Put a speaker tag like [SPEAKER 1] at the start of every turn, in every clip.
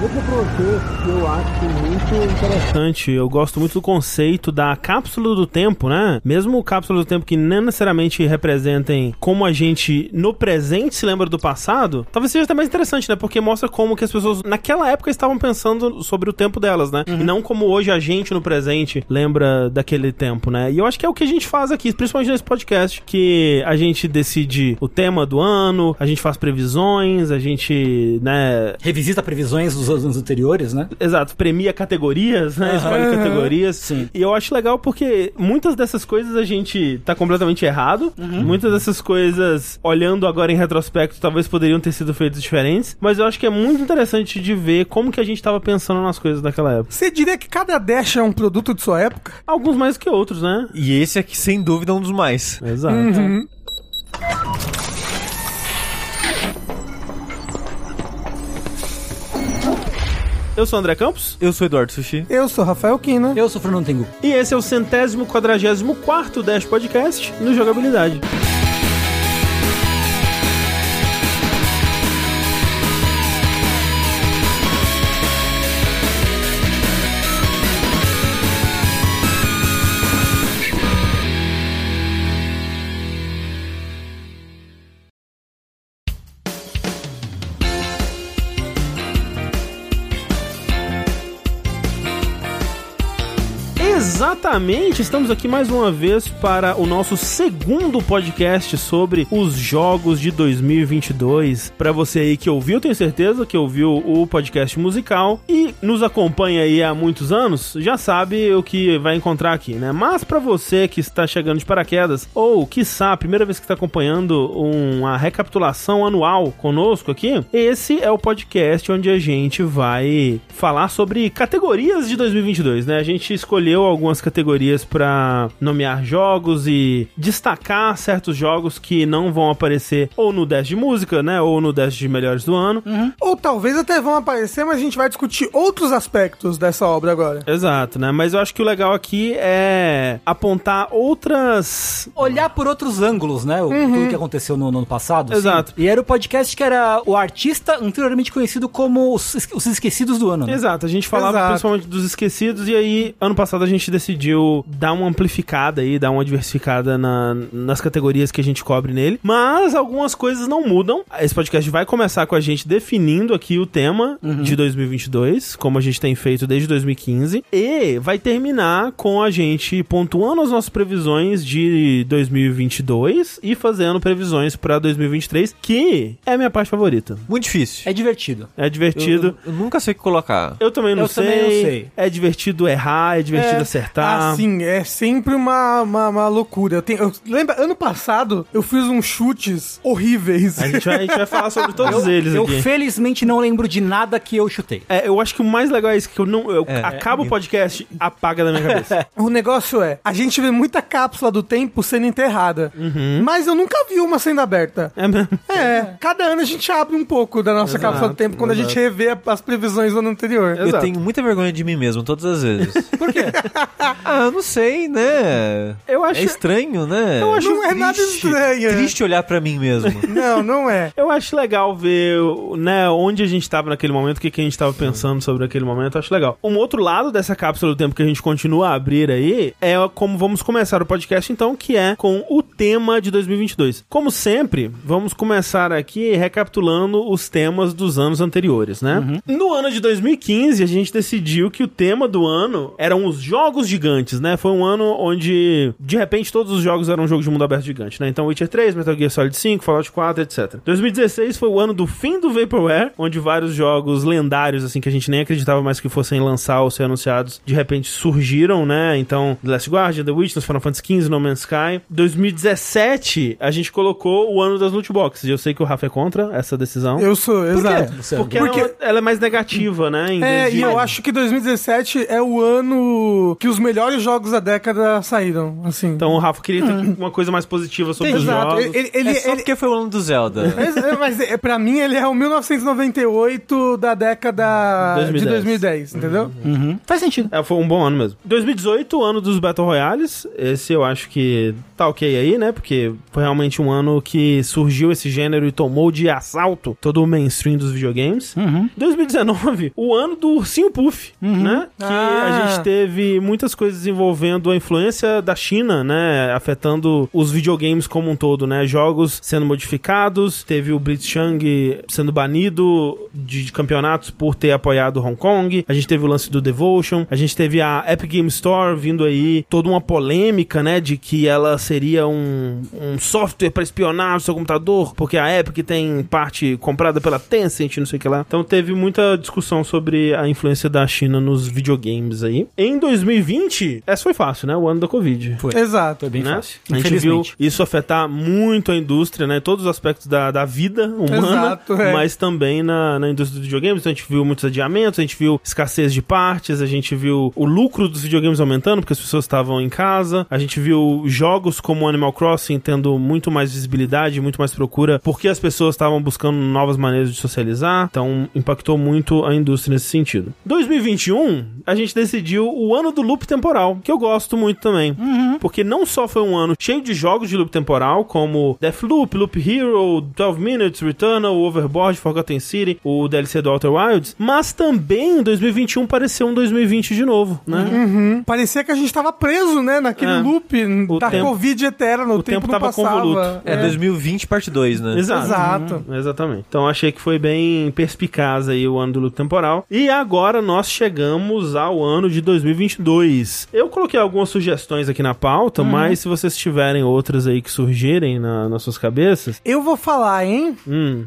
[SPEAKER 1] Deixa pra você que eu acho muito interessante. Eu gosto muito do conceito da cápsula do tempo, né? Mesmo cápsula do tempo que não necessariamente representem como a gente no presente se lembra do passado, talvez seja até mais interessante, né? Porque mostra como que as pessoas naquela época estavam pensando sobre o tempo delas, né? E não como hoje a gente no presente lembra daquele tempo, né? E eu acho que é o que a gente faz aqui, principalmente nesse podcast, que a gente decide o tema do ano, a gente faz previsões, a gente, né,
[SPEAKER 2] Revisita previsões dos anos anteriores, né?
[SPEAKER 1] Exato, premia categorias, né? Escolhe categorias.
[SPEAKER 2] Sim.
[SPEAKER 1] E eu acho legal porque muitas dessas coisas a gente tá completamente errado. Muitas dessas coisas, olhando agora em retrospecto, talvez poderiam ter sido feitas diferentes. Mas eu acho que é muito interessante de ver como que a gente tava pensando nas coisas naquela época.
[SPEAKER 3] Você diria que cada Dash é um produto de sua época?
[SPEAKER 1] Alguns mais que outros, né?
[SPEAKER 4] E esse aqui, sem dúvida, é um dos mais.
[SPEAKER 1] Exato. Eu sou o André Campos
[SPEAKER 4] Eu sou Eduardo Sushi.
[SPEAKER 3] Eu sou Rafael Kina.
[SPEAKER 2] Eu sou Fernando Tengu.
[SPEAKER 1] e esse é o centésimo quadragésimo quarto Dash Podcast no Jogabilidade. Exatamente, estamos aqui mais uma vez para o nosso segundo podcast sobre os jogos de 2022. Para você aí que ouviu, tenho certeza que ouviu o podcast musical e nos acompanha aí há muitos anos, já sabe o que vai encontrar aqui, né? Mas para você que está chegando de paraquedas ou quiçá a primeira vez que está acompanhando uma recapitulação anual conosco aqui, esse é o podcast onde a gente vai falar sobre categorias de 2022, né? A gente escolheu algumas categorias para nomear jogos e destacar certos jogos que não vão aparecer ou no 10 de música, né? Ou no 10 de melhores do ano.
[SPEAKER 3] Ou talvez até vão aparecer, mas a gente vai discutir outros aspectos dessa obra agora.
[SPEAKER 1] Exato, né? Mas eu acho que o legal aqui é apontar outras.
[SPEAKER 2] Olhar por outros ângulos, né? O, Tudo que aconteceu no, no ano passado.
[SPEAKER 1] Exato.
[SPEAKER 2] E era o podcast que era o artista anteriormente conhecido como Os, Esque- Os Esquecidos do Ano. né?
[SPEAKER 1] Exato, a gente falava
[SPEAKER 3] Exato.
[SPEAKER 1] principalmente dos esquecidos, e aí, ano passado, a gente decidiu dar uma amplificada aí, dar uma diversificada na- nas categorias que a gente cobre nele. Mas algumas coisas não mudam. Esse podcast vai começar com a gente definindo aqui o tema de 2022, como a gente tem feito desde 2015, e vai terminar com a gente pontuando as nossas previsões de 2022 e fazendo previsões pra 2023, que é a minha parte favorita.
[SPEAKER 4] Muito difícil.
[SPEAKER 2] É divertido.
[SPEAKER 1] É divertido.
[SPEAKER 4] Eu, eu nunca sei o que colocar.
[SPEAKER 1] Eu também não
[SPEAKER 2] Eu
[SPEAKER 1] sei.
[SPEAKER 2] também não sei. assim.
[SPEAKER 1] É divertido errar, é divertido acertar.
[SPEAKER 3] Ah, sim, é sempre uma, uma, uma loucura. Eu tenho, eu- lembra, ano passado eu fiz uns chutes horríveis.
[SPEAKER 1] A gente vai, a gente vai falar sobre todos eles
[SPEAKER 2] eu
[SPEAKER 1] aqui.
[SPEAKER 2] felizmente não lembro de nada que eu chutei.
[SPEAKER 1] É, eu acho que o mais legal é isso, que eu não. Eu
[SPEAKER 2] é,
[SPEAKER 1] acabo o podcast, apaga da minha cabeça.
[SPEAKER 3] O negócio é, a gente vê muita cápsula do tempo sendo enterrada, mas eu nunca vi uma sendo aberta.
[SPEAKER 1] É mesmo.
[SPEAKER 3] É, cada ano a gente abre um pouco da nossa cápsula do tempo quando a gente revê a- as previsões do ano anterior.
[SPEAKER 4] Eu
[SPEAKER 1] Exato.
[SPEAKER 4] tenho muita vergonha de mim mesmo, todas as vezes. Por quê? ah, eu não sei, né?
[SPEAKER 1] Eu acho-
[SPEAKER 4] É estranho, né?
[SPEAKER 3] acho Não é nada estranho, né?
[SPEAKER 4] Triste olhar pra mim mesmo.
[SPEAKER 3] Não, não é.
[SPEAKER 1] Eu acho legal ver, né, onde a gente tava naquele momento, o que, que a gente tava pensando sobre aquele momento, eu acho legal. Um outro lado dessa cápsula do tempo que a gente continua a abrir aí é como vamos começar o podcast, então, que é com o tema de 2022. Como sempre, vamos começar aqui recapitulando os temas dos anos anteriores, né? No ano de 2015, a gente decidiu que o tema do ano eram os jogos gigantes, né? Foi um ano onde, de repente, todos os jogos eram jogos de mundo aberto gigante, né? Então, Witcher 3, Metal Gear Solid 5, Fallout 4, etc. 2016 foi o ano do fim do Vaporware, onde vários jogos lendários, assim, que a gente nem acreditava mais que fossem lançar ou ser anunciados, de repente surgiram, né? Então, The Last Guardian, The Witness, Final Fantasy XV, No Man's Sky. 2017, a gente colocou o ano das loot boxes, e eu sei que o Rafa é contra essa decisão.
[SPEAKER 3] Eu sou, exato.
[SPEAKER 2] Luciano?
[SPEAKER 1] Porque,
[SPEAKER 3] Porque-
[SPEAKER 1] Ela, ela é mais negativa, né? em
[SPEAKER 3] É,
[SPEAKER 1] vez de-
[SPEAKER 3] e eu acho que 2017 é o ano que o os melhores jogos da década saíram, assim.
[SPEAKER 1] Então o Rafa queria ter uma coisa mais positiva sobre os
[SPEAKER 3] Exato.
[SPEAKER 1] jogos.
[SPEAKER 3] Ele, ele,
[SPEAKER 4] é só
[SPEAKER 3] ele-
[SPEAKER 4] porque foi o ano do Zelda.
[SPEAKER 3] Mas, é, mas é, pra mim ele é o 1998 da década de 2010, entendeu?
[SPEAKER 2] Uhum. Faz sentido.
[SPEAKER 1] É, foi um bom ano mesmo. 2018, o ano dos Battle Royales. Esse eu acho que tá ok aí, né? Porque foi realmente um ano que surgiu esse gênero e tomou de assalto todo o mainstream dos videogames.
[SPEAKER 2] Uhum.
[SPEAKER 1] 2019, o ano do Ursinho Puff, né? Que
[SPEAKER 3] Ah.
[SPEAKER 1] a gente teve muitas coisas envolvendo a influência da China, né? Afetando os videogames como um todo, né? Jogos sendo modificados, teve o Brit Chang sendo banido de de campeonatos por ter apoiado Hong Kong, a gente teve o lance do Devotion, a gente teve a Epic Game Store vindo aí, toda uma polêmica, né? De que ela seria um, um software pra espionar o seu computador, porque a Epic tem parte comprada pela Tencent, não sei o que lá. Então teve muita discussão sobre a influência da China nos videogames aí. Em 2020, essa foi fácil, né? O ano da Covid.
[SPEAKER 2] Foi.
[SPEAKER 3] Exato.
[SPEAKER 2] Foi bem
[SPEAKER 1] né?
[SPEAKER 2] fácil.
[SPEAKER 1] A gente viu isso afetar muito a indústria, né? Todos os aspectos da, da vida humana,
[SPEAKER 3] Exato, é.
[SPEAKER 1] mas também na, na indústria dos videogames. Então a gente viu muitos adiamentos, a gente viu escassez de partes, a gente viu o lucro dos videogames aumentando porque as pessoas estavam em casa, a gente viu jogos como Animal Crossing tendo muito mais visibilidade, muito mais procura, porque as pessoas estavam buscando novas maneiras de socializar. Então impactou muito a indústria nesse sentido. 2021, a gente decidiu o ano do loop temporal, que eu gosto muito também. Porque não só foi um ano cheio de jogos de loop temporal, como Deathloop, Loop Hero, 12 Minutes, Returnal, Overboard, Forgotten City, o DLC do Outer Wilds, mas também 2021 pareceu um 2020 de novo, né?
[SPEAKER 3] Uhum. Parecia que a gente tava preso, né? Naquele
[SPEAKER 1] É.
[SPEAKER 3] loop
[SPEAKER 1] O
[SPEAKER 3] da
[SPEAKER 1] tempo-
[SPEAKER 3] Covid eterna. O,
[SPEAKER 1] o tempo
[SPEAKER 3] tempo, não
[SPEAKER 1] tava
[SPEAKER 3] passava.
[SPEAKER 1] convoluto.
[SPEAKER 4] É, 2020 parte 2, né?
[SPEAKER 1] Exato.
[SPEAKER 3] Exato.
[SPEAKER 1] Uhum, Exatamente. Então achei que foi bem perspicaz aí o ano do loop temporal. E agora nós chegamos ao ano de 2022. Eu coloquei algumas sugestões aqui na pauta, mas se vocês tiverem outras aí que surgirem na- nas suas cabeças,
[SPEAKER 3] Eu vou falar, hein?
[SPEAKER 1] hum,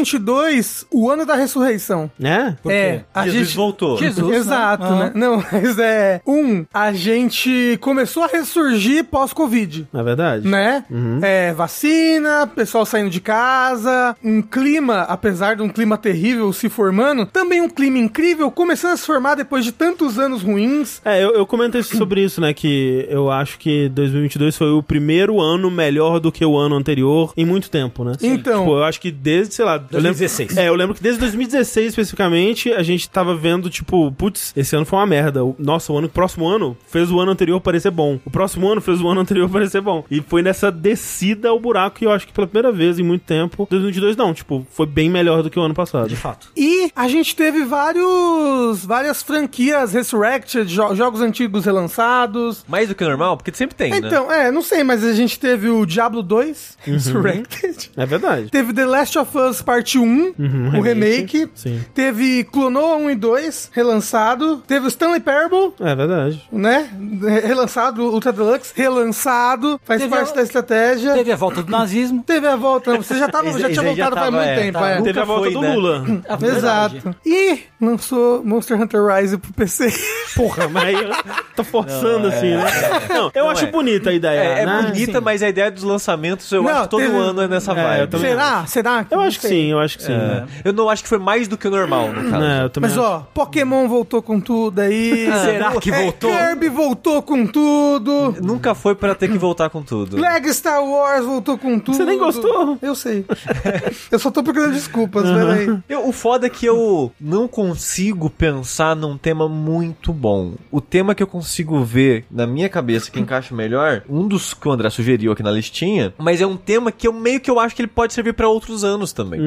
[SPEAKER 3] 2022, o ano da ressurreição.
[SPEAKER 1] né?
[SPEAKER 3] É, a
[SPEAKER 4] Ah, Jesus
[SPEAKER 3] gente...
[SPEAKER 4] voltou.
[SPEAKER 2] Jesus, né?
[SPEAKER 3] Exato,
[SPEAKER 2] Ah.
[SPEAKER 3] né? Não, mas é. Um, a gente começou a ressurgir pós-Covid.
[SPEAKER 1] Na é verdade.
[SPEAKER 3] né?
[SPEAKER 1] Uhum.
[SPEAKER 3] É, vacina, pessoal saindo de casa, um clima, apesar de um clima terrível se formando, também um clima incrível começando a se formar depois de tantos anos ruins.
[SPEAKER 1] É, eu, eu comentei sobre isso, né? Que eu acho que 2022 foi o primeiro ano melhor do que o ano anterior em muito tempo, né?
[SPEAKER 3] Então.
[SPEAKER 1] Tipo, eu acho que desde, sei lá.
[SPEAKER 4] 2016.
[SPEAKER 1] Eu lembro, é, eu lembro que desde 2016 especificamente a gente tava vendo, tipo, putz, esse ano foi uma merda. O- Nossa, o ano, o próximo ano fez o ano anterior parecer bom. O próximo ano fez o ano anterior parecer bom. E foi nessa descida ao buraco que eu acho que pela primeira vez em muito tempo, 2022 não, tipo, foi bem melhor do que o ano passado.
[SPEAKER 2] De fato.
[SPEAKER 3] E a gente teve vários, várias franquias Resurrected, jo- jogos antigos relançados.
[SPEAKER 4] Mais do que o normal, porque sempre tem, né?
[SPEAKER 3] Então, é, não sei, mas a gente teve o Diablo 2 Resurrected.
[SPEAKER 1] É verdade.
[SPEAKER 3] Teve The Last of Us Parte 1, o remake.
[SPEAKER 1] Sim.
[SPEAKER 3] Teve Clonoa 1 e 2, relançado. Teve o Stanley Parable,
[SPEAKER 1] É verdade.
[SPEAKER 3] né? Re- Relançado, o Ultra Deluxe, relançado, faz
[SPEAKER 2] Teve
[SPEAKER 3] parte
[SPEAKER 2] a-
[SPEAKER 3] da estratégia. Teve...
[SPEAKER 2] Teve a volta do nazismo.
[SPEAKER 3] a volta, não, você já, tava,
[SPEAKER 4] Esse-
[SPEAKER 3] já
[SPEAKER 4] esse
[SPEAKER 3] tinha
[SPEAKER 4] aí já
[SPEAKER 3] voltado faz
[SPEAKER 4] tava,
[SPEAKER 3] muito
[SPEAKER 4] é,
[SPEAKER 3] tempo,
[SPEAKER 4] tá.
[SPEAKER 3] é.
[SPEAKER 4] Nunca
[SPEAKER 1] Teve a volta
[SPEAKER 4] foi,
[SPEAKER 1] do
[SPEAKER 4] né?
[SPEAKER 1] Lula.
[SPEAKER 3] Exato. E lançou Monster Hunter Rise pro PC.
[SPEAKER 1] Porra, mas aí eu tô forçando assim, né? Não, eu
[SPEAKER 4] Não
[SPEAKER 1] acho
[SPEAKER 4] é.
[SPEAKER 1] bonita a ideia.
[SPEAKER 4] É, é
[SPEAKER 1] né?
[SPEAKER 4] bonita, mas a ideia dos lançamentos eu
[SPEAKER 3] Não,
[SPEAKER 4] acho que todo
[SPEAKER 3] teve-
[SPEAKER 4] ano é nessa
[SPEAKER 1] É, eu
[SPEAKER 4] vibe.
[SPEAKER 1] também
[SPEAKER 3] Será? Será?
[SPEAKER 1] Eu
[SPEAKER 3] Não
[SPEAKER 1] acho que
[SPEAKER 3] sei.
[SPEAKER 1] sim, eu acho que sim.
[SPEAKER 4] É. Eu não acho que foi mais do que o normal, no caso.
[SPEAKER 1] É, eu também
[SPEAKER 3] Mas
[SPEAKER 1] acho.
[SPEAKER 3] ó, Pokémon voltou com tudo aí.
[SPEAKER 4] Será que
[SPEAKER 3] É,
[SPEAKER 4] voltou?
[SPEAKER 3] Kirby voltou com tudo.
[SPEAKER 4] Nunca foi pra ter que voltar com tudo.
[SPEAKER 3] Lego Star Wars voltou com tudo.
[SPEAKER 1] Você nem gostou?
[SPEAKER 3] Eu sei. eu só tô procurando desculpas, peraí.
[SPEAKER 4] Eu- o foda é que eu não consigo pensar num tema muito bom. O tema que eu consigo ver na minha cabeça que encaixa melhor, um dos que o André sugeriu aqui na listinha, mas é um tema que eu meio que eu acho que ele pode servir pra outros anos também.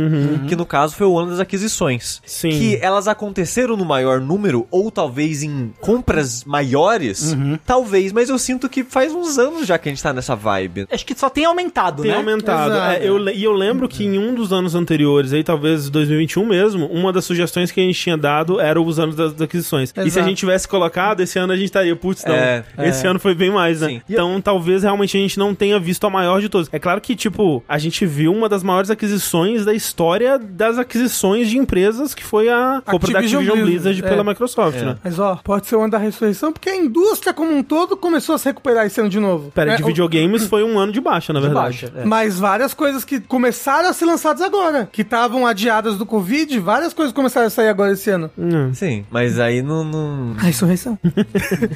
[SPEAKER 4] Que no caso foi o ano das aquisições.
[SPEAKER 1] Uhum. Sim.
[SPEAKER 4] Que elas aconteceram no maior número, ou talvez em compras maiores,
[SPEAKER 1] Uhum.
[SPEAKER 4] talvez, mas eu sinto que faz uns anos já que a gente tá nessa vibe.
[SPEAKER 2] Acho que só tem aumentado,
[SPEAKER 1] Tem
[SPEAKER 2] né?
[SPEAKER 1] aumentado.
[SPEAKER 3] Exato.
[SPEAKER 1] É, eu le- e eu lembro que em um dos anos anteriores, aí talvez 2021 mesmo, uma das sugestões que a gente tinha dado era os anos das, das aquisições. E se a
[SPEAKER 3] Exato.
[SPEAKER 1] gente tivesse colocado, esse ano a gente estaria, putz, não,
[SPEAKER 4] É,
[SPEAKER 1] esse ano foi bem mais, né?
[SPEAKER 4] Sim.
[SPEAKER 1] Então talvez realmente a gente não tenha visto a maior de todas. É claro que, tipo, a gente gente viu uma das maiores aquisições da história das aquisições de empresas, que foi a compra da
[SPEAKER 3] Activision
[SPEAKER 1] Activision Blizzard
[SPEAKER 3] Blizzard, é.
[SPEAKER 1] pela Microsoft,
[SPEAKER 4] É.
[SPEAKER 1] né?
[SPEAKER 3] Mas ó, pode ser uma da ressurreição, porque a indústria como um todo começou a se recuperar esse ano de novo.
[SPEAKER 1] Pera,
[SPEAKER 3] É,
[SPEAKER 1] de
[SPEAKER 3] o-
[SPEAKER 1] videogames foi um ano de baixa, na verdade.
[SPEAKER 2] baixa, é.
[SPEAKER 3] Mas várias coisas que começaram a ser lançadas agora, que estavam adiadas do Covid, várias coisas começaram a sair agora esse ano.
[SPEAKER 1] Hum.
[SPEAKER 4] Sim, mas aí não- não...
[SPEAKER 3] A ressurreição.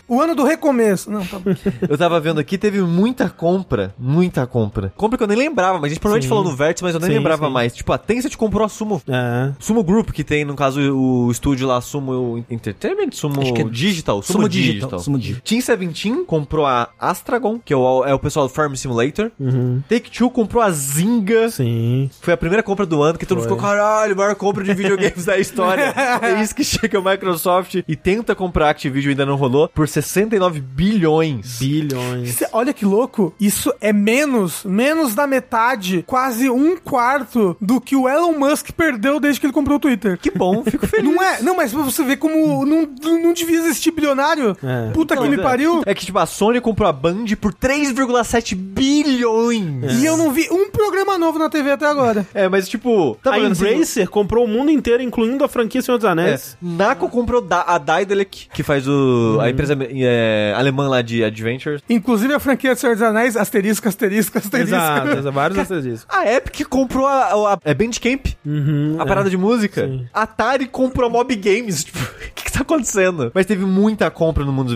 [SPEAKER 3] o ano do recomeço. Não, tá bom.
[SPEAKER 4] Eu tava vendo aqui, teve muita compra. Muita compra. Compra que eu nem lembrava, mas a gente provavelmente
[SPEAKER 1] Sim.
[SPEAKER 4] falou no Vértice, mas eu nem
[SPEAKER 1] Sim,
[SPEAKER 4] lembrava
[SPEAKER 1] sim.
[SPEAKER 4] mais. Tipo, a Tencent comprou a Sumo.
[SPEAKER 1] É.
[SPEAKER 4] Sumo Group, que tem, no caso, o estúdio lá, Sumo Entertainment? Sumo
[SPEAKER 2] Acho que é
[SPEAKER 4] Digital?
[SPEAKER 2] Sumo Digital, Sumo Digital.
[SPEAKER 4] Team 17 comprou a Astragon, que é o, é o pessoal do Farm Simulator.
[SPEAKER 2] Hum.
[SPEAKER 4] Take-Two comprou a Zynga.
[SPEAKER 1] uhum. Sim.
[SPEAKER 4] Foi a primeira compra do ano que todo mundo ficou, caralho, maior compra de videogames da história. É isso que chega a Microsoft e tenta comprar a Activision, ainda não rolou, por 69 bilhões.
[SPEAKER 1] Bilhões.
[SPEAKER 3] Cê- Olha que louco, isso é menos, menos da metade, quase um quarto do que o Elon Musk perdeu desde que ele comprou o Twitter.
[SPEAKER 4] Que bom, fico feliz.
[SPEAKER 3] Não é? Não, mas pra você ver como não, não devia existir bilionário.
[SPEAKER 1] É.
[SPEAKER 3] Puta que
[SPEAKER 4] Não,
[SPEAKER 3] me
[SPEAKER 4] é-
[SPEAKER 3] pariu.
[SPEAKER 4] É que, tipo, a Sony comprou a Band por 3,7 bilhões.
[SPEAKER 3] E eu não vi um programa novo na TV até agora.
[SPEAKER 4] É, mas, tipo...
[SPEAKER 1] a
[SPEAKER 4] vendo, assim,
[SPEAKER 1] Embracer comprou o mundo inteiro, incluindo a franquia Senhor dos
[SPEAKER 4] É,
[SPEAKER 1] Anéis.
[SPEAKER 4] Naco comprou da- a Daedalic, que faz o, a empresa é, alemã lá de Adventures.
[SPEAKER 3] Inclusive a franquia do Senhor dos Anéis, asterisco, asterisco,
[SPEAKER 4] É.
[SPEAKER 3] asterisco.
[SPEAKER 1] Exato, exa- vários asteriscos.
[SPEAKER 4] A Epic comprou a, a, a Bandcamp,
[SPEAKER 1] Uhum,
[SPEAKER 4] a
[SPEAKER 1] é.
[SPEAKER 4] parada de música.
[SPEAKER 1] Sim.
[SPEAKER 4] A Atari comprou a Mob Games. Tipo, o que, que tá acontecendo? Mas teve muita compra no mundo dos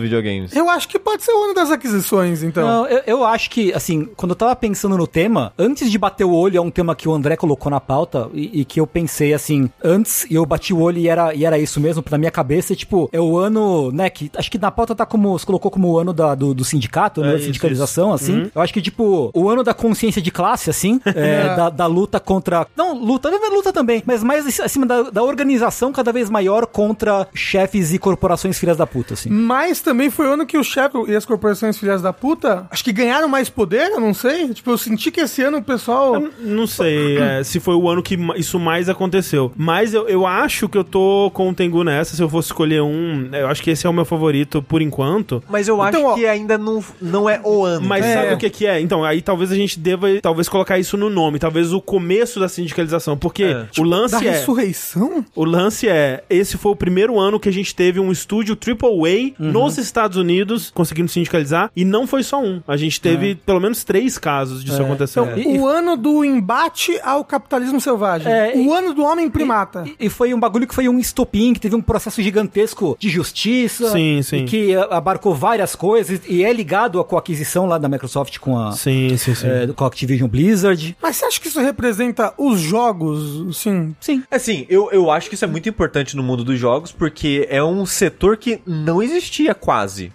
[SPEAKER 4] videogames.
[SPEAKER 3] Eu acho que pode ser o ano das aquisições, então.
[SPEAKER 2] Não, eu, eu acho que, assim, quando eu tava pensando no tema, antes de bater o olho, é um tema que o André colocou na pauta e, e que eu pensei, assim, antes, e eu bati o olho e era, e era isso mesmo, na minha cabeça, tipo, é o ano, né, que acho que na pauta tá como, se colocou como o ano da- do, do sindicato, né,
[SPEAKER 1] É,
[SPEAKER 2] da
[SPEAKER 1] isso, Uhum.
[SPEAKER 2] sindicalização, assim. Eu acho que, tipo, o ano da consciência de classe, assim, é, da, da luta contra, não, luta, não é luta também, mas mais ac- acima da, da organização cada vez maior contra chefes e corporações filhas da puta, assim.
[SPEAKER 3] Mas também foi o ano que o chefe e as corporações filhas da puta, acho que ganharam mais poder, eu não sei. Tipo, eu senti que esse ano o pessoal...
[SPEAKER 1] Eu Não sei é, se foi o ano que ma- isso mais aconteceu. Mas eu, eu acho que eu tô com o Tengu nessa. Se eu fosse escolher um, eu acho que esse é o meu favorito por enquanto.
[SPEAKER 4] Mas eu
[SPEAKER 3] Então, ó,
[SPEAKER 4] acho que ainda não, não é o ano.
[SPEAKER 1] Mas
[SPEAKER 3] É.
[SPEAKER 1] sabe o que, que é? Então, aí talvez a gente deva talvez colocar isso no nome, talvez o começo da sindicalização. Porque
[SPEAKER 4] É.
[SPEAKER 1] o
[SPEAKER 3] Da
[SPEAKER 1] lance é.
[SPEAKER 3] ressurreição?
[SPEAKER 1] O lance é, esse foi o primeiro ano que a gente teve um estúdio AAA
[SPEAKER 2] Uhum.
[SPEAKER 1] nos Estados Unidos, conseguindo sindicalizar, e não foi só um. A gente teve pelo menos três casos disso acontecendo.
[SPEAKER 2] É. Então, E-
[SPEAKER 3] O ano do embate ao capitalismo selvagem.
[SPEAKER 2] É,
[SPEAKER 3] o
[SPEAKER 2] e-
[SPEAKER 3] ano do homem primata.
[SPEAKER 2] E, e foi um bagulho que foi um estopim, que teve um processo gigantesco de justiça.
[SPEAKER 1] Sim, sim.
[SPEAKER 2] E que a- abarcou várias coisas e é ligado a- com a aquisição lá da Microsoft com a,
[SPEAKER 1] Sim, sim, sim.
[SPEAKER 2] é, com a Activision Blizzard.
[SPEAKER 3] Mas você acha que isso representa os jogos, assim?
[SPEAKER 2] Sim.
[SPEAKER 4] Assim, eu, eu acho que isso é muito importante no mundo dos jogos, porque é um setor que não existia quase.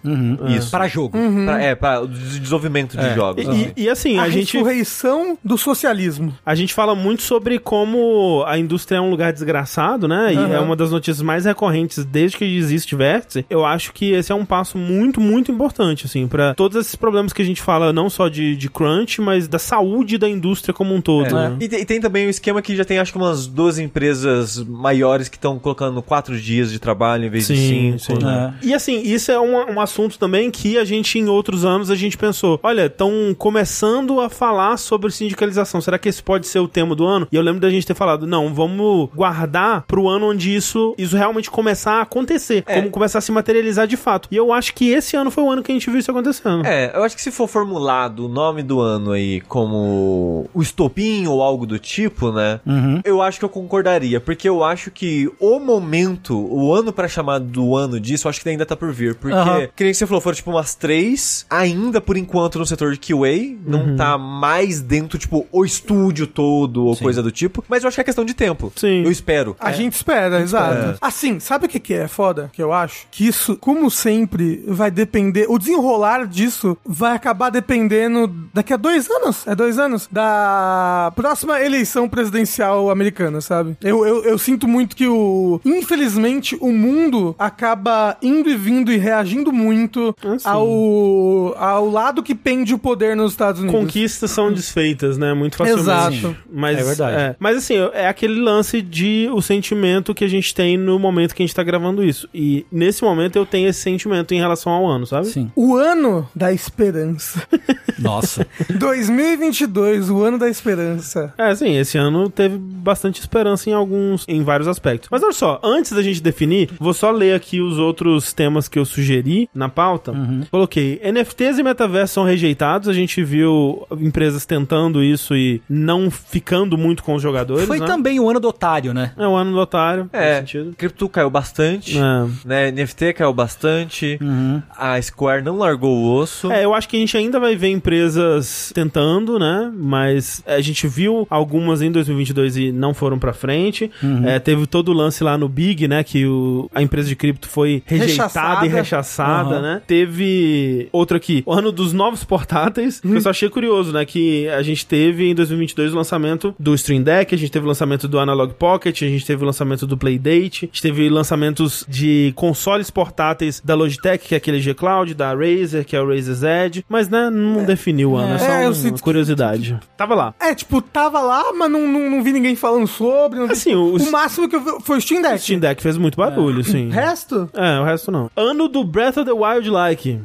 [SPEAKER 4] Isso.
[SPEAKER 2] Para jogo.
[SPEAKER 4] Pra- é, para o des- desenvolvimento de jogos.
[SPEAKER 1] E- e, e assim,
[SPEAKER 3] A,
[SPEAKER 1] a, gente,
[SPEAKER 3] ressurreição do socialismo.
[SPEAKER 1] a gente fala muito sobre como a indústria é um lugar desgraçado, né? E é uma das notícias mais recorrentes desde que existe Vértice. Eu acho que esse é um passo muito, muito importante, assim, pra todos esses problemas que a gente fala, não só de, de crunch, mas da saúde da indústria como um todo.
[SPEAKER 4] É.
[SPEAKER 1] né?
[SPEAKER 4] E, te- e tem também o esquema que já tem acho que umas 12 empresas maiores que estão colocando 4 dias de trabalho em vez
[SPEAKER 1] Sim,
[SPEAKER 4] de 5.
[SPEAKER 1] sim.
[SPEAKER 2] né?
[SPEAKER 1] E assim, isso é um, um assunto também que a gente, em outros anos, a gente pensou: olha, estão começando a falar sobre sindicalização. Será que esse pode ser o tema do ano? E eu lembro da gente ter falado: não, vamos guardar pro ano onde isso, isso realmente começar a acontecer, como começar a se materializar de fato. E eu acho que esse ano foi o ano que a gente viu isso acontecendo.
[SPEAKER 4] É, eu acho que se for formulado o nome do ano aí como o estopim ou algo do tipo, né?
[SPEAKER 1] Uhum.
[SPEAKER 4] Eu acho que eu concordaria, porque eu acho que o momento, o ano pra chamar do ano disso, eu acho que ainda tá por vir. Porque,
[SPEAKER 2] Aham.
[SPEAKER 4] que nem você falou, foram tipo umas três, ainda por enquanto no setor de QA, não
[SPEAKER 1] Uhum.
[SPEAKER 4] tá mais dentro, tipo, o estúdio todo ou coisa do tipo. Mas eu acho que é questão de tempo.
[SPEAKER 1] Sim.
[SPEAKER 4] Eu espero.
[SPEAKER 1] É.
[SPEAKER 4] É.
[SPEAKER 3] A gente espera, exato. Assim, sabe o que, que é foda? Que eu acho que isso, como sempre, vai depender. O desenrolar disso vai acabar dependendo daqui a dois anos. É dois anos. Da próxima eleição presidencial americana, sabe? Eu, eu, eu sinto muito que o. Infelizmente, o mundo acaba indo e vindo e reagindo muito
[SPEAKER 1] Ah, sim.
[SPEAKER 3] ao, ao lado que pende o poder nos Estados Unidos.
[SPEAKER 1] Conquistas são desfeitas, né? Muito facilmente.
[SPEAKER 3] Exato.
[SPEAKER 1] Mas,
[SPEAKER 2] É verdade.
[SPEAKER 1] mas assim, é aquele lance de o sentimento que a gente tem no momento que a gente tá gravando isso. E nesse momento eu tenho esse sentimento em relação ao ano, sabe?
[SPEAKER 2] Sim.
[SPEAKER 3] O ano da esperança.
[SPEAKER 2] Nossa.
[SPEAKER 3] 2022, o ano da esperança.
[SPEAKER 1] É, sim, esse ano teve bastante esperança em alguns, em vários aspectos. Mas olha só, antes da gente definir, vou só ler aqui os outros temas que eu sugeri na pauta.
[SPEAKER 2] Uhum.
[SPEAKER 1] Coloquei, NFTs e metaverso são rejeitados, a gente viu empresas tentando isso e não ficando muito com os jogadores,
[SPEAKER 2] Foi
[SPEAKER 1] né?
[SPEAKER 2] também o ano do otário, né?
[SPEAKER 1] É o ano do otário, faz
[SPEAKER 4] É,
[SPEAKER 1] sentido.
[SPEAKER 4] cripto caiu bastante,
[SPEAKER 1] É. Uhum.
[SPEAKER 4] né? NFT caiu bastante, a Square não largou o osso.
[SPEAKER 1] É, eu acho que a gente ainda vai ver empresas tentando, né? Mas a gente viu algumas em 2022 e não foram pra frente. É, teve todo o lance lá no Big, né? Que o- a empresa de cripto foi rejeitada
[SPEAKER 3] Rechaçada.
[SPEAKER 1] e rechaçada,
[SPEAKER 2] Aham.
[SPEAKER 1] né? Teve outro aqui, o ano dos novos portáteis.
[SPEAKER 3] Hum.
[SPEAKER 1] que Eu só achei curioso, né? Que a gente teve em 2022 o lançamento do Stream Deck, a gente teve o lançamento do Analog Pocket, a gente teve o lançamento do Playdate, a gente teve lançamentos de consoles portáteis da Logitech, que é aquele G Cloud, da Razer, que é o Razer's Edge, mas né, não definiu o ano, é,
[SPEAKER 3] É,
[SPEAKER 1] só
[SPEAKER 3] eu
[SPEAKER 1] uma
[SPEAKER 3] sinto que-
[SPEAKER 1] curiosidade. Tava lá.
[SPEAKER 3] É, tipo, tava lá, mas não, não, não vi ninguém falando sobre. não vi-
[SPEAKER 1] Assim, o,
[SPEAKER 3] o máximo que eu vi foi o Steam
[SPEAKER 1] o
[SPEAKER 3] Deck.
[SPEAKER 1] Steam Deck fez muito barulho, sim.
[SPEAKER 3] O resto?
[SPEAKER 1] É, o resto não. Ano do Breath of the Wild like.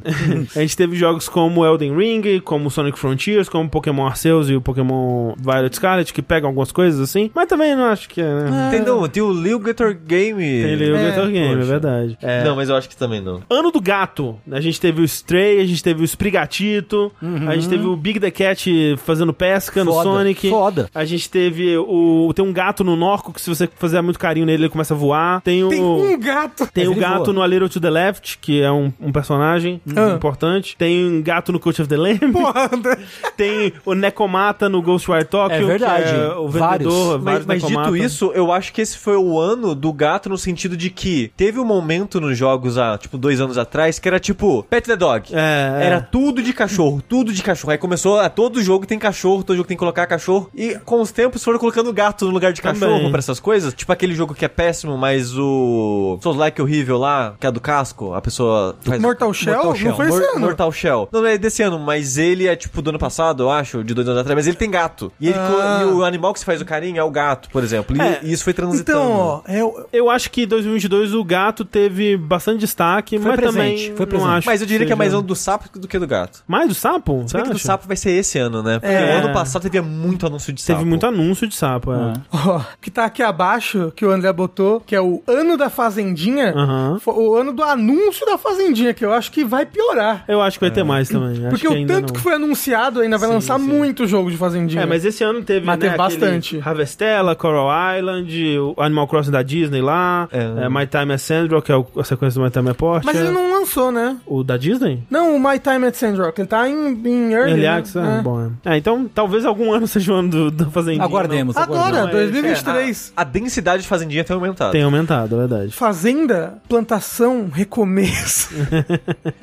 [SPEAKER 1] a gente teve jogos como Elden Ring, como Sonic Frontiers, como Pokémon Arceus e o Pokémon Violet Scarlet, que pegam algumas coisas assim, mas também não acho que é,
[SPEAKER 2] Ah,
[SPEAKER 1] né?
[SPEAKER 4] Tem, não, tem o Lil Gator Game.
[SPEAKER 1] Ele é, o
[SPEAKER 3] É,
[SPEAKER 1] Metal Game, é
[SPEAKER 4] poxa.
[SPEAKER 1] verdade. É.
[SPEAKER 4] Não, mas eu acho que também não.
[SPEAKER 1] Ano do gato. A gente teve o Stray, a gente teve o Sprigatito, a gente teve o Big the Cat fazendo pesca no
[SPEAKER 2] Foda,
[SPEAKER 1] Sonic.
[SPEAKER 2] foda.
[SPEAKER 1] A gente teve o. Tem um gato no Norco que se você fizer muito carinho nele, ele começa a voar. Tem o.
[SPEAKER 3] Tem um gato.
[SPEAKER 1] Tem
[SPEAKER 2] Mas
[SPEAKER 1] o
[SPEAKER 2] ele
[SPEAKER 1] gato
[SPEAKER 2] voa.
[SPEAKER 1] no A Little to the Left, que é um, um personagem
[SPEAKER 3] Ah.
[SPEAKER 1] importante. Tem um gato no Coach of the Lamb.
[SPEAKER 3] Porra, André.
[SPEAKER 1] Tem o Necomata no Ghostwire Tokyo.
[SPEAKER 2] É verdade.
[SPEAKER 1] que é o
[SPEAKER 2] Vários.
[SPEAKER 1] vendedor,
[SPEAKER 4] Mas,
[SPEAKER 1] vários
[SPEAKER 4] mas dito
[SPEAKER 1] Necomata.
[SPEAKER 4] isso, eu acho que esse foi o ano do gato no sentido de que teve um momento nos jogos há, tipo, dois anos atrás que era tipo Pet the Dog.
[SPEAKER 1] É, é.
[SPEAKER 4] Era tudo de cachorro, tudo de cachorro. Aí começou a todo jogo tem cachorro, todo jogo tem que colocar cachorro. E com os tempos foram colocando gato no lugar de
[SPEAKER 1] Também.
[SPEAKER 4] cachorro pra essas coisas. Tipo aquele jogo que é péssimo, mas o. Souls Like Horrível lá, que é do casco, a pessoa faz.
[SPEAKER 3] Mortal Shell?
[SPEAKER 4] Mortal
[SPEAKER 3] Não foi
[SPEAKER 4] Mor-
[SPEAKER 3] esse ano.
[SPEAKER 4] Mortal Shell. Não, não é desse ano, mas ele é tipo do ano passado, eu acho, de dois anos atrás. Mas ele tem gato. E, ele
[SPEAKER 3] Ah.
[SPEAKER 4] co- e o animal que se faz o carinho é o gato, por exemplo. E,
[SPEAKER 1] É.
[SPEAKER 4] e isso foi transitando.
[SPEAKER 3] Então, ó, eu,
[SPEAKER 1] Eu acho que em 2022 o gato teve bastante destaque,
[SPEAKER 2] Foi
[SPEAKER 1] mas
[SPEAKER 2] presente,
[SPEAKER 1] também
[SPEAKER 2] foi
[SPEAKER 1] não
[SPEAKER 2] presente.
[SPEAKER 1] acho
[SPEAKER 4] mas eu diria que é
[SPEAKER 1] seja-
[SPEAKER 4] mais um do sapo do que do gato.
[SPEAKER 1] Mais do sapo?
[SPEAKER 4] Se bem que do
[SPEAKER 1] acha?
[SPEAKER 4] sapo vai ser esse ano, né? Porque
[SPEAKER 1] É.
[SPEAKER 4] o ano passado teve muito anúncio de
[SPEAKER 1] Teve
[SPEAKER 4] sapo.
[SPEAKER 1] muito anúncio de sapo, é.
[SPEAKER 3] ó, que tá aqui abaixo, que o André botou, que é o ano da Fazendinha,
[SPEAKER 1] Aham.
[SPEAKER 3] foi o ano do anúncio da Fazendinha, que eu acho que vai piorar.
[SPEAKER 1] Eu acho que vai ter mais também. acho
[SPEAKER 3] Porque
[SPEAKER 1] que
[SPEAKER 3] o
[SPEAKER 1] ainda
[SPEAKER 3] tanto
[SPEAKER 1] não.
[SPEAKER 3] que foi anunciado ainda vai
[SPEAKER 1] Sim,
[SPEAKER 3] lançar
[SPEAKER 1] sim.
[SPEAKER 3] muito jogo de Fazendinha.
[SPEAKER 1] É, mas esse ano teve,
[SPEAKER 3] Mas
[SPEAKER 1] né,
[SPEAKER 3] teve
[SPEAKER 1] aquele
[SPEAKER 3] bastante.
[SPEAKER 1] Harvestella, Coral Island, o Animal Crossing da Disney lá,
[SPEAKER 4] É.
[SPEAKER 1] é, My Time at Sandro, que é o- a sequência do My Time at Porsche.
[SPEAKER 3] Mas ele não lançou, né?
[SPEAKER 1] O da Disney?
[SPEAKER 3] Não, o My Time at Sandrock, ele tá em, em Early.
[SPEAKER 1] Early
[SPEAKER 3] né?
[SPEAKER 1] Access, é.
[SPEAKER 3] É.
[SPEAKER 1] bom. É. É, então talvez algum ano seja o ano do, da Fazendinha.
[SPEAKER 2] Aguardemos,
[SPEAKER 3] Agora,
[SPEAKER 2] aguardemos.
[SPEAKER 1] Não, é-
[SPEAKER 4] É,
[SPEAKER 3] 2023.
[SPEAKER 4] a, a densidade de fazendinha tem aumentado.
[SPEAKER 1] não. Tem aumentado, é verdade.
[SPEAKER 3] Fazenda, plantação, recomeço.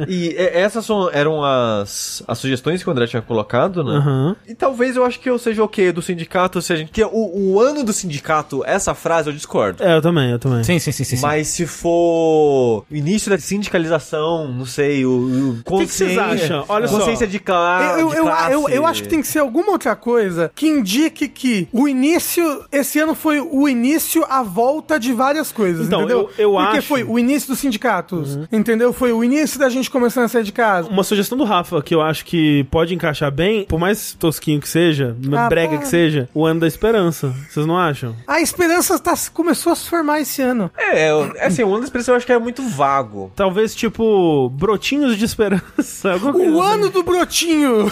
[SPEAKER 4] E é, essas são- eram as, as sugestões que o André tinha colocado, né?
[SPEAKER 1] Aham.
[SPEAKER 4] E talvez eu acho que eu seja o quê? Do sindicato, se a gente. Que o, o ano do sindicato, essa frase eu discordo.
[SPEAKER 1] É, eu também, eu também.
[SPEAKER 2] Sim, sim, É, sim, sim. sim.
[SPEAKER 4] Mas se for o início da sindicalização, não sei, o, o consciência.
[SPEAKER 1] vocês acham? Olha só.
[SPEAKER 4] consciência de, cla
[SPEAKER 3] eu,
[SPEAKER 4] Ah, de
[SPEAKER 3] eu,
[SPEAKER 4] classe.
[SPEAKER 3] eu, eu acho que tem que ser alguma outra coisa que indique que o início. Esse ano foi o início à volta de várias coisas.
[SPEAKER 1] Então,
[SPEAKER 3] entendeu?
[SPEAKER 1] eu- eu
[SPEAKER 3] Porque
[SPEAKER 1] acho- Uhum.
[SPEAKER 3] foi o início dos sindicatos. Entendeu? Foi o início da gente começando a sair de casa.
[SPEAKER 1] Uma sugestão do Rafa que eu acho que pode encaixar bem, por mais tosquinho que seja,
[SPEAKER 3] Ah,
[SPEAKER 1] brega
[SPEAKER 3] pá.
[SPEAKER 1] que seja, o ano da esperança. Vocês não acham?
[SPEAKER 3] A esperança tá, começou a se formar esse ano.
[SPEAKER 4] É, eu- é assim, o ano da expressão eu acho que é muito vago.
[SPEAKER 1] Talvez, tipo, brotinhos de esperança. alguma coisa
[SPEAKER 3] O
[SPEAKER 1] assim.
[SPEAKER 3] ano do brotinho!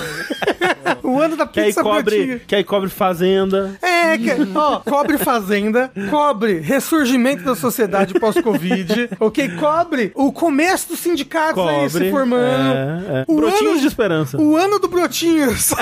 [SPEAKER 3] o ano da
[SPEAKER 1] que aí
[SPEAKER 3] pizza
[SPEAKER 1] cobre,
[SPEAKER 3] brotinho.
[SPEAKER 1] que aí cobre fazenda.
[SPEAKER 3] É, que, ó, cobre fazenda, cobre ressurgimento da sociedade pós-Covid, ok? Cobre o começo dos sindicatos aí se
[SPEAKER 1] Cobre.
[SPEAKER 3] formando.
[SPEAKER 1] é, é.
[SPEAKER 3] O
[SPEAKER 1] Brotinhos
[SPEAKER 3] ano-
[SPEAKER 1] de esperança. O
[SPEAKER 3] O ano do brotinho só.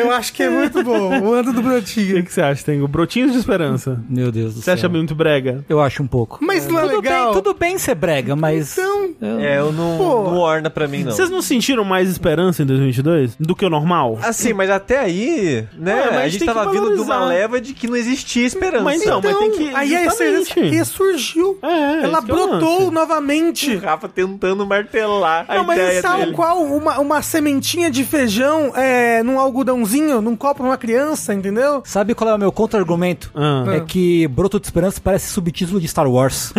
[SPEAKER 3] Eu acho que é muito bom. O ano do
[SPEAKER 1] que,
[SPEAKER 3] brotinho.
[SPEAKER 1] que você acha, Tengo? Brotinhos de esperança.
[SPEAKER 2] Meu Deus do
[SPEAKER 1] Você
[SPEAKER 2] céu.
[SPEAKER 1] acha muito brega?
[SPEAKER 2] Eu acho um pouco.
[SPEAKER 3] Mas não é
[SPEAKER 2] tudo
[SPEAKER 3] legal.
[SPEAKER 2] bem, tudo bem ser brega, mas.
[SPEAKER 3] Então,
[SPEAKER 4] É, eu não,
[SPEAKER 3] Pô.
[SPEAKER 4] não orna pra mim, não.
[SPEAKER 1] Vocês não sentiram mais esperança em 2022 do que o normal?
[SPEAKER 4] Assim, mas até aí, né?
[SPEAKER 1] Ah, mas
[SPEAKER 4] a gente
[SPEAKER 1] tem que
[SPEAKER 4] tava vindo de uma
[SPEAKER 1] valorizar.
[SPEAKER 4] leva de que não existia esperança.
[SPEAKER 1] Mas então,
[SPEAKER 3] então,
[SPEAKER 1] mas tem que-
[SPEAKER 3] aí a
[SPEAKER 1] justamente.
[SPEAKER 3] essência ressurgiu.
[SPEAKER 1] É,
[SPEAKER 3] Ela
[SPEAKER 1] isso que é o
[SPEAKER 3] brotou
[SPEAKER 1] lance.
[SPEAKER 3] novamente.
[SPEAKER 4] O Rafa tentando martelar a
[SPEAKER 3] Não, mas é
[SPEAKER 4] ideia
[SPEAKER 3] tal
[SPEAKER 4] dele.
[SPEAKER 3] qual uma, uma sementinha de feijão é, num algodãozinho, num copo, numa criança, entendeu?
[SPEAKER 2] Sabe qual é o meu contra-argumento?
[SPEAKER 1] Ah.
[SPEAKER 2] É que Broto de Esperança parece subtítulo de Star Wars.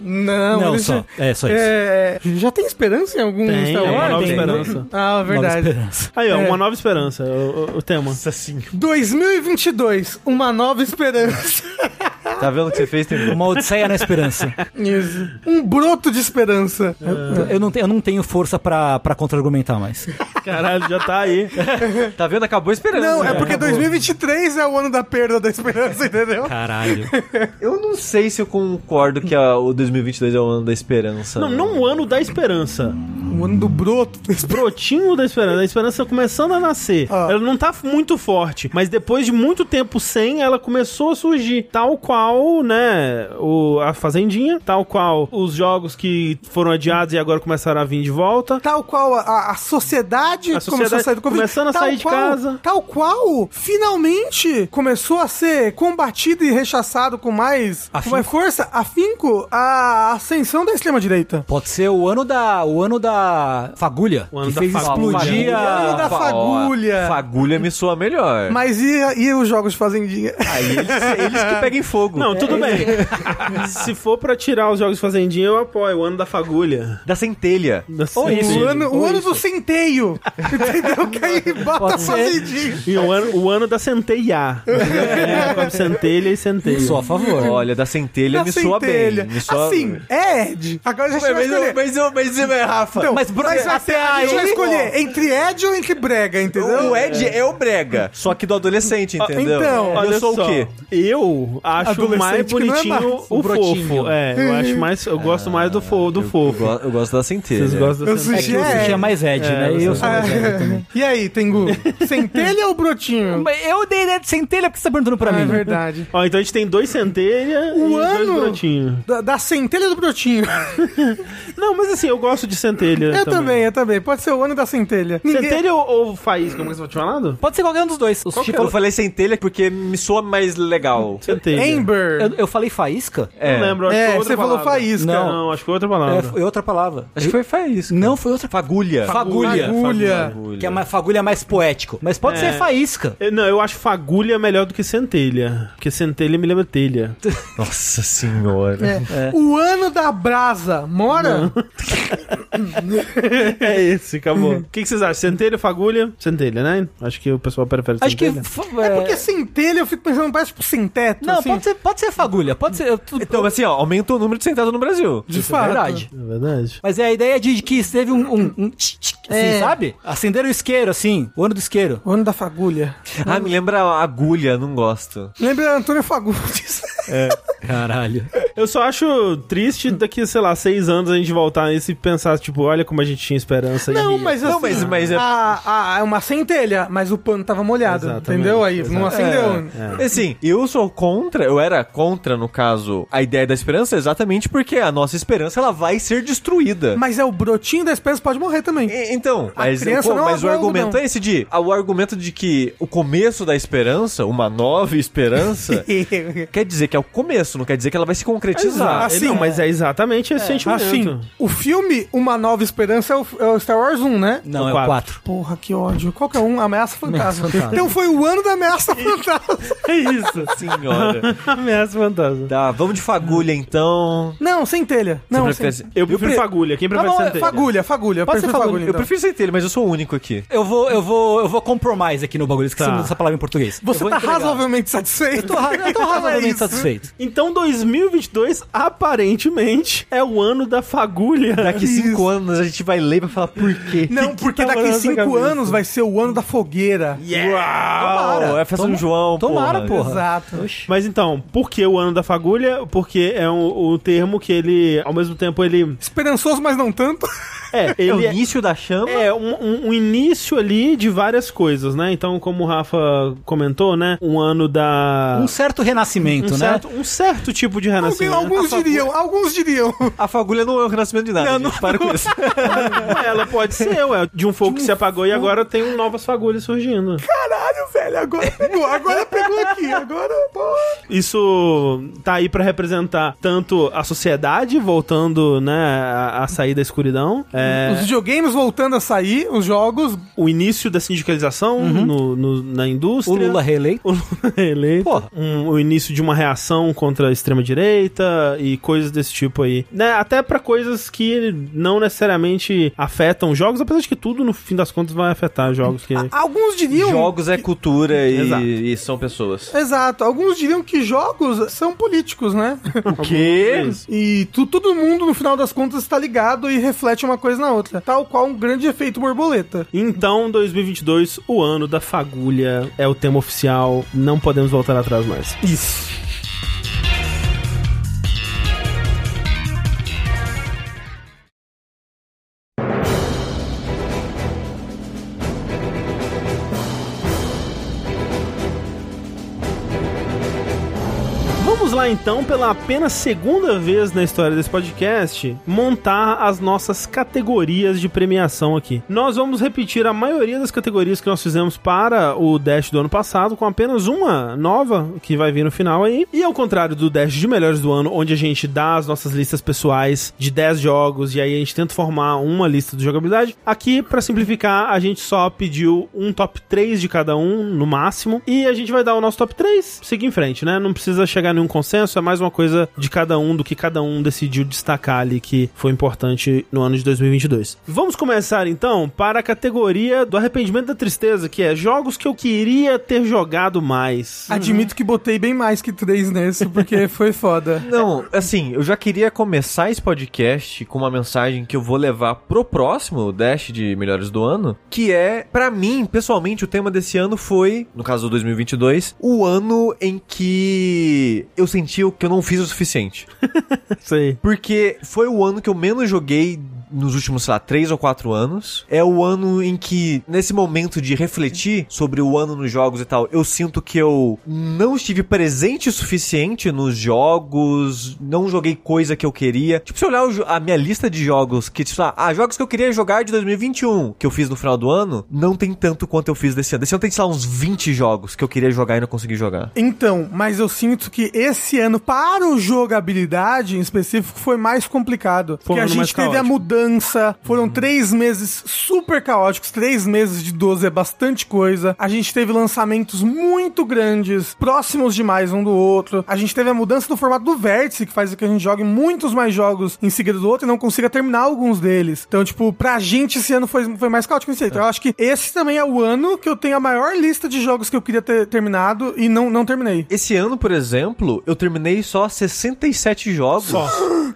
[SPEAKER 3] Não,
[SPEAKER 2] Não,
[SPEAKER 3] eles-
[SPEAKER 2] só. É, só isso.
[SPEAKER 3] É, é. Já tem esperança em algum
[SPEAKER 1] Tem,
[SPEAKER 3] Star Wars?
[SPEAKER 1] é uma nova
[SPEAKER 3] Tem, né?
[SPEAKER 1] esperança.
[SPEAKER 3] Ah, verdade.
[SPEAKER 2] esperança.
[SPEAKER 1] Aí, ó,
[SPEAKER 3] É.
[SPEAKER 1] uma nova esperança, o, o- o tema.
[SPEAKER 4] Nossa senhora.
[SPEAKER 3] 2022, uma nova esperança.
[SPEAKER 4] Tá vendo o que você fez? Tem...
[SPEAKER 2] Uma odisseia na esperança.
[SPEAKER 3] Isso. Um broto de esperança.
[SPEAKER 1] É,
[SPEAKER 2] Eu não, te- eu não tenho força pra, pra contra-argumentar mais.
[SPEAKER 1] Caralho, já tá aí.
[SPEAKER 4] Tá vendo? Acabou a esperança.
[SPEAKER 3] Não, é
[SPEAKER 4] cara.
[SPEAKER 3] porque 2023 é o ano da perda da esperança, entendeu?
[SPEAKER 2] Caralho.
[SPEAKER 4] Eu não sei se eu concordo que a- o 2022 é o ano da esperança.
[SPEAKER 1] Não, não o ano da esperança.
[SPEAKER 3] O ano do broto da esperança.
[SPEAKER 1] Brotinho da esperança. A esperança começando a nascer.
[SPEAKER 3] Ah.
[SPEAKER 1] Ela não tá muito forte, mas depois de muito tempo sem, ela começou a surgir. Tal qual, né, o, a Fazendinha, tal qual os jogos que foram adiados e agora começaram a vir de volta.
[SPEAKER 3] Tal qual a- a, a sociedade
[SPEAKER 1] A sociedade
[SPEAKER 3] começou a sair do Covid.
[SPEAKER 1] começando a
[SPEAKER 3] tal
[SPEAKER 1] sair de
[SPEAKER 3] qual-
[SPEAKER 1] casa.
[SPEAKER 3] Tal qual finalmente começou a ser combatido e rechaçado com mais, com
[SPEAKER 2] Afinco.
[SPEAKER 3] mais força, afinco a ascensão da extrema-direita.
[SPEAKER 2] Pode ser o ano da, o ano da fagulha,
[SPEAKER 1] O ano
[SPEAKER 2] que
[SPEAKER 1] da
[SPEAKER 2] fez
[SPEAKER 1] fagulha.
[SPEAKER 2] explodir
[SPEAKER 3] O ano da
[SPEAKER 2] a...
[SPEAKER 4] Fa-
[SPEAKER 3] é fagulha.
[SPEAKER 4] ó, Fagulha me soa melhor.
[SPEAKER 3] Mas e, e os jogos de Fazendinha?
[SPEAKER 4] Aí eles, eles que peguem fogo.
[SPEAKER 3] É.
[SPEAKER 1] Não, tudo bem. Se for pra tirar os jogos de Fazendinha, eu apoio. O ano da fagulha.
[SPEAKER 4] Da centelha.
[SPEAKER 1] Da
[SPEAKER 3] o
[SPEAKER 1] Fazendinha.
[SPEAKER 3] ano, o ano do centeio. Entendeu? Que aí bota
[SPEAKER 2] Pode ser.
[SPEAKER 3] Fazendinha.
[SPEAKER 1] E o ano, o ano da centeia. é, com centelha e centelha.
[SPEAKER 2] Sou a favor.
[SPEAKER 4] Olha, da centelha
[SPEAKER 3] Da
[SPEAKER 4] me soa
[SPEAKER 3] centelha.
[SPEAKER 4] bem. Me soa...
[SPEAKER 3] Assim, é Ed. Agora a gente vai escolher.
[SPEAKER 4] mas, eu, mas, eu- Rafa.
[SPEAKER 3] Então,
[SPEAKER 2] mas, Bruno,
[SPEAKER 3] vai
[SPEAKER 2] até
[SPEAKER 3] ser- a gente
[SPEAKER 2] aí-
[SPEAKER 3] vai escolher entre Ed ou entre Brega, entendeu?
[SPEAKER 4] O Ed é. o brega, só que do adolescente, entendeu?
[SPEAKER 3] então,
[SPEAKER 4] eu sou
[SPEAKER 1] só,
[SPEAKER 4] o quê?
[SPEAKER 1] Eu acho
[SPEAKER 3] Adolescente
[SPEAKER 1] mais
[SPEAKER 3] que não é
[SPEAKER 1] bonitinho
[SPEAKER 3] mais.
[SPEAKER 1] o,
[SPEAKER 2] O brotinho.
[SPEAKER 1] fofo. É, eu acho mais. Eu gosto mais do fofo. Do
[SPEAKER 4] Eu,
[SPEAKER 1] fofo.
[SPEAKER 4] go- eu gosto da centelha.
[SPEAKER 1] Vocês gostam da
[SPEAKER 3] Eu
[SPEAKER 1] centelha?
[SPEAKER 2] É que o
[SPEAKER 3] É.
[SPEAKER 2] sushi é mais Ed,
[SPEAKER 1] É,
[SPEAKER 2] né? E eu
[SPEAKER 1] você-
[SPEAKER 2] sou mais Ed.
[SPEAKER 3] E aí, Tengu? Centelha ou brotinho?
[SPEAKER 2] Mas Eu dei ideia de centelha porque você tá perguntando pra
[SPEAKER 3] É
[SPEAKER 2] mim.
[SPEAKER 3] verdade.
[SPEAKER 1] Ó, então a gente tem dois centelha e dois
[SPEAKER 3] Um ano-
[SPEAKER 1] brotinhos.
[SPEAKER 3] Da, da centelha do brotinho.
[SPEAKER 1] Não, mas assim, eu gosto de centelha.
[SPEAKER 3] Eu também. eu também. Pode ser o ano da centelha. Ninguém...
[SPEAKER 1] Centelha ou, ou faísca? Como é que você tinha falado?
[SPEAKER 2] Pode ser qualquer um dos dois. O sushi
[SPEAKER 4] Tipo, eu
[SPEAKER 2] falou...
[SPEAKER 4] falei centelha porque me soa mais legal.
[SPEAKER 1] Centelha.
[SPEAKER 3] Amber.
[SPEAKER 2] Eu, eu falei faísca?
[SPEAKER 4] É.
[SPEAKER 1] Não lembro, acho que
[SPEAKER 3] É,
[SPEAKER 1] foi outra
[SPEAKER 3] você falou
[SPEAKER 1] palavra.
[SPEAKER 3] faísca.
[SPEAKER 1] Não, acho que foi outra
[SPEAKER 2] É,
[SPEAKER 1] palavra.
[SPEAKER 2] foi outra palavra.
[SPEAKER 4] Acho que foi faísca.
[SPEAKER 2] Não, foi outra palavra.
[SPEAKER 4] Fagulha.
[SPEAKER 2] Fagulha.
[SPEAKER 3] Fagulha.
[SPEAKER 2] Que é uma fagulha mais poético. Mas pode
[SPEAKER 3] É.
[SPEAKER 2] ser faísca.
[SPEAKER 1] Eu- Não, eu acho fagulha melhor do que centelha. Porque centelha me lembra telha.
[SPEAKER 4] Nossa senhora.
[SPEAKER 3] É. O ano da brasa. Mora?
[SPEAKER 1] É esse, acabou. O que, que vocês acham? Centelha, fagulha? Centelha, né? Acho que o pessoal prefere
[SPEAKER 2] Acho que...
[SPEAKER 1] centelha.
[SPEAKER 2] fa-
[SPEAKER 3] É porque centelha eu fico pensando, parece tipo sem teto.
[SPEAKER 2] Não,
[SPEAKER 3] assim. É
[SPEAKER 2] pode, ser, pode ser fagulha. Pode ser... eu- tudo-
[SPEAKER 4] Então, assim, ó, aumenta o número de centavos no Brasil.
[SPEAKER 3] De
[SPEAKER 2] Isso é
[SPEAKER 3] fato.
[SPEAKER 2] verdade.
[SPEAKER 1] É verdade.
[SPEAKER 2] Mas é a ideia de que teve um... um, um tch, tch, assim,
[SPEAKER 3] É.
[SPEAKER 2] sabe? Acenderam o isqueiro, assim. O ano do isqueiro.
[SPEAKER 3] O ano da fagulha.
[SPEAKER 4] Ah, me lembra a agulha, não gosto.
[SPEAKER 3] Lembra Antônio Fagundes?
[SPEAKER 2] Caralho.
[SPEAKER 1] Eu só acho triste daqui, sei lá, seis anos a gente voltar nisso e pensar, tipo, olha como a gente tinha esperança. e
[SPEAKER 3] Não,
[SPEAKER 1] ria.
[SPEAKER 3] mas assim.
[SPEAKER 4] Não, mas- mas é-
[SPEAKER 3] a- a- é uma centelha, mas o pano tava molhado.
[SPEAKER 1] Exatamente,
[SPEAKER 3] entendeu? Aí, não acendeu.
[SPEAKER 4] Assim, eu sou contra, eu era contra, no caso, a ideia da esperança, exatamente porque a nossa esperança, ela vai ser destruída.
[SPEAKER 3] Mas é o brotinho da espécie pode morrer também.
[SPEAKER 4] E- Então,
[SPEAKER 3] A
[SPEAKER 4] mas,
[SPEAKER 3] criança
[SPEAKER 4] pô,
[SPEAKER 3] não
[SPEAKER 4] mas o
[SPEAKER 3] aguenta,
[SPEAKER 4] argumento
[SPEAKER 3] não.
[SPEAKER 4] é esse de... O argumento de que o começo da esperança, uma nova esperança, quer dizer que é o começo, não quer dizer que ela vai se concretizar.
[SPEAKER 3] Exato.
[SPEAKER 1] Assim, não, mas é exatamente esse sentimento.
[SPEAKER 3] Assim, o filme Uma Nova Esperança é o, é o Star Wars 1, né?
[SPEAKER 2] Não,
[SPEAKER 1] O
[SPEAKER 2] é o
[SPEAKER 1] quatro.
[SPEAKER 2] 4.
[SPEAKER 3] Porra, que ódio. Qual que é um? Ameaça Fantasma.
[SPEAKER 2] Ameaça Fantasma.
[SPEAKER 3] Então foi o ano da Ameaça Fantasma.
[SPEAKER 1] É isso.
[SPEAKER 4] Senhora.
[SPEAKER 1] Ameaça fantasma.
[SPEAKER 4] tá, vamos de fagulha, então.
[SPEAKER 3] Não, centelha.
[SPEAKER 4] Você
[SPEAKER 3] Não,
[SPEAKER 4] prefere-
[SPEAKER 3] sem... Ah,
[SPEAKER 1] Eu prefiro
[SPEAKER 4] pre-
[SPEAKER 1] fagulha. Quem prefere
[SPEAKER 2] bom, é
[SPEAKER 1] centelha?
[SPEAKER 3] fagulha, fagulha.
[SPEAKER 4] Pode ser
[SPEAKER 3] prefiro
[SPEAKER 4] fagulha. Eu
[SPEAKER 3] então.
[SPEAKER 4] prefiro centelha, mas eu sou o único aqui.
[SPEAKER 2] Eu vou, eu vou, eu vou compromise aqui no bagulho, esqueci
[SPEAKER 1] Tá.
[SPEAKER 2] essa palavra em português.
[SPEAKER 3] Você
[SPEAKER 2] eu vou
[SPEAKER 3] tá
[SPEAKER 2] entregar.
[SPEAKER 3] razoavelmente satisfeito?
[SPEAKER 2] Tô, ra- eu tô
[SPEAKER 4] É
[SPEAKER 2] razoavelmente
[SPEAKER 3] Isso.
[SPEAKER 2] satisfeito.
[SPEAKER 1] Então 2022, aparentemente, é o ano da fagulha.
[SPEAKER 4] Daqui cinco anos a gente vai ler e vai falar por quê.
[SPEAKER 3] Não, porque
[SPEAKER 1] tá
[SPEAKER 3] daqui
[SPEAKER 1] morando na
[SPEAKER 3] cinco
[SPEAKER 1] cabeça?
[SPEAKER 3] anos vai ser o ano da fogueira.
[SPEAKER 4] Uau, é a festa do João,
[SPEAKER 2] Tomara,
[SPEAKER 4] porra.
[SPEAKER 2] porra.
[SPEAKER 3] Exato.
[SPEAKER 1] Mas então, por que o ano da fagulha? Porque é um, o termo que ele, ao mesmo tempo, ele...
[SPEAKER 3] Esperançoso, mas não tanto.
[SPEAKER 1] É,
[SPEAKER 4] É o
[SPEAKER 1] ele é,
[SPEAKER 4] início da chama.
[SPEAKER 1] É, um, um- um início ali de várias coisas, né? Então, como o Rafa comentou, né? Um ano da.
[SPEAKER 2] Um certo renascimento,
[SPEAKER 1] um
[SPEAKER 2] né?
[SPEAKER 1] certo, um certo tipo de
[SPEAKER 2] assim,
[SPEAKER 1] renascimento.
[SPEAKER 3] alguns diriam, alguns diriam.
[SPEAKER 4] A fagulha não é o renascimento de nada. gente, para
[SPEAKER 2] é
[SPEAKER 4] com isso.
[SPEAKER 1] Ué, Ela pode ser, ué, de um fogo que se apagou e agora tem um novas fagulhas surgindo.
[SPEAKER 3] Caralho, velho, agora pegou, agora pegou aqui, agora, pô.
[SPEAKER 1] isso tá aí pra representar tanto a sociedade voltando, né, a, a sair da escuridão, é,
[SPEAKER 3] Os videogames voltando a sair, os jogos.
[SPEAKER 1] o início da sindicalização no- no- na
[SPEAKER 2] Uhum. O
[SPEAKER 1] indústria.
[SPEAKER 2] Lula reeleito.
[SPEAKER 1] O Lula eleito.
[SPEAKER 2] Porra.
[SPEAKER 1] Um- o início de uma reação contra a extrema-direita e coisas desse tipo aí. Né, até pra coisas que não necessariamente afetam jogos, apesar de que tudo, no fim das contas, vai afetar jogos que...
[SPEAKER 3] Alguns diriam.
[SPEAKER 4] Jogos é cultura
[SPEAKER 1] Exato.
[SPEAKER 4] e, e são pessoas.
[SPEAKER 3] Exato. Alguns diriam que jogos são políticos, né?
[SPEAKER 4] O
[SPEAKER 2] É
[SPEAKER 4] quê?
[SPEAKER 1] Isso.
[SPEAKER 3] E tu, todo mundo, no final das contas, está ligado e reflete uma coisa na outra. Tal qual um grande efeito borboleta.
[SPEAKER 1] Então, 2022, o ano da fagulha, é o tema oficial, não podemos voltar atrás mais.
[SPEAKER 3] Isso.
[SPEAKER 1] Vamos lá então, pela apenas segunda vez na história desse podcast, montar as nossas categorias de premiação aqui. Nós vamos repetir a maioria das categorias que nós fizemos para o Dash do ano passado, com apenas uma nova que vai vir no final aí. E ao contrário do Dash de melhores do ano, onde a gente dá as nossas listas pessoais de 10 jogos e aí a gente tenta formar uma lista de jogabilidade, aqui, para simplificar, a gente só pediu um top 3 de cada um, no máximo, e a gente vai dar o nosso top 3, seguir em frente, né? Não precisa chegar a nenhum consenso, é mais uma coisa de cada um, do que cada um decidiu destacar ali que foi importante no ano de 2022. Vamos começar então para a categoria do arrependimento da tristeza, que é jogos que eu queria ter jogado mais.
[SPEAKER 3] Admito que botei bem mais que três nesse, porque foi foda.
[SPEAKER 4] Não, assim, eu já queria começar esse podcast com uma mensagem que eu vou levar pro próximo Dash de Melhores do Ano, que é, pra mim, pessoalmente, o tema desse ano foi, no caso do 2022, o ano em que eu senti o que eu não fiz o suficiente.
[SPEAKER 1] Isso aí.
[SPEAKER 4] Porque foi o ano que eu menos joguei nos últimos, sei lá, 3 ou 4 anos. É o ano em que, nesse momento de refletir sobre o ano nos jogos e tal, eu sinto que eu não estive presente o suficiente nos jogos, não joguei coisa que eu queria. Tipo, se eu olhar o jo- a minha lista de jogos, que, tipo, ah, jogos que eu queria jogar de 2021, que eu fiz no final do ano, não tem tanto quanto eu fiz desse ano. Desse ano tem, sei lá, uns 20 jogos que eu queria jogar e não consegui jogar.
[SPEAKER 3] Então, mas eu sinto que esse ano, para o jogabilidade em específico, foi mais complicado.
[SPEAKER 1] Foi um
[SPEAKER 3] Porque a
[SPEAKER 1] ano mais
[SPEAKER 3] gente teve a
[SPEAKER 1] caótico.
[SPEAKER 3] mudança, foram
[SPEAKER 4] Uhum.
[SPEAKER 3] três meses super caóticos, três meses de 12 é bastante coisa. A gente teve lançamentos muito grandes, próximos demais um do outro. A gente teve a mudança no formato do vértice, que faz com que a gente jogue muitos mais jogos em seguida do outro e não consiga terminar alguns deles. Então, tipo, pra gente esse ano foi, foi mais caótico nesse jeito. Eu acho que esse também é o ano que eu tenho a maior lista de jogos que eu queria ter terminado e não, não terminei.
[SPEAKER 4] Esse ano, por exemplo, eu terminei só 67 jogos.
[SPEAKER 1] Só.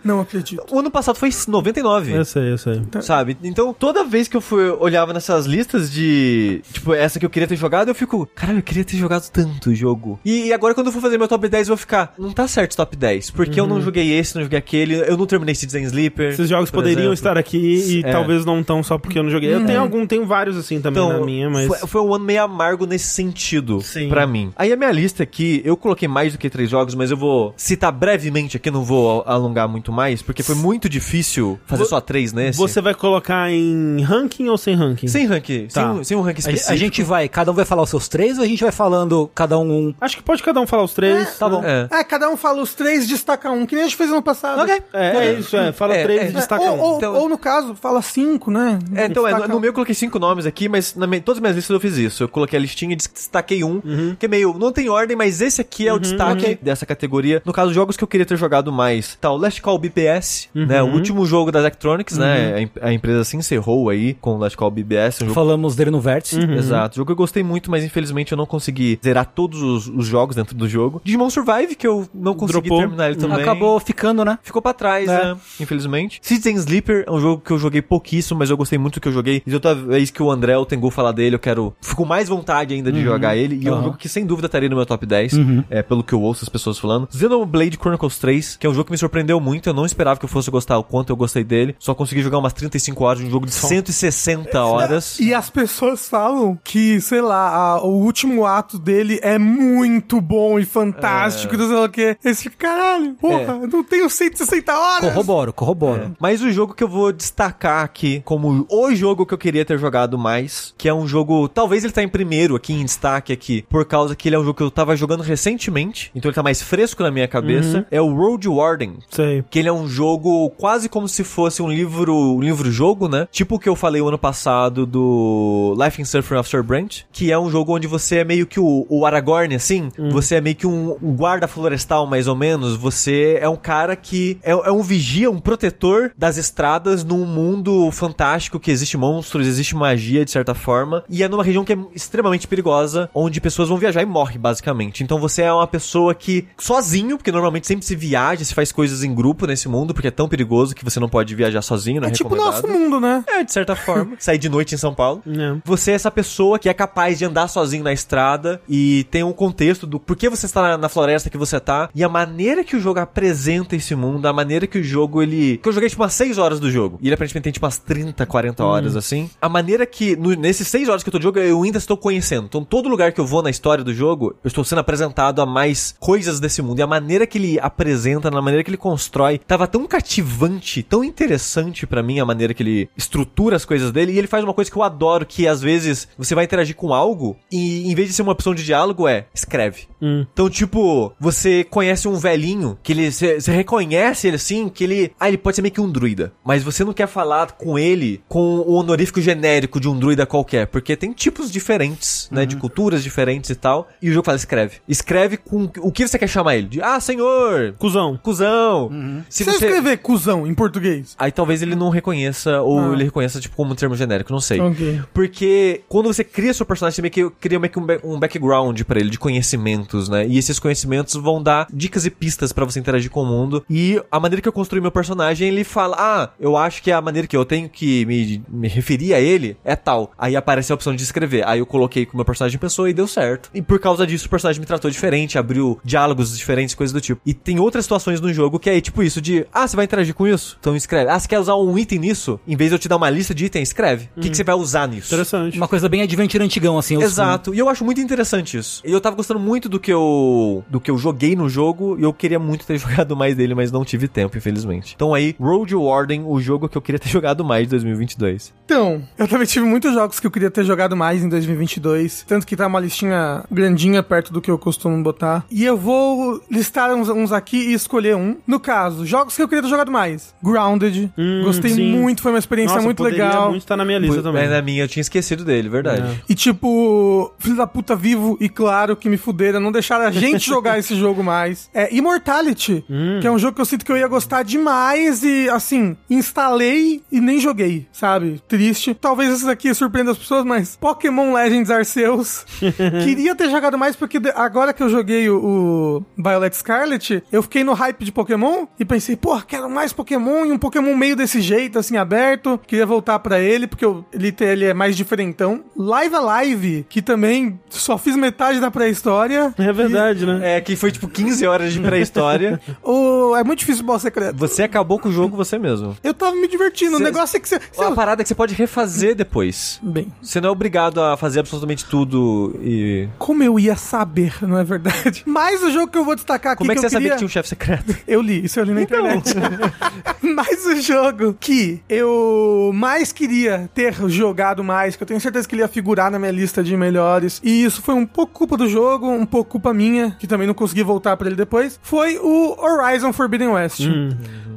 [SPEAKER 3] Não acredito.
[SPEAKER 4] O ano passado foi 99.
[SPEAKER 1] Eu sei, eu sei.
[SPEAKER 4] Sabe? Então, toda vez que eu fui, olhava nessas listas de. Tipo, essa que eu queria ter jogado, eu fico. Caralho, eu queria ter jogado tanto jogo. E, e agora, quando eu for fazer meu top 10, eu vou ficar. Não tá certo esse top 10. Porque eu não
[SPEAKER 1] Uhum.
[SPEAKER 4] joguei esse, não joguei aquele. Eu não terminei Citizen Sleeper.
[SPEAKER 1] Esses jogos
[SPEAKER 4] por
[SPEAKER 1] poderiam
[SPEAKER 4] exemplo.
[SPEAKER 1] estar aqui e
[SPEAKER 4] É.
[SPEAKER 1] talvez não tão só porque eu não joguei. Eu tenho algum, tenho vários assim também
[SPEAKER 4] Então,
[SPEAKER 1] na minha, mas.
[SPEAKER 4] foi, foi um ano meio amargo nesse sentido
[SPEAKER 1] Sim.
[SPEAKER 4] pra mim. Aí a minha lista aqui, eu coloquei mais do que três jogos, mas eu vou citar brevemente aqui, não vou a- alongar muito mais, porque foi muito difícil fazer
[SPEAKER 1] Vo-
[SPEAKER 4] só três nesse.
[SPEAKER 1] Você vai colocar em ranking ou sem ranking?
[SPEAKER 4] Sem rank, sem,
[SPEAKER 1] Tá.
[SPEAKER 4] um- sem um rank
[SPEAKER 2] A, ge-
[SPEAKER 4] específico.
[SPEAKER 2] a gente vai, cada um vai falar os seus três ou a gente vai falando cada um um?
[SPEAKER 1] Acho que pode cada um falar os três.
[SPEAKER 2] Tá bom.
[SPEAKER 4] É.
[SPEAKER 3] É, cada um fala os três, destaca um, que nem a gente fez ano passado.
[SPEAKER 4] Ok.
[SPEAKER 1] É, é isso, é. Fala
[SPEAKER 4] É,
[SPEAKER 1] três
[SPEAKER 4] é.
[SPEAKER 1] e destaca
[SPEAKER 3] ou,
[SPEAKER 1] um.
[SPEAKER 3] ou,
[SPEAKER 4] Então-
[SPEAKER 3] ou, no caso, fala cinco, né?
[SPEAKER 4] É, então, é, no,
[SPEAKER 3] Destaca
[SPEAKER 4] no
[SPEAKER 3] um.
[SPEAKER 4] meu eu coloquei cinco nomes aqui, mas na minha- todas as minhas listas eu fiz isso. Eu coloquei a listinha e des- destaquei um, que é meio, não tem ordem, mas esse aqui é o destaque dessa categoria. No caso, jogos que eu queria ter jogado mais. Tá, o Last Call BBS, né? O último jogo da Electronics, né? a em- A, empresa se encerrou aí com o Last Call BBS, um jogo
[SPEAKER 2] Falamos dele no vértice.
[SPEAKER 4] Exato. Jogo que eu gostei muito, mas infelizmente eu não consegui zerar todos os, os jogos dentro do jogo. Digimon Survive, que eu não consegui
[SPEAKER 1] Dropou.
[SPEAKER 4] terminar
[SPEAKER 2] Uhum.
[SPEAKER 4] ele também.
[SPEAKER 2] Acabou ficando, né?
[SPEAKER 4] Ficou pra trás,
[SPEAKER 2] É.
[SPEAKER 4] né? Infelizmente. Citizen Sleeper é um jogo que eu joguei pouquíssimo, mas eu gostei muito do que eu joguei. E de outra vez que o André o Tengu falar dele, eu quero. Fico com mais vontade ainda de jogar ele. E é um
[SPEAKER 2] Aham.
[SPEAKER 4] jogo que sem dúvida Uhum. estaria no meu top 10. É, pelo que eu ouço as pessoas falando. Xenoblade Chronicles 3, que é um jogo que me surpreendeu muito. eu não esperava que eu fosse gostar, o quanto eu gostei dele. Só consegui jogar umas 35 horas de um jogo de 160 horas.
[SPEAKER 3] E as pessoas falam que, sei lá, a- o último ato dele é muito bom e
[SPEAKER 4] É.
[SPEAKER 3] fantástico, não sei lá o quê. Esse caralho, porra, eu não tenho 160 horas.
[SPEAKER 2] Corroboro, corroboro.
[SPEAKER 4] Mas o jogo que eu vou destacar aqui como o jogo que eu queria ter jogado mais, que é um jogo, talvez ele tá em primeiro aqui em destaque aqui, por causa que ele é um jogo que eu tava jogando recentemente, então ele tá mais fresco na minha cabeça,
[SPEAKER 2] Uhum.
[SPEAKER 4] é o Road Warden.
[SPEAKER 1] Sei.
[SPEAKER 4] Que ele é um jogo quase como se fosse um livro, um livro-jogo, né? Tipo o que eu falei o ano passado do Life in Suffering of Sir Branch, que é um jogo onde você é meio que o, o Aragorn, assim. Você é meio que um, um guarda florestal, mais ou menos. Você é um cara que é, é um vigia, um protetor das estradas num mundo fantástico que existe monstros, existe magia, de certa forma. E é numa região que é extremamente perigosa, onde pessoas vão viajar e morrem, basicamente. Então você é uma pessoa que, sozinho, porque normalmente sempre se viaja, se faz coisas em grupo nesse mundo, porque é tão perigoso que você não pode viajar sozinho, não
[SPEAKER 3] É
[SPEAKER 4] é,
[SPEAKER 3] tipo o
[SPEAKER 4] recomendado.
[SPEAKER 3] nosso mundo, né?
[SPEAKER 4] É, de certa forma. Sair de noite em São Paulo.
[SPEAKER 1] É.
[SPEAKER 4] Você é essa pessoa que é capaz de andar sozinho na estrada e tem um contexto do porquê você está na, na floresta que você tá e a maneira que o jogo apresenta esse mundo, a maneira que o jogo ele. Que eu joguei tipo umas 6 horas do jogo e ele aparentemente tem tipo umas 30, 40 horas assim. A maneira que, no- nesses 6 horas que eu tô de jogo, eu ainda estou conhecendo. Então todo lugar que eu vou na história do jogo, eu estou sendo apresentado a mais coisas desse mundo e a maneira que ele apresenta, na maneira que ele constrói, tava tão cativante, tão interessante pra mim a maneira que ele estrutura as coisas dele. E ele faz uma coisa que eu adoro, que às vezes você vai interagir com algo e em vez de ser uma opção de diálogo é escreve.
[SPEAKER 1] Hum.
[SPEAKER 4] Então, tipo, você conhece um velhinho que ele você você reconhece ele assim, que ele, ah, ele pode ser meio que um druida, mas você não quer falar com ele com o honorífico genérico de um druida qualquer, porque tem tipos diferentes, né, de culturas diferentes e tal. E o jogo fala escreve. Escreve com o que você quer chamar ele? De, ah, senhor,
[SPEAKER 1] Cusão.
[SPEAKER 4] cuzão.
[SPEAKER 3] Se você escrever cuzão em português.
[SPEAKER 4] Aí talvez ele não reconheça, ou ele reconheça, tipo, como um termo genérico, não sei.
[SPEAKER 3] Ok.
[SPEAKER 4] Porque quando você cria seu personagem, você meio que cria meio que um, ba- um background pra ele, de conhecimentos, né? E esses conhecimentos vão dar dicas e pistas pra você interagir com o mundo. E a maneira que eu construí meu personagem, ele fala, ah, eu acho que a maneira que eu tenho que me, me referir a ele é tal. Aí aparece a opção de escrever. Aí eu coloquei com o meu personagem pessoa e deu certo. E por causa disso, o personagem me tratou diferente, abriu diálogos diferentes, coisas do tipo. E tem outras situações no jogo que é tipo isso de, ah, você vai interagir com isso? Então escreve. Ah, você quer usar um item nisso? Em vez de eu te dar uma lista de itens, escreve. O que, que você vai usar nisso?
[SPEAKER 1] Hum. Interessante.
[SPEAKER 2] Uma coisa bem adventure antigão, assim. old school.
[SPEAKER 4] Exato. E eu acho muito interessante isso. E eu tava gostando muito do que eu do que eu joguei no jogo e eu queria muito ter jogado mais dele, mas não tive tempo, infelizmente. Então aí, Road Warden, o jogo que eu queria ter jogado mais de 2022.
[SPEAKER 3] Então, eu também tive muitos jogos que eu queria ter jogado mais em 2022. Tanto que tá uma listinha grandinha perto do que eu costumo botar. E eu vou listar uns, uns aqui e escolher um. No caso, jogos que eu queria ter jogado mais. Grounded.
[SPEAKER 1] Hum,
[SPEAKER 3] Gostei
[SPEAKER 1] sim.
[SPEAKER 3] muito, foi uma experiência
[SPEAKER 1] Nossa,
[SPEAKER 3] muito
[SPEAKER 1] poderia
[SPEAKER 3] legal.
[SPEAKER 1] muito estar na minha lista também.
[SPEAKER 4] Mas é na minha eu tinha esquecido dele, verdade.
[SPEAKER 1] É.
[SPEAKER 3] E tipo, filho da puta vivo e claro que me fuderam, não deixaram a gente jogar esse jogo mais. É Immortality, que é um jogo que eu sinto que eu ia gostar demais e assim, instalei e nem joguei, sabe? Triste. Talvez esses aqui surpreenda as pessoas, mas Pokémon Legends Arceus.
[SPEAKER 4] Uhum.
[SPEAKER 3] Queria ter jogado mais porque de- agora que eu joguei o, o Violet Scarlet, eu fiquei no hype de Pokémon e pensei, pô, quero mais Pokémon e um Pokémon meio desse jeito, assim, aberto. Queria voltar pra ele, porque eu- ele, tem- ele é mais diferentão. Live Alive, que também só fiz metade da pré-história.
[SPEAKER 1] É verdade, né?
[SPEAKER 4] É, que foi tipo 15 horas de pré-história.
[SPEAKER 3] O, é muito difícil o boss secreto.
[SPEAKER 4] você acabou com o jogo você mesmo.
[SPEAKER 3] Eu tava me divertindo, o
[SPEAKER 4] Cê-
[SPEAKER 3] negócio é que você...
[SPEAKER 4] É uma parada que você pode refazer depois.
[SPEAKER 3] Bem,
[SPEAKER 4] Você não é obrigado a fazer absolutamente tudo e.
[SPEAKER 3] como eu ia saber, não é verdade? Mas o jogo que eu vou destacar aqui
[SPEAKER 4] Como é que
[SPEAKER 3] eu
[SPEAKER 4] você sabia
[SPEAKER 3] queria...
[SPEAKER 4] que tinha um chefe secreto?
[SPEAKER 3] Eu li, isso eu li na internet. Mas o jogo que eu mais queria ter jogado mais, que eu tenho certeza que ele ia figurar na minha lista de melhores, e isso foi um pouco culpa do jogo, um pouco culpa minha, que também não consegui voltar pra ele depois, foi o Horizon Forbidden West.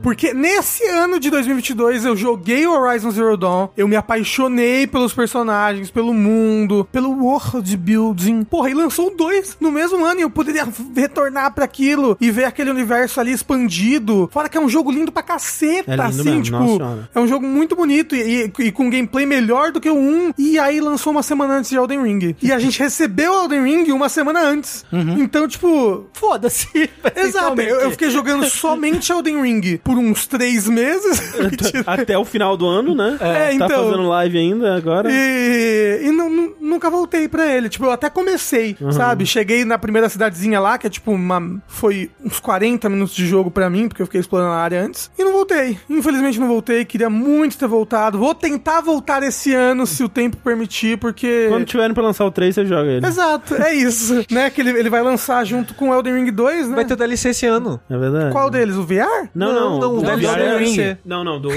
[SPEAKER 3] Porque nesse ano de 2022 eu joguei o Horizon Zero Dawn, eu me apaixonei pelos personagens, pelo mundo, pelo world building. Porra, e lançou o dois no mesmo ano e eu poderia retornar pra aquilo e ver aquele universo ali expandido. Fora que é um jogo lindo pra caceta,
[SPEAKER 1] É lindo
[SPEAKER 3] assim,
[SPEAKER 1] mesmo,
[SPEAKER 3] tipo,
[SPEAKER 1] nossa senhora.
[SPEAKER 3] é um jogo muito bonito e, e- e com gameplay melhor do que o 1. E aí lançou uma semana antes de Elden Ring. E a gente recebeu Elden Ring uma semana antes.
[SPEAKER 1] Uhum.
[SPEAKER 3] Então, tipo,
[SPEAKER 2] Foda-se.
[SPEAKER 3] Exato, eu, eu fiquei jogando somente Elden Ring por uns três meses. Mentira.
[SPEAKER 1] Até o final do ano, né?
[SPEAKER 3] É,
[SPEAKER 1] Tá
[SPEAKER 3] então.
[SPEAKER 1] fazendo live ainda agora.
[SPEAKER 3] E, e não- nu- nunca voltei pra ele. Tipo, eu até comecei,
[SPEAKER 4] Uhum.
[SPEAKER 3] sabe? Cheguei na primeira cidadezinha lá, que é tipo uma. Foi uns 40 minutos de jogo pra mim, porque eu fiquei explorando a área antes. E não voltei. Infelizmente não voltei, queria muito ter voltado. Vou tentar voltar esse ano, se o tempo permitir, porque...
[SPEAKER 1] Quando tiverem pra lançar o 3, você joga ele.
[SPEAKER 3] Exato, é isso. né? Que ele, ele vai lançar junto com Elden Ring 2, né?
[SPEAKER 4] Vai ter o DLC esse ano.
[SPEAKER 1] É verdade.
[SPEAKER 3] Qual deles? O VR?
[SPEAKER 1] Não, não.
[SPEAKER 4] Não, não, o DLC
[SPEAKER 1] VR
[SPEAKER 4] do Ring.
[SPEAKER 1] é- Não, não, do...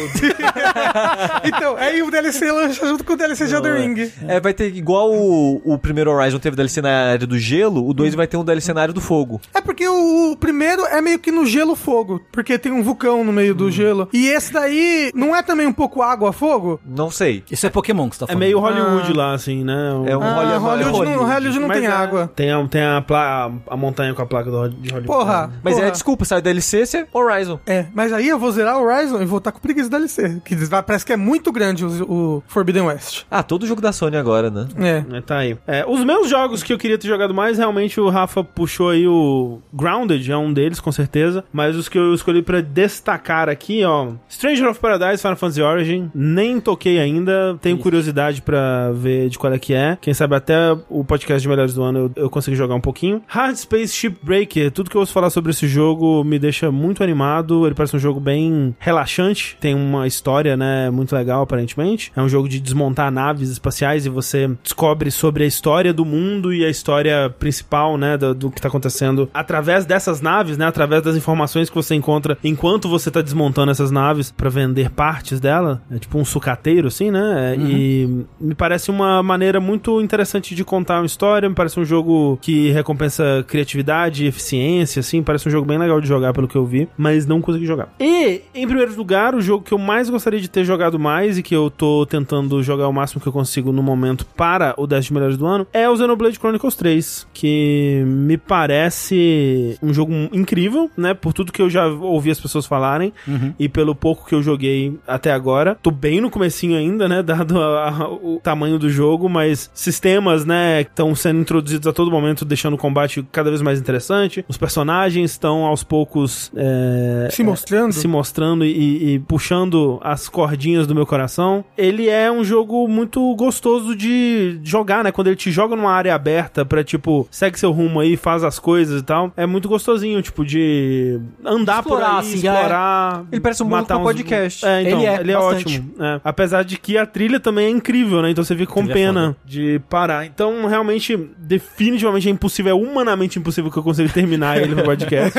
[SPEAKER 3] Então, aí o DLC lança junto com o DLC de Elden Ring.
[SPEAKER 4] É, vai ter igual o, o primeiro Horizon teve DLC na área do gelo, o 2 vai ter um DLC na área do fogo.
[SPEAKER 3] É porque o, o primeiro é meio que no gelo-fogo, porque tem um vulcão no meio
[SPEAKER 4] Hum.
[SPEAKER 3] do gelo. E esse daí não é também um pouco água-fogo?
[SPEAKER 4] Não sei.
[SPEAKER 2] Isso é Pokémon que você tá
[SPEAKER 1] É
[SPEAKER 2] falando.
[SPEAKER 1] meio Hollywood lá, assim, né? O-
[SPEAKER 4] É um
[SPEAKER 3] Ah,
[SPEAKER 4] Hollywood-
[SPEAKER 3] Hollywood, não, Hollywood não
[SPEAKER 1] Mas
[SPEAKER 3] tem
[SPEAKER 1] é-
[SPEAKER 3] água.
[SPEAKER 1] Tem a, tem a, pla- a montanha com a placa do- de Hollywood.
[SPEAKER 3] Porra.
[SPEAKER 4] Mas
[SPEAKER 3] porra.
[SPEAKER 4] é desculpa, sai o DLC, você é Horizon.
[SPEAKER 3] É, mas aí eu vou zerar o Horizon e vou estar com preguiça da DLC. Que diz- parece que é muito grande o, o Forbidden West.
[SPEAKER 4] Ah, todo jogo da Sony agora, né?
[SPEAKER 3] É.
[SPEAKER 1] É, tá aí. É, os meus jogos que eu queria ter jogado mais, realmente o Rafa puxou aí o Grounded, é um deles, com certeza. Mas os que eu escolhi pra destacar aqui, ó. Stranger of Paradise, Final Fantasy Origin, nem toquei ainda. Tenho curiosidade pra ver de qual é que é. Quem sabe até o podcast de melhores do ano eu, eu consegui jogar um pouquinho. Hard Space Shipbreaker, tudo que eu ouço falar sobre esse jogo me deixa muito animado. Ele parece um jogo bem relaxante, tem uma história, né, muito legal aparentemente. É um jogo de desmontar naves espaciais e você descobre sobre a história do mundo e a história principal, né, do, do que tá acontecendo através dessas naves, né, através das informações que você encontra enquanto você tá desmontando essas naves pra vender partes dela. É tipo um sucateiro, assim, né? É, E me parece uma maneira muito interessante de contar uma história. Me parece um jogo que recompensa criatividade e eficiência, assim. Parece um jogo bem legal de jogar, pelo que eu vi, mas não consegui jogar. E, em primeiro lugar, o jogo que eu mais gostaria de ter jogado mais e que eu tô tentando jogar o máximo que eu consigo no momento para o 10 de melhores do ano é o Xenoblade Chronicles 3, que me parece um jogo incrível, né? Por tudo que eu já ouvi as pessoas falarem e pelo pouco que eu joguei até agora. Tô bem no comecinho ainda, né? Dado a- a- o tamanho do jogo, mas sistemas, né? Estão sendo introduzidos a todo momento, deixando o combate cada vez mais interessante. Os personagens estão aos poucos é,
[SPEAKER 3] Se mostrando.
[SPEAKER 1] se mostrando e, e puxando as cordinhas do meu coração. Ele é um jogo muito gostoso de jogar, né? Quando ele te joga numa área aberta pra, tipo, segue seu rumo aí, faz as coisas e tal. É muito gostosinho, tipo, de andar
[SPEAKER 2] Explorar,
[SPEAKER 1] por aí,
[SPEAKER 2] assim,
[SPEAKER 1] explorar.
[SPEAKER 4] Ele parece um mundo
[SPEAKER 1] matar
[SPEAKER 4] com
[SPEAKER 1] uns-
[SPEAKER 4] podcast.
[SPEAKER 1] É, então,
[SPEAKER 2] Ele
[SPEAKER 1] ele
[SPEAKER 2] é,
[SPEAKER 1] é,
[SPEAKER 2] bastante.
[SPEAKER 1] ótimo. é. Apesar de que a trilha também é incrível, né? Então você fica com
[SPEAKER 2] Trilha é
[SPEAKER 1] pena de parar. Então, realmente, definitivamente é impossível, é humanamente impossível que eu consiga terminar ele no podcast.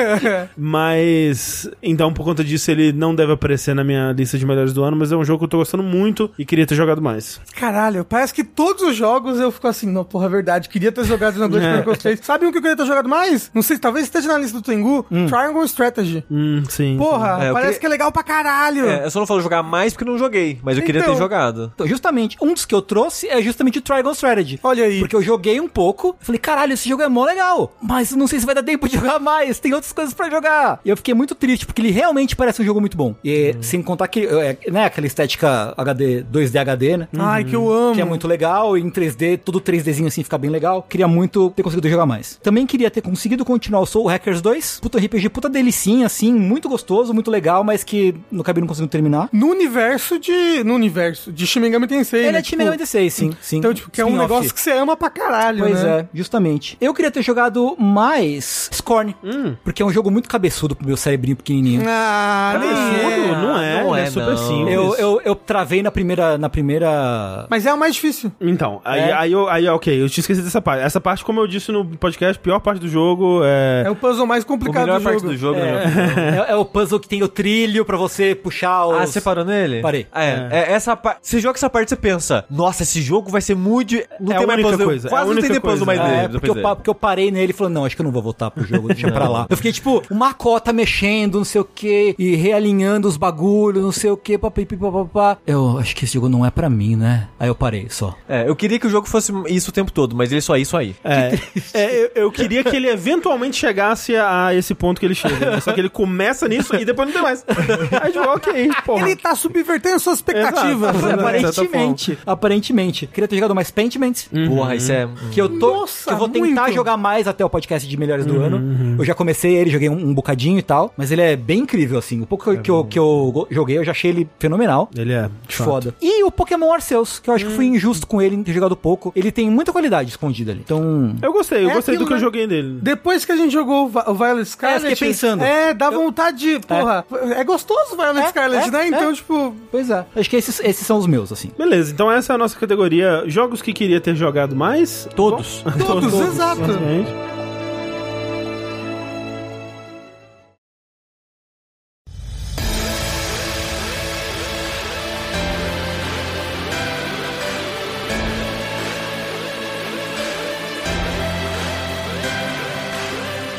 [SPEAKER 1] Mas, então, por conta disso, ele não deve aparecer na minha lista de melhores do ano, mas é um jogo que eu tô gostando muito e queria ter jogado mais.
[SPEAKER 3] Caralho, parece que todos os jogos eu fico assim, não, porra, é verdade, queria ter jogado Xenoblade
[SPEAKER 1] É.
[SPEAKER 3] Chronicles 3. Sabe o que eu queria ter jogado mais? Não sei, talvez esteja na lista do Tengu,
[SPEAKER 4] Hum.
[SPEAKER 3] Triangle Strategy.
[SPEAKER 1] Hum, sim.
[SPEAKER 3] Porra,
[SPEAKER 4] É, eu
[SPEAKER 3] parece
[SPEAKER 4] queria-
[SPEAKER 3] que é legal pra caralho.
[SPEAKER 4] É, eu só não falo jogar mais porque não joguei, mas eu queria
[SPEAKER 3] Então.
[SPEAKER 4] ter jogado.
[SPEAKER 2] Então, justamente, um dos que eu trouxe é justamente o Triangle Strategy.
[SPEAKER 3] Olha aí.
[SPEAKER 2] Porque eu joguei um pouco, falei, caralho, esse jogo é mó legal, mas não sei se vai dar tempo de jogar mais, tem outras coisas pra jogar. E eu fiquei muito triste, porque ele realmente parece um jogo muito bom. E
[SPEAKER 1] Uhum.
[SPEAKER 2] sem contar que, é, né, aquela estética HD, 2D HD,
[SPEAKER 1] Uhum.
[SPEAKER 2] né?
[SPEAKER 3] Ai, que eu amo.
[SPEAKER 2] Que é muito legal, e em 3D, todo 3Dzinho assim fica bem legal. Queria muito ter conseguido jogar mais. Também queria ter conseguido continuar o Soul Hackers 2. Puta RPG, puta delicinha, assim, muito gostoso, muito legal, mas que não acabei não conseguindo terminar.
[SPEAKER 3] No universo de. No universo de Shin Megami Tensei.
[SPEAKER 2] Ele
[SPEAKER 3] né?
[SPEAKER 2] é Team 96, sim, sim.
[SPEAKER 3] Então, tipo, que é um
[SPEAKER 2] Spin-off.
[SPEAKER 3] negócio que você ama pra caralho,
[SPEAKER 2] Pois
[SPEAKER 3] né?
[SPEAKER 2] é, justamente. Eu queria ter jogado mais Scorn, porque é um jogo muito cabeçudo pro meu cerebrinho pequenininho.
[SPEAKER 3] Ah, nem
[SPEAKER 1] um Absurdo,
[SPEAKER 3] é.
[SPEAKER 1] não é,
[SPEAKER 4] não
[SPEAKER 1] ele é,
[SPEAKER 4] é,
[SPEAKER 1] super
[SPEAKER 4] não.
[SPEAKER 1] simples.
[SPEAKER 2] Eu, eu, eu travei na primeira. Na primeira...
[SPEAKER 3] Mas é o mais difícil.
[SPEAKER 1] Então, aí,
[SPEAKER 2] É.
[SPEAKER 1] aí, eu- aí, ok, eu tinha esquecido dessa parte. Essa parte, como eu disse no podcast, a pior parte do jogo é...
[SPEAKER 3] É o puzzle mais
[SPEAKER 4] A
[SPEAKER 3] complicado
[SPEAKER 4] melhor
[SPEAKER 3] do
[SPEAKER 4] parte
[SPEAKER 3] jogo.
[SPEAKER 4] do jogo, né?
[SPEAKER 2] É, é o puzzle que tem o trilho pra você puxar os...
[SPEAKER 4] Ah, você parou nele?
[SPEAKER 2] Parei.
[SPEAKER 4] Ah, É, é, essa parte. Você joga essa parte e você pensa, nossa, esse jogo vai ser muito. di- Não
[SPEAKER 1] É a
[SPEAKER 4] tem mais
[SPEAKER 1] única
[SPEAKER 4] puzzle.
[SPEAKER 1] coisa, é a
[SPEAKER 4] Quase não
[SPEAKER 1] única
[SPEAKER 4] tem de puzzle
[SPEAKER 1] coisa.
[SPEAKER 4] mais
[SPEAKER 1] Ah,
[SPEAKER 2] É,
[SPEAKER 4] dele.
[SPEAKER 2] porque, eu, pa- porque eu parei nele e falei, não, acho que eu não vou voltar pro jogo, deixa pra lá. Eu fiquei, tipo, uma cota mexendo, não sei o que, e realinhando os bagulhos, não sei o que, papapá. Eu acho que esse jogo não é pra mim, né? Aí eu parei só.
[SPEAKER 4] É, eu queria que o jogo fosse isso o tempo todo, mas ele só é isso aí.
[SPEAKER 1] É, é, eu, eu queria que ele eventualmente chegasse a esse ponto que ele chega. né? Só que ele começa nisso e depois não tem mais. Aí tipo, ok, porra.
[SPEAKER 3] Ele tá subvertendo suas expectativas.
[SPEAKER 1] Exato.
[SPEAKER 3] né?
[SPEAKER 2] aparentemente, aparentemente. Queria ter jogado mais Pentiment.
[SPEAKER 1] Uhum.
[SPEAKER 4] Porra, isso é.
[SPEAKER 2] Que eu tô.
[SPEAKER 3] Nossa,
[SPEAKER 2] que eu vou tentar
[SPEAKER 3] muito.
[SPEAKER 2] jogar mais até o podcast de melhores do ano. Eu já comecei ele, joguei um, um bocadinho e tal. Mas ele é bem incrível, assim. O pouco que, eu- que eu, que eu go- joguei, eu já achei ele fenomenal.
[SPEAKER 1] Ele é
[SPEAKER 2] Foda. E o Pokémon Arceus, que eu acho que fui
[SPEAKER 4] Hum.
[SPEAKER 2] injusto com ele em ter jogado pouco. Ele tem muita qualidade escondida ali. Então.
[SPEAKER 1] Eu gostei, eu
[SPEAKER 3] É
[SPEAKER 1] gostei do
[SPEAKER 3] aquilo,
[SPEAKER 1] que eu
[SPEAKER 3] né?
[SPEAKER 1] joguei dele.
[SPEAKER 3] Depois que a gente jogou o Vi- o Violet Scarlet...
[SPEAKER 2] É, fiquei pensando.
[SPEAKER 3] É, dava vontade de. Porra, é, gostoso Violet
[SPEAKER 2] É,
[SPEAKER 3] Scarlet,
[SPEAKER 2] é,
[SPEAKER 3] né?
[SPEAKER 2] é.
[SPEAKER 3] Então, tipo.
[SPEAKER 2] Pois é. Acho que esses, esses são os meus, assim.
[SPEAKER 1] Beleza, então essa é a nossa categoria jogos que queria ter jogado mais.
[SPEAKER 2] Todos.
[SPEAKER 1] Bom,
[SPEAKER 3] Todos, exato.
[SPEAKER 1] basicamente.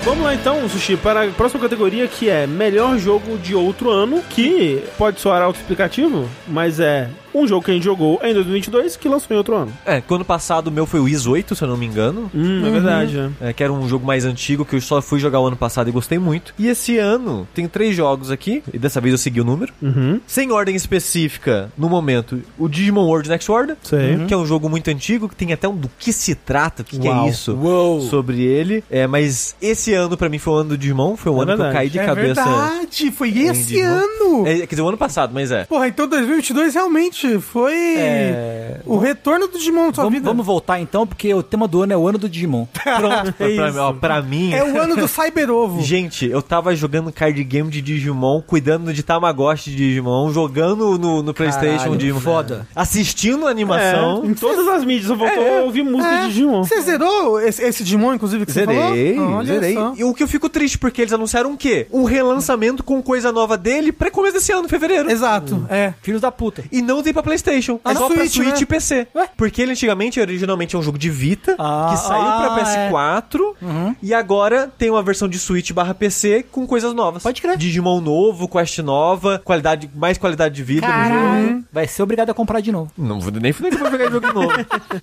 [SPEAKER 1] Vamos lá então, Sushi, para a próxima categoria que é melhor jogo de outro ano, que pode soar autoexplicativo, mas é um jogo que a gente jogou em 2022 que lançou em outro ano.
[SPEAKER 4] É, que o ano passado o meu foi o Is 8, se eu não me engano.
[SPEAKER 1] Hum, é verdade. né?
[SPEAKER 4] É, que era um jogo mais antigo que eu só fui jogar o ano passado e gostei muito. E esse ano tem três jogos aqui, e dessa vez eu segui o número.
[SPEAKER 1] Uhum.
[SPEAKER 4] Sem ordem específica, no momento, o Digimon World Next Order,
[SPEAKER 1] Sei.
[SPEAKER 4] que é um jogo muito antigo, que tem até um do que se trata, o que, que é
[SPEAKER 1] Uau.
[SPEAKER 4] isso
[SPEAKER 2] Uou!
[SPEAKER 4] sobre ele. É, mas esse ano pra mim foi o ano do Digimon, foi o
[SPEAKER 1] É
[SPEAKER 4] ano que eu
[SPEAKER 1] verdade.
[SPEAKER 4] caí de
[SPEAKER 3] é
[SPEAKER 4] cabeça.
[SPEAKER 3] verdade, foi esse
[SPEAKER 4] Digimon.
[SPEAKER 3] ano.
[SPEAKER 4] É, quer dizer, o ano passado, mas é.
[SPEAKER 3] Porra, então 2022 realmente foi
[SPEAKER 2] É,
[SPEAKER 3] o retorno do Digimon na sua
[SPEAKER 2] Vamos,
[SPEAKER 3] vida.
[SPEAKER 2] vamos voltar então, porque o tema do ano é o ano do Digimon.
[SPEAKER 4] Pronto, pra, pra-
[SPEAKER 1] É isso.
[SPEAKER 4] ó, pra mim.
[SPEAKER 3] É o ano do Cyberovo.
[SPEAKER 4] Gente, eu tava jogando card game de Digimon, cuidando de Tamagotchi de Digimon, jogando no, no PlayStation
[SPEAKER 2] Caralho,
[SPEAKER 4] Digimon.
[SPEAKER 2] foda.
[SPEAKER 4] Assistindo a
[SPEAKER 1] É,
[SPEAKER 4] animação.
[SPEAKER 1] em todas as mídias, eu voltou a ouvir música de Digimon.
[SPEAKER 3] É. Você zerou esse, esse Digimon, inclusive, que você
[SPEAKER 4] Zerei,
[SPEAKER 3] falou? Olha
[SPEAKER 4] zerei.
[SPEAKER 3] só.
[SPEAKER 4] E o que eu fico triste, porque eles anunciaram o quê? Um relançamento com coisa nova dele pra começo desse ano, fevereiro. Hum.
[SPEAKER 3] Exato, é.
[SPEAKER 2] Filhos da puta.
[SPEAKER 4] E não tem pra PlayStation.
[SPEAKER 3] Ah,
[SPEAKER 4] é só
[SPEAKER 3] Switch,
[SPEAKER 4] pra Switch
[SPEAKER 3] né?
[SPEAKER 4] e PC.
[SPEAKER 2] Ué?
[SPEAKER 4] Porque ele antigamente, originalmente, é um jogo de Vita,
[SPEAKER 2] Ah,
[SPEAKER 4] que saiu
[SPEAKER 2] ah,
[SPEAKER 4] pra PS4.
[SPEAKER 3] é. Uhum.
[SPEAKER 4] E agora tem uma versão de Switch barra PC com coisas novas.
[SPEAKER 2] Pode crer.
[SPEAKER 4] Digimon novo, Quest nova, qualidade, mais qualidade de vida no jogo.
[SPEAKER 2] Uhum. Vai ser obrigado a comprar de novo.
[SPEAKER 4] Não, vou- nem falei que eu vou jogar jogo de novo.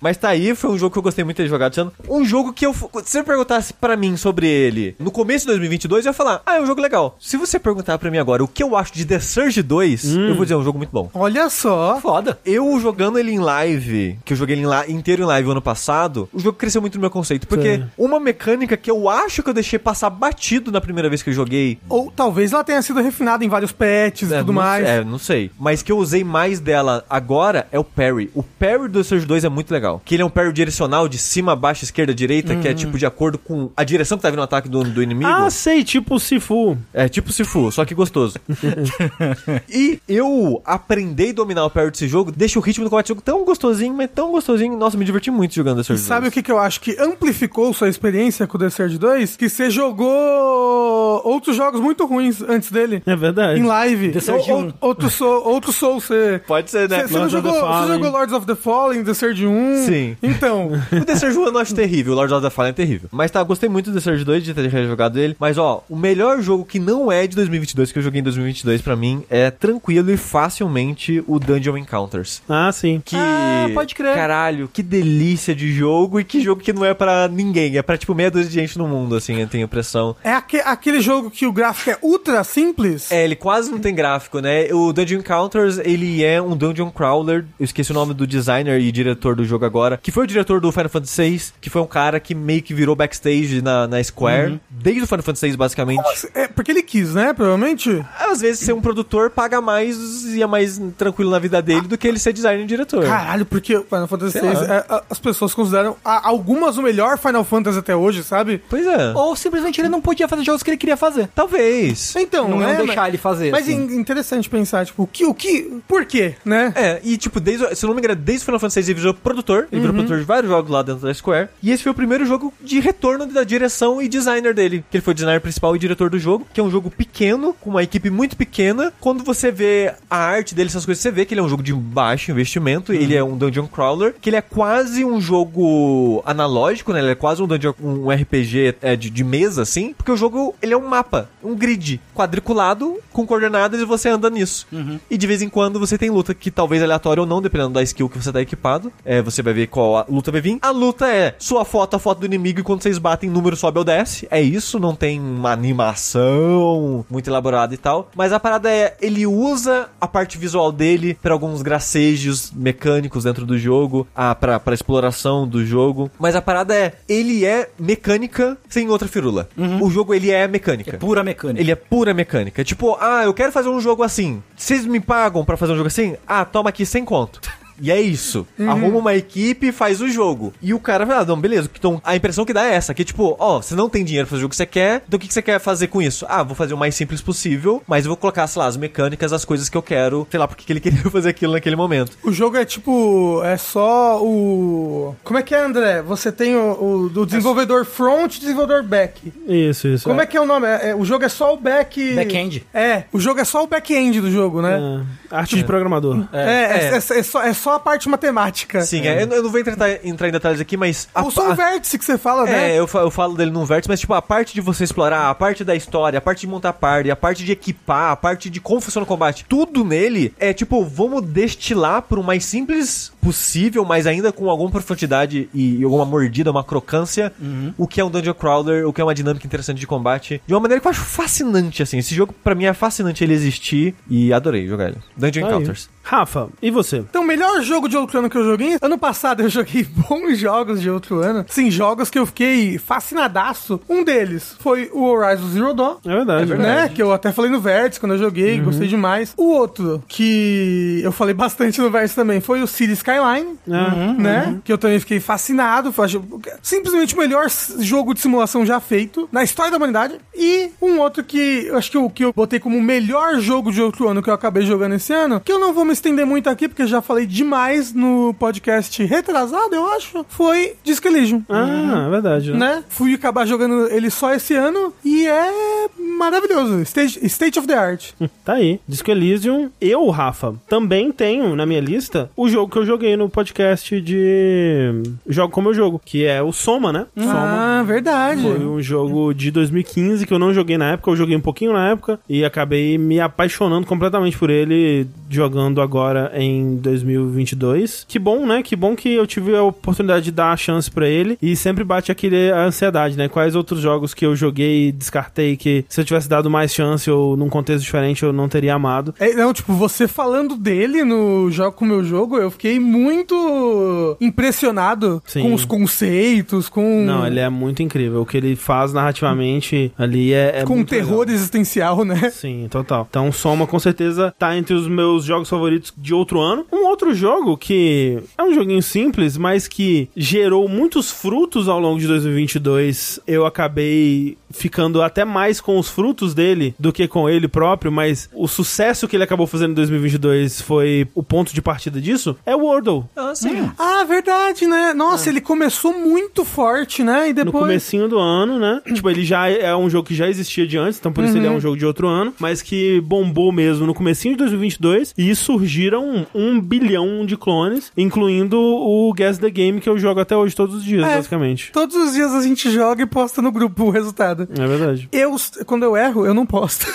[SPEAKER 4] Mas tá aí, foi um jogo que eu gostei muito de ter jogado. esse ano. Um jogo que eu. f- Se você perguntasse pra mim sobre ele no começo de 2022, eu ia falar, ah, é um jogo legal. Se você perguntar pra mim agora o que eu acho de The Surge 2, eu vou dizer, é um jogo muito bom.
[SPEAKER 3] Olha só.
[SPEAKER 2] Foda.
[SPEAKER 4] Eu jogando ele em live, que eu joguei ele em la- inteiro em live ano passado, o jogo cresceu muito no meu conceito. Porque
[SPEAKER 1] Sim.
[SPEAKER 4] uma mecânica que eu acho que eu deixei passar batido na primeira vez que eu joguei.
[SPEAKER 3] Ou talvez ela tenha sido refinada em vários patches e
[SPEAKER 4] é,
[SPEAKER 3] tudo
[SPEAKER 4] não-
[SPEAKER 3] mais.
[SPEAKER 4] É, não sei. Mas que eu usei mais dela agora é o parry. O parry do Surge 2 é muito legal. Que ele é um parry direcional de cima, baixo, esquerda, direita, que é
[SPEAKER 3] Uhum.
[SPEAKER 4] tipo de acordo com a direção que tá vindo o ataque do, do inimigo.
[SPEAKER 1] Ah, sei, tipo o Sifu.
[SPEAKER 4] É tipo Sifu, só que gostoso. e eu aprender a dominar o parry desse jogo, deixa o ritmo do combate do jogo tão gostosinho, mas tão gostosinho. Nossa, me diverti muito jogando esse
[SPEAKER 3] E
[SPEAKER 4] jogo.
[SPEAKER 3] sabe o que, que eu acho que amplificou sua experiência com o The Surge 2? Que você jogou outros jogos muito ruins antes dele.
[SPEAKER 1] É verdade.
[SPEAKER 3] Em live.
[SPEAKER 2] The Surge
[SPEAKER 3] Ou-
[SPEAKER 2] 1.
[SPEAKER 3] ou- Outro Soul, outro Soul você...
[SPEAKER 4] Pode ser, né?
[SPEAKER 3] Você não
[SPEAKER 1] Lords of
[SPEAKER 3] jogou,
[SPEAKER 1] the
[SPEAKER 3] você
[SPEAKER 1] Fallen.
[SPEAKER 3] jogou Lords of the Fallen, The Surge 1?
[SPEAKER 4] Sim.
[SPEAKER 3] Então,
[SPEAKER 4] O The Surge 1 eu não acho terrível, o Lord of the Fallen é terrível. Mas tá, gostei muito do The Surge 2, de ter rejogado ele. Mas ó, o melhor jogo que não é de 2022, que eu joguei em 2022 pra mim, é tranquilo e facilmente o Dungeon Encounters.
[SPEAKER 1] Ah, sim.
[SPEAKER 4] Que.
[SPEAKER 2] Ah, pode crer.
[SPEAKER 4] Caralho, que delícia de jogo e que jogo que não é pra ninguém. É pra tipo meia dúzia de gente no mundo, assim, eu tenho a impressão.
[SPEAKER 3] é aque- aquele jogo que o gráfico é ultra simples?
[SPEAKER 4] É, ele quase não tem gráfico, né? O Dungeon Encounters, ele é um dungeon crawler. Eu esqueci o nome do designer e diretor do jogo agora, que foi o diretor do Final Fantasy VI, que foi um cara que meio que virou backstage na, na Square, desde o Final Fantasy VI, basicamente.
[SPEAKER 3] É, porque ele quis, né? Provavelmente.
[SPEAKER 4] Às vezes, ser um produtor paga mais e é mais tranquilo na vida dele do que ele ser designer e diretor.
[SPEAKER 3] Caralho, porque o Final Fantasy
[SPEAKER 4] É. Sei
[SPEAKER 3] VI,
[SPEAKER 4] lá.
[SPEAKER 3] é, a- as pessoas consideram a- algumas o melhor Final Fantasy até hoje, sabe?
[SPEAKER 4] Pois é.
[SPEAKER 2] Ou simplesmente ele não podia fazer jogos que ele queria fazer.
[SPEAKER 4] Talvez.
[SPEAKER 3] Então,
[SPEAKER 2] não
[SPEAKER 3] né?
[SPEAKER 2] iam deixar
[SPEAKER 3] mas-
[SPEAKER 2] ele fazer.
[SPEAKER 3] Mas
[SPEAKER 2] assim.
[SPEAKER 3] in- interessante pensar, tipo, o que, o que, por quê, né?
[SPEAKER 4] É, e tipo, desde, o- se eu não me engano, desde o Final Fantasy VI ele virou produtor, ele virou produtor de vários jogos lá dentro da Square, e esse foi o primeiro jogo de retorno da direção e designer dele, que ele foi o designer principal e diretor do jogo, que é um jogo pequeno, com uma equipe muito pequena, quando você vê a arte dele, essas coisas, você vê que ele é um jogo de baixo investimento, ele é um dungeon crawler, que ele é quase um jogo analógico, né, ele é quase um dungeon, um RPG é, de, de mesa, assim, porque o jogo, ele é um mapa, um grid quadriculado, com coordenadas e você anda nisso. E de vez em quando você tem luta que talvez aleatória ou não, dependendo da skill que você tá equipado. É, você vai ver qual a luta vai vir. A luta é sua foto, a foto do inimigo, e quando vocês batem, o número sobe ou desce. É isso, não tem uma animação muito elaborada e tal. Mas a parada é, ele usa a parte visual dele pra alguns gracejos mecânicos dentro do jogo, a, pra, pra exploração do jogo. Mas a parada é, ele é mecânica sem outra firula. O jogo, ele é mecânica.
[SPEAKER 2] Pura mecânica.
[SPEAKER 4] Ele é pura mecânica. Tipo, ah, eu quero fazer um jogo assim. Vocês me pagam pra fazer um jogo assim? Ah, toma aqui sem conto. E é isso. Arruma uma equipe e faz o jogo. E o cara fala, ah, não, beleza. Então, a impressão que dá é essa, que tipo, ó, você não tem dinheiro pra fazer o jogo que você quer, então o que que você quer fazer com isso? Ah, vou fazer o mais simples possível, mas eu vou colocar, sei lá, as mecânicas, as coisas que eu quero, sei lá, porque que ele queria fazer aquilo naquele momento.
[SPEAKER 3] O jogo é tipo. É só o. Como é que é, André? Você tem o, o- o desenvolvedor front e desenvolvedor back.
[SPEAKER 1] Isso, isso.
[SPEAKER 3] Como é que é o nome? É- é- o jogo é só o back.
[SPEAKER 2] Back-end.
[SPEAKER 3] É, o jogo é só o back-end do jogo, né?
[SPEAKER 1] É, Arte de programador.
[SPEAKER 3] É, é, é- é só, é só a parte matemática.
[SPEAKER 4] Sim, é, eu, eu não vou entrar, entrar em detalhes aqui, mas... a
[SPEAKER 3] Ou só
[SPEAKER 4] pa-
[SPEAKER 3] o vértice que você fala, né?
[SPEAKER 4] É, eu, fa- eu falo dele num vértice, mas tipo, a parte de você explorar, a parte da história, a parte de montar party, a parte de equipar, a parte de como funciona o combate, tudo nele é tipo, vamos destilar pro mais simples possível, mas ainda com alguma profundidade e, e alguma mordida, uma crocância, o que é um dungeon crawler, o que é uma dinâmica interessante de combate, de uma maneira que eu acho fascinante, assim. Esse jogo, pra mim, é fascinante ele existir e adorei jogar ele. Dungeon
[SPEAKER 1] Tá aí.
[SPEAKER 4] Encounters.
[SPEAKER 1] Rafa, e você?
[SPEAKER 3] Então, o melhor jogo de outro ano que eu joguei. Ano passado eu joguei bons jogos de outro ano. Sim, jogos que eu fiquei fascinadaço. Um deles foi o Horizon Zero Dawn.
[SPEAKER 1] É verdade. Uhum.
[SPEAKER 3] Né? Que eu até falei no Vértice quando eu joguei, gostei demais. O outro que eu falei bastante no Vértice também foi o City Skyline,
[SPEAKER 1] É.
[SPEAKER 3] né? Que eu também fiquei fascinado. foi- achei- Simplesmente o melhor s- jogo de simulação já feito na história da humanidade. E um outro que eu acho que eu, que eu botei como o melhor jogo de outro ano que eu acabei jogando esse ano, que eu não vou me estender muito aqui, porque eu já falei demais no podcast retrasado, eu acho, foi Disco Elysium
[SPEAKER 1] Ah, é verdade. Né?
[SPEAKER 3] né? Fui acabar jogando ele só esse ano e é maravilhoso. Stage, state of the art.
[SPEAKER 1] Tá aí. Disco Elysium. Eu, Rafa, também tenho na minha lista o jogo que eu joguei no podcast de Jogo Como Eu Jogo, que é o Soma, né?
[SPEAKER 3] Ah, verdade.
[SPEAKER 1] Foi um jogo de 2015 que eu não joguei na época, eu joguei um pouquinho na época e acabei me apaixonando completamente por ele jogando agora em 2022. Que bom, né? Que bom que eu tive a oportunidade de dar a chance pra ele e sempre bate aquele a ansiedade, né? Quais outros jogos que eu joguei e descartei que se eu tivesse dado mais chance ou num contexto diferente eu não teria amado.
[SPEAKER 3] É, não, tipo, você falando dele no jogo com o meu jogo, eu fiquei muito impressionado
[SPEAKER 1] Sim.
[SPEAKER 3] com os conceitos, com
[SPEAKER 1] Não, ele é muito incrível. O que ele faz narrativamente ali é, é
[SPEAKER 3] com o
[SPEAKER 1] muito
[SPEAKER 3] um terror
[SPEAKER 1] legal.
[SPEAKER 3] existencial, né?
[SPEAKER 1] Sim, total. Então, Soma com certeza tá entre os meus jogos favoritos de outro ano. Um outro jogo que é um joguinho simples, mas que gerou muitos frutos ao longo de 2022. Eu acabei ficando até mais com os frutos dele do que com ele próprio, mas o sucesso que ele acabou fazendo em 2022 foi o ponto de partida disso. É o Wordle.
[SPEAKER 4] Ah, sim.
[SPEAKER 3] Ah, verdade, né? Nossa, ele começou muito forte, né? E
[SPEAKER 1] Ah. no
[SPEAKER 3] depois
[SPEAKER 1] comecinho do ano, né? Tipo, ele já é um jogo que já existia de antes, então por isso ele
[SPEAKER 3] Uhum.
[SPEAKER 1] é um jogo de outro ano, mas que bombou mesmo no comecinho de 2022 e surgiram um bilhão de clones, incluindo o Guess the Game que eu jogo até hoje todos os dias,
[SPEAKER 3] É.
[SPEAKER 1] basicamente.
[SPEAKER 3] todos os dias a gente joga e posta no grupo o resultado.
[SPEAKER 1] É verdade.
[SPEAKER 3] Eu, quando eu erro, eu não posto.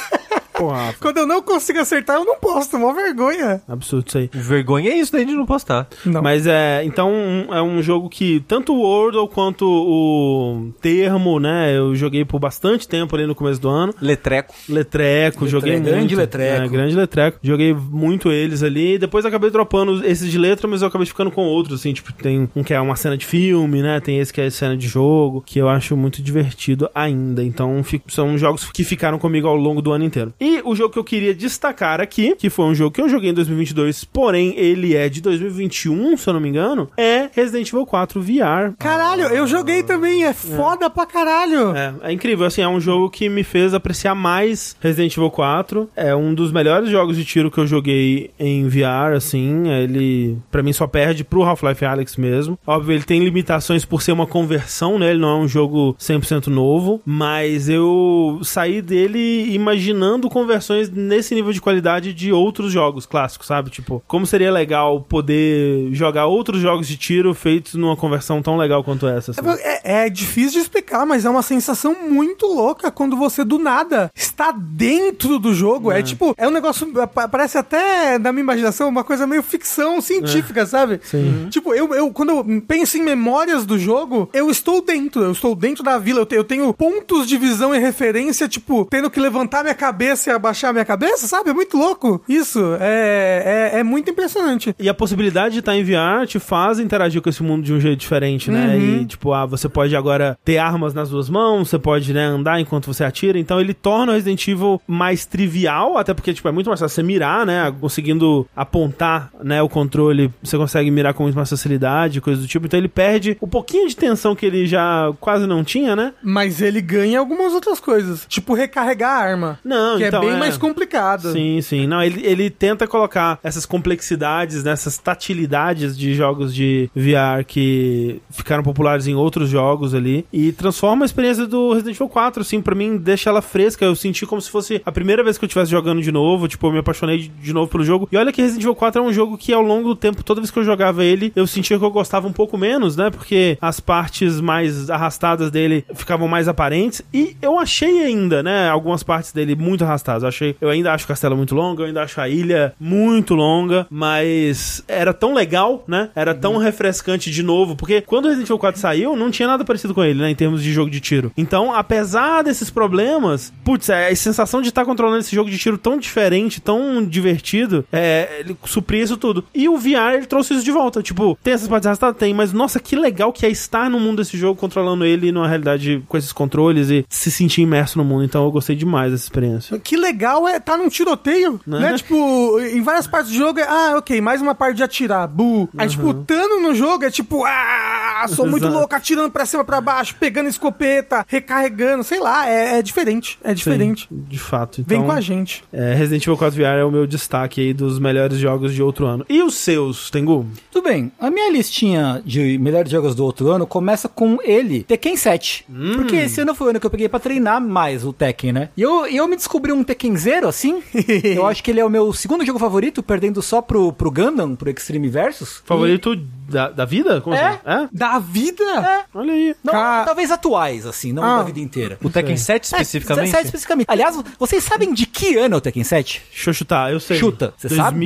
[SPEAKER 1] Porra,
[SPEAKER 3] Quando eu não consigo acertar, eu não posto. Mó vergonha.
[SPEAKER 1] absurdo isso aí.
[SPEAKER 4] Vergonha é isso daí de não postar.
[SPEAKER 3] Não.
[SPEAKER 1] Mas é, então um- é um jogo que tanto o Wordle quanto o Termo, né? Eu joguei por bastante tempo ali no começo do ano.
[SPEAKER 4] Letreco.
[SPEAKER 1] Letreco, joguei
[SPEAKER 2] grande
[SPEAKER 1] muito.
[SPEAKER 2] Letreco.
[SPEAKER 1] É, grande Letreco. Joguei muito eles ali. Depois eu acabei dropando esses de letra, mas eu acabei ficando com outros, assim. Tipo, tem um que é uma cena de filme, né? Tem esse que é cena de jogo, que eu acho muito divertido ainda. Então, fi- são jogos que ficaram comigo ao longo do ano inteiro. E o jogo que eu queria destacar aqui, que foi um jogo que eu joguei em 2022, porém ele é de 2021, se eu não me engano, é Resident Evil 4 VR.
[SPEAKER 3] Caralho, eu joguei também, é foda pra caralho.
[SPEAKER 1] É, é incrível, assim, é um jogo que me fez apreciar mais Resident Evil 4. É um dos melhores jogos de tiro que eu joguei em VR, assim. Ele, pra mim, só perde pro Half-Life Alyx mesmo. Óbvio, ele tem limitações por ser uma conversão, né? Ele não é um jogo 100% novo, mas eu saí dele imaginando conversões nesse nível de qualidade de outros jogos clássicos, sabe? Tipo, como seria legal poder jogar outros jogos de tiro feitos numa conversão tão legal quanto essa, assim.
[SPEAKER 3] É, é difícil de explicar, mas é uma sensação muito louca quando você do nada está dentro do jogo. É, tipo, é um negócio. pa- Parece até, na minha imaginação, uma coisa meio ficção científica, sabe? É. Sim. Tipo, eu, eu quando eu penso em memórias do jogo, eu estou dentro, eu estou dentro da vila, eu, te- eu tenho pontos de visão e referência, tipo, tendo que levantar minha cabeça e abaixar minha cabeça, sabe? É muito louco. Isso, é, é, é muito impressionante.
[SPEAKER 1] E a possibilidade de estar em VR te faz interagir com esse mundo de um jeito diferente, né?
[SPEAKER 3] Uhum.
[SPEAKER 1] E, tipo, ah, você pode agora ter armas nas duas mãos, você pode, né, andar enquanto você atira. Então, ele torna o Resident Evil mais trivial, até porque, tipo, é muito mais fácil você mirar, né? Conseguindo apontar, né, o controle, você consegue mirar com muito mais facilidade, coisa do tipo. Então ele perde o pouquinho de tensão que ele já quase não tinha, né?
[SPEAKER 3] Mas ele ganha algumas outras coisas. Tipo, recarregar a arma.
[SPEAKER 1] Não,
[SPEAKER 3] que
[SPEAKER 1] então,
[SPEAKER 3] é bem
[SPEAKER 1] é.
[SPEAKER 3] mais complicado.
[SPEAKER 1] Sim, sim. Não, ele, ele tenta colocar essas complexidades, né, essas tatilidades de jogos de VR que ficaram populares em outros jogos ali e transforma a experiência do Resident Evil 4, assim, pra mim deixa ela fresca. Eu senti como se fosse a primeira vez que eu estivesse jogando de novo, tipo, eu me apaixonei de- de novo pelo jogo. E olha que Resident Evil 4 é um jogo que ao longo do tempo, toda vez que eu jogava ele, eu sentia que eu gostava um pouco menos, né, porque as partes mais arrastadas dele ficavam mais aparentes e eu achei ainda, né, algumas partes dele muito arrastadas. Eu achei, eu ainda acho o castelo muito longo, eu ainda acho a ilha muito longa, mas era tão legal, né? Era tão refrescante de novo, porque quando o Resident Evil 4 saiu, não tinha nada parecido com ele, né, em termos de jogo de tiro. Então, apesar desses problemas, putz, é, a sensação de estar controlando esse jogo de tiro tão diferente, tão divertido, é, ele supria isso tudo. E o VR, ele trouxe isso de volta. Tipo, tem essas partes arrastadas? Tem, mas nossa, que legal que é estar no mundo desse jogo, controlando ele numa realidade com esses controles e se sentir imerso no mundo. Então eu gostei demais dessa experiência.
[SPEAKER 3] Que legal é tá num tiroteio,
[SPEAKER 1] Né?
[SPEAKER 3] né? Tipo, em várias partes do jogo é, ah, ok, mais uma parte de atirar, bu. Aí, tipo, o Tano no jogo é tipo, ah, sou muito
[SPEAKER 1] Exato.
[SPEAKER 3] louco, atirando pra cima, pra baixo, pegando escopeta, recarregando, sei lá, é, é diferente, é diferente.
[SPEAKER 1] Sim, de fato. Então,
[SPEAKER 3] Vem com a gente.
[SPEAKER 1] é, Resident Evil 4 VR é o meu destaque aí dos melhores jogos de outro ano. E os seus, Tengu?
[SPEAKER 2] Tudo bem, a minha listinha de melhores jogos do outro ano começa com ele, Tekken 7. Porque esse ano foi o ano que eu peguei pra treinar mais o Tekken, né? E eu, e eu me descobri um Tekken Zero, assim. eu acho que ele é o meu segundo jogo favorito, perdendo só pro, pro Gundam, pro Extreme Versus.
[SPEAKER 1] Favorito da, da vida? Como assim?
[SPEAKER 2] É?
[SPEAKER 1] É?
[SPEAKER 3] Da vida?
[SPEAKER 1] Olha aí.
[SPEAKER 2] Não,
[SPEAKER 3] Ca-
[SPEAKER 2] talvez atuais, assim, não
[SPEAKER 3] Ah.
[SPEAKER 2] da vida inteira.
[SPEAKER 4] O Tekken 7
[SPEAKER 2] É,
[SPEAKER 4] especificamente?
[SPEAKER 2] 17 especificamente. Aliás, vocês sabem de que ano é o Tekken 7?
[SPEAKER 1] Deixa eu chutar, eu sei.
[SPEAKER 2] Chuta, você sabe?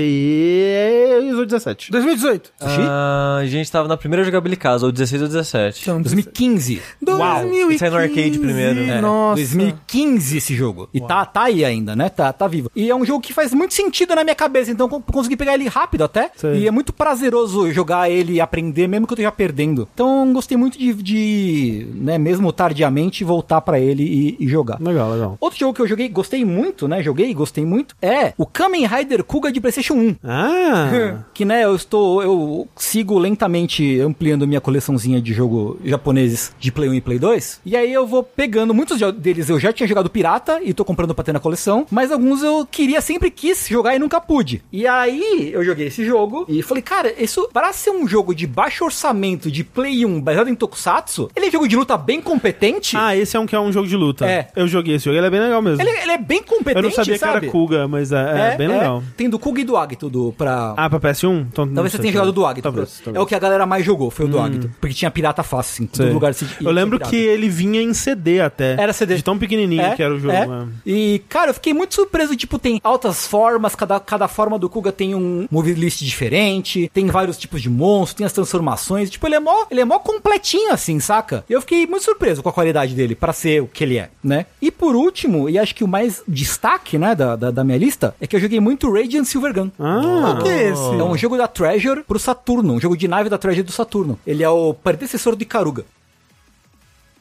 [SPEAKER 1] 2016 ou 17.
[SPEAKER 3] 2018.
[SPEAKER 4] Ah, a gente tava na primeira jogabilidade, ou 16 ou 17.
[SPEAKER 3] Então,
[SPEAKER 2] 2015.
[SPEAKER 4] Uau, isso é no arcade
[SPEAKER 3] 2015,
[SPEAKER 4] primeiro. É,
[SPEAKER 3] Nossa.
[SPEAKER 2] 2015 esse jogo. E tá, tá aí ainda, né? Tá, tá vivo. E é um jogo que faz muito sentido na minha cabeça, então eu consegui pegar ele rápido até.
[SPEAKER 1] Sei.
[SPEAKER 2] E é muito prazeroso jogar ele e aprender, mesmo que eu esteja perdendo. Então gostei muito de, de, né, mesmo tardiamente, voltar pra ele e- e jogar.
[SPEAKER 1] Legal, legal.
[SPEAKER 2] Outro jogo que eu joguei, gostei muito, né? Joguei e gostei muito, é o Kamen Rider Kuga de PlayStation 1.
[SPEAKER 1] Ah!
[SPEAKER 2] Que, né, eu estou. Eu sigo lentamente ampliando minha coleçãozinha de jogo japoneses de Play 1 e Play 2. E aí eu vou pegando. Muitos jo- deles eu já tinha jogado pirata e tô comprando pra ter na coleção. Mas alguns eu queria, sempre quis jogar e nunca pude. E aí eu joguei esse jogo e falei, cara, isso para ser um jogo de baixo orçamento de Play 1 baseado em Tokusatsu, ele é jogo de luta bem competente.
[SPEAKER 1] ah, esse é um que é um jogo de luta.
[SPEAKER 2] É.
[SPEAKER 1] Eu joguei esse jogo, ele é bem legal mesmo.
[SPEAKER 2] Ele, ele é bem competente,
[SPEAKER 1] eu não sabia
[SPEAKER 2] sabe?
[SPEAKER 1] que era Kuga, mas é, é bem legal.
[SPEAKER 2] Tem do Kug e do Agito do, pra...
[SPEAKER 1] Ah, pra PS1? Então, não
[SPEAKER 2] talvez você
[SPEAKER 1] sei
[SPEAKER 2] tenha
[SPEAKER 1] se-
[SPEAKER 2] jogado do Agito.
[SPEAKER 1] Talvez,
[SPEAKER 2] pro- É
[SPEAKER 1] talvez. Hum.
[SPEAKER 2] o que a galera mais jogou, foi o do Agito. Porque tinha pirata fácil, assim, todo
[SPEAKER 1] Sei.
[SPEAKER 2] lugar se-
[SPEAKER 1] Eu lembro
[SPEAKER 2] tinha
[SPEAKER 1] que
[SPEAKER 2] pirata.
[SPEAKER 1] ele vinha em CD até.
[SPEAKER 2] Era CD.
[SPEAKER 1] De tão pequenininho
[SPEAKER 2] É,
[SPEAKER 1] que era o jogo.
[SPEAKER 2] é.
[SPEAKER 1] é.
[SPEAKER 2] E, cara, eu fiquei muito surpreso. Tipo, tem altas formas, cada, cada forma do Kuga tem um movie list diferente, tem vários tipos de monstros, tem as transformações. Tipo, ele é mó, ele é mó completinho, assim, saca? E eu fiquei muito surpreso com a qualidade dele, pra ser o que ele é, né? E por último, e acho que o mais destaque, né, da, da, da minha lista, é que eu joguei muito Radiant Silvergun.
[SPEAKER 1] Ah,
[SPEAKER 3] O que é esse?
[SPEAKER 2] É um jogo da Treasure pro Saturno, um jogo de nave da Treasure do Saturno. Ele é o predecessor do Ikaruga.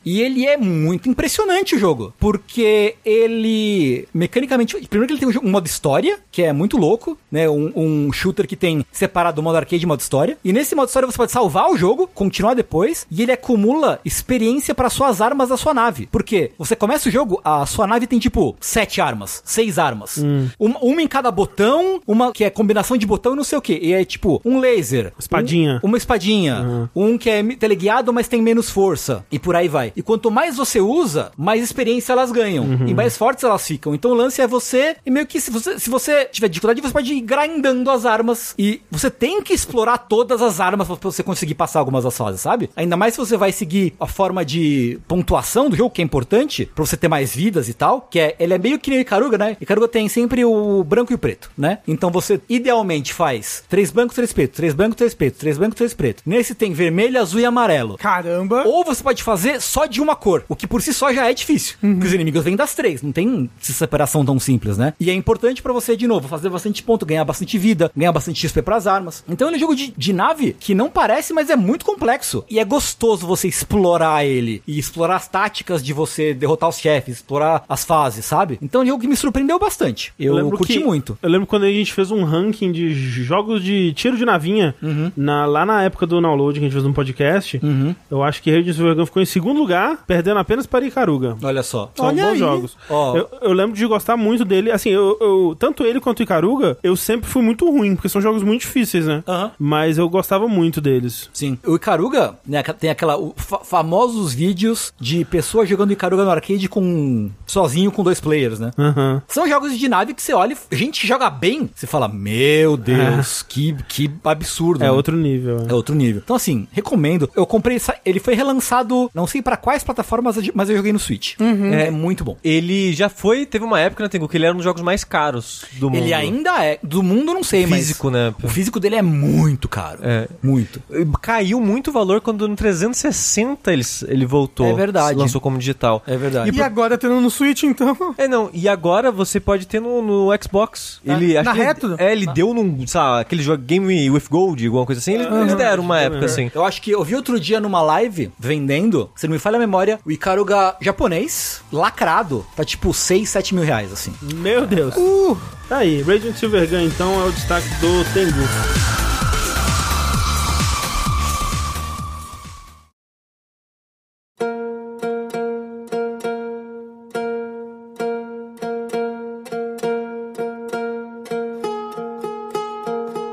[SPEAKER 2] E ele é muito impressionante o jogo, porque ele, mecanicamente, primeiro que ele tem um jo- um modo história, que é muito louco, né, um, um shooter que tem separado o modo arcade e modo história, e nesse modo história você pode salvar o jogo, continuar depois, e ele acumula experiência para suas armas da sua nave, porque você começa o jogo, a sua nave tem tipo sete armas, seis armas, uma, uma em cada botão, uma que é combinação de botão e não sei o que, e é tipo um laser,
[SPEAKER 1] Espadinha.
[SPEAKER 2] um- uma espadinha, um que é teleguiado, mas tem menos força, e por aí vai. E quanto mais você usa, mais experiência elas ganham, e mais fortes elas ficam. Então o lance é você, e meio que se você, se você tiver dificuldade, você pode ir grindando as armas, e você tem que explorar todas as armas pra você conseguir passar algumas das fases, sabe? Ainda mais se você vai seguir a forma de pontuação do jogo, que é importante, pra você ter mais vidas e tal, que é, ele é meio que nem o Icaruga, né? Icaruga tem sempre o branco e o preto, né? Então você idealmente faz três brancos, três pretos, três brancos, três pretos, três brancos, três pretos. Nesse tem vermelho, azul e amarelo.
[SPEAKER 3] Caramba.
[SPEAKER 2] Ou você pode fazer só só de uma cor, o que por si só já é difícil. Porque os inimigos vêm das três, não tem essa separação tão simples, né? E é importante pra você, de novo, fazer bastante ponto, ganhar bastante vida, ganhar bastante XP pras armas. Então ele é um jogo de, de nave que não parece, mas é muito complexo. E é gostoso você explorar ele e explorar as táticas de você derrotar os chefes, explorar as fases, sabe? Então é um jogo que me surpreendeu bastante. Eu, curti
[SPEAKER 1] que-
[SPEAKER 2] muito.
[SPEAKER 1] Eu lembro quando a gente fez um ranking de jogos de tiro de navinha,
[SPEAKER 2] Uhum.
[SPEAKER 1] na- lá na época do download que a gente fez um podcast, eu acho que Rage of Vergon ficou em segundo lugar, perdendo apenas para Icaruga.
[SPEAKER 2] Olha só.
[SPEAKER 1] São
[SPEAKER 3] Olha
[SPEAKER 1] bons
[SPEAKER 3] aí.
[SPEAKER 1] jogos.
[SPEAKER 2] Ó.
[SPEAKER 1] Eu, eu lembro de gostar muito dele. Assim, eu, eu- tanto ele quanto o Icaruga, eu sempre fui muito ruim, porque são jogos muito difíceis, né?
[SPEAKER 2] Aham.
[SPEAKER 1] Mas eu gostava muito deles.
[SPEAKER 2] Sim. O Icaruga, né, tem aquela o fa- famosos vídeos de pessoas jogando Icaruga no arcade com sozinho com dois players, né?
[SPEAKER 1] Aham.
[SPEAKER 2] São jogos de nave que você olha, e gente que joga bem, você fala: "Meu Deus, que que absurdo".
[SPEAKER 1] É
[SPEAKER 2] né?
[SPEAKER 1] outro nível.
[SPEAKER 2] É
[SPEAKER 1] É.
[SPEAKER 2] outro nível. Então, assim, recomendo. Eu comprei. essa- Ele foi relançado, não sei pra quais plataformas, mas eu joguei no Switch. É muito bom.
[SPEAKER 4] Ele já foi, teve uma época, né, Tengu, que ele era um dos jogos mais caros do mundo.
[SPEAKER 2] Ele ainda é. Do mundo, eu não sei, mas.
[SPEAKER 4] Físico, né?
[SPEAKER 2] O físico dele é muito caro.
[SPEAKER 4] É.
[SPEAKER 2] Muito.
[SPEAKER 4] Caiu muito o valor quando no 360 ele, ele voltou.
[SPEAKER 2] É verdade.
[SPEAKER 4] Lançou como digital.
[SPEAKER 2] É verdade.
[SPEAKER 3] E agora tendo no Switch, então.
[SPEAKER 4] É, não, e agora você pode ter no, no Xbox. Ele,
[SPEAKER 3] na
[SPEAKER 4] acho que ele-
[SPEAKER 3] retro?
[SPEAKER 4] É, ele deu num, sei lá, aquele jogo Game with Gold, alguma coisa assim. Eles,
[SPEAKER 2] Ah,
[SPEAKER 4] eles deram
[SPEAKER 2] é
[SPEAKER 4] uma época assim.
[SPEAKER 2] Eu acho que eu vi outro dia numa live vendendo, se não me falha a memória, o Icaruga japonês, lacrado, tá tipo 6, 7 mil reais, assim.
[SPEAKER 1] Meu Deus. Tá aí. Radiant Silvergun, então, é o destaque do Tengu.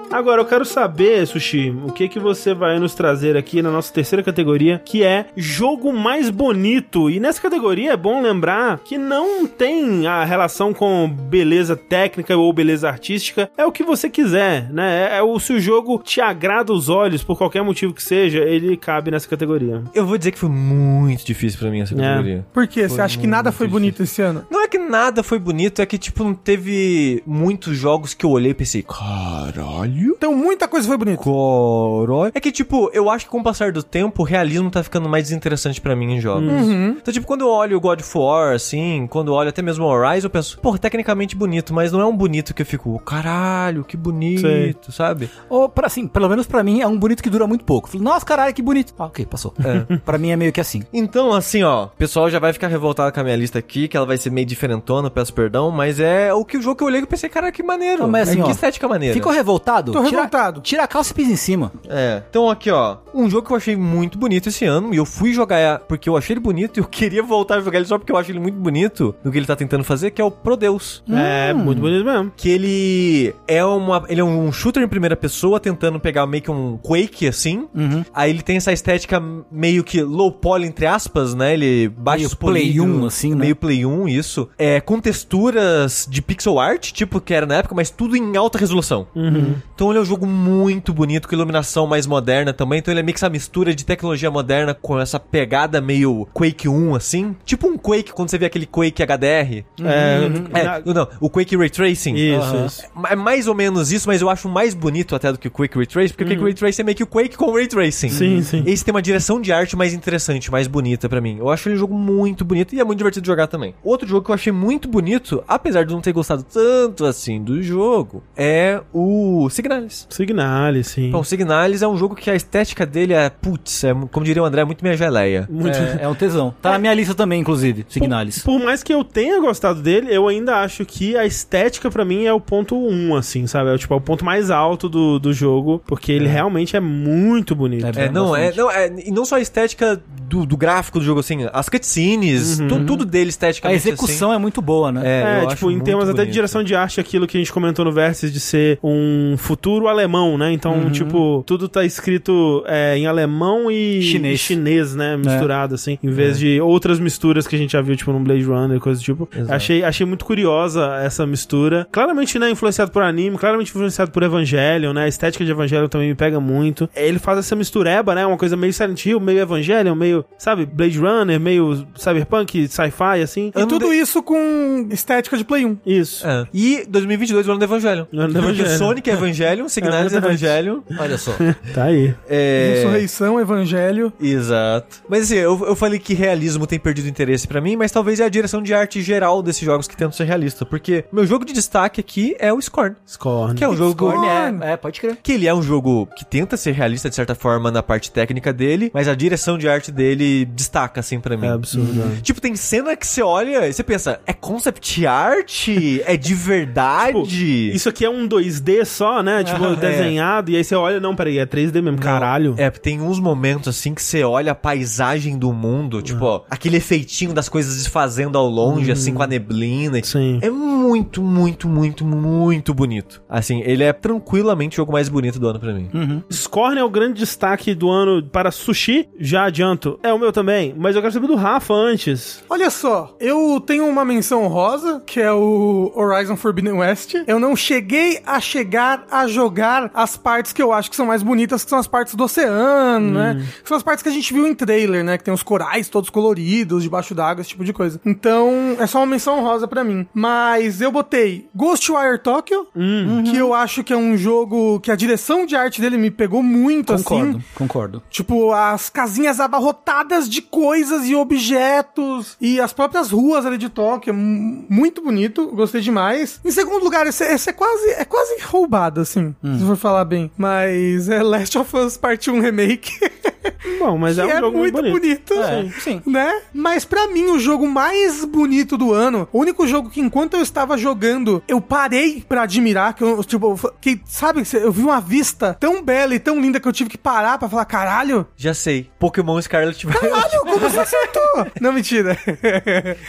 [SPEAKER 1] Agora eu quero saber, Sushi, o que que você vai nos trazer aqui na nossa terceira categoria, que é jogo mais bonito. E nessa categoria é bom lembrar que não tem a relação com beleza técnica ou beleza artística, é o que você quiser, né? É, é o se o jogo te agrada os olhos por qualquer motivo que seja, ele cabe nessa categoria.
[SPEAKER 4] Eu vou dizer que foi muito difícil pra mim essa
[SPEAKER 1] É.
[SPEAKER 4] categoria.
[SPEAKER 3] Por quê? Você acha que nada foi bonito esse ano?
[SPEAKER 4] Não é que nada foi bonito, é que, tipo, não teve muitos jogos que eu olhei e pensei, caralho.
[SPEAKER 3] Então muita coisa foi bonita.
[SPEAKER 4] Coró. É que, tipo, eu acho que com o passar do tempo, o realismo tá ficando mais desinteressante pra mim em jogos.
[SPEAKER 2] Uhum.
[SPEAKER 4] Então, tipo, quando eu olho o God of War, assim, quando eu olho até mesmo o Horizon, eu penso, pô, tecnicamente bonito, mas não é um bonito que eu fico, "Oh, caralho, que bonito,
[SPEAKER 1] Sei.
[SPEAKER 4] sabe?
[SPEAKER 2] Ou, pra, assim, pelo menos pra mim, é um bonito que dura muito pouco. Falei, nossa, caralho, que bonito. Ah, ok, passou. pra mim é meio que assim.
[SPEAKER 4] Então, assim, ó, o pessoal já vai ficar revoltado com a minha lista aqui, que ela vai ser meio diferentona, eu peço perdão, mas é o que o jogo que eu olhei que eu pensei, cara, que maneiro.
[SPEAKER 2] Não, mas assim,
[SPEAKER 4] que
[SPEAKER 2] ó,
[SPEAKER 4] estética maneira.
[SPEAKER 2] Ficou revoltado?
[SPEAKER 3] Tô
[SPEAKER 2] Tira-
[SPEAKER 3] revoltado.
[SPEAKER 2] Tira a calça e pisa em cima.
[SPEAKER 4] É. Então aqui, ó, um jogo que eu achei muito bonito esse ano, e eu fui jogar porque eu achei ele bonito, e eu queria voltar a jogar ele só porque eu acho ele muito bonito, do que ele tá tentando fazer, que é o Prodeus.
[SPEAKER 1] É
[SPEAKER 4] Hum.
[SPEAKER 1] muito bonito mesmo.
[SPEAKER 4] Que ele é uma. Ele é um shooter em primeira pessoa, tentando pegar meio que um Quake, assim.
[SPEAKER 2] Uhum.
[SPEAKER 4] Aí ele tem essa estética meio que low poly, entre aspas, né? Ele baixa
[SPEAKER 2] Meio
[SPEAKER 4] os polígonos.
[SPEAKER 2] Play 1, assim, né?
[SPEAKER 4] Meio Play 1, isso. É, com texturas de pixel art, tipo que era na época, mas tudo em alta resolução.
[SPEAKER 2] Uhum.
[SPEAKER 4] Então ele é um jogo muito bonito, com iluminação mais moderna também. Então ele é meio que essa mistura de tecnologia moderna com essa pegada meio Quake 1, assim. Tipo um Quake, quando você vê aquele Quake HDR.
[SPEAKER 2] Uhum.
[SPEAKER 1] É,
[SPEAKER 4] É,
[SPEAKER 1] na-
[SPEAKER 4] não, o Quake Ray Tracing.
[SPEAKER 1] Isso,
[SPEAKER 4] Aham.
[SPEAKER 1] isso.
[SPEAKER 4] É mais ou menos isso, mas eu acho mais bonito até do que o Quake Ray Tracing, porque o Quake Ray Tracing é meio que o Quake com Ray Tracing.
[SPEAKER 1] Hum.
[SPEAKER 4] Uhum.
[SPEAKER 1] Sim, sim.
[SPEAKER 4] Esse tem uma direção de arte mais interessante, mais bonita pra mim. Eu acho ele um jogo muito bonito e é muito divertido de jogar também. Outro jogo que eu achei muito bonito, apesar de não ter gostado tanto assim do jogo, é o Signalis.
[SPEAKER 1] Signale, sim.
[SPEAKER 4] Bom, Signalis é um jogo que a estética dele é, putz, é, como diria o André, é muito minha geleia.
[SPEAKER 1] muito
[SPEAKER 2] É, é um tesão. Tá na minha lista também, inclusive, Signalis.
[SPEAKER 1] Por mais que eu tenha gostado dele, eu ainda acho que a estética pra mim é o ponto 1, um, assim, sabe? É o, tipo, é o ponto mais alto do, do jogo, porque ele realmente é muito bonito.
[SPEAKER 2] É,
[SPEAKER 4] É, não, é, não, é, e não só a estética do, do gráfico do jogo, assim, as cutscenes,
[SPEAKER 1] Uhum,
[SPEAKER 4] tu- tudo dele
[SPEAKER 2] A
[SPEAKER 4] esteticamente.
[SPEAKER 2] execução é muito boa, né?
[SPEAKER 4] assim,
[SPEAKER 1] É,
[SPEAKER 4] eu acho
[SPEAKER 1] tipo, em
[SPEAKER 4] muito
[SPEAKER 1] termos até de
[SPEAKER 4] bonito.
[SPEAKER 1] direção de arte, aquilo que a gente comentou no Versus de ser um futuro alemão, né? Então,
[SPEAKER 4] Uhum.
[SPEAKER 1] tipo, tudo tá escrito é, em alemão e
[SPEAKER 2] Chinês.
[SPEAKER 1] e chinês, né?
[SPEAKER 4] É.
[SPEAKER 1] Misturado, assim, em vez de outras misturas que a gente já viu, tipo, no Blade Runner e coisa do tipo. Achei, achei muito curiosa essa mistura. Claramente, né, influenciado por anime, claramente influenciado por Evangelion, né? A estética de Evangelion também me pega muito. Ele faz essa mistureba, né? Uma coisa meio Silent Hill, meio Evangelion, meio meio, sabe, Blade Runner, meio cyberpunk, sci-fi, assim.
[SPEAKER 3] E tudo isso com estética de Play 1.
[SPEAKER 1] Isso.
[SPEAKER 4] É. E 2022 é o ano do Evangelho.
[SPEAKER 1] O ano do Evangelho.
[SPEAKER 4] Porque Sonic é Evangelho, Signalis é
[SPEAKER 1] verdade.
[SPEAKER 4] Evangelho. Olha só.
[SPEAKER 1] Tá aí.
[SPEAKER 4] É...
[SPEAKER 3] Ressurreição, Evangelho.
[SPEAKER 4] Exato. Mas assim, eu, eu falei que realismo tem perdido interesse pra mim, mas talvez é a direção de arte geral desses jogos que tentam ser realista. Porque meu jogo de destaque aqui é o Scorn.
[SPEAKER 1] Scorn.
[SPEAKER 4] Que é um jogo.
[SPEAKER 3] Scorn
[SPEAKER 2] É, é, pode crer.
[SPEAKER 4] Que ele é um jogo que tenta ser realista de certa forma na parte técnica dele, mas a direção de arte dele destaca assim pra mim.
[SPEAKER 1] É absurdo. né?
[SPEAKER 4] Tipo, tem cena que você olha e você pensa, é concept art? é de
[SPEAKER 1] Tipo,
[SPEAKER 4] verdade?
[SPEAKER 1] Isso aqui é um 2D só, né? Tipo,
[SPEAKER 4] Aham, é.
[SPEAKER 1] desenhado. E aí você olha, não, peraí, é 3D mesmo, caralho.
[SPEAKER 4] É, tem uns momentos assim que você olha a paisagem do mundo, tipo, ó, aquele efeitinho das coisas desfazendo ao longe, assim, com a neblina. e-
[SPEAKER 1] Sim.
[SPEAKER 4] É muito, muito, muito, muito bonito. Assim, ele é tranquilamente o jogo mais bonito do ano pra mim.
[SPEAKER 1] Scorn é o grande destaque do ano para sushi. Já adianto. É o meu também. Mas eu quero saber do Rafa antes.
[SPEAKER 3] Olha só, eu tenho uma menção rosa, que é o Horizon Forbidden West. Eu não cheguei a chegar a jogar as partes que eu acho que são mais bonitas, que são as partes do oceano, né? Que são as partes que a gente viu em trailer, né? Que tem os corais todos coloridos, debaixo d'água, esse tipo de coisa. Então, é só uma menção rosa pra mim. Mas eu botei Ghostwire Tokyo, que eu acho que é um jogo que a direção de arte dele me pegou muito, assim.
[SPEAKER 2] Concordo, concordo.
[SPEAKER 3] Tipo, as casinhas abarrotadas de coisas e objetos. E as próprias ruas ali de Tóquio. mu- Muito bonito. Gostei demais. Em segundo lugar, esse, esse é quase é quase roubado, assim. Se for falar bem. Mas é Last of Us Part 1 Remake.
[SPEAKER 1] Bom, mas
[SPEAKER 3] que
[SPEAKER 1] é um
[SPEAKER 3] é,
[SPEAKER 1] jogo
[SPEAKER 3] muito bonito.
[SPEAKER 2] É,
[SPEAKER 3] Sim.
[SPEAKER 2] sim.
[SPEAKER 3] Né? Mas pra mim, o jogo mais bonito do ano, o único jogo que enquanto eu estava jogando, eu parei pra admirar, que eu, tipo, eu fa- que, sabe, eu vi uma vista tão bela e tão linda que eu tive que parar pra falar, caralho,
[SPEAKER 4] Já sei. Pokémon Scarlet Violet.
[SPEAKER 3] Caralho, como você acertou? Não, mentira.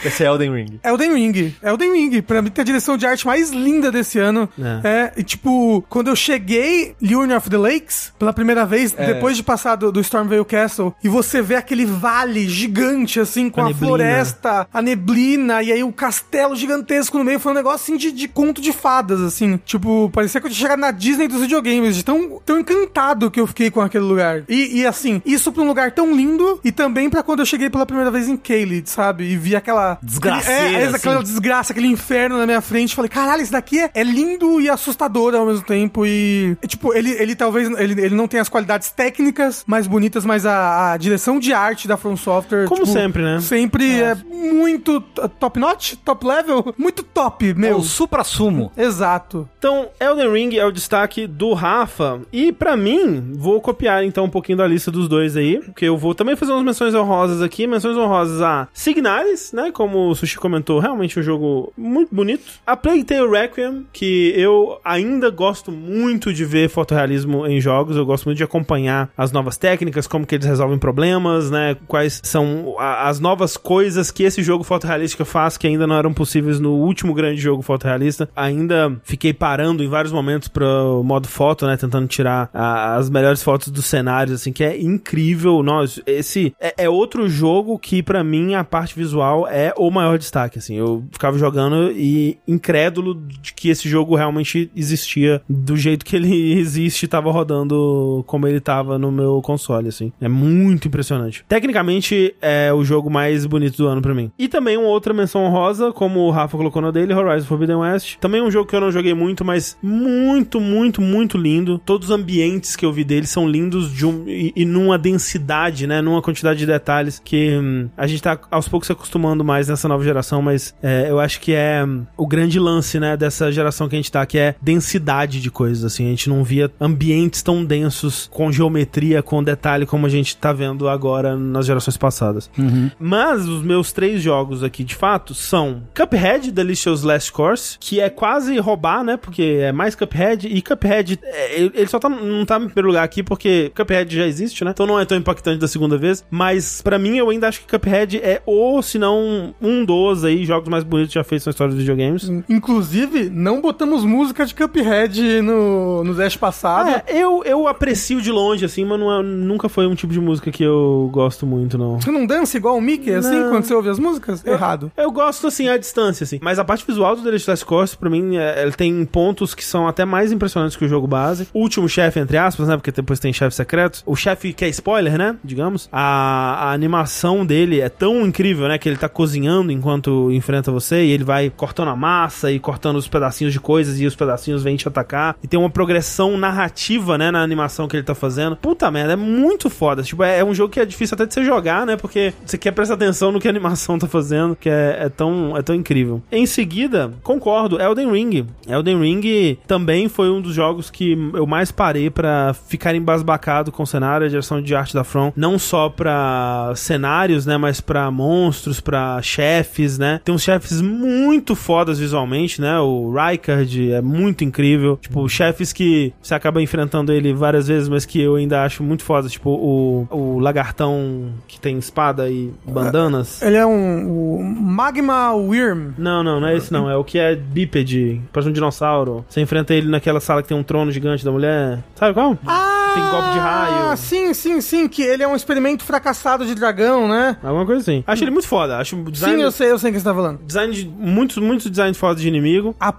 [SPEAKER 4] Esse é Elden Ring.
[SPEAKER 3] Elden Ring. Elden Ring, pra mim, tem a direção de arte mais linda desse ano. É, e tipo, quando eu cheguei em Union of the Lakes, pela primeira vez,
[SPEAKER 1] É.
[SPEAKER 3] depois de passar do, do Stormveil Castle, e você vê aquele vale gigante, assim, com
[SPEAKER 1] A
[SPEAKER 3] a,
[SPEAKER 1] neblina.
[SPEAKER 3] floresta, a neblina, e aí o castelo gigantesco no meio, foi um negócio, assim, de, de conto de fadas, assim. Tipo, parecia que eu tinha chegado na Disney dos videogames, de tão, tão encantado que eu fiquei com aquele lugar. E, e, assim, isso pra um lugar tão lindo, e também pra quando eu cheguei pela primeira vez em Caelid, sabe? E vi aquela...
[SPEAKER 2] Desgraceira,
[SPEAKER 3] É, é,
[SPEAKER 2] assim.
[SPEAKER 3] aquela desgraça, aquele inferno na minha frente. Falei, caralho, isso daqui é, é lindo e assustador ao mesmo tempo. E, e, tipo, ele, ele talvez ele, ele não tenha as qualidades técnicas mais bonitas, mas a, a direção de arte da From Software.
[SPEAKER 1] Como
[SPEAKER 3] tipo,
[SPEAKER 1] sempre, né?
[SPEAKER 3] Sempre é muito t- top notch, top level, muito top,
[SPEAKER 2] É
[SPEAKER 3] meu.
[SPEAKER 2] o supra-sumo.
[SPEAKER 3] Exato.
[SPEAKER 1] Então, Elden Ring é o destaque do Rafa. E pra mim, vou copiar então um pouquinho da lista dos dois aí, porque eu vou também fazer umas menções honrosas aqui. Menções honrosas a Signalis, né? Como o Sushi comentou, realmente um jogo muito bonito. A Plague Tale Requiem, que eu ainda gosto muito de ver fotorrealismo em jogos. Eu gosto muito de acompanhar as novas técnicas, como que eles resolvem problemas, né? Quais são a- as novas coisas que esse jogo fotorrealístico faz que ainda não eram possíveis no último grande jogo fotorrealista. Ainda fiquei parando em vários momentos pro modo foto, né? Tentando tirar a- as melhores fotos dos cenários, assim, que é incrível. Nós, esse é, é outro jogo que, pra mim, a parte visual é o maior destaque, assim. Eu ficava jogando e incrédulo de que esse jogo realmente existia do jeito que ele existe, tava rodando como ele tava no meu console, assim. É muito impressionante. Tecnicamente, é o jogo mais bonito do ano pra mim. E também um uma outra menção honrosa, como o Rafa colocou na dele, Horizon Forbidden West. Também um jogo que eu não joguei muito, mas muito, muito, muito lindo. Todos os ambientes que eu vi dele são lindos de um- e, e numa densidade, né? Numa quantidade de detalhes que hum, a gente tá aos poucos se acostumando mais nessa nova geração, mas é, eu acho que é hum, o grande lance, né? Dessa geração que a gente tá, que é densidade de coisas, assim. A gente não via ambientes tão densos com geometria, com detalhe, como a gente tá vendo agora nas gerações passadas. Mas os meus três jogos aqui, de fato, são Cuphead, Delicious Last Course, que é quase roubar, né? Porque é mais Cuphead, e Cuphead, é, ele ele só tá, não tá em primeiro lugar aqui, porque Cuphead já existe, né? Então não é tão impactante da segunda vez, mas pra mim eu ainda acho que Cuphead é, ou se não, um dos aí jogos mais bonitos já feitos na história dos videogames.
[SPEAKER 3] Inclusive, não botamos música de Cuphead no, no Dash passado.
[SPEAKER 1] Ah, eu, eu aprecio de longe, assim, mas não é- nunca nunca foi um tipo de música que eu gosto muito, não.
[SPEAKER 3] Você não dança igual o Mickey, assim,
[SPEAKER 1] Não.
[SPEAKER 3] quando você ouve as músicas? Errado.
[SPEAKER 1] Eu gosto, assim, à distância, assim. Mas a parte visual do The Last Course, pra mim, é- ele tem pontos que são até mais impressionantes que o jogo base. O último chefe, entre aspas, né? Porque depois tem chefe secreto. O chefe que é spoiler, né? Digamos. A, a animação dele é tão incrível, né? Que ele tá cozinhando enquanto enfrenta você e ele vai cortando a massa e cortando os pedacinhos de coisas e os pedacinhos vêm te atacar. E tem uma progressão narrativa, né? Na animação que ele tá fazendo. Puta merda, é muito foda. Tipo, é, é um jogo que é difícil até de você jogar, né? Porque você quer prestar atenção no que a animação tá fazendo, que é, é tão, é tão incrível. Em seguida, concordo, Elden Ring. Elden Ring também foi um dos jogos que eu mais parei pra ficar embasbacado com o cenário, a direção de arte da From. Não só pra cenários, né? Mas pra monstros, pra chefes, né? Tem uns chefes muito fodas visualmente, né? O Rykard é muito incrível. Tipo, chefes que você acaba enfrentando ele várias vezes, mas que eu ainda acho muito foda. Tipo, o, o lagartão que tem espada e bandanas.
[SPEAKER 3] Ele é um. O Magma Worm.
[SPEAKER 1] Não, não, não é esse não. É o que é bípede, parece um dinossauro. Você enfrenta ele naquela sala que tem um trono gigante da mulher. Sabe qual?
[SPEAKER 3] Ah!
[SPEAKER 1] Tem golpe de raio.
[SPEAKER 3] sim, sim, sim. Que ele é um experimento fracassado de dragão, né?
[SPEAKER 1] Alguma coisa assim. Acho ele muito foda. Acho o design...
[SPEAKER 3] Sim, eu sei, eu sei o que você tá falando.
[SPEAKER 1] Design de... Muitos, muitos designs fodas de inimigo.
[SPEAKER 3] A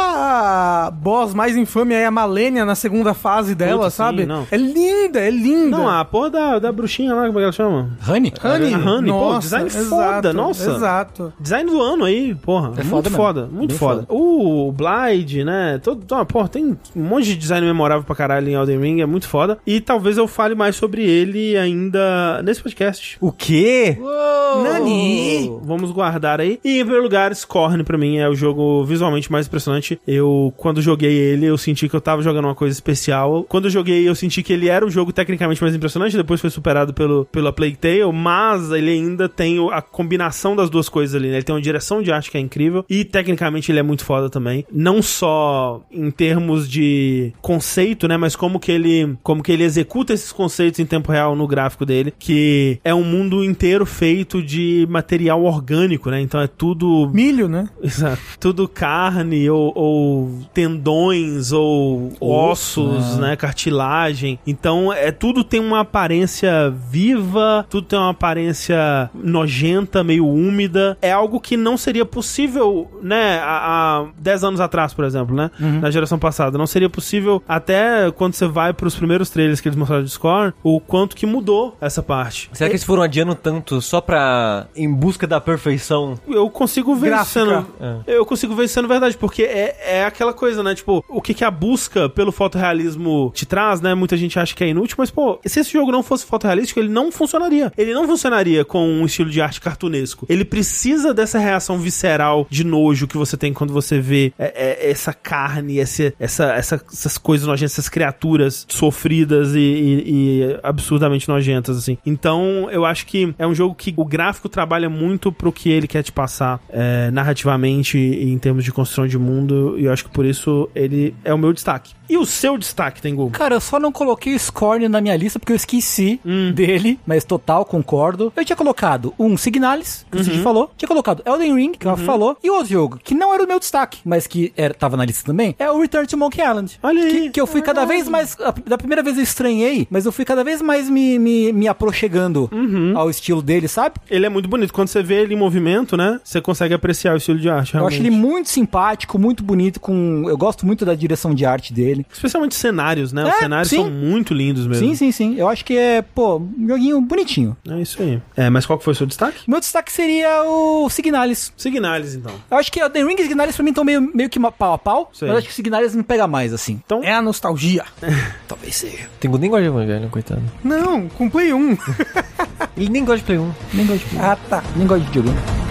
[SPEAKER 3] própria boss mais infame é a Malenia na segunda fase dela,
[SPEAKER 1] Puta, sim,
[SPEAKER 3] sabe?
[SPEAKER 1] não.
[SPEAKER 3] É linda, é linda.
[SPEAKER 1] Não, a porra da, da bruxinha lá, como é que ela chama?
[SPEAKER 2] Honey?
[SPEAKER 3] Honey,
[SPEAKER 1] A Honey, pô,
[SPEAKER 3] nossa,
[SPEAKER 1] design
[SPEAKER 3] exato,
[SPEAKER 1] foda, nossa.
[SPEAKER 3] Exato.
[SPEAKER 1] Design do ano aí, porra.
[SPEAKER 2] É
[SPEAKER 1] muito
[SPEAKER 2] foda
[SPEAKER 1] foda,
[SPEAKER 2] mesmo.
[SPEAKER 1] muito
[SPEAKER 2] Bem
[SPEAKER 1] foda. Uh,
[SPEAKER 2] foda.
[SPEAKER 1] O Blade, né? Todo, todo- porra, tem um monte de design memorável pra caralho em Elden Ring, é muito foda. E talvez eu fale mais sobre ele ainda nesse podcast.
[SPEAKER 4] O quê?
[SPEAKER 3] Nani!
[SPEAKER 1] Vamos guardar aí. E em primeiro lugar, Scorn pra mim é o jogo visualmente mais impressionante. Eu, quando joguei ele, eu senti que eu tava jogando uma coisa especial. Quando eu joguei, eu senti que ele era o jogo tecnicamente mais impressionante. Depois foi superado pelo, pela Plague Tale, mas ele ainda tem o- a combinação das duas coisas ali, né? Ele tem uma direção de arte que é incrível e tecnicamente ele é muito foda também. Não só em termos de conceito, né? Mas como que ele, como que ele executa esses conceitos em tempo real no gráfico dele, que é um mundo inteiro feito de material orgânico, né? Então é tudo
[SPEAKER 3] Milho, né?
[SPEAKER 1] Exato. Tudo carne ou, ou tendões ou ossos, né? Cartilagem. Então, é tudo tem uma aparência viva, tudo tem uma aparência nojenta, meio úmida. É algo que não seria possível, né? Há, há 10 anos atrás, por exemplo, né? Na geração passada. Não seria possível, até quando você vai pros primeiros trailers que eles mostraram de Scorn, o quanto que mudou essa parte.
[SPEAKER 4] Será que eles foram adiando tanto só pra. em busca da perfeição?
[SPEAKER 1] eu consigo ver isso
[SPEAKER 3] Gráfica.
[SPEAKER 1] sendo. Eu consigo ver isso sendo verdade, porque é, é aquela coisa, né? Tipo, o que, que a busca pelo fotorrealismo te traz, né? Muita gente acha que é inútil, mas, pô, se esse jogo não fosse fotorrealístico, ele não funcionaria. Ele não funcionaria com um estilo de arte cartunesco. Ele precisa dessa reação visceral de nojo que você tem quando você vê é, é, essa carne, esse, essa, essa- essas coisas nojentas, essas criaturas sofridas e, e- e absurdamente nojentas, assim. Então, eu acho que é um jogo que o gráfico trabalha muito pro que ele quer te passar é, narrativamente e em termos de construção de mundo, e eu acho que por isso ele é o meu destaque. E o seu destaque, Tengu?
[SPEAKER 2] Cara, eu só não coloquei o Scorn na minha lista porque eu esqueci
[SPEAKER 1] Hum.
[SPEAKER 2] dele, mas total, concordo. Eu tinha colocado um Signalis, que o
[SPEAKER 1] Uhum.
[SPEAKER 2] Cid falou, tinha colocado Elden Ring, que o Rafa falou, e outro jogo, que não era o meu destaque, mas que era, tava na lista também, é o Return to Monkey Island.
[SPEAKER 1] Olha aí. É
[SPEAKER 2] Que, que eu fui cada vez mais. a- da primeira vez eu estranhei, mas eu fui cada vez mais me, me, me aproxegando
[SPEAKER 1] Uhum.
[SPEAKER 2] ao estilo dele, sabe?
[SPEAKER 1] Ele é muito bonito. Quando você vê ele em movimento, né? Você consegue apreciar o estilo de arte,
[SPEAKER 2] Eu
[SPEAKER 1] realmente.
[SPEAKER 2] acho ele muito simpático, muito bonito, com. Eu gosto muito da direção de arte dele.
[SPEAKER 1] Especialmente cenários, né? Os
[SPEAKER 2] É,
[SPEAKER 1] cenários
[SPEAKER 2] sim.
[SPEAKER 1] são muito lindos mesmo.
[SPEAKER 2] Sim, sim, sim. Eu acho que é, pô, um joguinho bonitinho.
[SPEAKER 1] É isso aí. É, mas qual que foi o seu destaque?
[SPEAKER 2] Meu destaque seria o Signalis.
[SPEAKER 1] Signalis, então.
[SPEAKER 2] Eu acho que o The Ring e Signalis pra mim estão meio, meio que ma- pau a pau.
[SPEAKER 1] Sei.
[SPEAKER 2] Mas eu acho que o Signalis me pega mais, assim.
[SPEAKER 3] É a nostalgia.
[SPEAKER 2] Talvez seja.
[SPEAKER 4] Tem nem gosta de Evangelho, coitado.
[SPEAKER 3] Não, com Play 1.
[SPEAKER 4] Ele nem gosta de Play 1.
[SPEAKER 2] Nem gosto de,
[SPEAKER 3] ah, tá.
[SPEAKER 2] nem gosto de né? videogame.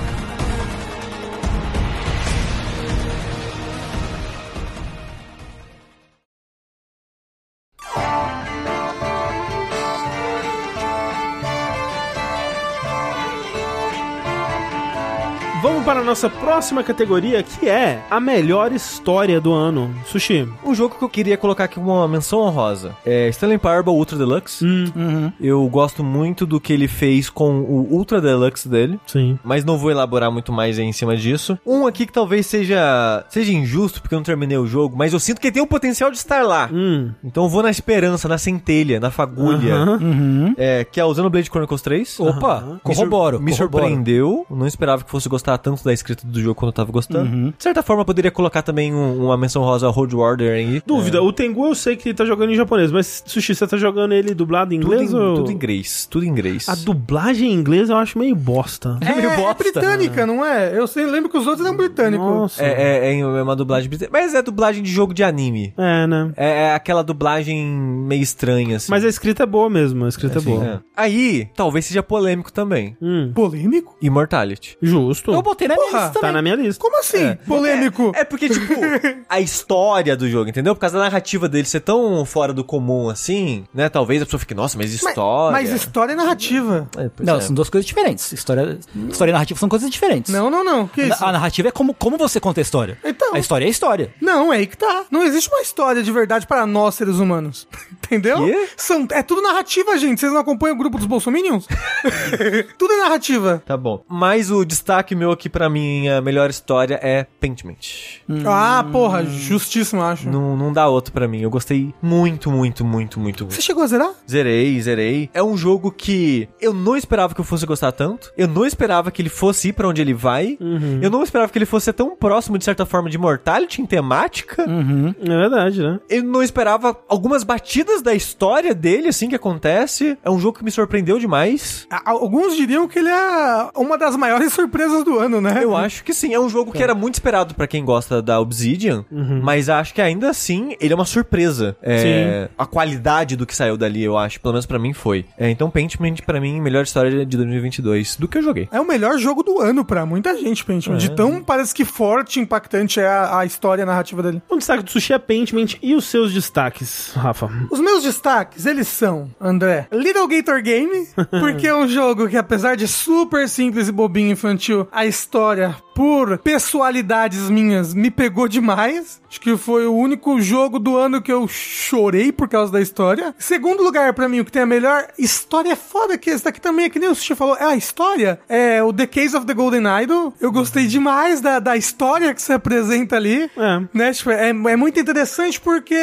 [SPEAKER 1] Vamos para a nossa próxima categoria, que é a melhor história do ano. Sushi.
[SPEAKER 4] Um jogo que eu queria colocar aqui como uma menção honrosa é Stanley Parable Ultra Deluxe.
[SPEAKER 3] Uhum.
[SPEAKER 4] Eu gosto muito do que ele fez com o Ultra Deluxe dele.
[SPEAKER 1] Sim.
[SPEAKER 4] Mas não vou elaborar muito mais em cima disso. Um aqui que talvez seja seja injusto, porque eu não terminei o jogo, mas eu sinto que ele tem o potencial de estar lá.
[SPEAKER 1] Hum.
[SPEAKER 4] Então eu vou na esperança, na centelha, na fagulha.
[SPEAKER 1] Aham.
[SPEAKER 2] Uhum.
[SPEAKER 4] É, que é usando Blade Chronicles 3.
[SPEAKER 2] Opa,
[SPEAKER 4] Me sur-
[SPEAKER 2] corroboro.
[SPEAKER 4] Me
[SPEAKER 2] corroboro.
[SPEAKER 4] surpreendeu. Não esperava que fosse gostar tanto da escrita do jogo quando eu tava gostando. De certa forma, eu poderia colocar também um- uma menção rosa ao Road Warrior aí. É,
[SPEAKER 1] Dúvida, o Tengu eu sei que ele tá jogando em japonês, mas Sushi, você tá jogando ele dublado em
[SPEAKER 4] É, tudo,
[SPEAKER 1] inglês
[SPEAKER 4] em,
[SPEAKER 1] ou...
[SPEAKER 4] tudo em inglês. Tudo em inglês.
[SPEAKER 1] A dublagem em inglês eu acho meio bosta.
[SPEAKER 4] né,
[SPEAKER 3] É,
[SPEAKER 2] meio
[SPEAKER 3] é
[SPEAKER 2] bosta.
[SPEAKER 3] britânica, não é? Eu sei, lembro que os outros eram britânicos.
[SPEAKER 1] Nossa. É,
[SPEAKER 4] É, é, é uma dublagem. brita- Mas é dublagem de jogo de anime.
[SPEAKER 1] né?
[SPEAKER 4] É, é aquela dublagem meio estranha, assim.
[SPEAKER 1] Mas a escrita é boa mesmo, a escrita é,
[SPEAKER 4] Assim,
[SPEAKER 1] boa.
[SPEAKER 4] é. Aí, talvez seja polêmico também.
[SPEAKER 1] Hum,
[SPEAKER 3] Polêmico?
[SPEAKER 4] Immortality.
[SPEAKER 1] justo.
[SPEAKER 2] Eu botei na minha
[SPEAKER 3] Porra,
[SPEAKER 2] lista
[SPEAKER 1] Tá
[SPEAKER 2] também.
[SPEAKER 1] na minha lista.
[SPEAKER 3] Como assim? Polêmico?
[SPEAKER 4] É porque, tipo, a história do jogo, entendeu? Por causa da narrativa dele ser tão fora do comum assim, né? Talvez a pessoa fique, nossa, mas
[SPEAKER 3] Mas-
[SPEAKER 4] história.
[SPEAKER 3] Mas história e narrativa.
[SPEAKER 4] É, pois
[SPEAKER 2] Não,
[SPEAKER 4] é.
[SPEAKER 2] são duas coisas diferentes. História, história e narrativa são coisas diferentes.
[SPEAKER 3] Não, não, não. Que isso?
[SPEAKER 2] A narrativa é como, como você conta a história.
[SPEAKER 3] Então.
[SPEAKER 2] A história é a história.
[SPEAKER 3] Não, é aí que tá. Não existe uma história de verdade para nós, seres humanos. Entendeu?
[SPEAKER 4] Quê?
[SPEAKER 3] São, é tudo narrativa, gente. Vocês não acompanham o grupo dos bolsominions? tudo é narrativa.
[SPEAKER 4] Tá bom. Mas o destaque meu aqui pra mim, a melhor história é Pentiment.
[SPEAKER 3] Ah, porra, justíssimo, acho.
[SPEAKER 4] Hum. Não, não dá outro pra mim. Eu gostei muito, muito, muito, muito. muito.
[SPEAKER 3] Você chegou a zerar?
[SPEAKER 4] Zerei, zerei. É um jogo que eu não esperava que eu fosse gostar tanto. Eu não esperava que ele fosse ir pra onde ele vai. Eu não esperava que ele fosse ser tão próximo, de certa forma, de Mortality em temática.
[SPEAKER 1] É verdade, né?
[SPEAKER 4] Eu não esperava algumas batidas da história dele, assim, que acontece. É um jogo que me surpreendeu demais.
[SPEAKER 3] A- Alguns diriam que ele é uma das maiores surpresas do ano, né?
[SPEAKER 4] Eu acho que sim, é um jogo que era muito esperado pra quem gosta da Obsidian, mas acho que ainda assim ele é uma surpresa. É, A qualidade do que saiu dali, eu acho, pelo menos pra mim foi. É, então, Paintment pra mim, melhor história de 2022 do que eu joguei.
[SPEAKER 3] É o melhor jogo do ano pra muita gente,
[SPEAKER 4] É.
[SPEAKER 3] Pentiment. De tão parece que forte e impactante é a, a história e a narrativa dele.
[SPEAKER 1] O destaque do Sushi é Paintment e os seus destaques, Rafa.
[SPEAKER 3] Os meus destaques, eles são, André, Little Gator Game, porque é um jogo que, apesar de super simples e bobinho infantil, a história, por pessoalidades minhas, me pegou demais. Acho que foi o único jogo do ano que eu chorei por causa da história. Segundo lugar, pra mim, o que tem a melhor história é foda, que esse daqui também é que nem o Sushi falou, é a história, é o The Case of the Golden Idol. Eu gostei demais da, da história que se apresenta ali.
[SPEAKER 1] É.
[SPEAKER 3] Né? Tipo, é, é muito interessante porque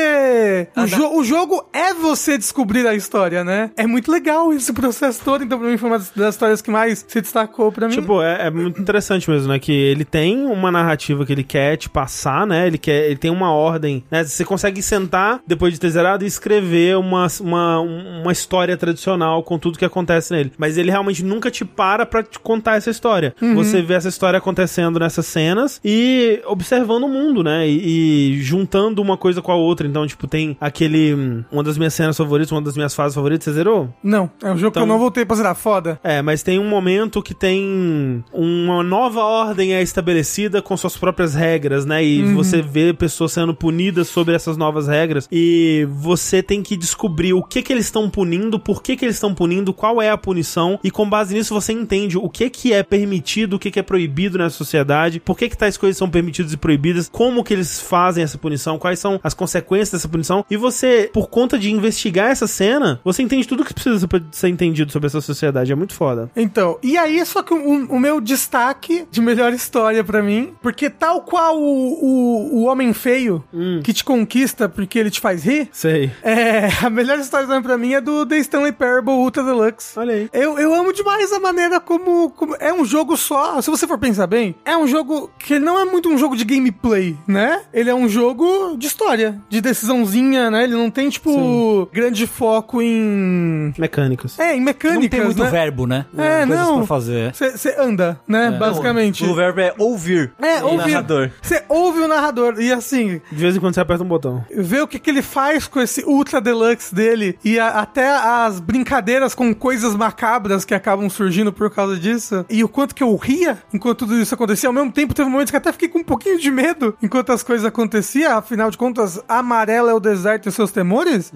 [SPEAKER 3] o, jo- o jogo é você descobrir a história, né? É muito legal esse processo todo, então pra mim foi uma das, das histórias que mais se destacou pra mim.
[SPEAKER 1] Tipo, é, é muito interessante mesmo, né? Que ele tem uma narrativa que ele quer te passar, né? Ele, quer, ele tem uma ordem, né? Você consegue sentar, depois de ter zerado, e escrever uma, uma, uma história tradicional com tudo que acontece nele. Mas ele realmente nunca te para pra te contar essa história. Você vê essa história acontecendo nessas cenas e observando o mundo, né? E, e juntando uma coisa com a outra. Então, tipo, tem aquele... hum, Uma das minhas cenas favoritas, uma das minhas fases favoritas. Você zerou?
[SPEAKER 3] não, é um jogo que eu
[SPEAKER 1] Então-
[SPEAKER 3] não voltei pra zerar, foda.
[SPEAKER 1] É, mas tem um momento que tem uma nova ordem é estabelecida com suas próprias regras, né? E você vê pessoas sendo punidas sobre essas novas regras e você tem que descobrir o que que eles estão punindo, por que que eles estão punindo, qual é a punição e com base nisso você entende o que que é permitido, o que que é proibido na sociedade, por que que tais coisas são permitidas e proibidas, como que eles fazem essa punição, quais são as consequências dessa punição e você, por conta de investigar essa cena, você entende tudo que precisa pra ser entendido sobre essa sociedade, é muito foda.
[SPEAKER 3] Então, e aí, só que o, o meu destaque de melhor história pra mim, porque tal qual o, o, o Homem Feio,
[SPEAKER 1] Hum.
[SPEAKER 3] que te conquista porque ele te faz rir,
[SPEAKER 1] Sei.
[SPEAKER 3] é, a melhor história do ano pra mim é do The Stanley Parable Ultra Deluxe.
[SPEAKER 1] Olha aí.
[SPEAKER 3] Eu, eu amo demais a maneira como, como- É um jogo só. Se você for pensar bem, é um jogo que não é muito um jogo de gameplay, né? Ele é um jogo de história, de decisãozinha, né? Ele não tem, tipo, grande foco em.
[SPEAKER 1] Mecânicas.
[SPEAKER 3] É, em mecânicas.
[SPEAKER 2] não tem muito
[SPEAKER 3] né?
[SPEAKER 2] verbo, né?
[SPEAKER 3] É,
[SPEAKER 2] Coisas
[SPEAKER 3] não.
[SPEAKER 2] pra fazer.
[SPEAKER 3] Você anda,
[SPEAKER 2] É.
[SPEAKER 3] né? Basicamente.
[SPEAKER 4] O verbo é ouvir.
[SPEAKER 3] É,
[SPEAKER 4] O
[SPEAKER 3] ouvir.
[SPEAKER 4] narrador.
[SPEAKER 3] Você ouve o narrador. E assim,
[SPEAKER 1] De vez em quando você aperta um botão.
[SPEAKER 3] ver o que, que ele faz com esse Ultra Deluxe dele e a- até as brincadeiras com coisas macabras que acabam surgindo por causa disso. E o quanto que eu ria enquanto tudo isso acontecia. Ao mesmo tempo, teve momentos que até fiquei com um pouquinho de medo enquanto as coisas aconteciam. Afinal de contas, amarelo é o deserto e seus temores.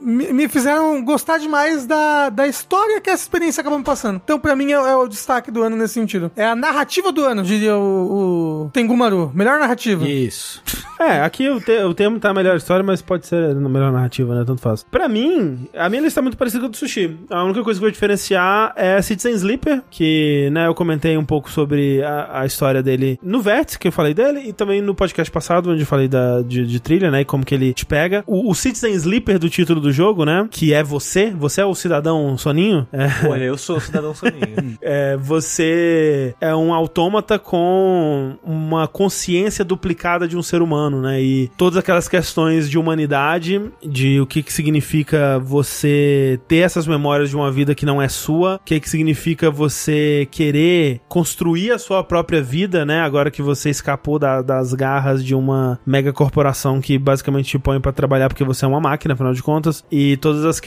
[SPEAKER 3] me, me fizeram gostar demais da, da história que essa experiência acabou me passando. Então, pra mim, é, é o destaque do ano nesse sentido. É a narrativa do ano, diria o, o Tengumaru. Melhor narrativa.
[SPEAKER 2] Isso.
[SPEAKER 1] É, aqui o, te- o termo tá melhor história, mas pode ser na melhor narrativa, né? Tanto faz. Pra mim, a minha lista é muito parecida com a do sushi. A única coisa que eu vou diferenciar é Citizen Sleeper, que, né, eu comentei um pouco sobre a, a história dele no Vértice, que eu falei dele, e também no podcast passado, onde eu falei da, de, de trilha, né? E como que ele te pega. O, o Citizen Sleeper do título do jogo, né? Que é você, você é o cidadão soninho. É,
[SPEAKER 4] Olha, eu sou cidadão soninho.
[SPEAKER 1] é, você é um autômata com uma consciência duplicada de um ser humano, né? E todas aquelas questões de humanidade, de o que, que significa você ter essas memórias de uma vida que não é sua, o que, que significa você querer construir a sua própria vida, né? Agora que você escapou da- das garras de uma mega corporação que basicamente te põe pra trabalhar porque você é uma máquina, afinal de contas, e todas as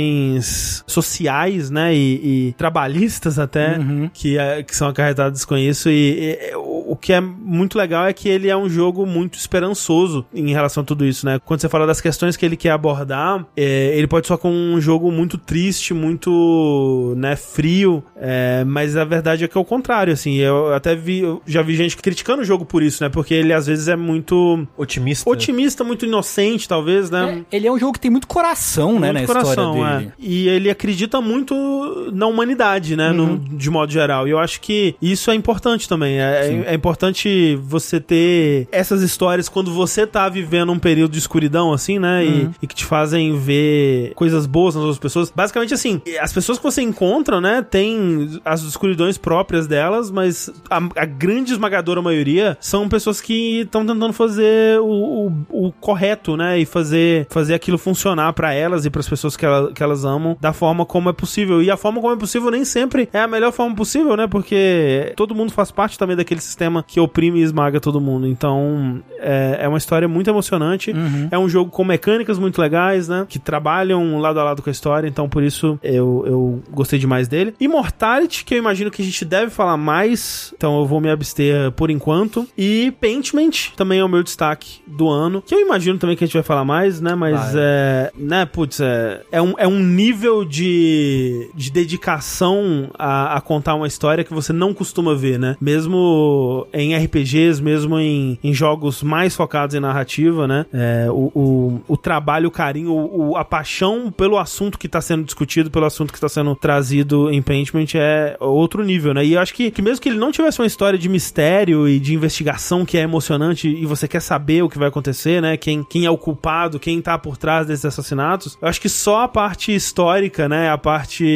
[SPEAKER 1] questões sociais, né, e, e trabalhistas até, que, é- que são acarretadas com isso, e, e- o o que é muito legal é que ele é um jogo muito esperançoso em relação a tudo isso, né, quando você fala das questões que ele quer abordar, é, ele pode só com um jogo muito triste, muito, né, frio, é, mas a verdade é que é o contrário, assim, eu até vi, eu já vi gente criticando o jogo por isso, né, porque ele às vezes é muito
[SPEAKER 4] Otimista.
[SPEAKER 1] otimista, muito inocente, talvez, né,
[SPEAKER 2] ele é um jogo que tem muito coração, né,
[SPEAKER 1] muito
[SPEAKER 2] na história
[SPEAKER 1] é.
[SPEAKER 2] dele.
[SPEAKER 1] E ele acredita muito na humanidade, né?
[SPEAKER 2] Uhum.
[SPEAKER 1] no- de modo geral. E eu acho que isso é importante também. É, é importante você ter essas histórias quando você tá vivendo um período de escuridão, assim, né? E-
[SPEAKER 2] Uhum.
[SPEAKER 1] E, que te fazem ver coisas boas nas outras pessoas. Basicamente, assim, as pessoas que você encontra, né? Tem as escuridões próprias delas, mas a, a grande esmagadora maioria são pessoas que estão tentando fazer o, o- o correto, né? E fazer, fazer aquilo funcionar pra elas e pras pessoas que, ela- que elas amam da forma como é possível. E a forma como é possível nem sempre é a melhor forma possível, né? Porque todo mundo faz parte também daquele sistema que oprime e esmaga todo mundo. Então é, é uma história muito emocionante. É um jogo com mecânicas muito legais, né? Que trabalham lado a lado com a história. Então por isso eu, eu gostei demais dele. Immortality, que eu imagino que a gente deve falar mais. Então eu vou me abster por enquanto. E Paintment também é o meu destaque do ano. Que eu imagino também que a gente vai falar mais, né? Mas
[SPEAKER 4] Vai.
[SPEAKER 1] é, né, putz, é, é, um, é um nível de, de dedicação a, a contar uma história que você não costuma ver, né? Mesmo em RPGs, mesmo em, em jogos mais focados em narrativa, né? É, o, o, o trabalho, o carinho, o, o- a paixão pelo assunto que está sendo discutido, pelo assunto que está sendo trazido em Paintment é outro nível, né? E eu acho que, que mesmo que ele não tivesse uma história de mistério e de investigação que é emocionante e você quer saber o que vai acontecer, né? Quem, quem é o culpado, quem tá por trás desses assassinatos. Eu acho que só a parte histórica, né? A parte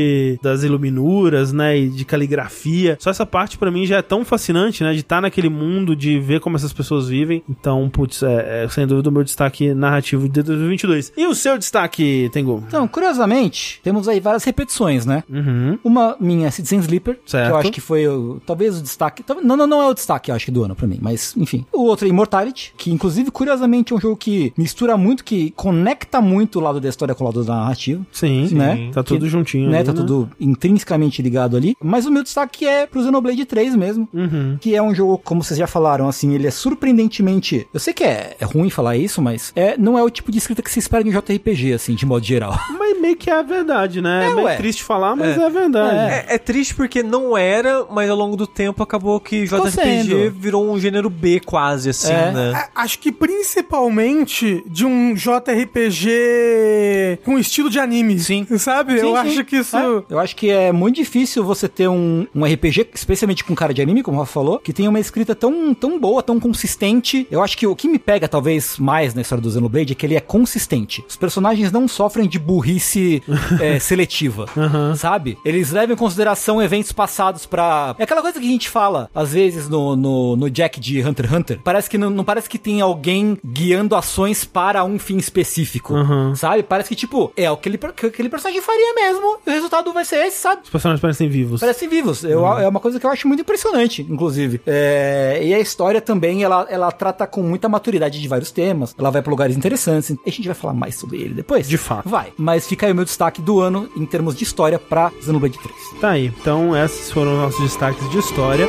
[SPEAKER 1] das iluminuras, né? E de caligrafia. Só essa parte pra mim já é tão fascinante, né? De estar naquele mundo, de ver como essas pessoas vivem. Então, putz, é, é, sem dúvida o meu destaque narrativo de 2022. E o seu destaque, Tengu?
[SPEAKER 2] Então, curiosamente, temos aí várias repetições, né?
[SPEAKER 1] Uhum.
[SPEAKER 2] Uma minha Citizen Sleeper,
[SPEAKER 1] Certo.
[SPEAKER 2] que eu acho que foi o- talvez o destaque. talvez- Não, não, não é o destaque, eu acho, do ano pra mim, mas enfim. O outro é Immortality, que inclusive, curiosamente, é um jogo que mistura muito, que conecta muito o lado da história com o lado da narrativa.
[SPEAKER 1] Sim,
[SPEAKER 2] Né?
[SPEAKER 1] Tá tudo
[SPEAKER 2] Que-
[SPEAKER 1] juntinho.
[SPEAKER 2] Né,
[SPEAKER 1] ali,
[SPEAKER 2] tá tudo intrinsecamente ligado ali. Mas o meu destaque é pro Xenoblade 3 mesmo.
[SPEAKER 1] Uhum.
[SPEAKER 2] Que é um jogo, como vocês já falaram, assim, ele é surpreendentemente. Eu sei que é, é ruim falar isso, mas é, não é o tipo de escrita que se espera de um JRPG, assim, de modo geral.
[SPEAKER 1] Mas meio que é a verdade, né? É,
[SPEAKER 2] É,
[SPEAKER 1] meio
[SPEAKER 2] ué.
[SPEAKER 1] triste falar, mas é, a verdade.
[SPEAKER 4] É, é triste porque não era, mas ao longo do tempo acabou que
[SPEAKER 2] Ficou
[SPEAKER 4] JRPG
[SPEAKER 2] sendo.
[SPEAKER 4] virou um gênero B quase, assim,
[SPEAKER 2] É.
[SPEAKER 4] né?
[SPEAKER 3] A- Acho que principalmente de um JRPG com estilo de anime.
[SPEAKER 1] Sim.
[SPEAKER 3] Sabe?
[SPEAKER 2] Sim,
[SPEAKER 3] Eu
[SPEAKER 2] sim.
[SPEAKER 3] acho que isso.
[SPEAKER 2] É, eu acho que é muito difícil você ter um, um RPG, especialmente com cara de anime, como o Rafa falou, que tenha uma escrita tão, tão boa, tão consistente. Eu acho que o que me pega talvez mais na história do Xenoblade é que ele é consistente. Os personagens não sofrem de burrice é, seletiva, sabe? Eles levam em consideração eventos passados pra... É aquela coisa que a gente fala, às vezes, no, no, no Jack de Hunter x Hunter. Parece que não, não parece que tem alguém guiando ações para um fim específico, sabe? Parece que, tipo, é o que ele, que aquele personagem faria mesmo, e o resultado vai ser esse, sabe?
[SPEAKER 1] Os personagens parecem vivos.
[SPEAKER 2] Parecem vivos. Eu- É uma coisa que eu acho muito impressionante, inclusive. É, e a história também, ela, ela trata com muita maturidade de vários temas. Ela vai pra lugares interessantes. A gente vai falar mais sobre ele depois.
[SPEAKER 1] De fato.
[SPEAKER 2] Vai. Mas fica aí o meu destaque do ano em termos de história pra Xenoblade 3.
[SPEAKER 1] Tá aí. Então, esses foram os nossos destaques de história.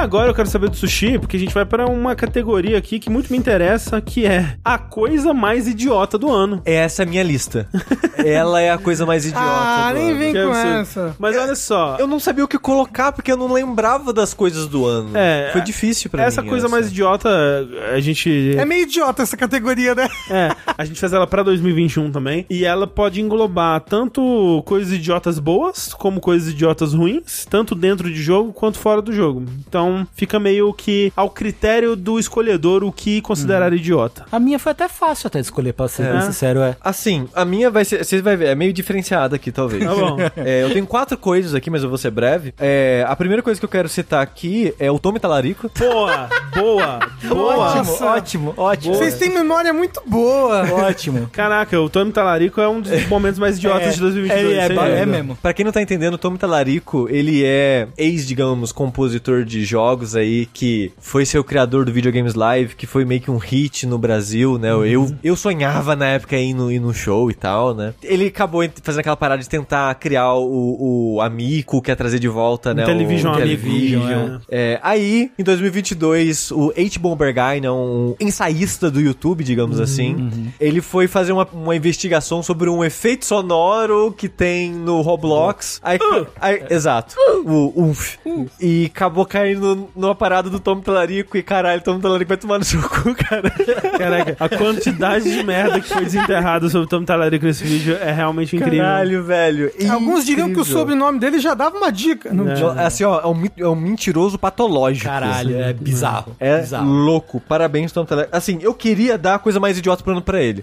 [SPEAKER 1] agora eu quero saber do sushi, porque a gente vai pra uma categoria aqui que muito me interessa, que é a coisa mais idiota do ano.
[SPEAKER 4] Essa é a minha lista. Ela é a coisa mais idiota.
[SPEAKER 3] Ah,
[SPEAKER 4] do
[SPEAKER 3] nem
[SPEAKER 4] ano.
[SPEAKER 3] vem
[SPEAKER 1] Que
[SPEAKER 3] com
[SPEAKER 1] absurdo.
[SPEAKER 3] essa.
[SPEAKER 1] Mas olha só,
[SPEAKER 4] Eu não sabia o que colocar porque eu não lembrava das coisas do ano.
[SPEAKER 1] É,
[SPEAKER 4] Foi difícil pra
[SPEAKER 1] essa
[SPEAKER 4] mim.
[SPEAKER 1] coisa mais idiota, a gente.
[SPEAKER 3] É meio idiota essa categoria, né?
[SPEAKER 1] É, a gente fez ela pra 2021 também. E ela pode englobar tanto coisas idiotas boas, como coisas idiotas ruins, tanto dentro de jogo quanto fora do jogo. Então fica meio que ao critério do escolhedor o que considerar idiota.
[SPEAKER 2] A minha foi até fácil até de escolher, pra ser bem sincero, é.
[SPEAKER 4] Assim, a minha vai ser. Vocês vão ver, é meio diferenciada aqui, talvez.
[SPEAKER 1] Tá bom.
[SPEAKER 4] É, eu tenho quatro coisas aqui, mas eu vou ser breve. É, a primeira coisa que eu quero citar aqui é o Tommy Talarico.
[SPEAKER 1] Boa, boa, boa.
[SPEAKER 3] Nossa.
[SPEAKER 2] ótimo, ótimo.
[SPEAKER 3] Vocês têm memória muito boa.
[SPEAKER 2] Ótimo.
[SPEAKER 1] Caraca, o Tony Talarico é um dos momentos mais idiotas de 2022.
[SPEAKER 2] É, é,
[SPEAKER 1] sem
[SPEAKER 2] é,
[SPEAKER 1] dúvida.
[SPEAKER 2] mesmo.
[SPEAKER 4] Pra quem não tá entendendo, o Tommy Talarico, ele é ex, digamos, compositor de jogos aí, que foi seu criador do Videogames Live, que foi meio que um hit no Brasil, né?
[SPEAKER 2] Uhum.
[SPEAKER 4] Eu, eu sonhava na época em ir no, ir no show e tal, né? Ele acabou ent- fazendo aquela parada de tentar criar o, o Amico, que ia trazer de volta, né?
[SPEAKER 1] Um Television né?
[SPEAKER 4] o,
[SPEAKER 1] Amico,
[SPEAKER 4] Television, é. aí, em 2022, o H. Bomber Guy, né, um ensaísta do YouTube, digamos
[SPEAKER 1] Uhum,
[SPEAKER 4] assim, ele foi fazer uma, uma investigação sobre um efeito sonoro que tem no
[SPEAKER 1] Uh.
[SPEAKER 4] Roblox. Aí, aí-
[SPEAKER 1] É.
[SPEAKER 4] exato. O umf. E acabou caindo numa parada do Tom Talarico e caralho, Tom Talarico vai tomar no seu cu, cara.
[SPEAKER 1] Caraca, a quantidade de merda que foi desenterrada sobre o Tony Talarico nesse vídeo é realmente incrível.
[SPEAKER 4] Caralho, velho.
[SPEAKER 3] Alguns diriam que o
[SPEAKER 4] Incrível.
[SPEAKER 3] sobrenome dele já dava uma dica. Não,
[SPEAKER 4] Jo- Assim, ó, é um, mi- é um mentiroso patológico.
[SPEAKER 2] Caralho, é bizarro.
[SPEAKER 4] É
[SPEAKER 2] bizarro.
[SPEAKER 4] louco. Parabéns, Tom Telec. Assim, eu queria dar a coisa mais idiota pro ano pra ele.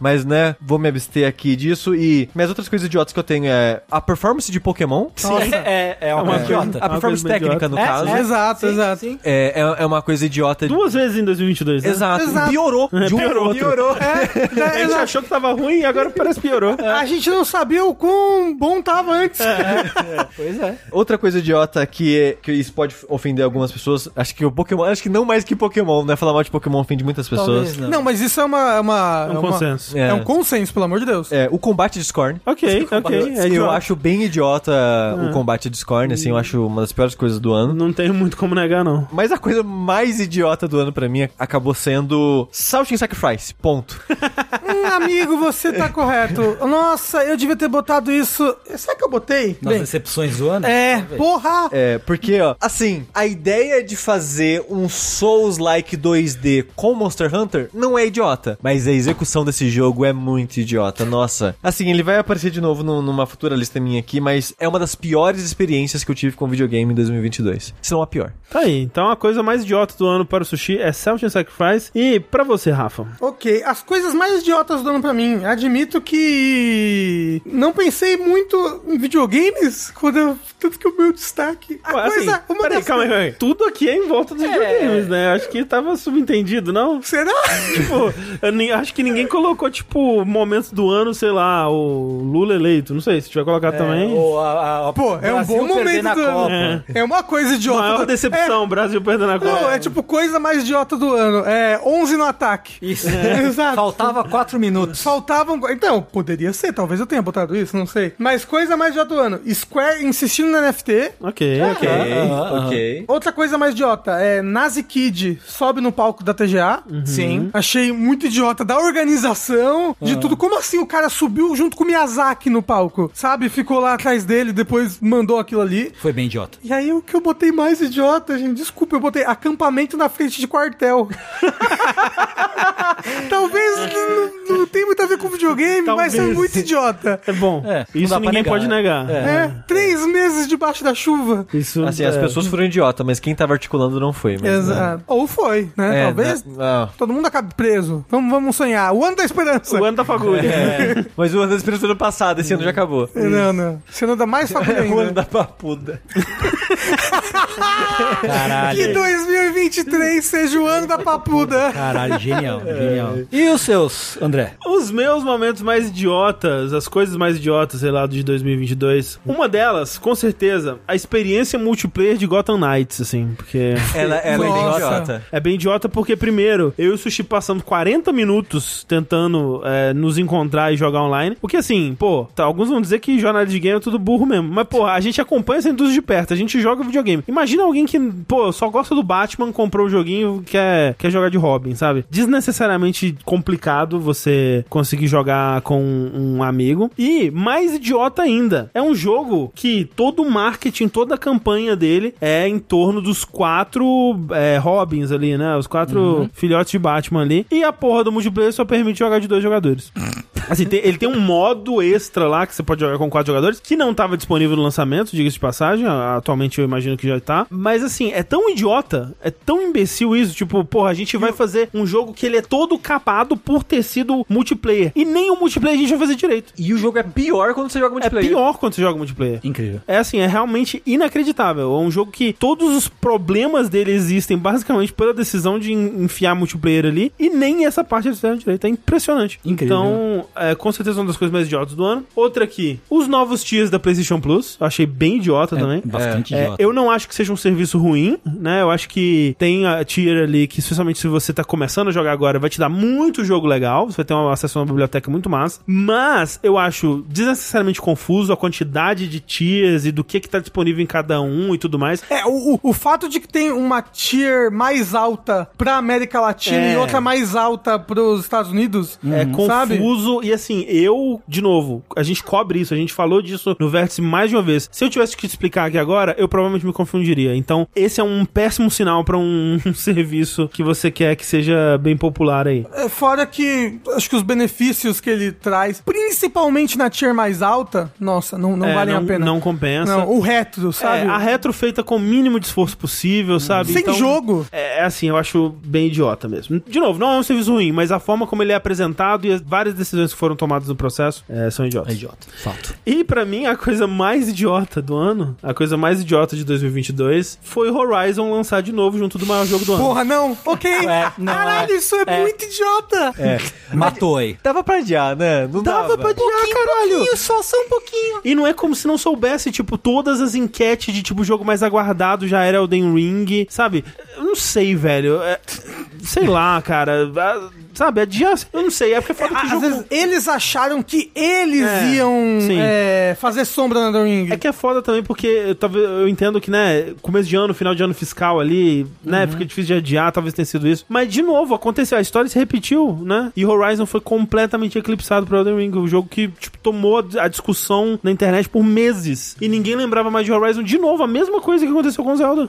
[SPEAKER 4] Mas, né, vou me abster aqui disso. E minhas outras coisas idiotas que eu tenho é a performance de Pokémon.
[SPEAKER 2] Sim, é, é uma
[SPEAKER 1] coisa-
[SPEAKER 2] idiota.
[SPEAKER 4] A
[SPEAKER 1] uma
[SPEAKER 4] performance
[SPEAKER 1] coisa meio
[SPEAKER 4] técnica,
[SPEAKER 1] idiota.
[SPEAKER 4] no
[SPEAKER 2] É,
[SPEAKER 4] caso.
[SPEAKER 2] é.
[SPEAKER 3] Exato,
[SPEAKER 2] Sim,
[SPEAKER 3] exato.
[SPEAKER 2] sim.
[SPEAKER 4] É, é, é uma coisa idiota.
[SPEAKER 1] Duas vezes em 2022, né?
[SPEAKER 4] Exato.
[SPEAKER 3] Exato.
[SPEAKER 4] Piorou. De um É.
[SPEAKER 1] Piorou.
[SPEAKER 4] pro Piorou.
[SPEAKER 1] A gente achou que tava ruim e agora parece que piorou.
[SPEAKER 3] Né, A gente não sabia o quão bom tava antes.
[SPEAKER 2] Pois é.
[SPEAKER 4] Outra coisa idiota que, é- que isso pode ofender algumas pessoas. Acho que o Pokémon. Acho que não mais que Pokémon, né? Falar mal de Pokémon ofende muitas pessoas.
[SPEAKER 2] Talvez não.
[SPEAKER 3] Não, mas isso é uma. É, uma, é
[SPEAKER 1] É um
[SPEAKER 3] uma-
[SPEAKER 1] consenso.
[SPEAKER 3] É um consenso, pelo amor de Deus.
[SPEAKER 4] É, o combate de Scorn.
[SPEAKER 1] Ok, ok. é
[SPEAKER 4] eu
[SPEAKER 1] idiota. Ah. Hum.
[SPEAKER 4] acho bem idiota o combate de Scorn, assim, eu acho uma das piores coisas do ano.
[SPEAKER 1] Não tenho muito como negar, não.
[SPEAKER 4] Mas a coisa mais idiota do ano pra mim acabou sendo Salting Sacrifice, ponto.
[SPEAKER 3] Hum, amigo, você tá correto. Nossa, eu devia ter botado isso. Será que eu botei?
[SPEAKER 2] Nas
[SPEAKER 3] Bem,
[SPEAKER 2] decepções do ano?
[SPEAKER 3] é, porra!
[SPEAKER 4] É, porque, ó, assim, a ideia de fazer um Souls-like 2D com Monster Hunter não é idiota, mas a execução desse jogo é muito idiota, nossa. Assim, ele vai aparecer de novo no- numa futura lista minha aqui, mas é uma das piores experiências que eu tive com videogame em 2022, se não a pior.
[SPEAKER 1] Tá aí. Então a coisa mais idiota do ano para o sushi é Self Sacrifice. E pra você, Rafa?
[SPEAKER 3] Ok, as coisas mais idiotas do ano pra mim. Admito que não pensei muito em videogames quando eu, tanto que o meu destaque. A
[SPEAKER 1] Ué,
[SPEAKER 3] coisa,
[SPEAKER 1] assim,
[SPEAKER 3] uma
[SPEAKER 1] peraí,
[SPEAKER 3] das-
[SPEAKER 1] calma aí, calma aí. Tudo aqui é em volta dos videogames, né? Acho que tava subentendido, não?
[SPEAKER 3] Será?
[SPEAKER 1] tipo, eu nem- acho que ninguém colocou, tipo, momentos do ano, sei lá, o Lula eleito. Não sei, se tiver colocado também.
[SPEAKER 2] Ou a- a- a-
[SPEAKER 3] Pô, é um
[SPEAKER 2] Brasil
[SPEAKER 3] bom
[SPEAKER 2] perder
[SPEAKER 3] momento
[SPEAKER 2] na
[SPEAKER 3] do ano.
[SPEAKER 2] Copa.
[SPEAKER 1] É.
[SPEAKER 3] É uma coisa idiota.
[SPEAKER 1] Maior decepção, Brasil perdendo a
[SPEAKER 3] É, não,
[SPEAKER 1] Copa.
[SPEAKER 3] é tipo coisa mais idiota do ano. É 11 no ataque.
[SPEAKER 2] Isso.
[SPEAKER 3] Exato.
[SPEAKER 2] Faltava quatro minutos.
[SPEAKER 3] Faltavam. Então, poderia ser, talvez eu tenha botado isso, não sei. Mas coisa mais idiota do ano. Square insistindo na NFT.
[SPEAKER 1] Ok, ok. ah,
[SPEAKER 2] aham,
[SPEAKER 4] ok.
[SPEAKER 3] Outra coisa mais idiota é Nazi Kid sobe no palco da TGA.
[SPEAKER 2] Sim.
[SPEAKER 3] Achei muito idiota da organização, de tudo. Como assim o cara subiu junto com o Miyazaki no palco? Sabe? Ficou lá atrás dele, depois mandou aquilo ali.
[SPEAKER 2] Foi bem idiota.
[SPEAKER 3] E aí, o que eu botei mais idiota, gente? Desculpa, eu botei acampamento na frente de quartel. Talvez não, não- não tenha muito a ver com videogame, mas é
[SPEAKER 1] Talvez.
[SPEAKER 3] muito idiota.
[SPEAKER 1] É bom.
[SPEAKER 2] É, não
[SPEAKER 1] Isso
[SPEAKER 2] dá pra
[SPEAKER 1] ninguém
[SPEAKER 2] negar,
[SPEAKER 1] pode
[SPEAKER 2] né?
[SPEAKER 1] negar.
[SPEAKER 3] É, três meses debaixo da chuva.
[SPEAKER 1] Isso
[SPEAKER 4] Assim, as
[SPEAKER 1] é.
[SPEAKER 4] pessoas foram idiota, mas quem tava articulando não foi. Mas,
[SPEAKER 3] Exato. Ou foi, né?
[SPEAKER 4] É,
[SPEAKER 3] Talvez
[SPEAKER 4] né? Ah.
[SPEAKER 3] todo mundo acabe preso. Vamos, vamos sonhar. O ano da esperança.
[SPEAKER 1] O ano da fagulha.
[SPEAKER 4] Mas o ano da esperança do ano passado, esse ano já acabou.
[SPEAKER 3] Não, não. Você não dá mais
[SPEAKER 1] É
[SPEAKER 3] faculdade
[SPEAKER 4] o ano
[SPEAKER 3] ainda.
[SPEAKER 4] É da papuda.
[SPEAKER 3] Que
[SPEAKER 2] Caralho.
[SPEAKER 3] 2023 seja o ano da papuda.
[SPEAKER 1] né?
[SPEAKER 2] Caralho, genial, genial. E os seus, André?
[SPEAKER 1] O os meus momentos mais idiotas, as coisas mais idiotas, sei lá, de 2022. Uma delas, com certeza, a experiência multiplayer de Gotham Knights, assim, porque...
[SPEAKER 4] Ela, ela é bem
[SPEAKER 3] Nossa.
[SPEAKER 4] idiota.
[SPEAKER 1] É bem idiota porque, primeiro, eu e o Sushi passamos 40 minutos tentando é, nos encontrar e jogar online. Porque, assim, pô, tá, alguns vão dizer que jornalista de game é tudo burro mesmo. Mas, porra, a gente acompanha essa indústria de perto, a gente joga videogame. Imagina alguém que, pô, só gosta do Batman, comprou o joguinho e quer, quer jogar de Robin, sabe? Desnecessariamente complicado você conseguir jogar com um amigo. E, mais idiota ainda, é um jogo que todo o marketing, toda a campanha dele é em torno dos quatro é, Robins ali, né? Os quatro filhotes de Batman ali. E a porra do multiplayer só permite jogar de dois jogadores. Assim, tem- ele tem um modo extra lá que você pode jogar com quatro jogadores, que não estava disponível no lançamento, diga-se de passagem. a- Atualmente eu imagino que já tá. Mas assim, é tão idiota, é tão imbecil isso. Tipo, porra, a gente vai fazer um jogo que ele é todo capado por ter sido multiplayer. E nem o multiplayer a gente vai fazer direito.
[SPEAKER 4] E o jogo é pior quando você joga
[SPEAKER 1] É
[SPEAKER 4] multiplayer.
[SPEAKER 1] pior quando você joga multiplayer.
[SPEAKER 2] Incrível.
[SPEAKER 1] É assim, é realmente inacreditável. É um jogo que todos os problemas dele existem basicamente pela decisão de en- enfiar multiplayer ali e nem essa parte eles fizeram direito. É impressionante.
[SPEAKER 2] Incrível.
[SPEAKER 1] Então, é, com certeza uma das coisas mais idiotas do ano. Outra aqui, os novos tiers da PlayStation Plus. Eu achei bem idiota também.
[SPEAKER 2] Bastante
[SPEAKER 1] É,
[SPEAKER 2] idiota.
[SPEAKER 1] eu não acho que seja um serviço ruim, né? Eu acho que tem a tier ali que, especialmente se você tá começando a jogar agora, vai te dar muito jogo legal. Você vai ter um acesso a uma biblioteca muito massa. Mas eu acho desnecessariamente confuso a quantidade de tiers e do que que tá disponível em cada um e tudo mais.
[SPEAKER 3] É, o, o- o fato de que tem uma tier mais alta pra América Latina
[SPEAKER 1] É.
[SPEAKER 3] e outra mais alta pros Estados Unidos.
[SPEAKER 1] É
[SPEAKER 3] sabe?
[SPEAKER 1] confuso e assim, eu, de novo, a gente cobre isso, a gente falou disso no vértice mais de uma vez. Se eu tivesse que explicar aqui agora, eu provavelmente me confundiria. Então, esse é um péssimo sinal pra um, um serviço que você quer que seja bem popular aí.
[SPEAKER 3] É, Fora que acho que os benefícios que ele traz, principalmente na tier mais alta, nossa, não, não
[SPEAKER 1] É,
[SPEAKER 3] valem a pena.
[SPEAKER 1] Não compensa.
[SPEAKER 3] Não, o retro,
[SPEAKER 1] É,
[SPEAKER 3] sabe?
[SPEAKER 1] a retro feita com o mínimo de esforço possível, sabe?
[SPEAKER 3] Sem
[SPEAKER 1] Então,
[SPEAKER 3] jogo.
[SPEAKER 1] É, é assim, eu acho bem idiota mesmo. De novo, não é um serviço ruim, mas a forma como ele é apresentado e as várias decisões que foram tomadas no processo é, são
[SPEAKER 2] É
[SPEAKER 1] idiotas.
[SPEAKER 2] idiota. Fato.
[SPEAKER 1] E pra mim, a coisa mais idiota do ano, a coisa mais idiota de 2022, foi Horizon lançar de novo junto do maior jogo do ano.
[SPEAKER 3] Porra, não. Ok.
[SPEAKER 2] É, não,
[SPEAKER 3] Caralho,
[SPEAKER 2] é.
[SPEAKER 3] isso é,
[SPEAKER 2] É.
[SPEAKER 3] muito idiota.
[SPEAKER 2] Matou aí.
[SPEAKER 4] Dava pra adiar, né? Não dava.
[SPEAKER 1] adiar, caralho!
[SPEAKER 2] Só, só um pouquinho.
[SPEAKER 1] E não é como se não soubesse, tipo, todas as enquetes de tipo jogo mais aguardado já era Elden Ring, sabe? Eu não sei, velho. É, sei lá, cara. Ah, Sabe, é dia. Eu não sei, é porque foda que o
[SPEAKER 3] Ah, Às
[SPEAKER 1] jogo.
[SPEAKER 3] vezes eles acharam que eles
[SPEAKER 1] É,
[SPEAKER 3] iam
[SPEAKER 1] sim.
[SPEAKER 3] é, fazer sombra na Elden Ring.
[SPEAKER 1] É que é foda também, porque eu, talvez- eu entendo que, né, começo de ano, final de ano fiscal ali, né,
[SPEAKER 2] Uhum.
[SPEAKER 1] fica difícil de adiar, talvez tenha sido isso. Mas, de novo, aconteceu, a história se repetiu, né? E Horizon foi completamente eclipsado por Elden Ring, o jogo que, tipo, tomou a discussão na internet por meses. E ninguém lembrava mais de Horizon. De novo, a mesma coisa que aconteceu com Zelda.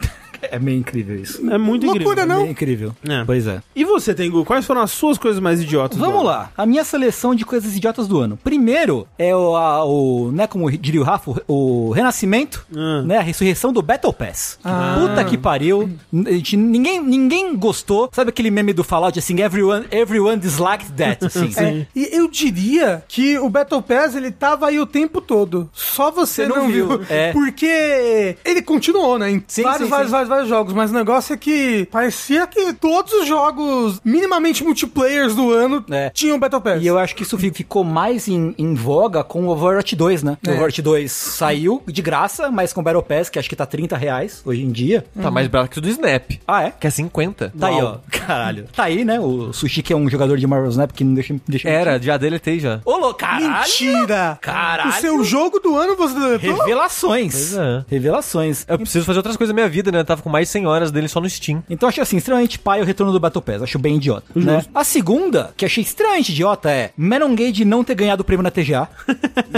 [SPEAKER 2] É meio incrível isso.
[SPEAKER 1] É muito
[SPEAKER 3] Loucura,
[SPEAKER 1] incrível.
[SPEAKER 3] não?
[SPEAKER 2] Meio incrível.
[SPEAKER 1] É.
[SPEAKER 2] Pois é.
[SPEAKER 1] E você, Tengu, quais foram as suas coisas mais idiotas? do
[SPEAKER 2] Vamos
[SPEAKER 1] ano?
[SPEAKER 2] lá. A minha seleção de coisas idiotas do ano. Primeiro é o, a- o né, como diria o Rafa, o, o renascimento,
[SPEAKER 1] Ah.
[SPEAKER 2] né, a ressurreição do Battle Pass.
[SPEAKER 3] Ah.
[SPEAKER 2] Puta que pariu. N- a gente- ninguém, ninguém gostou. Sabe aquele meme do Fallout, assim, everyone, everyone disliked that, assim.
[SPEAKER 3] É, e eu diria que o Battle Pass ele tava aí o tempo todo. Só você,
[SPEAKER 2] Você
[SPEAKER 3] não,
[SPEAKER 2] não
[SPEAKER 3] viu.
[SPEAKER 2] viu, é.
[SPEAKER 3] Porque ele continuou, né? Em
[SPEAKER 2] Sim,
[SPEAKER 3] vários,
[SPEAKER 2] sim,
[SPEAKER 3] vários,
[SPEAKER 2] sim.
[SPEAKER 3] vários, vários jogos. Mas o negócio é que parecia que todos os jogos minimamente multiplayers do ano
[SPEAKER 2] É.
[SPEAKER 3] tinham Battle Pass.
[SPEAKER 2] E eu acho que isso fi- ficou mais em, em voga com o Overwatch 2, né?
[SPEAKER 3] É.
[SPEAKER 2] O Overwatch 2 saiu de graça, mas com Battle Pass, que acho que tá 30 reais hoje em dia.
[SPEAKER 4] Tá mais barato que o do Snap.
[SPEAKER 2] Ah, é?
[SPEAKER 4] Que é 50.
[SPEAKER 2] Tá aí, ó. Caralho. Tá aí, né? O Sushi, que é um jogador de Marvel Snap, que não deixa... deixa
[SPEAKER 4] Era, já deletei já.
[SPEAKER 2] Ô, louco, caralho!
[SPEAKER 3] Mentira!
[SPEAKER 2] Caralho!
[SPEAKER 3] O seu jogo do ano você deletou?
[SPEAKER 2] Revelações.
[SPEAKER 4] Pois é.
[SPEAKER 2] Revelações.
[SPEAKER 4] Eu preciso fazer outras coisas na minha vida, né? Eu tava com mais 100 horas dele só no Steam.
[SPEAKER 2] Então achei assim, extremamente pai o retorno do Battle Pass. Acho bem idiota. Né? A segunda, que achei extremamente idiota, é Menon Gage não ter ganhado o prêmio na TGA.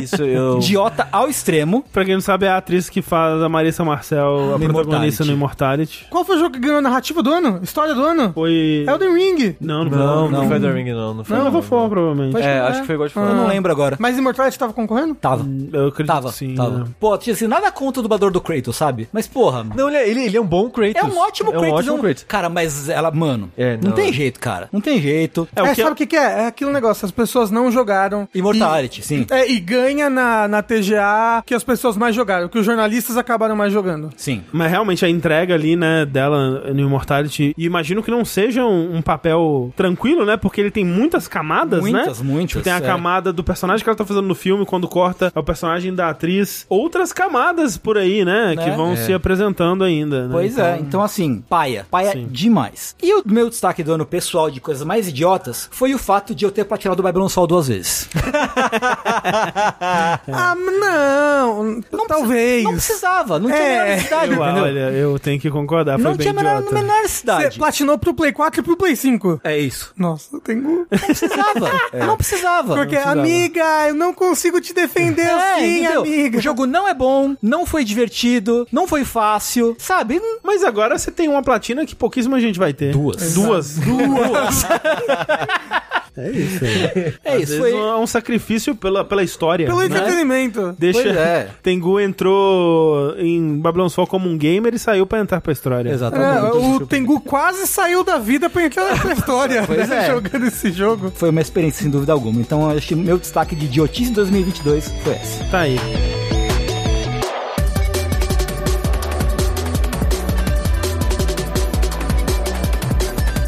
[SPEAKER 4] Isso eu.
[SPEAKER 2] Idiota ao extremo.
[SPEAKER 1] Pra quem não sabe, é a atriz que faz a Marissa Marcel, a
[SPEAKER 2] No
[SPEAKER 1] protagonista
[SPEAKER 2] Ah, Immortality.
[SPEAKER 1] no Immortality.
[SPEAKER 3] Qual foi o jogo que ganhou a narrativa do ano? História do ano?
[SPEAKER 1] Foi.
[SPEAKER 3] Elden Ring.
[SPEAKER 1] Não, não,
[SPEAKER 4] Não,
[SPEAKER 1] não.
[SPEAKER 4] não,
[SPEAKER 2] não.
[SPEAKER 4] foi The Ring, não. Não foi.
[SPEAKER 1] Não, não vou falar, provavelmente.
[SPEAKER 4] É,
[SPEAKER 3] Acho que-
[SPEAKER 4] acho que foi God of
[SPEAKER 2] Eu
[SPEAKER 4] War.
[SPEAKER 2] não lembro agora.
[SPEAKER 3] é. Mas Immortality tava concorrendo?
[SPEAKER 2] Tava.
[SPEAKER 1] Eu acredito
[SPEAKER 2] Tava,
[SPEAKER 1] que sim.
[SPEAKER 2] tava.
[SPEAKER 1] né?
[SPEAKER 2] Pô, tinha assim, nada contra o dublador do Kratos, sabe? Mas porra, mano.
[SPEAKER 4] Não, ele é, ele, ele é um bom Kratos.
[SPEAKER 2] É um ótimo
[SPEAKER 4] É um
[SPEAKER 2] Kratos.
[SPEAKER 4] ótimo
[SPEAKER 2] é um-
[SPEAKER 4] Kratos.
[SPEAKER 2] Cara, mas ela, mano,
[SPEAKER 4] É,
[SPEAKER 2] não,
[SPEAKER 4] não.
[SPEAKER 2] tem jeito, cara. Não tem jeito.
[SPEAKER 1] É, o
[SPEAKER 3] É,
[SPEAKER 1] que
[SPEAKER 3] sabe o que, que é? É aquele negócio, as pessoas não jogaram.
[SPEAKER 2] Immortality, sim.
[SPEAKER 3] É, e ganha na, na TGA que as pessoas mais jogaram, que os jornalistas acabaram mais jogando.
[SPEAKER 2] Sim.
[SPEAKER 1] Mas realmente a entrega ali, né, dela no Immortality, e imagino que não seja um, um papel tranquilo, né? Porque ele tem muitas camadas, né?
[SPEAKER 2] Muitas, muitas,
[SPEAKER 1] Tipo, tem a
[SPEAKER 2] é.
[SPEAKER 1] camada do personagem que ela tá fazendo no filme, quando corta, é o personagem da atriz. Outras camadas por aí, né?
[SPEAKER 2] Né?
[SPEAKER 1] Que vão se apresentando ainda, né?
[SPEAKER 2] Pois é, então assim, paia, paia
[SPEAKER 1] Sim.
[SPEAKER 2] demais. E o meu destaque do ano pessoal de coisas mais idiotas foi o fato de eu ter platinado o Babylon Sol duas vezes.
[SPEAKER 3] Ah, mas não,
[SPEAKER 2] É. Não
[SPEAKER 3] talvez.
[SPEAKER 2] Não precisava, não tinha a menor
[SPEAKER 3] É.
[SPEAKER 2] necessidade,
[SPEAKER 1] Eu,
[SPEAKER 2] entendeu?
[SPEAKER 1] Tipo, ah, olha, eu tenho que concordar, foi
[SPEAKER 2] não
[SPEAKER 1] bem
[SPEAKER 2] tinha a menor,
[SPEAKER 1] idiota.
[SPEAKER 2] menor
[SPEAKER 3] Você
[SPEAKER 2] necessidade.
[SPEAKER 3] platinou pro Play 4 e pro Play 5.
[SPEAKER 2] É isso.
[SPEAKER 3] Nossa, eu tenho.
[SPEAKER 2] Não precisava, não precisava.
[SPEAKER 3] Porque,
[SPEAKER 2] não precisava.
[SPEAKER 3] amiga, eu não consigo te defender
[SPEAKER 2] É,
[SPEAKER 3] assim,
[SPEAKER 2] entendeu?
[SPEAKER 3] amiga.
[SPEAKER 2] O jogo não é bom, não foi divertido, não foi fácil, sabe?
[SPEAKER 1] Mas agora você tem uma platina que pouquíssima gente vai ter.
[SPEAKER 2] Duas.
[SPEAKER 1] Duas. Duas. É isso aí.
[SPEAKER 2] É
[SPEAKER 1] Às vezes
[SPEAKER 2] isso, foi...
[SPEAKER 1] é um sacrifício pela, pela história.
[SPEAKER 3] Pelo
[SPEAKER 1] né?
[SPEAKER 3] entretenimento.
[SPEAKER 1] Deixa.
[SPEAKER 2] Pois é.
[SPEAKER 1] Tengu entrou em Babylon Sol como um gamer e saiu pra entrar pra história.
[SPEAKER 3] É,
[SPEAKER 2] Exatamente.
[SPEAKER 3] o Tengu quase saiu da vida pra entrar nessa história
[SPEAKER 2] Pois
[SPEAKER 3] né,
[SPEAKER 2] é.
[SPEAKER 3] jogando esse jogo.
[SPEAKER 2] Foi uma experiência, sem dúvida alguma. Então, eu acho que meu destaque de idiotice 2022 foi essa.
[SPEAKER 1] Tá aí.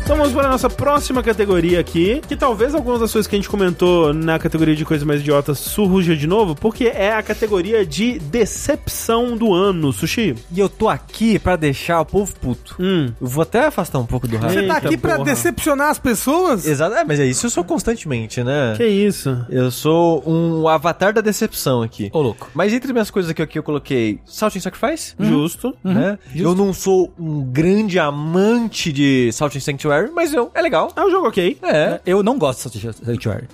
[SPEAKER 1] Então vamos para a nossa próxima categoria aqui, que talvez algumas das coisas que a gente comentou na categoria de coisas mais idiotas surja de novo, porque é a categoria de decepção do ano, Sushi.
[SPEAKER 4] E eu tô aqui pra deixar o povo puto.
[SPEAKER 1] Hum.
[SPEAKER 4] Eu vou até afastar um pouco do
[SPEAKER 3] Você
[SPEAKER 4] raio.
[SPEAKER 1] Eita,
[SPEAKER 3] tá aqui pra
[SPEAKER 1] porra.
[SPEAKER 3] decepcionar as pessoas?
[SPEAKER 4] Exato, é, mas é isso eu sou constantemente, né?
[SPEAKER 1] Que isso?
[SPEAKER 4] Eu sou um avatar da decepção aqui.
[SPEAKER 2] Ô, louco. Uhum.
[SPEAKER 4] Mas entre minhas coisas aqui, aqui eu coloquei Salt and Sacrifice,
[SPEAKER 1] Justo.
[SPEAKER 4] né? Eu não sou um grande amante de Salt and Sanctuary, mas eu, é legal.
[SPEAKER 1] É um jogo ok.
[SPEAKER 4] É.
[SPEAKER 2] Eu não gosto de Sanctuary.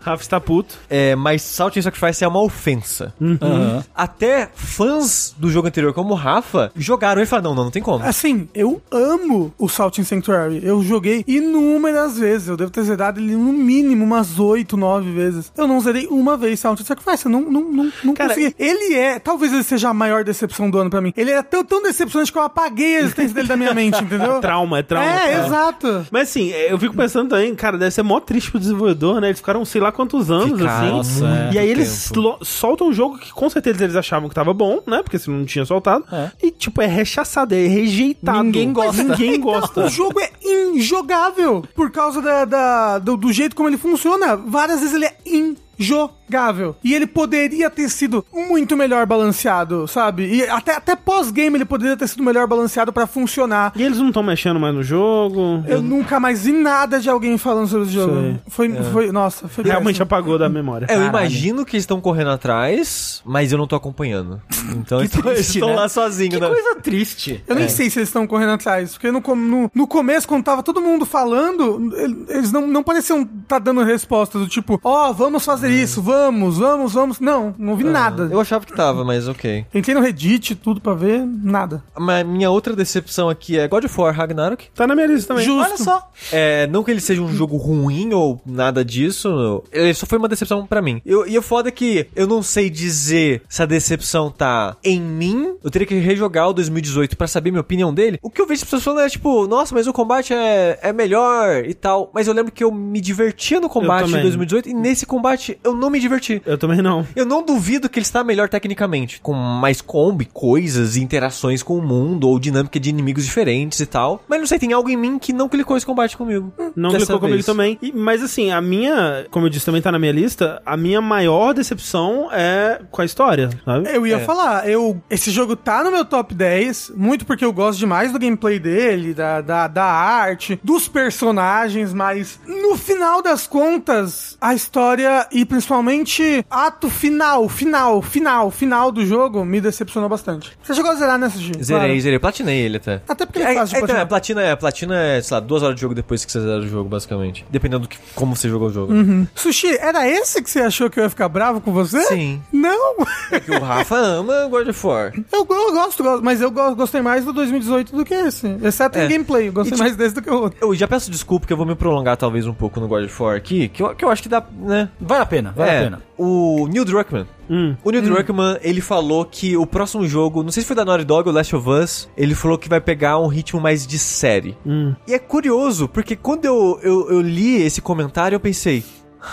[SPEAKER 1] Rafa está puto.
[SPEAKER 4] é, mas Salt and Sacrifice é uma ofensa.
[SPEAKER 2] Hum. Aham.
[SPEAKER 4] Até fãs do jogo anterior, como o Rafa, jogaram e falaram, não, não, não tem
[SPEAKER 2] Ah,
[SPEAKER 4] como.
[SPEAKER 3] Assim, eu amo o Salt in Sanctuary. Eu joguei inúmeras vezes. Eu devo ter zerado ele no mínimo umas 8, 9 vezes. Eu não zerei uma vez Salt in Sacrifice. Eu não, não, não, não
[SPEAKER 1] Cara,
[SPEAKER 3] consegui. Ele é, talvez ele seja a maior decepção do ano pra mim. Ele era tão, tão decepcionante que eu apaguei a existência dele da minha mente, entendeu?
[SPEAKER 1] Trauma, é trauma.
[SPEAKER 3] é,
[SPEAKER 1] trauma.
[SPEAKER 3] exato.
[SPEAKER 1] Mas assim, é, eu fico pensando também, cara, deve ser mó triste pro desenvolvedor, né? Eles ficaram sei lá quantos anos,
[SPEAKER 4] Ficaram,
[SPEAKER 1] assim.
[SPEAKER 2] nossa, é.
[SPEAKER 1] E aí eles lo- soltam um jogo que com certeza eles achavam que tava bom, né? Porque se não tinha soltado.
[SPEAKER 2] É.
[SPEAKER 1] E tipo, é rechaçado, é rejeitado.
[SPEAKER 2] Ninguém gosta.
[SPEAKER 1] Ninguém
[SPEAKER 3] Então, O
[SPEAKER 1] gosta.
[SPEAKER 3] jogo é injogável por causa da, da- do, do jeito como ele funciona. Várias vezes ele é injogável. E ele poderia ter sido muito melhor balanceado, sabe? E até, até pós-game ele poderia ter sido melhor balanceado pra funcionar.
[SPEAKER 1] E eles não estão mexendo mais no jogo.
[SPEAKER 3] Eu nunca mais vi nada de alguém falando sobre esse jogo.
[SPEAKER 1] Sei. É.
[SPEAKER 3] Foi, foi, nossa, foi
[SPEAKER 1] Realmente
[SPEAKER 3] péssimo.
[SPEAKER 1] apagou da memória.
[SPEAKER 4] É, eu imagino que eles estão correndo atrás, mas eu não tô acompanhando. Então eles
[SPEAKER 2] triste,
[SPEAKER 4] eles estão
[SPEAKER 2] né?
[SPEAKER 4] lá sozinhos,
[SPEAKER 2] Que
[SPEAKER 4] né?
[SPEAKER 2] coisa triste.
[SPEAKER 3] Eu nem sei se eles estão correndo atrás, porque no, com- no, no começo, quando tava todo mundo falando, el- eles não, não pareciam tá dando resposta do tipo, ó, vamos fazer isso, vamos, vamos, vamos. Não, não vi nada.
[SPEAKER 4] Eu achava que tava, mas ok.
[SPEAKER 3] Entrei no Reddit, tudo pra ver, nada.
[SPEAKER 4] Mas minha outra decepção aqui é God of War Ragnarok.
[SPEAKER 1] Tá na minha lista também.
[SPEAKER 3] Justo.
[SPEAKER 2] Olha só.
[SPEAKER 4] É, não que ele seja um jogo ruim ou nada disso, não. ele só foi uma decepção pra mim. Eu, e o foda é que eu não sei dizer se a decepção tá em mim, eu teria que rejogar o 2018 pra saber minha opinião dele. O que eu vejo as pessoas falando é tipo, nossa, mas o combate é, é melhor e tal. Mas eu lembro que eu me divertia no combate de
[SPEAKER 1] também.
[SPEAKER 4] 2018 e nesse combate eu não me diverti.
[SPEAKER 1] Eu também não.
[SPEAKER 4] Eu não duvido que ele está melhor tecnicamente, com mais combi, coisas, e interações com o mundo, ou dinâmica de inimigos diferentes e tal. Mas não sei, tem algo em mim que não clicou esse combate comigo.
[SPEAKER 1] Não
[SPEAKER 4] Dessa
[SPEAKER 1] clicou comigo
[SPEAKER 4] vez.
[SPEAKER 1] também. E- mas assim, a minha, como eu disse, também tá na minha lista. A minha maior decepção é com a história, sabe?
[SPEAKER 2] É.
[SPEAKER 3] Eu
[SPEAKER 4] É.
[SPEAKER 3] ia falar, eu, esse jogo tá no meu top 10, muito porque eu gosto demais do gameplay dele, da, da, da arte, dos personagens, mas no final das contas, a história e principalmente ato final, final, final, final do jogo me decepcionou bastante. Você chegou a zerar nessa G?
[SPEAKER 4] Zerei,
[SPEAKER 3] Claro.
[SPEAKER 4] zerei. Platinei ele até.
[SPEAKER 3] Até porque
[SPEAKER 4] É,
[SPEAKER 3] ele
[SPEAKER 4] é,
[SPEAKER 3] é, fácil de
[SPEAKER 4] então, é,
[SPEAKER 3] platinar.
[SPEAKER 4] platina é, platina é, sei lá, duas horas de jogo depois que você zera o jogo, basicamente. Dependendo do que, como você jogou o jogo.
[SPEAKER 3] Uhum. Sushi, era esse que você achou que eu ia ficar bravo com você?
[SPEAKER 4] Sim.
[SPEAKER 3] Não,
[SPEAKER 4] Porque É o Rafa ama God of War.
[SPEAKER 3] eu, go- eu gosto, gosto, mas eu go- gostei mais do 2018 do que esse. Exceto
[SPEAKER 4] É.
[SPEAKER 3] em gameplay, eu gostei
[SPEAKER 4] E,
[SPEAKER 3] mais desse do que o outro.
[SPEAKER 4] Eu já peço desculpa que eu vou me prolongar talvez um pouco no God of War aqui, que eu, que eu acho que dá, né?
[SPEAKER 2] Vale a pena, vale
[SPEAKER 4] é,
[SPEAKER 2] a pena.
[SPEAKER 4] o Neil Druckmann.
[SPEAKER 1] Hum.
[SPEAKER 4] O Neil Druckmann, ele falou que o próximo jogo, não sei se foi da Naughty Dog ou Last of Us, ele falou que vai pegar um ritmo mais de série.
[SPEAKER 1] Hum.
[SPEAKER 4] E é curioso, porque quando eu, eu, eu li esse comentário, eu pensei,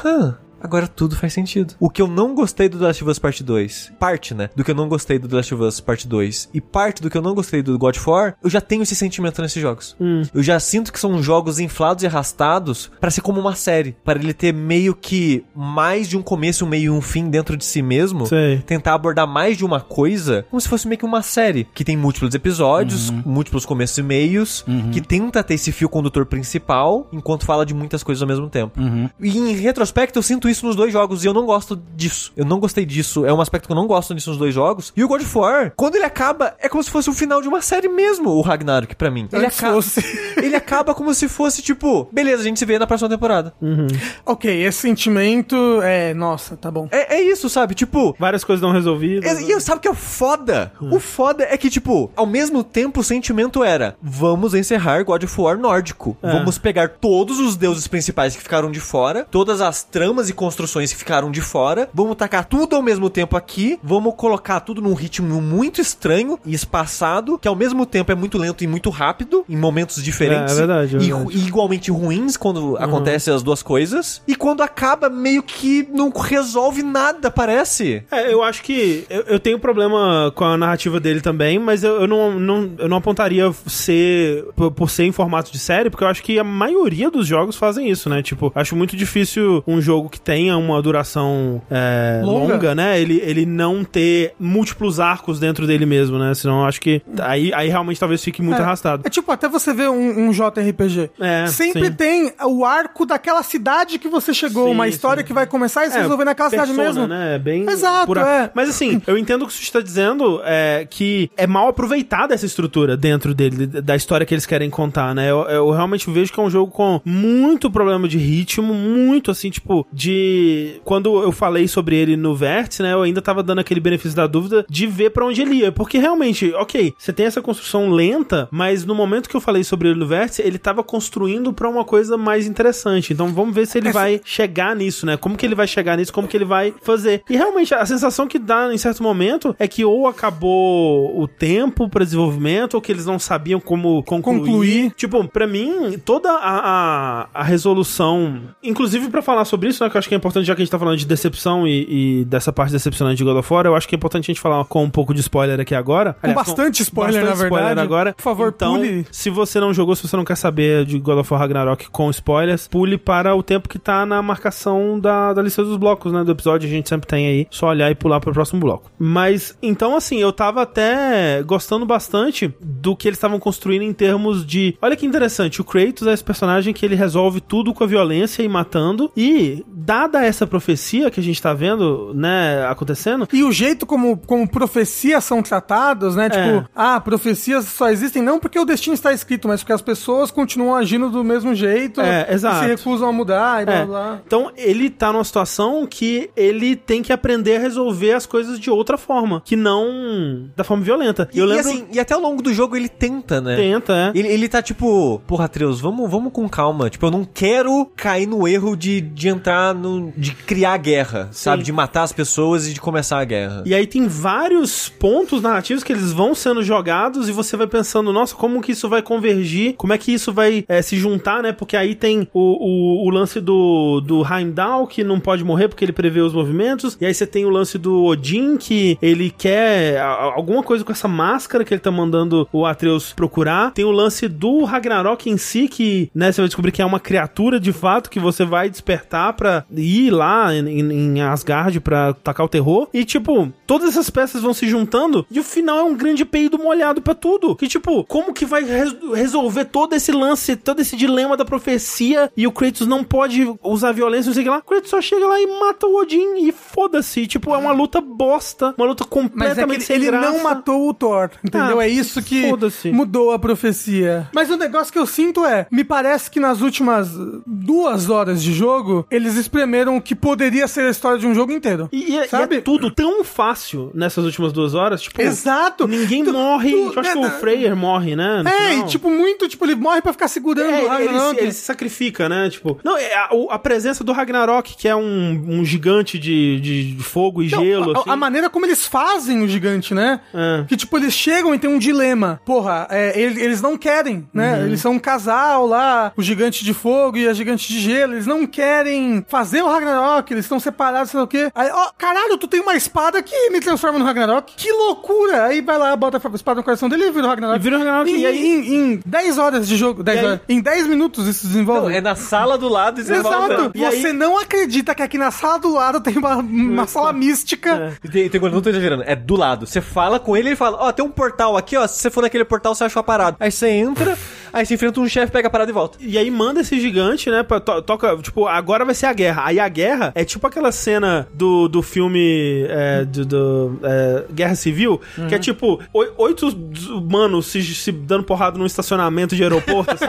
[SPEAKER 4] Hã? Agora tudo faz sentido. O que eu não gostei do The Last of Us Part 2, parte, né? Do que eu não gostei do The Last of Us Part 2 e parte do que eu não gostei do God of War, eu já tenho esse sentimento nesses jogos. Eu já sinto que são jogos inflados e arrastados pra ser como uma série. Pra ele ter meio que mais de um começo, um meio e um fim dentro de si mesmo.
[SPEAKER 1] Sei.
[SPEAKER 4] Tentar abordar mais de uma coisa, como se fosse meio que uma série, que tem múltiplos episódios, múltiplos começos e meios, que tenta ter esse fio condutor principal, enquanto fala de muitas coisas ao mesmo tempo. E em retrospecto, eu sinto isso nos dois jogos e eu não gosto disso. Eu não gostei disso. É um aspecto que eu não gosto disso nos dois jogos. E o God of War, quando ele acaba, é como se fosse o final de uma série mesmo, o Ragnarok, pra mim. Ele
[SPEAKER 3] Antes
[SPEAKER 4] acaba.
[SPEAKER 3] fosse.
[SPEAKER 4] ele acaba como se fosse tipo, beleza, a gente se vê na próxima temporada.
[SPEAKER 3] Hum. ok, esse sentimento é. Nossa, tá bom.
[SPEAKER 4] É, é isso, sabe? Tipo.
[SPEAKER 1] Várias coisas não resolvidas.
[SPEAKER 4] E e eu- sabe o que é o foda? O
[SPEAKER 1] Hum.
[SPEAKER 4] foda é que, tipo, ao mesmo tempo o sentimento era: vamos encerrar God of War nórdico.
[SPEAKER 1] É.
[SPEAKER 4] Vamos pegar todos os deuses principais que ficaram de fora, todas as tramas e construções que ficaram de fora, vamos tacar tudo ao mesmo tempo aqui, vamos colocar tudo num ritmo muito estranho e espaçado, que ao mesmo tempo é muito lento e muito rápido, em momentos diferentes.
[SPEAKER 1] É, é verdade, é
[SPEAKER 4] e
[SPEAKER 1] verdade. Uhum.
[SPEAKER 4] ru- e igualmente ruins quando acontecem as duas coisas. E quando acaba, meio que não resolve nada, parece.
[SPEAKER 1] É, eu acho que eu, eu tenho problema com a narrativa dele também, mas eu, eu não, não- eu não apontaria ser por, por ser em formato de série, porque eu acho que a maioria dos jogos fazem isso, né? Tipo, acho muito difícil um jogo que tenha uma duração é, longa.
[SPEAKER 3] Longa.
[SPEAKER 1] né? Ele, ele não ter múltiplos arcos dentro dele mesmo, né? Senão eu acho que aí, aí realmente talvez fique muito
[SPEAKER 3] É.
[SPEAKER 1] arrastado.
[SPEAKER 3] É tipo, até você ver um, um JRPG.
[SPEAKER 1] É,
[SPEAKER 3] Sempre
[SPEAKER 1] sim.
[SPEAKER 3] tem o arco daquela cidade que você chegou,
[SPEAKER 1] Sim,
[SPEAKER 3] uma história
[SPEAKER 1] sim.
[SPEAKER 3] que vai começar e se
[SPEAKER 1] É,
[SPEAKER 3] resolver naquela cidade
[SPEAKER 1] persona,
[SPEAKER 3] mesmo.
[SPEAKER 1] Né? É bem
[SPEAKER 3] Exato,
[SPEAKER 1] pura-
[SPEAKER 3] é.
[SPEAKER 1] Mas assim, eu entendo o que você está dizendo, é, que é mal aproveitada essa estrutura dentro dele, da história que eles querem contar, né? Eu, eu realmente vejo que é um jogo com muito problema de ritmo, muito assim, tipo, de. Quando eu falei sobre ele no Vértice, né? Eu ainda tava dando aquele benefício da dúvida de ver pra onde ele ia. Porque realmente, ok, você tem essa construção lenta, mas no momento que eu falei sobre ele no Vértice, ele tava construindo pra uma coisa mais interessante. Então vamos ver se ele
[SPEAKER 3] Essa-
[SPEAKER 1] vai chegar nisso, né? Como que ele vai chegar nisso, como que ele vai fazer. E realmente, a sensação que dá em certo momento é que ou acabou o tempo para desenvolvimento, ou que eles não sabiam como concluir.
[SPEAKER 3] Concluir.
[SPEAKER 1] Tipo, pra mim, toda a, a, a resolução, inclusive pra falar sobre isso, né, que eu acho que é importante, já que a gente tá falando de decepção e, e dessa parte decepcionante de God of War, eu acho que é importante a gente falar com um pouco de spoiler aqui agora.
[SPEAKER 3] Com bastante spoiler, na verdade.
[SPEAKER 1] agora.
[SPEAKER 3] Por favor,
[SPEAKER 1] então,
[SPEAKER 3] pule.
[SPEAKER 1] se você não jogou, se você não quer saber de God of War Ragnarok com spoilers, pule para o tempo que tá na marcação da, da lista dos blocos, né? Do episódio, a gente sempre tem aí. Só olhar e pular pro próximo bloco. Mas, então, assim, eu tava até gostando bastante do que eles estavam construindo em termos de. Olha que interessante, o Kratos é esse personagem que ele resolve tudo com a violência e matando. E, dada essa profecia que a gente tá vendo, né, acontecendo,
[SPEAKER 3] E o jeito como, como profecias são tratadas,
[SPEAKER 1] É.
[SPEAKER 3] né? Tipo, ah, profecias só existem não porque o destino está escrito, mas porque as pessoas continuam agindo do mesmo jeito
[SPEAKER 1] É,
[SPEAKER 3] e
[SPEAKER 1] exato.
[SPEAKER 3] se recusam a mudar e blá
[SPEAKER 1] É.
[SPEAKER 3] blá.
[SPEAKER 1] Então ele tá numa situação que ele tem que aprender a resolver as coisas de outra forma, que não da forma violenta. E eu lembro
[SPEAKER 4] assim, e até ao longo do jogo ele tenta, né?
[SPEAKER 1] tenta, é.
[SPEAKER 4] Ele, ele tá tipo, porra, Atreus, vamos, vamos com calma. Tipo, eu não quero cair no erro de, de entrar no. de criar guerra, sabe? De matar as pessoas e de começar a guerra.
[SPEAKER 1] E aí tem vários pontos narrativos que eles vão sendo jogados e você vai pensando, nossa, como que isso vai convergir? Como é que isso vai eh, se juntar, né? Porque aí tem o, o, o lance do, do Heimdall, que não pode morrer porque ele prevê os movimentos. E aí você tem o lance do Odin, que ele quer a- a- alguma coisa com essa máscara que ele tá mandando o Atreus procurar. Tem o lance do Ragnarok em si, que, né, você vai descobrir que é uma criatura de fato que você vai despertar pra ir lá em, em- em Asgard pra tacar o terror. E, tipo, todas essas peças vão se juntando e o final é um grande peido molhado pra tudo. Que, tipo, como que vai res- resolver todo esse lance, todo esse dilema da profecia e o Kratos não pode usar violência, não sei o que lá. O Kratos só chega lá e mata o Odin e foda-se. Tipo, é uma luta bosta, uma luta
[SPEAKER 3] Mas é
[SPEAKER 1] completamente
[SPEAKER 3] que
[SPEAKER 1] sem
[SPEAKER 3] ele
[SPEAKER 1] graça.
[SPEAKER 3] não matou o Thor, entendeu?
[SPEAKER 1] Ah,
[SPEAKER 3] é isso que
[SPEAKER 1] foda-se.
[SPEAKER 3] mudou a profecia. Mas o negócio que eu sinto é, me parece que nas últimas duas horas de jogo, eles espremeram o que poderia ser a história de um jogo inteiro.
[SPEAKER 1] E, e é- e
[SPEAKER 3] Sabe?
[SPEAKER 1] é tudo tão fácil nessas últimas duas horas. Tipo,
[SPEAKER 3] Exato!
[SPEAKER 1] ninguém
[SPEAKER 3] Tu-
[SPEAKER 1] morre.
[SPEAKER 3] tu-
[SPEAKER 1] eu acho que o
[SPEAKER 3] né,
[SPEAKER 1] Freyer morre, né? no
[SPEAKER 3] É, e
[SPEAKER 1] final.
[SPEAKER 3] tipo, muito, tipo, ele morre pra ficar segurando
[SPEAKER 1] É,
[SPEAKER 3] o
[SPEAKER 1] ele, ele
[SPEAKER 3] Ragnarok.
[SPEAKER 1] se, ele se sacrifica, né? Tipo, não, é a, o- a presença do Ragnarok, que é um, um gigante de, de, de fogo e
[SPEAKER 3] Não,
[SPEAKER 1] gelo.
[SPEAKER 3] Então, a,
[SPEAKER 1] assim.
[SPEAKER 3] a maneira como eles fazem o gigante, né?
[SPEAKER 1] É.
[SPEAKER 3] Que, tipo, eles chegam e tem um dilema. Porra, é, ele- eles não querem,
[SPEAKER 1] Uhum.
[SPEAKER 3] né? Eles são um casal lá, o gigante de fogo e a gigante de gelo. Eles não querem fazer o Ragnarok, eles estão separados, sei lá o quê. Aí, ó, caralho, tu tem uma espada que me transforma no Ragnarok. Que loucura! Aí vai lá, bota a espada no coração dele e vira o Ragnarok.
[SPEAKER 1] E vira o Ragnarok.
[SPEAKER 3] E, aí, em, em 10 horas de jogo, 10
[SPEAKER 4] E aí-
[SPEAKER 3] horas, em 10 minutos isso desenvolve.
[SPEAKER 4] É na sala do lado e você
[SPEAKER 3] Exato.
[SPEAKER 4] volta.
[SPEAKER 1] E aí-
[SPEAKER 3] Você não acredita que aqui na sala do lado tem uma, uma sala
[SPEAKER 1] É.
[SPEAKER 3] mística.
[SPEAKER 4] E Tem, tem, coisa- não tô exagerando, é do lado. Você fala com ele, ele fala, ó, tem um portal aqui, ó, se você for naquele portal, você acha uma parada. Aí você entra, aí você enfrenta um chefe, pega a parada e volta.
[SPEAKER 1] E aí manda esse gigante, né? Pra, to- toca, tipo, agora vai ser a guerra. Aí a guerra é tipo aquela cena do, do filme é, do, do, é, Guerra Civil, que é
[SPEAKER 3] Uhum.
[SPEAKER 1] tipo, oi- oito humanos se, se dando porrada num estacionamento de aeroporto. assim.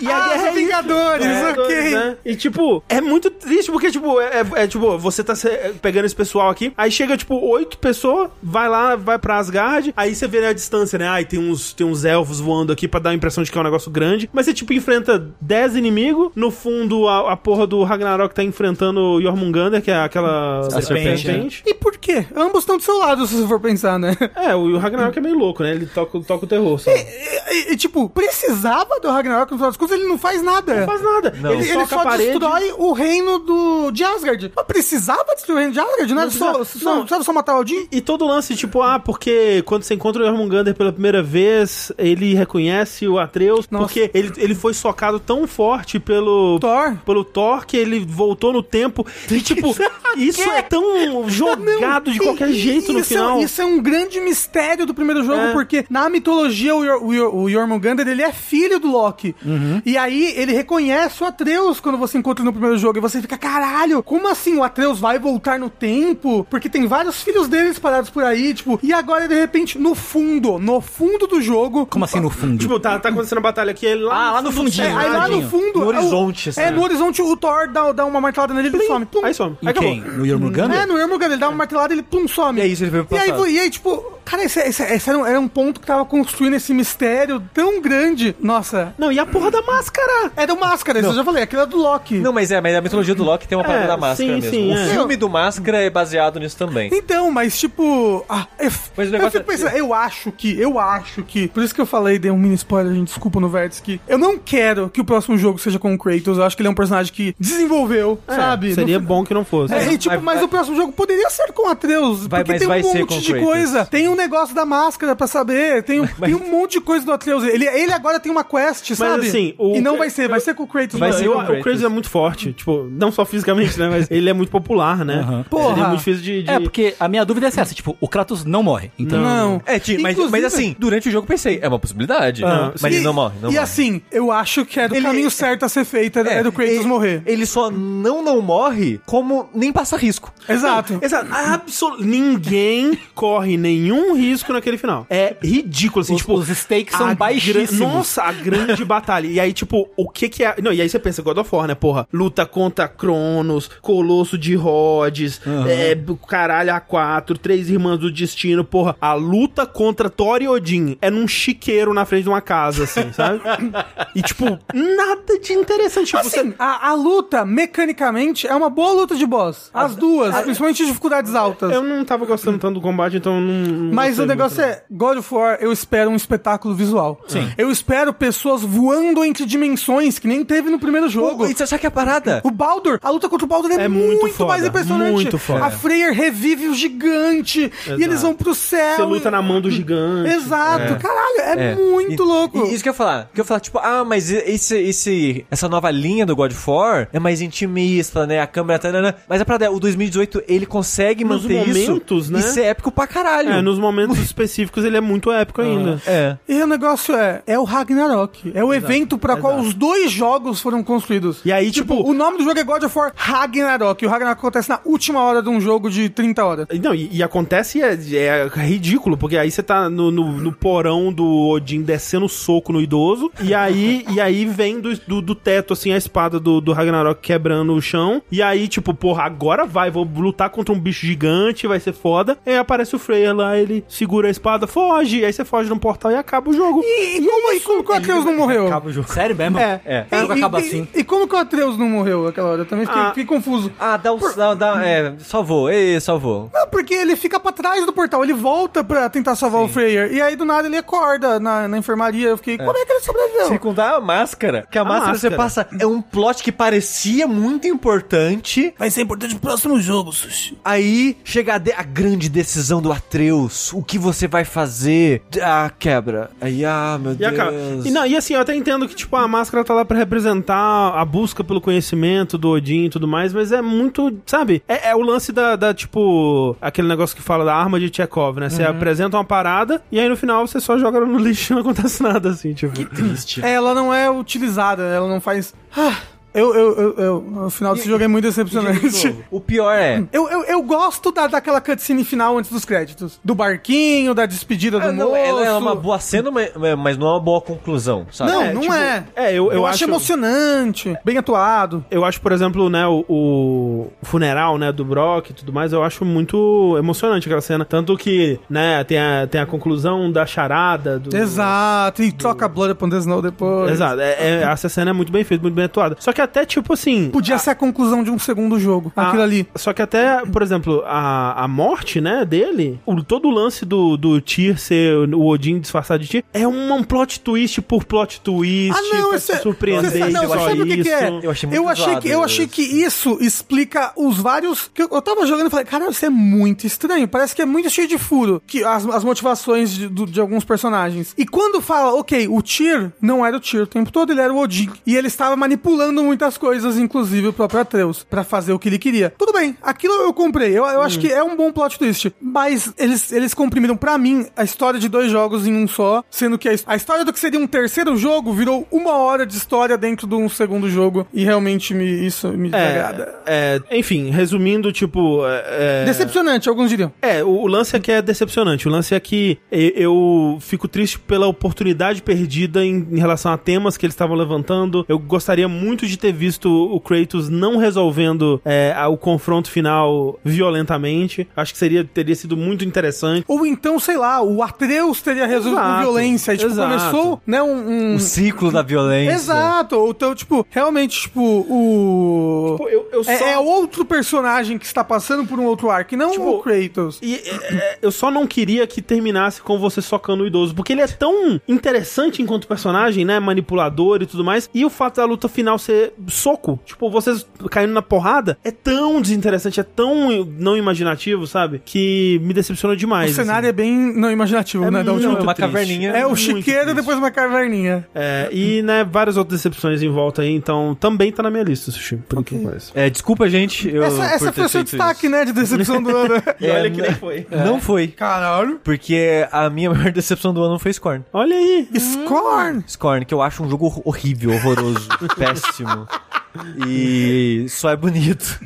[SPEAKER 1] e a
[SPEAKER 3] Ah,
[SPEAKER 1] guerra
[SPEAKER 3] os
[SPEAKER 1] é isso.
[SPEAKER 3] Vingadores,
[SPEAKER 1] É,
[SPEAKER 3] ok.
[SPEAKER 1] né? E tipo, é muito triste, porque, tipo, é, é- é, tipo, você tá se- é, pegando esse pessoal aqui, aí chega, tipo, oito pessoas, vai lá, vai pra Asgard, aí você vê né, a distância, né? Ai, tem uns, tem uns elfos voando aqui pra dar a impressão de que é um negócio grande. Mas você, tipo, enfrenta dez inimigos. No fundo, a, a porra do Ragnarok tá enfrentando o Jormungandr, que é aquela
[SPEAKER 2] serpente,
[SPEAKER 1] né?
[SPEAKER 3] E por quê? Ambos estão do seu lado, se você for pensar, né?
[SPEAKER 1] É, o, o Ragnarok é meio louco, né? Ele toca, toca o terror, sabe?
[SPEAKER 3] E, e, tipo, precisava do Ragnarok no final das contas, ele não faz nada.
[SPEAKER 1] Não faz nada.
[SPEAKER 4] Não.
[SPEAKER 1] Ele,
[SPEAKER 3] Ele, ele
[SPEAKER 1] soca a
[SPEAKER 3] só
[SPEAKER 1] parede.
[SPEAKER 3] destrói o reino do, de Asgard. Mas precisava destruir o reino de Asgard, não era
[SPEAKER 1] Não
[SPEAKER 3] só,
[SPEAKER 1] precisa-
[SPEAKER 3] só,
[SPEAKER 1] não.
[SPEAKER 3] precisava só matar o Odin?
[SPEAKER 1] E todo lance, tipo, ah, porque quando você encontra o Jormungandr pela primeira vez, ele reconhece o Atreus,
[SPEAKER 3] Nossa.
[SPEAKER 1] porque ele, ele foi socado tão forte pelo...
[SPEAKER 3] Thor?
[SPEAKER 1] Pelo Thor, que ele voltou no tempo. E, tipo, isso é tão jogado de qualquer
[SPEAKER 3] E-
[SPEAKER 1] jeito no
[SPEAKER 3] isso é-
[SPEAKER 1] final.
[SPEAKER 3] isso é um grande mistério do primeiro jogo,
[SPEAKER 1] É.
[SPEAKER 3] porque na mitologia o, Yor- o, Yor- o Jormungandr, ele é filho do Loki. E aí ele reconhece o Atreus quando você encontra no primeiro jogo. E você fica, caralho, como assim o Atreus vai voltar no tempo? Porque tem vários filhos dele espalhados por aí, tipo... E agora, de repente, no fundo, no fundo do jogo...
[SPEAKER 2] Como assim no fundo?
[SPEAKER 1] Tipo, tá, tá acontecendo a batalha aqui, ele lá...
[SPEAKER 4] Ah, lá no fundinho,
[SPEAKER 3] É, aí lá no
[SPEAKER 2] Tadinho.
[SPEAKER 3] fundo...
[SPEAKER 4] No
[SPEAKER 3] é o-
[SPEAKER 4] horizonte, assim,
[SPEAKER 3] É,
[SPEAKER 4] né?
[SPEAKER 3] no horizonte o Thor dá, dá uma martelada nele e ele some. Pum.
[SPEAKER 1] Aí some.
[SPEAKER 2] em
[SPEAKER 1] Aí acabou.
[SPEAKER 2] quem? No Yormungandr?
[SPEAKER 3] É, no Yormungandr, ele dá uma martelada e ele pum, some.
[SPEAKER 4] E é isso, ele veio pro
[SPEAKER 3] E aí,
[SPEAKER 4] passado.
[SPEAKER 3] e aí, tipo, cara, esse, esse- esse era, um, era um ponto que tava construindo esse mistério tão grande. Nossa,
[SPEAKER 1] Não, e a porra da máscara?
[SPEAKER 3] era o Máscara, isso eu já falei, aquilo é do Loki.
[SPEAKER 4] Não, mas é, mas a mitologia do Loki tem uma parada
[SPEAKER 1] É,
[SPEAKER 4] da máscara
[SPEAKER 1] sim,
[SPEAKER 4] mesmo.
[SPEAKER 1] sim,
[SPEAKER 4] o
[SPEAKER 1] é.
[SPEAKER 4] filme do Máscara é baseado nisso também.
[SPEAKER 3] Então, mas tipo. ah, eu,
[SPEAKER 4] Mas o
[SPEAKER 3] eu
[SPEAKER 4] negócio é-
[SPEAKER 3] fico pensando, eu acho que, eu acho que. Por isso que eu falei, dei um mini spoiler, gente, desculpa no Vértice, que eu não quero que o próximo jogo seja com o Kratos. Eu acho que ele é um personagem que desenvolveu,
[SPEAKER 1] É,
[SPEAKER 3] sabe? No
[SPEAKER 1] Seria bom que não fosse.
[SPEAKER 3] É, e, tipo,
[SPEAKER 4] Mas
[SPEAKER 3] mas,
[SPEAKER 4] vai-
[SPEAKER 3] o próximo jogo poderia ser com Atreus,
[SPEAKER 4] Vai-
[SPEAKER 3] porque
[SPEAKER 4] mas
[SPEAKER 3] tem
[SPEAKER 4] vai
[SPEAKER 3] um
[SPEAKER 4] ser
[SPEAKER 3] monte
[SPEAKER 4] com
[SPEAKER 3] de
[SPEAKER 4] Kratos.
[SPEAKER 3] coisa. Tem um negócio da máscara pra saber, tem, tem um monte de coisa do Atreus. Ele, ele agora tem uma quest, sabe?
[SPEAKER 1] assim, o-
[SPEAKER 3] E não vai ser, vai ser com o Kratos.
[SPEAKER 4] Vai
[SPEAKER 1] Não,
[SPEAKER 4] ser
[SPEAKER 1] eu-
[SPEAKER 4] com
[SPEAKER 1] o
[SPEAKER 4] Kratos.
[SPEAKER 1] Kratos é muito forte, tipo, não só fisicamente, né? Mas ele é muito popular, né?
[SPEAKER 3] Porra.
[SPEAKER 1] Ele é muito difícil de. de-
[SPEAKER 2] É, porque a minha dúvida é essa, tipo, o Kratos não morre. Então,
[SPEAKER 3] Não.
[SPEAKER 4] É, ti- mas,
[SPEAKER 3] Inclusive-
[SPEAKER 4] mas assim, durante o jogo eu pensei, é uma possibilidade.
[SPEAKER 1] Ah,
[SPEAKER 4] mas
[SPEAKER 3] e,
[SPEAKER 4] ele não morre, não
[SPEAKER 3] E
[SPEAKER 4] morre.
[SPEAKER 3] assim, eu acho que é do
[SPEAKER 4] Ele-
[SPEAKER 3] caminho certo a ser feito, é, é do Kratos
[SPEAKER 4] ele-
[SPEAKER 3] morrer.
[SPEAKER 4] Ele só não não morre, como nem passa risco.
[SPEAKER 3] Exato.
[SPEAKER 4] é-
[SPEAKER 1] Exato. Absol... Ninguém corre nenhum risco naquele final. É ridículo, assim,
[SPEAKER 2] os,
[SPEAKER 1] tipo.
[SPEAKER 2] os stakes
[SPEAKER 1] a
[SPEAKER 2] são
[SPEAKER 1] gran-
[SPEAKER 2] baixíssimos.
[SPEAKER 1] Nossa, a grande batalha. E aí, tipo, o que que é. Não, e aí você pensa, God of War, né, porra? Luta contra Cronos, Colosso de Rhodes, é, b- caralho, A4, Três Irmãs do Destino, porra. A luta contra Thor e Odin é num chiqueiro na frente de uma casa, assim, sabe? e, tipo, nada de interessante. Tipo, você-
[SPEAKER 3] Assim, a, a luta, mecanicamente, é uma boa luta de boss. As duas, principalmente de dificuldades altas.
[SPEAKER 1] Eu não tava gostando tanto do combate, então eu não. não
[SPEAKER 3] Mas
[SPEAKER 1] gostei
[SPEAKER 3] o negócio
[SPEAKER 1] muito,
[SPEAKER 3] é, God of War, eu espero um espetáculo visual. Sim. Eu espero pessoas voando entre dimensões, que nem teve no primeiro jogo.
[SPEAKER 4] Pô, e você achar que é a parada?
[SPEAKER 3] O Baldur, a luta contra o Baldur é,
[SPEAKER 1] É muito
[SPEAKER 3] muito,
[SPEAKER 1] foda,
[SPEAKER 3] mais impressionante.
[SPEAKER 1] muito foda.
[SPEAKER 3] A Freya revive o gigante e eles vão pro céu.
[SPEAKER 1] não. Você luta na mão do gigante.
[SPEAKER 3] É um Exato, caralho, é,
[SPEAKER 4] É.
[SPEAKER 3] muito
[SPEAKER 4] E-
[SPEAKER 3] louco.
[SPEAKER 4] e isso que eu ia falar. Que eu ia falar, tipo, ah, mas e- esse, esse, essa nova linha do God of War é mais intimista, né? A câmera tá. né, né. Mas a parada é, o 2018 ele consegue
[SPEAKER 1] Nos
[SPEAKER 4] manter
[SPEAKER 1] momentos,
[SPEAKER 4] isso.
[SPEAKER 1] né?
[SPEAKER 4] Isso é épico pra caralho.
[SPEAKER 1] É, nos momentos específicos ele é muito épico ainda.
[SPEAKER 4] É.
[SPEAKER 3] E o negócio é, é o Ragnarok. É o evento pra qual os dois jogos foram construídos.
[SPEAKER 1] E aí, tipo,
[SPEAKER 3] O nome do jogo é God of War Ragnarok. E o Ragnarok acontece na última hora de um jogo de 30 horas.
[SPEAKER 1] Não, Então, e, e acontece e é, é ridículo, porque aí você tá no, no- no porão do Odin descendo soco no idoso, e aí, e aí vem do, do, do teto, assim, a espada do, do Ragnarok quebrando o chão, e aí, tipo, porra, agora vai, vou lutar contra um bicho gigante, vai ser foda. E aí aparece o Freya lá, ele ele segura a espada, foge, aí você foge num portal e acaba o jogo.
[SPEAKER 3] E, e como, e como que o Atreus não morreu?
[SPEAKER 4] Acaba o jogo.
[SPEAKER 2] Sério mesmo?
[SPEAKER 4] É.
[SPEAKER 2] O jogo
[SPEAKER 3] E- e-
[SPEAKER 2] acaba
[SPEAKER 3] e-
[SPEAKER 2] assim.
[SPEAKER 3] E, como que o Atreus não morreu aquela hora? Eu também fiquei,
[SPEAKER 1] Ah.
[SPEAKER 3] fiquei confuso.
[SPEAKER 4] Ah, dá o. Dá, dá, é, salvou, ei, salvou.
[SPEAKER 3] Não, porque ele fica pra trás do portal, ele volta pra tentar salvar o Freyer. E aí do nada ele acorda na, na enfermaria. Eu fiquei, como é que ele sobreviveu?
[SPEAKER 4] Sem contar a máscara. Que a, máscara, você
[SPEAKER 1] máscara.
[SPEAKER 4] passa. É um plot que parecia muito importante.
[SPEAKER 3] Vai ser importante pro próximo jogo, Sushi.
[SPEAKER 4] Aí chega a, de- a grande decisão do Atreus. O que você vai fazer? Ah, quebra. Aí, ah, meu
[SPEAKER 1] E
[SPEAKER 4] Deus.
[SPEAKER 1] acaba. E, não, e assim, eu até entendo que, tipo, a máscara tá lá pra representar a busca pelo conhecimento do Odin e tudo mais, mas é muito, sabe? É, é o lance da, da, tipo, aquele negócio que fala da arma de Chekhov, né? Você apresenta uma parada e aí no final você só joga ela no lixo e não acontece nada, assim, tipo.
[SPEAKER 4] Triste.
[SPEAKER 3] Ela não é utilizada, ela não faz. Ah, eu, eu, eu, eu- o final desse jogo é muito decepcionante.
[SPEAKER 4] O pior é.
[SPEAKER 3] Eu, eu, eu gosto da, daquela cutscene final antes dos créditos. Do barquinho, da despedida do
[SPEAKER 4] Ah, não,
[SPEAKER 3] moço.
[SPEAKER 4] ela é uma boa cena, mas mas não é uma boa conclusão, sabe? tipo,
[SPEAKER 3] Não, não é.
[SPEAKER 1] É, eu, eu,
[SPEAKER 3] Eu, acho, emocionante, bem atuado.
[SPEAKER 1] Eu acho, por exemplo, né, o, o funeral, né, do Brock e tudo mais, eu acho muito emocionante aquela cena. Tanto que, né, tem a, tem a conclusão da charada do...
[SPEAKER 3] Exato, e troca Blood Upon the Snow depois.
[SPEAKER 1] Exato. É,
[SPEAKER 3] Ah.
[SPEAKER 1] é- essa cena é muito bem feita, muito bem atuada. Só que até, tipo assim...
[SPEAKER 3] Podia ser a conclusão de um segundo jogo,
[SPEAKER 1] a-
[SPEAKER 3] aquilo ali.
[SPEAKER 1] Só que até, por exemplo, a, a morte, né, dele, o, todo o lance do, do Tyr ser o Odin disfarçado de Tyr, é um, um plot twist por plot twist,
[SPEAKER 3] Ah,
[SPEAKER 1] pra
[SPEAKER 3] esse-
[SPEAKER 1] te surpreender
[SPEAKER 3] é- você- não,
[SPEAKER 1] só
[SPEAKER 3] você sabe o que, que é?
[SPEAKER 1] isso.
[SPEAKER 4] Eu achei muito zoado
[SPEAKER 3] que, eu achei
[SPEAKER 4] isso.
[SPEAKER 3] que isso explica os vários. Que eu, eu tava jogando e falei, cara, isso é muito estranho. Parece que é muito cheio de furo. Que as, as motivações de, do- de alguns personagens. E quando fala, ok, o Tyr não era o Tyr o tempo todo, ele era o Odin. E ele estava manipulando muitas coisas, inclusive o próprio Atreus, pra fazer o que ele queria. Tudo bem, aquilo eu comprei. Eu, eu
[SPEAKER 1] Hum.
[SPEAKER 3] acho que é um bom plot twist. Mas eles, eles comprimiram pra mim a história de dois jogos em um só, sendo que a, his- a história do que seria um terceiro jogo virou uma hora de história dentro de um segundo jogo. E realmente me, isso me desagrada.
[SPEAKER 1] É, é, enfim, resumindo, tipo. É, é-
[SPEAKER 3] Decepcionante, alguns diriam.
[SPEAKER 1] é, o, o lance é que é decepcionante. O lance é que e- eu fico triste pela oportunidade perdida em, em relação a temas que eles estavam levantando. Eu gostaria muito de ter visto o Kratos não resolvendo é, a- o confronto final violentamente. Acho que seria, teria sido muito interessante.
[SPEAKER 3] Ou então, sei lá, o Atreus teria resolvido com
[SPEAKER 1] Exato,
[SPEAKER 3] violência. E, tipo,
[SPEAKER 1] exato.
[SPEAKER 3] começou, né, um... um-
[SPEAKER 1] Hum.
[SPEAKER 4] O ciclo da violência.
[SPEAKER 3] Exato, ou então, tipo, realmente, tipo, o...
[SPEAKER 1] Pô, eu, eu Tipo, só.
[SPEAKER 3] É, é outro personagem que está passando por um outro arco, e não
[SPEAKER 1] Tipo,
[SPEAKER 3] o Kratos.
[SPEAKER 1] E é, é, eu só não queria que terminasse com você socando o idoso, porque ele é tão interessante enquanto personagem, né? Manipulador e tudo mais. E o fato da luta final ser soco, tipo, vocês caindo na porrada, é tão desinteressante, é tão não imaginativo, sabe? Que me decepcionou
[SPEAKER 3] O
[SPEAKER 1] demais.
[SPEAKER 4] assim,
[SPEAKER 1] assim.
[SPEAKER 3] cenário é bem não imaginativo,
[SPEAKER 1] É
[SPEAKER 3] né? Da última...
[SPEAKER 1] muito
[SPEAKER 4] Uma
[SPEAKER 1] triste.
[SPEAKER 4] caverninha.
[SPEAKER 3] É o
[SPEAKER 1] muito
[SPEAKER 3] chiqueiro e
[SPEAKER 1] triste.
[SPEAKER 3] depois uma caverninha.
[SPEAKER 1] É, e, né, várias outras decepções em volta aí, então também tá na minha lista, Sushi, por okay. que parece.
[SPEAKER 4] É, desculpa, gente. Eu,
[SPEAKER 3] essa essa
[SPEAKER 4] por ter
[SPEAKER 3] foi o seu
[SPEAKER 4] feito
[SPEAKER 3] destaque,
[SPEAKER 4] isso.
[SPEAKER 3] né? De decepção do ano.
[SPEAKER 1] E olha
[SPEAKER 4] É,
[SPEAKER 1] que nem foi.
[SPEAKER 4] Não foi.
[SPEAKER 3] Caralho.
[SPEAKER 4] Porque a minha maior decepção do ano foi Scorn.
[SPEAKER 1] Olha aí.
[SPEAKER 3] Scorn!
[SPEAKER 4] Scorn, que eu acho um jogo hor- horrível, horroroso, péssimo. E só é bonito.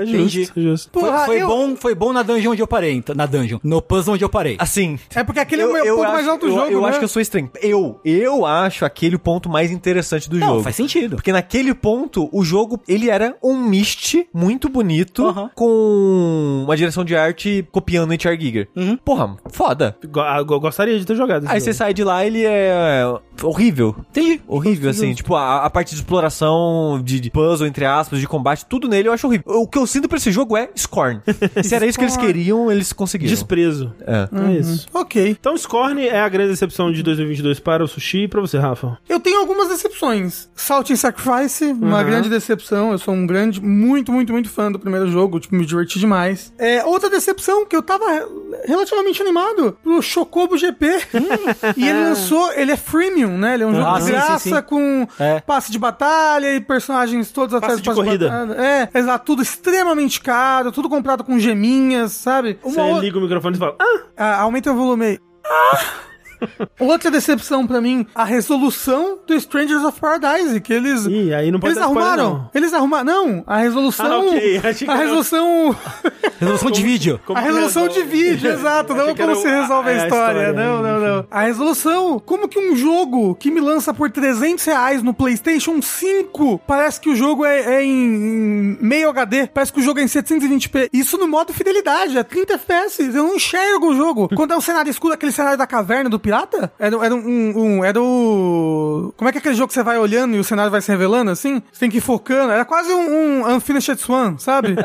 [SPEAKER 1] É justo, é justo.
[SPEAKER 2] Foi,
[SPEAKER 3] Porra,
[SPEAKER 2] foi
[SPEAKER 3] eu-
[SPEAKER 2] bom, foi bom na dungeon onde eu parei. então, Na dungeon. No puzzle onde eu parei.
[SPEAKER 4] Assim.
[SPEAKER 3] É porque aquele é o meu ponto mais alto do
[SPEAKER 4] eu,
[SPEAKER 3] jogo,
[SPEAKER 4] eu
[SPEAKER 3] né?
[SPEAKER 4] acho que eu sou estranho. Eu, eu acho aquele o ponto mais interessante do
[SPEAKER 2] não,
[SPEAKER 4] jogo.
[SPEAKER 2] faz sentido.
[SPEAKER 4] Porque naquele ponto, o jogo, ele era um mist muito bonito,
[SPEAKER 2] Aham.
[SPEAKER 4] com uma direção de arte copiando H.R. Giger.
[SPEAKER 2] Uhum.
[SPEAKER 4] Porra, foda.
[SPEAKER 1] Go- ah, go- gostaria de ter jogado esse
[SPEAKER 4] Aí
[SPEAKER 1] jogo.
[SPEAKER 4] você sai de lá, ele é horrível.
[SPEAKER 2] Entendi.
[SPEAKER 4] Horrível, assim. Tipo, a, a parte de exploração, de, de puzzle, entre aspas, de combate, tudo nele eu acho horrível. O que eu sinto pra esse jogo é Scorn. Se era isso que eles queriam, eles conseguiram.
[SPEAKER 1] Desprezo.
[SPEAKER 4] É.
[SPEAKER 3] Uhum.
[SPEAKER 1] É isso.
[SPEAKER 3] Ok.
[SPEAKER 1] Então, Scorn é a grande decepção de 2022 para o Sushi e para você, Rafa.
[SPEAKER 3] Eu tenho algumas decepções. Salt and Sacrifice,
[SPEAKER 2] Uhum.
[SPEAKER 3] uma grande decepção. Eu sou um grande, muito, muito, muito fã do primeiro jogo. Tipo, me diverti demais. É, outra decepção que eu tava re- relativamente animado pro Chocobo GP. e ele lançou, ele é freemium, né? Ele é um jogo
[SPEAKER 2] Hum. Ah,
[SPEAKER 3] de
[SPEAKER 2] sim, sim,
[SPEAKER 3] graça
[SPEAKER 2] sim.
[SPEAKER 3] com
[SPEAKER 2] É.
[SPEAKER 3] passe de batalha e personagens todos atrás
[SPEAKER 1] de
[SPEAKER 3] passe
[SPEAKER 1] corrida.
[SPEAKER 3] batalha. É, exato. Tudo extremamente caro, tudo comprado com geminhas, sabe? Uma
[SPEAKER 2] é
[SPEAKER 1] Você
[SPEAKER 3] outra-
[SPEAKER 1] liga o microfone e fala, ah,
[SPEAKER 3] ah, aumenta o volume aí. Outra decepção pra mim, a resolução do Strangers of Paradise, que eles.
[SPEAKER 1] Ih, aí não pode
[SPEAKER 3] eles
[SPEAKER 1] dar spoiler,
[SPEAKER 3] arrumaram?
[SPEAKER 1] não.
[SPEAKER 3] Eles arrumaram? Não, a resolução.
[SPEAKER 1] Ah, ok, achei que
[SPEAKER 3] A
[SPEAKER 1] era-
[SPEAKER 3] resolução.
[SPEAKER 2] Resolução de vídeo.
[SPEAKER 1] Como
[SPEAKER 3] a
[SPEAKER 1] que
[SPEAKER 3] resolução de
[SPEAKER 1] resolve?
[SPEAKER 3] vídeo, exato.
[SPEAKER 1] Achei
[SPEAKER 3] Não
[SPEAKER 1] que
[SPEAKER 3] como
[SPEAKER 1] era
[SPEAKER 3] se
[SPEAKER 1] o-
[SPEAKER 3] resolve a,
[SPEAKER 1] é, a
[SPEAKER 3] história.
[SPEAKER 1] história,
[SPEAKER 3] Não, não, não. A resolução. Como que um jogo que me lança por 300 reais no PlayStation 5 parece que o jogo é, é em, em meio HD? Parece que o jogo é em 720p. Isso no modo fidelidade, é 30 FPS. Eu não enxergo o jogo. Quando é um cenário escuro, aquele cenário da caverna do pirata? Era, era um, um- um- Era o. Como é que é aquele jogo que você vai olhando e o cenário vai se revelando assim? Você tem que ir focando. Era quase um, um Unfinished Swan, sabe?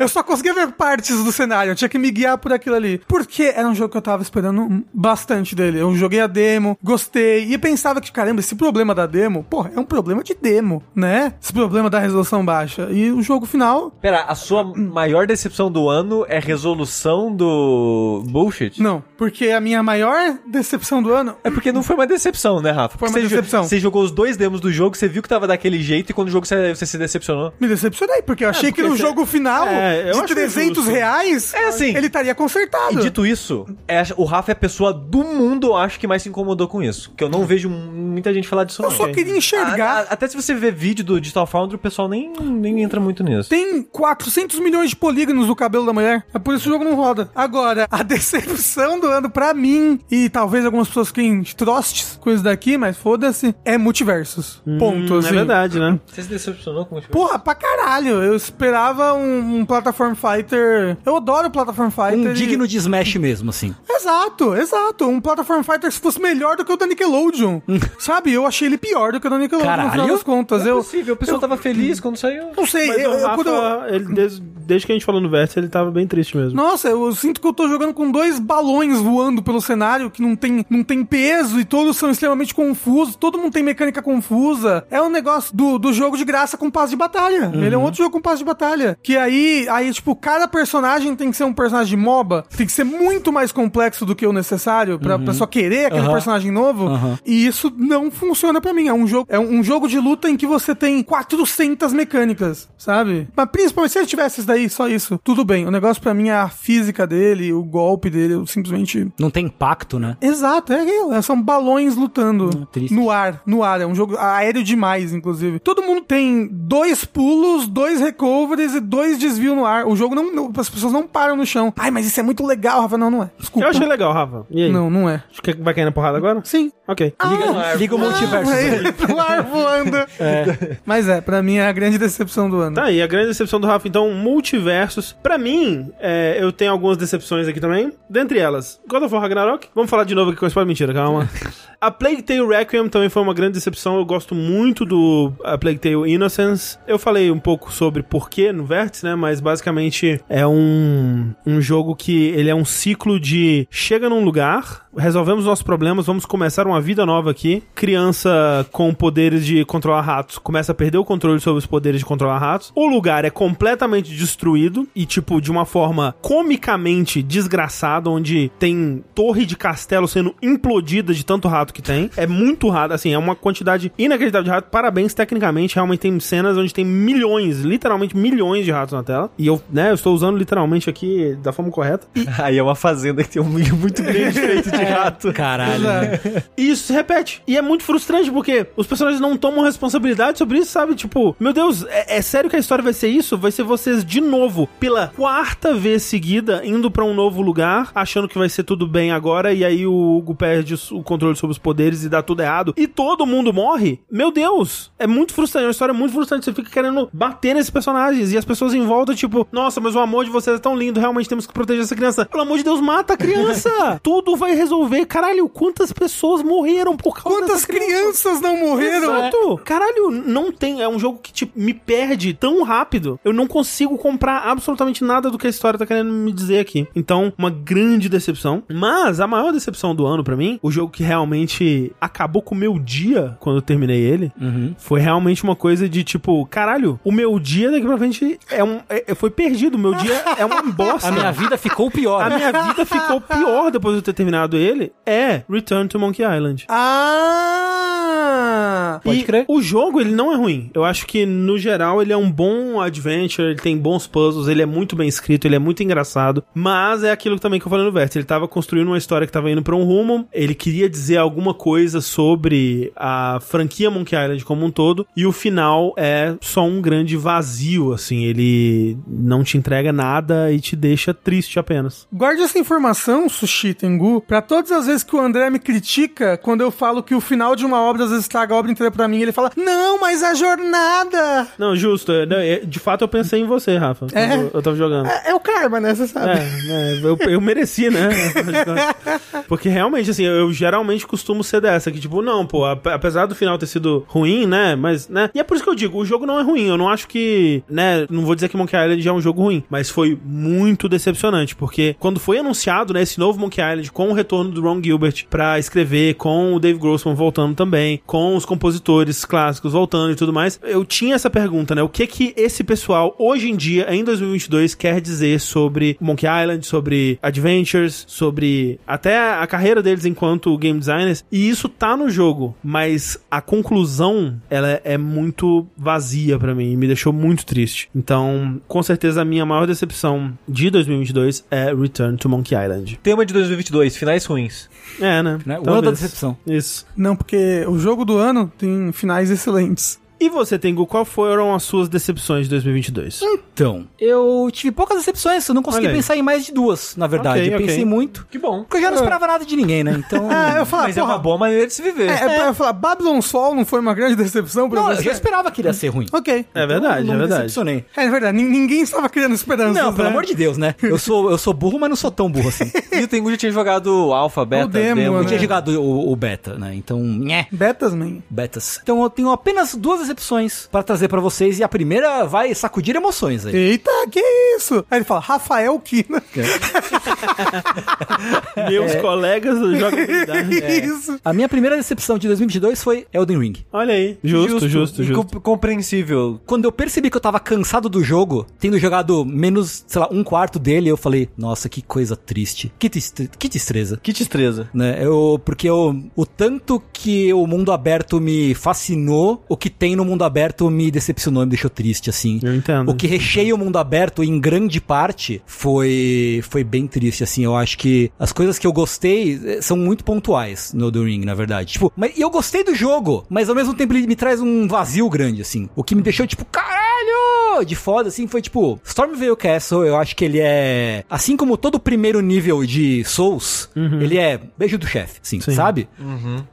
[SPEAKER 3] eu só conseguia ver partes do cenário. Eu tinha que me guiar por aquilo ali. Porque era um jogo que eu tava esperando bastante dele. Eu joguei a demo, gostei. E pensava que, caramba, esse problema da demo, porra, é um problema de demo, né? Esse problema da resolução baixa. E o jogo final.
[SPEAKER 4] Pera, a sua maior decepção do ano é resolução do bullshit?
[SPEAKER 3] Não, porque a minha maior decepção do ano
[SPEAKER 4] É porque não foi uma decepção, né, Rafa?
[SPEAKER 3] Foi uma
[SPEAKER 4] Porque você jo-
[SPEAKER 3] decepção.
[SPEAKER 4] Você jogou os dois demos do jogo, você viu que tava daquele jeito e quando o jogo você, você se decepcionou.
[SPEAKER 3] Me decepcionei, porque eu achei que no jogo final,
[SPEAKER 1] É, eu
[SPEAKER 3] de
[SPEAKER 1] acho
[SPEAKER 3] 300
[SPEAKER 1] justo.
[SPEAKER 3] reais,
[SPEAKER 4] É assim.
[SPEAKER 3] ele estaria
[SPEAKER 4] E
[SPEAKER 3] consertado.
[SPEAKER 4] dito isso, é- o Rafa é a pessoa do mundo, eu acho, que mais se incomodou com isso. Que eu não vejo muita gente falar disso.
[SPEAKER 3] Eu
[SPEAKER 4] não.
[SPEAKER 3] só queria
[SPEAKER 4] A- a-
[SPEAKER 3] enxergar.
[SPEAKER 4] Ah, até se você ver vídeo do Digital Foundry, o pessoal nem, nem entra muito nisso.
[SPEAKER 3] Tem 400 milhões de polígonos no cabelo da mulher. É por isso que o jogo não roda. Agora, a decepção do ano pra mim, e talvez algumas pessoas fiquem trostes com isso daqui, mas foda-se, é multiversos. Ponto,
[SPEAKER 1] Hum,
[SPEAKER 3] assim.
[SPEAKER 1] É verdade, né?
[SPEAKER 4] Você se decepcionou com o
[SPEAKER 3] Porra, pra caralho. Eu esperava um, um Platform Fighter. Eu adoro Platform Fighter.
[SPEAKER 2] Um
[SPEAKER 3] e-
[SPEAKER 2] digno de Smash mesmo, assim.
[SPEAKER 3] Exato, exato. Um Platform Fighter se fosse melhor do que o da Nickelodeon. Sabe? Eu achei ele pior do que o da Nickelodeon no final
[SPEAKER 2] Caralho?
[SPEAKER 3] das contas.
[SPEAKER 4] É
[SPEAKER 3] eu
[SPEAKER 4] possível, o pessoal tava feliz quando saiu.
[SPEAKER 3] não sei,
[SPEAKER 1] Mas
[SPEAKER 3] eu,
[SPEAKER 1] o
[SPEAKER 3] eu-
[SPEAKER 1] Rafa,
[SPEAKER 3] quando eu-
[SPEAKER 1] ele, desde, desde que a gente falou no verso, ele tava bem triste mesmo.
[SPEAKER 3] Nossa, eu sinto que eu tô jogando com dois balões voando pelo cenário que não tem, não tem peso e todos são extremamente confusos, todo mundo tem mecânica confusa. É um negócio do, do jogo de graça com passo de batalha. Ele é um outro jogo com passo de batalha. Que aí, aí, tipo, cada personagem tem que ser um personagem de MOBA, tem que ser muito mais complexo do que o necessário pra, pra só querer aquele
[SPEAKER 2] Uhum. Aham.
[SPEAKER 3] personagem novo.
[SPEAKER 2] Aham.
[SPEAKER 3] E isso não funciona pra mim. É um jogo, é um, um jogo de luta em que você tem 400 mecânicas, sabe? Mas principalmente se ele tivesse isso daí, só isso, tudo bem. O negócio pra mim é a física dele, o golpe dele, eu simplesmente.
[SPEAKER 2] Não tem impacto, né?
[SPEAKER 3] Exato, é aquilo. é, São balões lutando.
[SPEAKER 2] Ah, triste.
[SPEAKER 3] no ar, no ar. É um jogo aéreo demais, inclusive. Todo mundo tem dois pulos, dois recoveries e dois desvios no ar. O jogo não, não- As pessoas não param no chão. Ai, mas isso é muito legal, Rafa. Não, não é. Desculpa.
[SPEAKER 1] Eu achei legal, Rafa. E aí?
[SPEAKER 3] Não, não é.
[SPEAKER 1] Acho que vai cair na porrada agora?
[SPEAKER 3] Sim.
[SPEAKER 1] Ok.
[SPEAKER 2] Liga, liga o multiverso.
[SPEAKER 3] Ah, é, o ar voando. Mas é, pra mim é a grande decepção do ano.
[SPEAKER 1] Tá aí, a grande decepção do Rafa, então, multiversos. Pra mim, é, eu tenho algumas decepções aqui também. Dentre elas, God of War Ragnarok. Vamos falar de novo aqui com a spoiler. Mentira, calma. A Plague Tale Requiem também foi uma grande decepção. Eu gosto muito do a Plague Tale Innocence. Eu falei um pouco sobre porquê no Vértice, né? Mas basicamente é um, um jogo que ele é um ciclo de chega num lugar, resolvemos nossos problemas, vamos começar uma vida nova aqui. Criança com poderes de controlar ratos começa a perder o controle sobre os poderes de controlar ratos. O lugar é completamente destruído e, tipo, de uma forma comicamente desgraçada, onde tem torre de castelo sendo implodida de tanto rato que tem. É muito rato, assim, é uma quantidade inacreditável de rato. Parabéns, tecnicamente, realmente tem cenas onde tem milhões, literalmente milhões de ratos na tela. E eu, né, eu estou usando literalmente aqui da forma correta.
[SPEAKER 4] Aí é uma fazenda que tem um milho muito
[SPEAKER 2] É.
[SPEAKER 4] grande feito de rato.
[SPEAKER 2] Caralho.
[SPEAKER 1] E isso se repete. E é muito frustrante porque os personagens não tomam responsabilidade sobre isso, sabe? Tipo, meu Deus, é, é sério que a história vai ser isso? Vai ser vocês de novo, pela quarta vez seguida, indo pra um novo lugar, achando que vai ser tudo bem agora, e aí o Hugo perde os- o controle sobre os poderes e dá tudo errado. E todo mundo morre? Meu Deus! É muito frustrante, é uma história muito frustrante. Você fica querendo bater nesses personagens e as pessoas em volta, tipo, nossa, mas o amor de vocês é tão lindo, realmente temos que proteger essa criança. Pelo amor de Deus, mata a criança! Tudo vai resolver. Caralho, quantas pessoas morreram por causa
[SPEAKER 3] Quantas
[SPEAKER 1] dessa criança?
[SPEAKER 3] crianças não morreram?
[SPEAKER 2] é.
[SPEAKER 1] Exato. Caralho, não tem. É um jogo que tipo, me perde tão rápido. Eu não consigo comprar absolutamente nada do que a história tá querendo me dizer aqui. Então, uma grande decepção. Mas a maior decepção do ano pra mim, o jogo que realmente acabou com o meu dia quando eu terminei ele,
[SPEAKER 2] Uhum.
[SPEAKER 1] foi realmente uma coisa de tipo, caralho, o meu dia daqui pra frente é um, é- foi perdido. O meu dia é uma bosta.
[SPEAKER 2] A minha vida ficou pior.
[SPEAKER 1] A minha vida ficou pior depois de eu ter terminado ele. É Return to Monkey Island.
[SPEAKER 3] Ah!
[SPEAKER 2] Pode
[SPEAKER 1] e
[SPEAKER 2] crer.
[SPEAKER 1] O jogo, ele não é ruim. Eu acho que, no geral, ele é um bom adventure, ele tem bons puzzles, ele é muito bem escrito, ele é muito engraçado. Mas é aquilo também que eu falei no Vértice. Ele tava construindo uma história que tava indo pra um Truman, ele queria dizer alguma coisa sobre a franquia Monkey Island como um todo, e o final é só um grande vazio, assim, ele não te entrega nada e te deixa triste apenas.
[SPEAKER 3] Guarde essa informação, Sushi Tengu, pra todas as vezes que o André me critica quando eu falo que o final de uma obra às vezes estraga a obra inteira pra mim, ele fala: Não, mas é a jornada!
[SPEAKER 1] Não, justo, é, não, é, de fato eu pensei em você, Rafa,
[SPEAKER 3] É?
[SPEAKER 1] quando eu tava jogando.
[SPEAKER 3] É, é o karma, né? Você sabe.
[SPEAKER 1] É, é, eu, eu mereci, né? Porque realmente, assim, eu, eu geralmente costumo ser dessa, que tipo, não, pô, ape- apesar do final ter sido ruim, né? Mas, né? E é por isso que eu digo, o jogo não é ruim, eu não acho que, né? Não vou dizer que Monkey Island já é um jogo ruim, mas foi muito decepcionante, porque quando foi anunciado, né, esse novo Monkey Island com o retorno do Ron Gilbert pra escrever, com o Dave Grossman voltando também, com os compositores clássicos voltando e tudo mais, eu tinha essa pergunta, né? O que que esse pessoal hoje em dia, em 2022, quer dizer sobre Monkey Island, sobre Adventures, sobre até a carreira deles enquanto game designers? E isso tá no jogo, mas a conclusão, ela é muito vazia pra mim e me deixou muito triste. Então, com certeza a minha maior decepção de 2022 é Return to Monkey Island.
[SPEAKER 4] Tema de 2022, finais ruins.
[SPEAKER 1] É, né?
[SPEAKER 2] Né? O ano da
[SPEAKER 1] Talvez.
[SPEAKER 2] decepção.
[SPEAKER 1] Isso.
[SPEAKER 3] Não, porque o jogo do ano tem finais excelentes.
[SPEAKER 1] E você, Tengu, qual foram as suas decepções de 2022?
[SPEAKER 2] Então, eu tive poucas decepções, eu não consegui
[SPEAKER 1] Olha aí.
[SPEAKER 2] pensar em mais de duas, na verdade.
[SPEAKER 1] Ok,
[SPEAKER 2] eu
[SPEAKER 1] ok.
[SPEAKER 2] pensei muito.
[SPEAKER 4] Que bom.
[SPEAKER 2] Porque eu já não esperava nada de ninguém, né? Então.
[SPEAKER 3] Ah, eu falava,
[SPEAKER 4] Mas é uma
[SPEAKER 3] porra,
[SPEAKER 4] boa maneira de se viver.
[SPEAKER 3] é, é, pra eu falar, Babylon Sol não foi uma grande decepção pra
[SPEAKER 2] não, eu
[SPEAKER 3] você?
[SPEAKER 2] já esperava que iria ser ruim.
[SPEAKER 3] Ok.
[SPEAKER 1] É verdade,
[SPEAKER 2] Então,
[SPEAKER 1] é
[SPEAKER 2] não me
[SPEAKER 1] verdade.
[SPEAKER 2] decepcionei.
[SPEAKER 3] É verdade, nin- ninguém estava criando esperança.
[SPEAKER 2] Não, pelo amor de Deus, né? Eu sou, eu sou burro, mas não sou tão burro assim.
[SPEAKER 4] E o Tengu já tinha jogado Alpha, Beta,
[SPEAKER 3] demo,
[SPEAKER 4] Demo.
[SPEAKER 2] Eu
[SPEAKER 3] né?
[SPEAKER 2] tinha jogado o, o beta, né? Então, nhé.
[SPEAKER 3] Betas, man.
[SPEAKER 2] Betas. Então eu tenho apenas duas decepções pra trazer pra vocês e a primeira vai sacudir emoções aí.
[SPEAKER 3] Eita, que isso? Aí ele fala, Rafael Kina.
[SPEAKER 1] Meus colegas do Jogabilidade.
[SPEAKER 2] É.
[SPEAKER 3] Que isso?
[SPEAKER 2] A minha primeira decepção de 2022 foi Elden Ring.
[SPEAKER 1] Olha aí. Justo, justo,
[SPEAKER 4] e
[SPEAKER 1] justo.
[SPEAKER 4] com- compreensível.
[SPEAKER 2] Quando eu percebi que eu tava cansado do jogo, tendo jogado menos, sei lá, um quarto dele, eu falei, nossa, que coisa triste. Que, tristre- que tristeza.
[SPEAKER 4] Que destreza.
[SPEAKER 2] Né? Eu, porque eu, o tanto que o mundo aberto me fascinou, o que tem no mundo aberto me decepcionou, me deixou triste, assim.
[SPEAKER 1] Eu entendo.
[SPEAKER 2] O que recheia o mundo aberto em grande parte foi foi bem triste assim. Eu acho que as coisas que eu gostei eh, são muito pontuais no The Ring, na verdade. Tipo, mas e eu gostei do jogo, mas ao mesmo tempo ele me traz um vazio grande assim. O que me deixou tipo, caralho, de foda assim, foi tipo, Stormveil Castle, eu acho que ele é assim como todo primeiro nível de Souls, ele é beijo do chefe, assim,
[SPEAKER 1] Uhum. Sim.
[SPEAKER 2] sabe?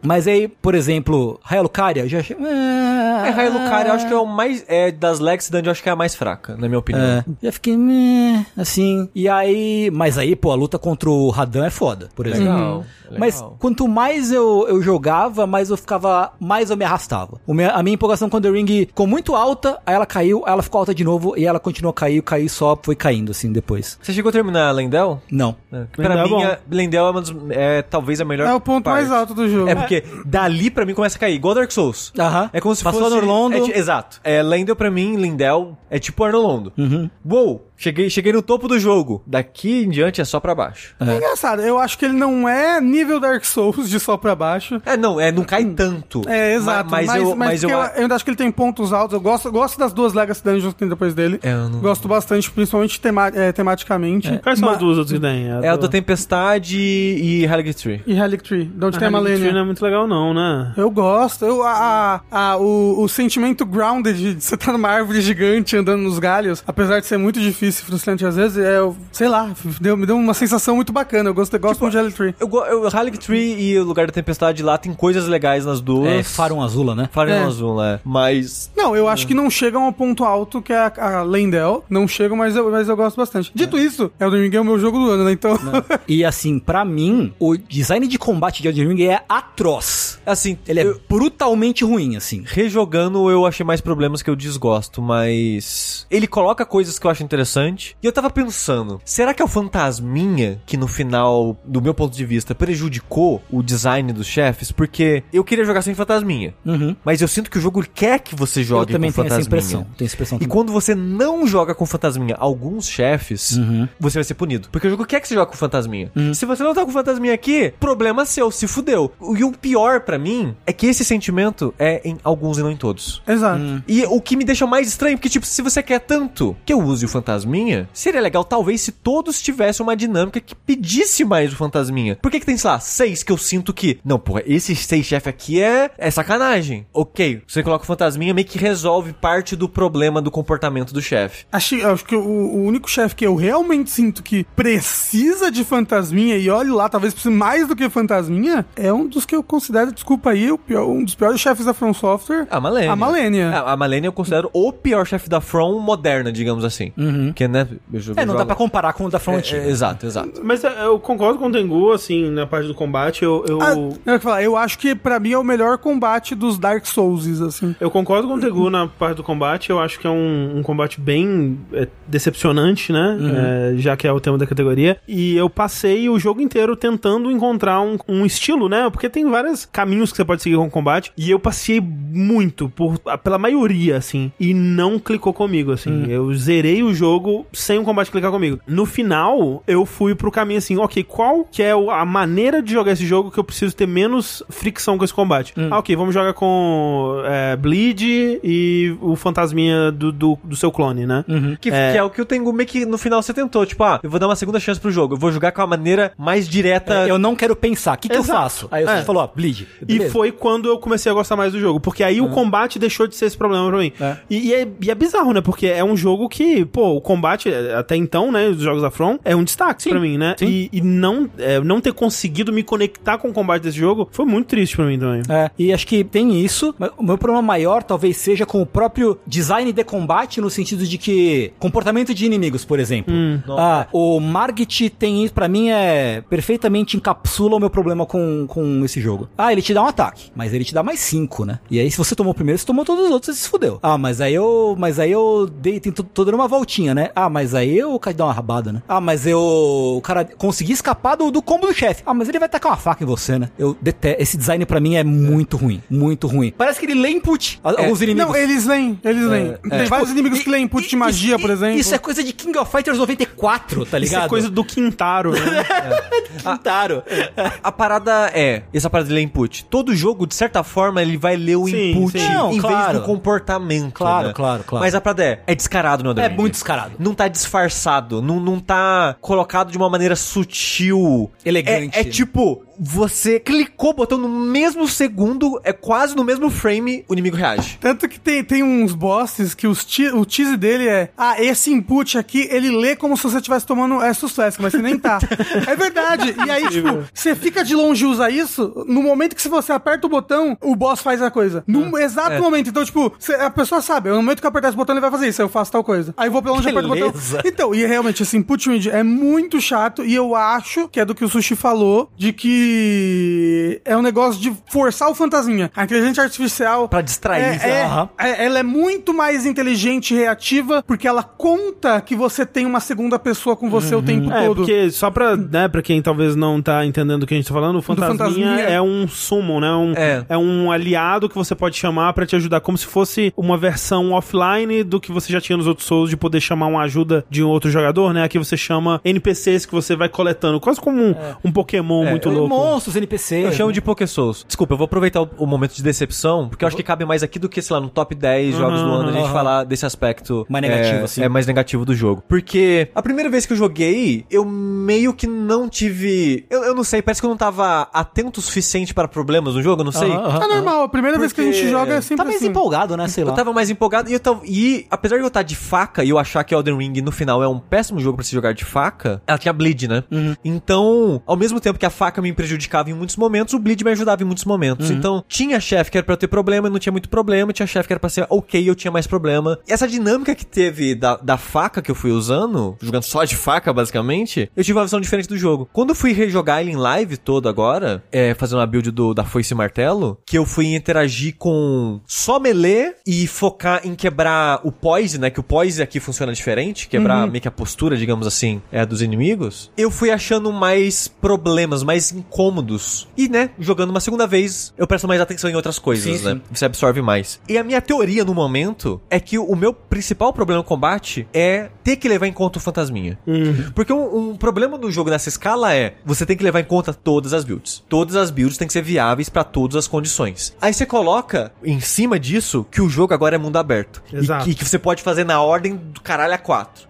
[SPEAKER 2] Mas aí, por exemplo, Raio Lucaria, eu já achei "Ah,
[SPEAKER 4] É, Rai Lucaria, eu acho que é o mais. É, das Lex Dungeon, eu acho que é a mais fraca, na minha opinião.
[SPEAKER 2] É. Já fiquei meh, assim. E aí. Mas aí, pô, a luta contra o Radan é foda, por exemplo. Uhum.
[SPEAKER 4] Legal.
[SPEAKER 2] Mas
[SPEAKER 4] legal.
[SPEAKER 2] quanto mais eu, eu jogava, mais eu ficava. Mais eu me arrastava. O minha- a minha empolgação com o The Ring ficou muito alta, aí ela caiu, aí ela ficou alta de novo, e ela continuou a cair, caiu só, foi caindo, assim, depois.
[SPEAKER 4] Você chegou a terminar a Lendel?
[SPEAKER 2] Não.
[SPEAKER 4] É, Pra
[SPEAKER 1] é
[SPEAKER 4] mim,
[SPEAKER 1] bom.
[SPEAKER 4] a Lendel é, uma dos, é talvez a melhor.
[SPEAKER 3] É o ponto
[SPEAKER 4] parte.
[SPEAKER 3] mais alto do jogo.
[SPEAKER 4] É porque dali pra mim começa a cair, igual Dark Souls.
[SPEAKER 2] Aham.
[SPEAKER 4] É como se
[SPEAKER 2] Ah, Passou
[SPEAKER 4] fosse.
[SPEAKER 2] no Orlando.
[SPEAKER 4] é ti- exato. É, Lendel pra mim, Lindel, é tipo Arnolondo.
[SPEAKER 2] Uhum.
[SPEAKER 4] Uou, cheguei, cheguei no topo do jogo. Daqui em diante é só pra baixo.
[SPEAKER 3] É engraçado, eu acho que ele não é nível Dark Souls de só pra baixo.
[SPEAKER 4] É, não, é, não cai tanto.
[SPEAKER 3] É, exato.
[SPEAKER 4] Ma- Mas, eu. Mas eu,
[SPEAKER 3] porque eu, ainda acho que ele tem pontos altos. Eu gosto, gosto das duas Legacy Dungeons que tem depois dele.
[SPEAKER 4] É, eu não-
[SPEAKER 3] Gosto bastante, principalmente tema- é, tematicamente.
[SPEAKER 1] Quais são
[SPEAKER 3] Ma-
[SPEAKER 1] as duas outras que tem?
[SPEAKER 4] É o da Tempestade e Relic Tree.
[SPEAKER 3] E Relic Tree, de onde tem a
[SPEAKER 1] Malenia.
[SPEAKER 3] Malenia.
[SPEAKER 1] não é muito legal não, né?
[SPEAKER 3] Eu gosto. Eu, a, a- a- o, o sentimento grounded de você estar numa árvore gigante andando nos galhos, apesar de ser muito difícil e frustrante às vezes, é, eu, sei lá, deu- me deu uma sensação muito bacana. Eu gosto, eu gosto muito de Relic Tree.
[SPEAKER 4] Eu, go- eu, Relic Tree e o lugar da Tempestade lá tem coisas legais nas duas.
[SPEAKER 2] É Farum Azula, né?
[SPEAKER 4] Farum
[SPEAKER 3] É.
[SPEAKER 4] Azul, é. Mas
[SPEAKER 3] Não, eu
[SPEAKER 2] É.
[SPEAKER 3] acho que não chegam ao ponto alto que é a, a Lendel. Não chegam, mas eu, mas eu gosto bastante. Dito isso, Elden Ring é o meu jogo do ano, né? Então.
[SPEAKER 2] E assim, pra mim, o design de combate de Elden Ring é atroz.
[SPEAKER 4] Assim,
[SPEAKER 2] Ele é
[SPEAKER 4] eu-
[SPEAKER 2] brutalmente ruim, assim.
[SPEAKER 4] Rejogando, eu achei mais problemas que eu desgosto, mas. Ele coloca coisas que eu acho interessante. E eu tava pensando, será que é o fantasminha que no final, do meu ponto de vista, prejudicou o design dos chefes? Porque eu queria jogar sem fantasminha.
[SPEAKER 2] Uhum.
[SPEAKER 4] Mas eu sinto que o jogo quer que você jogue
[SPEAKER 2] eu também
[SPEAKER 4] com
[SPEAKER 2] tenho essa
[SPEAKER 4] fantasminha.
[SPEAKER 2] impressão. Tenho essa impressão
[SPEAKER 4] E
[SPEAKER 2] também.
[SPEAKER 4] quando quando você não joga com fantasminha alguns chefes,
[SPEAKER 2] Uhum.
[SPEAKER 4] você vai ser punido. Porque o jogo quer que você jogue com fantasminha. Se você não tá com fantasminha aqui, problema seu, se fudeu. E o pior pra mim é que esse sentimento é em alguns e não em todos.
[SPEAKER 2] É.
[SPEAKER 3] Exato.
[SPEAKER 2] Hum.
[SPEAKER 4] E o que me deixa mais estranho, porque, tipo, se você quer tanto que eu use o fantasminha, seria legal talvez se todos tivessem uma dinâmica que pedisse mais o fantasminha. Por que, que tem, sei lá, seis que eu sinto que. Não, porra, esses seis chefes aqui é, é sacanagem. Ok, você coloca o fantasminha, meio que resolve parte do problema do comportamento do chefe.
[SPEAKER 3] Acho, acho que o, o único chefe que eu realmente sinto que precisa de fantasminha, e olhe lá, talvez precise mais do que fantasminha, é um dos que eu considero, desculpa aí, o pior- um dos piores chefes da From Software.
[SPEAKER 2] Ah,
[SPEAKER 4] A Malenia.
[SPEAKER 3] A Malenia.
[SPEAKER 4] A, a Malenia eu considero o pior chefe da From moderna, digamos assim. Que, né? eu jogo-
[SPEAKER 2] É, não dá
[SPEAKER 4] jogo-
[SPEAKER 2] pra comparar com o da Front.
[SPEAKER 4] É, é, Exato, exato.
[SPEAKER 1] Mas é, eu concordo com o Tengu, assim, na parte do combate, eu... eu...
[SPEAKER 3] Ah, eu, ia falar, eu acho que pra mim é o melhor combate dos Dark Souls, assim.
[SPEAKER 1] Eu concordo com o Tegu na parte do combate. Eu acho que é um, um combate bem é, decepcionante, né? É, já que é o tema da categoria. E eu passei o jogo inteiro tentando encontrar um, um estilo, né? Porque tem vários caminhos que você pode seguir com o combate. E eu passei muito, por, pela maioria, assim. E não clicou comigo, assim. Eu zerei o jogo sem o combate clicar comigo. No final, eu fui pro caminho assim, ok, qual que é o- a maneira de jogar esse jogo que eu preciso ter menos fricção com esse combate? Ah, ok, vamos jogar com é, Bleed e o fantasminha do, do, do seu clone, né?
[SPEAKER 4] Que que é. o que o Tengu meio que no final você tentou. Tipo, ah, eu vou dar uma segunda chance pro jogo. Eu vou jogar com a maneira mais direta.
[SPEAKER 2] É, Eu não quero pensar. O que, que eu
[SPEAKER 1] é, Exato.
[SPEAKER 2] faço? Aí você
[SPEAKER 1] É.
[SPEAKER 2] falou, ó, bleed.
[SPEAKER 1] E foi quando eu comecei a gostar mais do jogo. Porque aí o combate deixou de ser esse problema pra mim.
[SPEAKER 2] É.
[SPEAKER 1] E, e é, e é bizarro, né? Porque é um jogo que, pô, o combate, eh, até então, né? Os jogos da From, é um destaque pra mim, né? E, e não, eh, não ter conseguido me conectar com o combate desse jogo foi muito triste pra mim também.
[SPEAKER 2] É, e acho que tem isso. mas O meu problema maior talvez seja com o próprio design de combate, no sentido de que. Comportamento de inimigos, por exemplo. Ah, o Margit tem isso, pra mim, é perfeitamente encapsula o meu problema com, com esse jogo. Ah, ele te dá um ataque, mas ele te dá mais cinco, né? E aí, se você tomou o primeiro, você tomou todos os outros, você se fudeu. Ah, mas aí eu. Mas aí eu dei. Tô, tô dando uma voltinha, né? Ah, mas aí eu. O cara dá uma rabada, né? Ah, mas eu. O cara consegui escapar do, do combo do chefe. Ah, mas ele vai tacar uma faca em você, né? Eu detesto. Esse design pra mim é muito ruim. Muito ruim. Parece que ele lê input. a- Alguns inimigos. É, Tipo,
[SPEAKER 3] Não, eles leem, eles leem. Tem vários inimigos que leem input de magia,
[SPEAKER 2] isso-
[SPEAKER 3] por exemplo.
[SPEAKER 2] Isso é coisa de King of Fighters 94, tá
[SPEAKER 1] Isso
[SPEAKER 2] ligado? Ah,
[SPEAKER 1] é coisa do Quintaro, né?
[SPEAKER 2] Quintaro.
[SPEAKER 3] É.
[SPEAKER 4] A parada é, essa parada de ler input. Todo jogo, de certa forma, ele vai ler o
[SPEAKER 1] Sim,
[SPEAKER 4] input
[SPEAKER 1] sim.
[SPEAKER 2] Não,
[SPEAKER 4] em
[SPEAKER 2] claro.
[SPEAKER 4] vez do comportamento.
[SPEAKER 2] Claro,
[SPEAKER 4] né?
[SPEAKER 2] claro, claro.
[SPEAKER 4] Mas a parada é, é descarado no Elden
[SPEAKER 2] É
[SPEAKER 4] Ring.
[SPEAKER 2] muito descarado.
[SPEAKER 4] Não tá disfarçado, não, não tá colocado de uma maneira sutil.
[SPEAKER 2] Elegante.
[SPEAKER 4] É, é tipo, você clicou, botou no mesmo segundo, é quase no mesmo frame, o inimigo reage.
[SPEAKER 3] Tanto que tem, tem uns bosses que os ti- o tease dele é: Ah, esse input aqui, ele lê como se você estivesse tomando é sucesso, mas você nem tá. é verdade. E aí, tipo, você fica de longe e usa isso, no momento que se você aperta o botão, o boss faz a coisa. No
[SPEAKER 2] É,
[SPEAKER 3] exato momento. Então, tipo, cê- a pessoa sabe, no momento que eu apertar esse botão, ele vai fazer isso, aí eu faço tal coisa. Aí eu vou pra longe e aperto o botão.
[SPEAKER 2] Beleza.
[SPEAKER 3] Então, e realmente, esse input read é muito chato, e eu acho que é do que o Sushi falou, de que é um negócio de forçar o fantasminha. A inteligência artificial
[SPEAKER 2] Pra distrair,
[SPEAKER 3] é, é,
[SPEAKER 2] aham.
[SPEAKER 3] é- ela é muito mais inteligente e reativa, porque ela conta que você tem uma segunda pessoa com você o tempo
[SPEAKER 1] É,
[SPEAKER 3] todo.
[SPEAKER 1] porque só pra, né, pra quem talvez não tá entendendo o que a gente tá falando, o fantasminha,
[SPEAKER 3] fantasminha.
[SPEAKER 1] é um summon, né? Um,
[SPEAKER 4] É.
[SPEAKER 1] é. um aliado que você pode chamar pra te ajudar, como se fosse uma versão offline do que você já tinha nos outros Souls, de poder chamar uma ajuda de um outro jogador, né? Aqui você chama NPCs que você vai coletando, quase como um, um Pokémon muito louco.
[SPEAKER 2] Monstros, NPC.
[SPEAKER 4] Eu chamo de Poké Souls. Desculpa, eu vou aproveitar o, o momento de decepção, porque eu
[SPEAKER 2] Uhum.
[SPEAKER 4] acho que cabe mais aqui do que, sei lá, no top 10 jogos do ano a gente
[SPEAKER 2] aham.
[SPEAKER 4] falar desse aspecto.
[SPEAKER 2] Uhum, Mais negativo,
[SPEAKER 4] é,
[SPEAKER 2] assim.
[SPEAKER 4] É mais negativo do jogo. Porque a primeira vez que eu joguei, eu meio que não tive. Eu, eu não sei, parece que eu não tava atento o suficiente para problemas no jogo, eu não sei.
[SPEAKER 2] Aham, aham.
[SPEAKER 3] É normal, a primeira vez que a gente
[SPEAKER 4] Porque-
[SPEAKER 3] joga é sempre
[SPEAKER 2] Tá mais
[SPEAKER 3] assim.
[SPEAKER 2] empolgado, né? Sei lá.
[SPEAKER 4] Eu tava mais empolgado e eu tava. E apesar de eu estar de faca e eu achar que Elden Ring no final é um péssimo jogo pra se jogar de faca, ela tinha bleed, né? Então, ao mesmo tempo que a faca me prejudicava em muitos momentos, o bleed me ajudava em muitos momentos. Então, tinha chefe que era pra eu ter problema e não tinha muito problema, tinha chefe que era pra ser ok e eu tinha mais problema. E essa dinâmica que teve da, da faca que eu fui usando, jogando só de faca, basicamente, eu tive uma visão diferente do jogo. Quando eu fui rejogar ele em live todo agora, é, fazendo a build do, da foice e martelo, que eu fui interagir com só melee e focar em quebrar o poise, né? Que o poise aqui funciona diferente,
[SPEAKER 2] Uhum.
[SPEAKER 4] quebrar meio que a postura, digamos assim, é, dos inimigos. Eu fui achando mais problemas, mais cômodos. E, né, jogando uma segunda vez, eu presto mais atenção em outras coisas,
[SPEAKER 2] Sim,
[SPEAKER 4] né?
[SPEAKER 2] sim.
[SPEAKER 4] Você absorve mais. E a minha teoria no momento é que o meu principal problema no combate é ter que levar em conta o fantasminha. Porque um, um problema do jogo nessa escala é você tem que levar em conta todas as builds. Todas as builds têm que ser viáveis pra todas as condições. Aí você coloca em cima disso que o jogo agora é mundo aberto. E
[SPEAKER 1] Exato.
[SPEAKER 4] que- E que você pode fazer na ordem do caralho a quatro.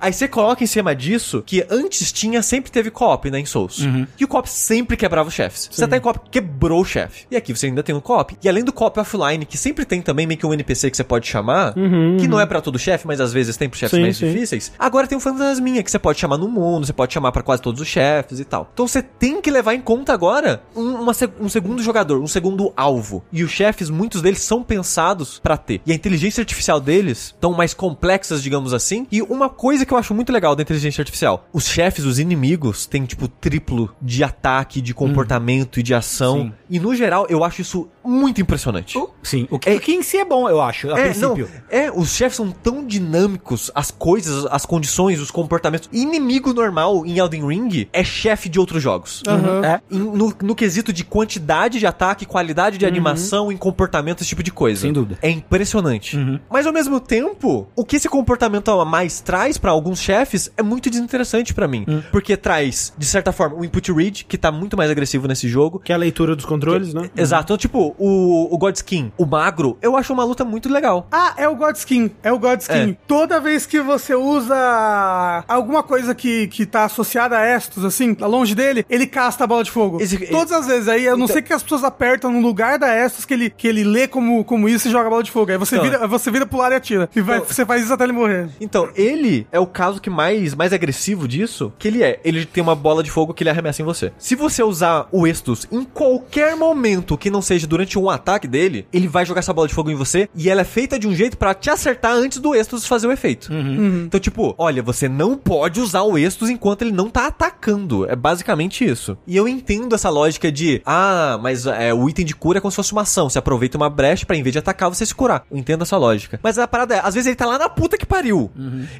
[SPEAKER 4] Aí você coloca em cima disso que antes tinha, sempre teve co-op, né, em Souls. E o co-op sempre quebrava os chefes. Você tá em co-op, quebrou o chefe. E aqui você ainda tem um co-op. E além do co-op offline, que sempre tem também meio que um NPC que você pode chamar, que não é pra todo chefe, mas às vezes tem pro chefes
[SPEAKER 1] Uhum. Sim,
[SPEAKER 4] mais
[SPEAKER 1] sim.
[SPEAKER 4] difíceis. Agora tem um fantasminha que você pode chamar no mundo, você pode chamar pra quase todos os chefes e tal. Então você tem que levar em conta agora um, uma se- um segundo jogador, um segundo alvo. E os chefes, muitos deles são pensados pra ter. E a inteligência artificial deles estão mais complexas, digamos assim. E uma coisa que eu acho muito legal da inteligência artificial: os chefes, os inimigos, têm tipo triplo de ataque, de comportamento e de ação.
[SPEAKER 2] Sim.
[SPEAKER 4] E no geral, eu acho isso muito impressionante.
[SPEAKER 2] Sim, o que, o que em si é bom, eu acho, a
[SPEAKER 4] É,
[SPEAKER 2] princípio.
[SPEAKER 4] não, é, os chefes são tão dinâmicos, as coisas, as condições, os comportamentos. Inimigo normal em Elden Ring é chefe de outros jogos.
[SPEAKER 3] Aham.
[SPEAKER 2] É.
[SPEAKER 4] Em- no, no quesito de quantidade de ataque, qualidade de animação, em comportamento, esse tipo de coisa.
[SPEAKER 2] Uhum. Sem dúvida. Uhum.
[SPEAKER 4] É impressionante. Mas ao mesmo tempo, o que esse comportamento a mais traz pra alguns chefes é muito desinteressante pra mim.
[SPEAKER 2] Uhum.
[SPEAKER 4] Porque traz, de certa forma, o input read, que tá muito mais agressivo nesse jogo,
[SPEAKER 1] Que é a leitura dos controles,
[SPEAKER 2] Uhum.
[SPEAKER 1] né?
[SPEAKER 4] Exato. Então, tipo, o, o Godskin, o magro, eu acho uma luta muito legal.
[SPEAKER 3] Ah, é o Godskin. É o Godskin.
[SPEAKER 4] É.
[SPEAKER 3] Toda vez que você usa alguma coisa que, que tá associada a Estus, assim, tá longe dele, ele casta a bola de fogo.
[SPEAKER 4] Esse-
[SPEAKER 3] Todas as vezes. Aí, eu não sei que as pessoas apertam no lugar da Estus que ele, que ele lê como, como isso e joga a bola de fogo. Aí você,
[SPEAKER 4] Então,
[SPEAKER 3] vira, você vira pro lado e atira. E vai- você faz isso até ele morrer.
[SPEAKER 4] Então, ele é o caso que mais, mais agressivo disso, que ele é. Ele tem uma bola de fogo que ele arremessa em você. Se você usar o Estus em qualquer momento que não seja durante um ataque dele, ele vai jogar essa bola de fogo em você e ela é feita de um jeito pra te acertar antes do Estus fazer o efeito. Então, tipo, olha, você não pode usar o Estus enquanto ele não tá atacando. É basicamente isso. E eu entendo essa lógica de, ah, mas é, o item de cura é como se fosse uma ação. Você aproveita uma brecha pra, em vez de atacar, você se curar. Eu entendo essa lógica. Mas a parada é, às vezes ele tá lá na puta que pariu.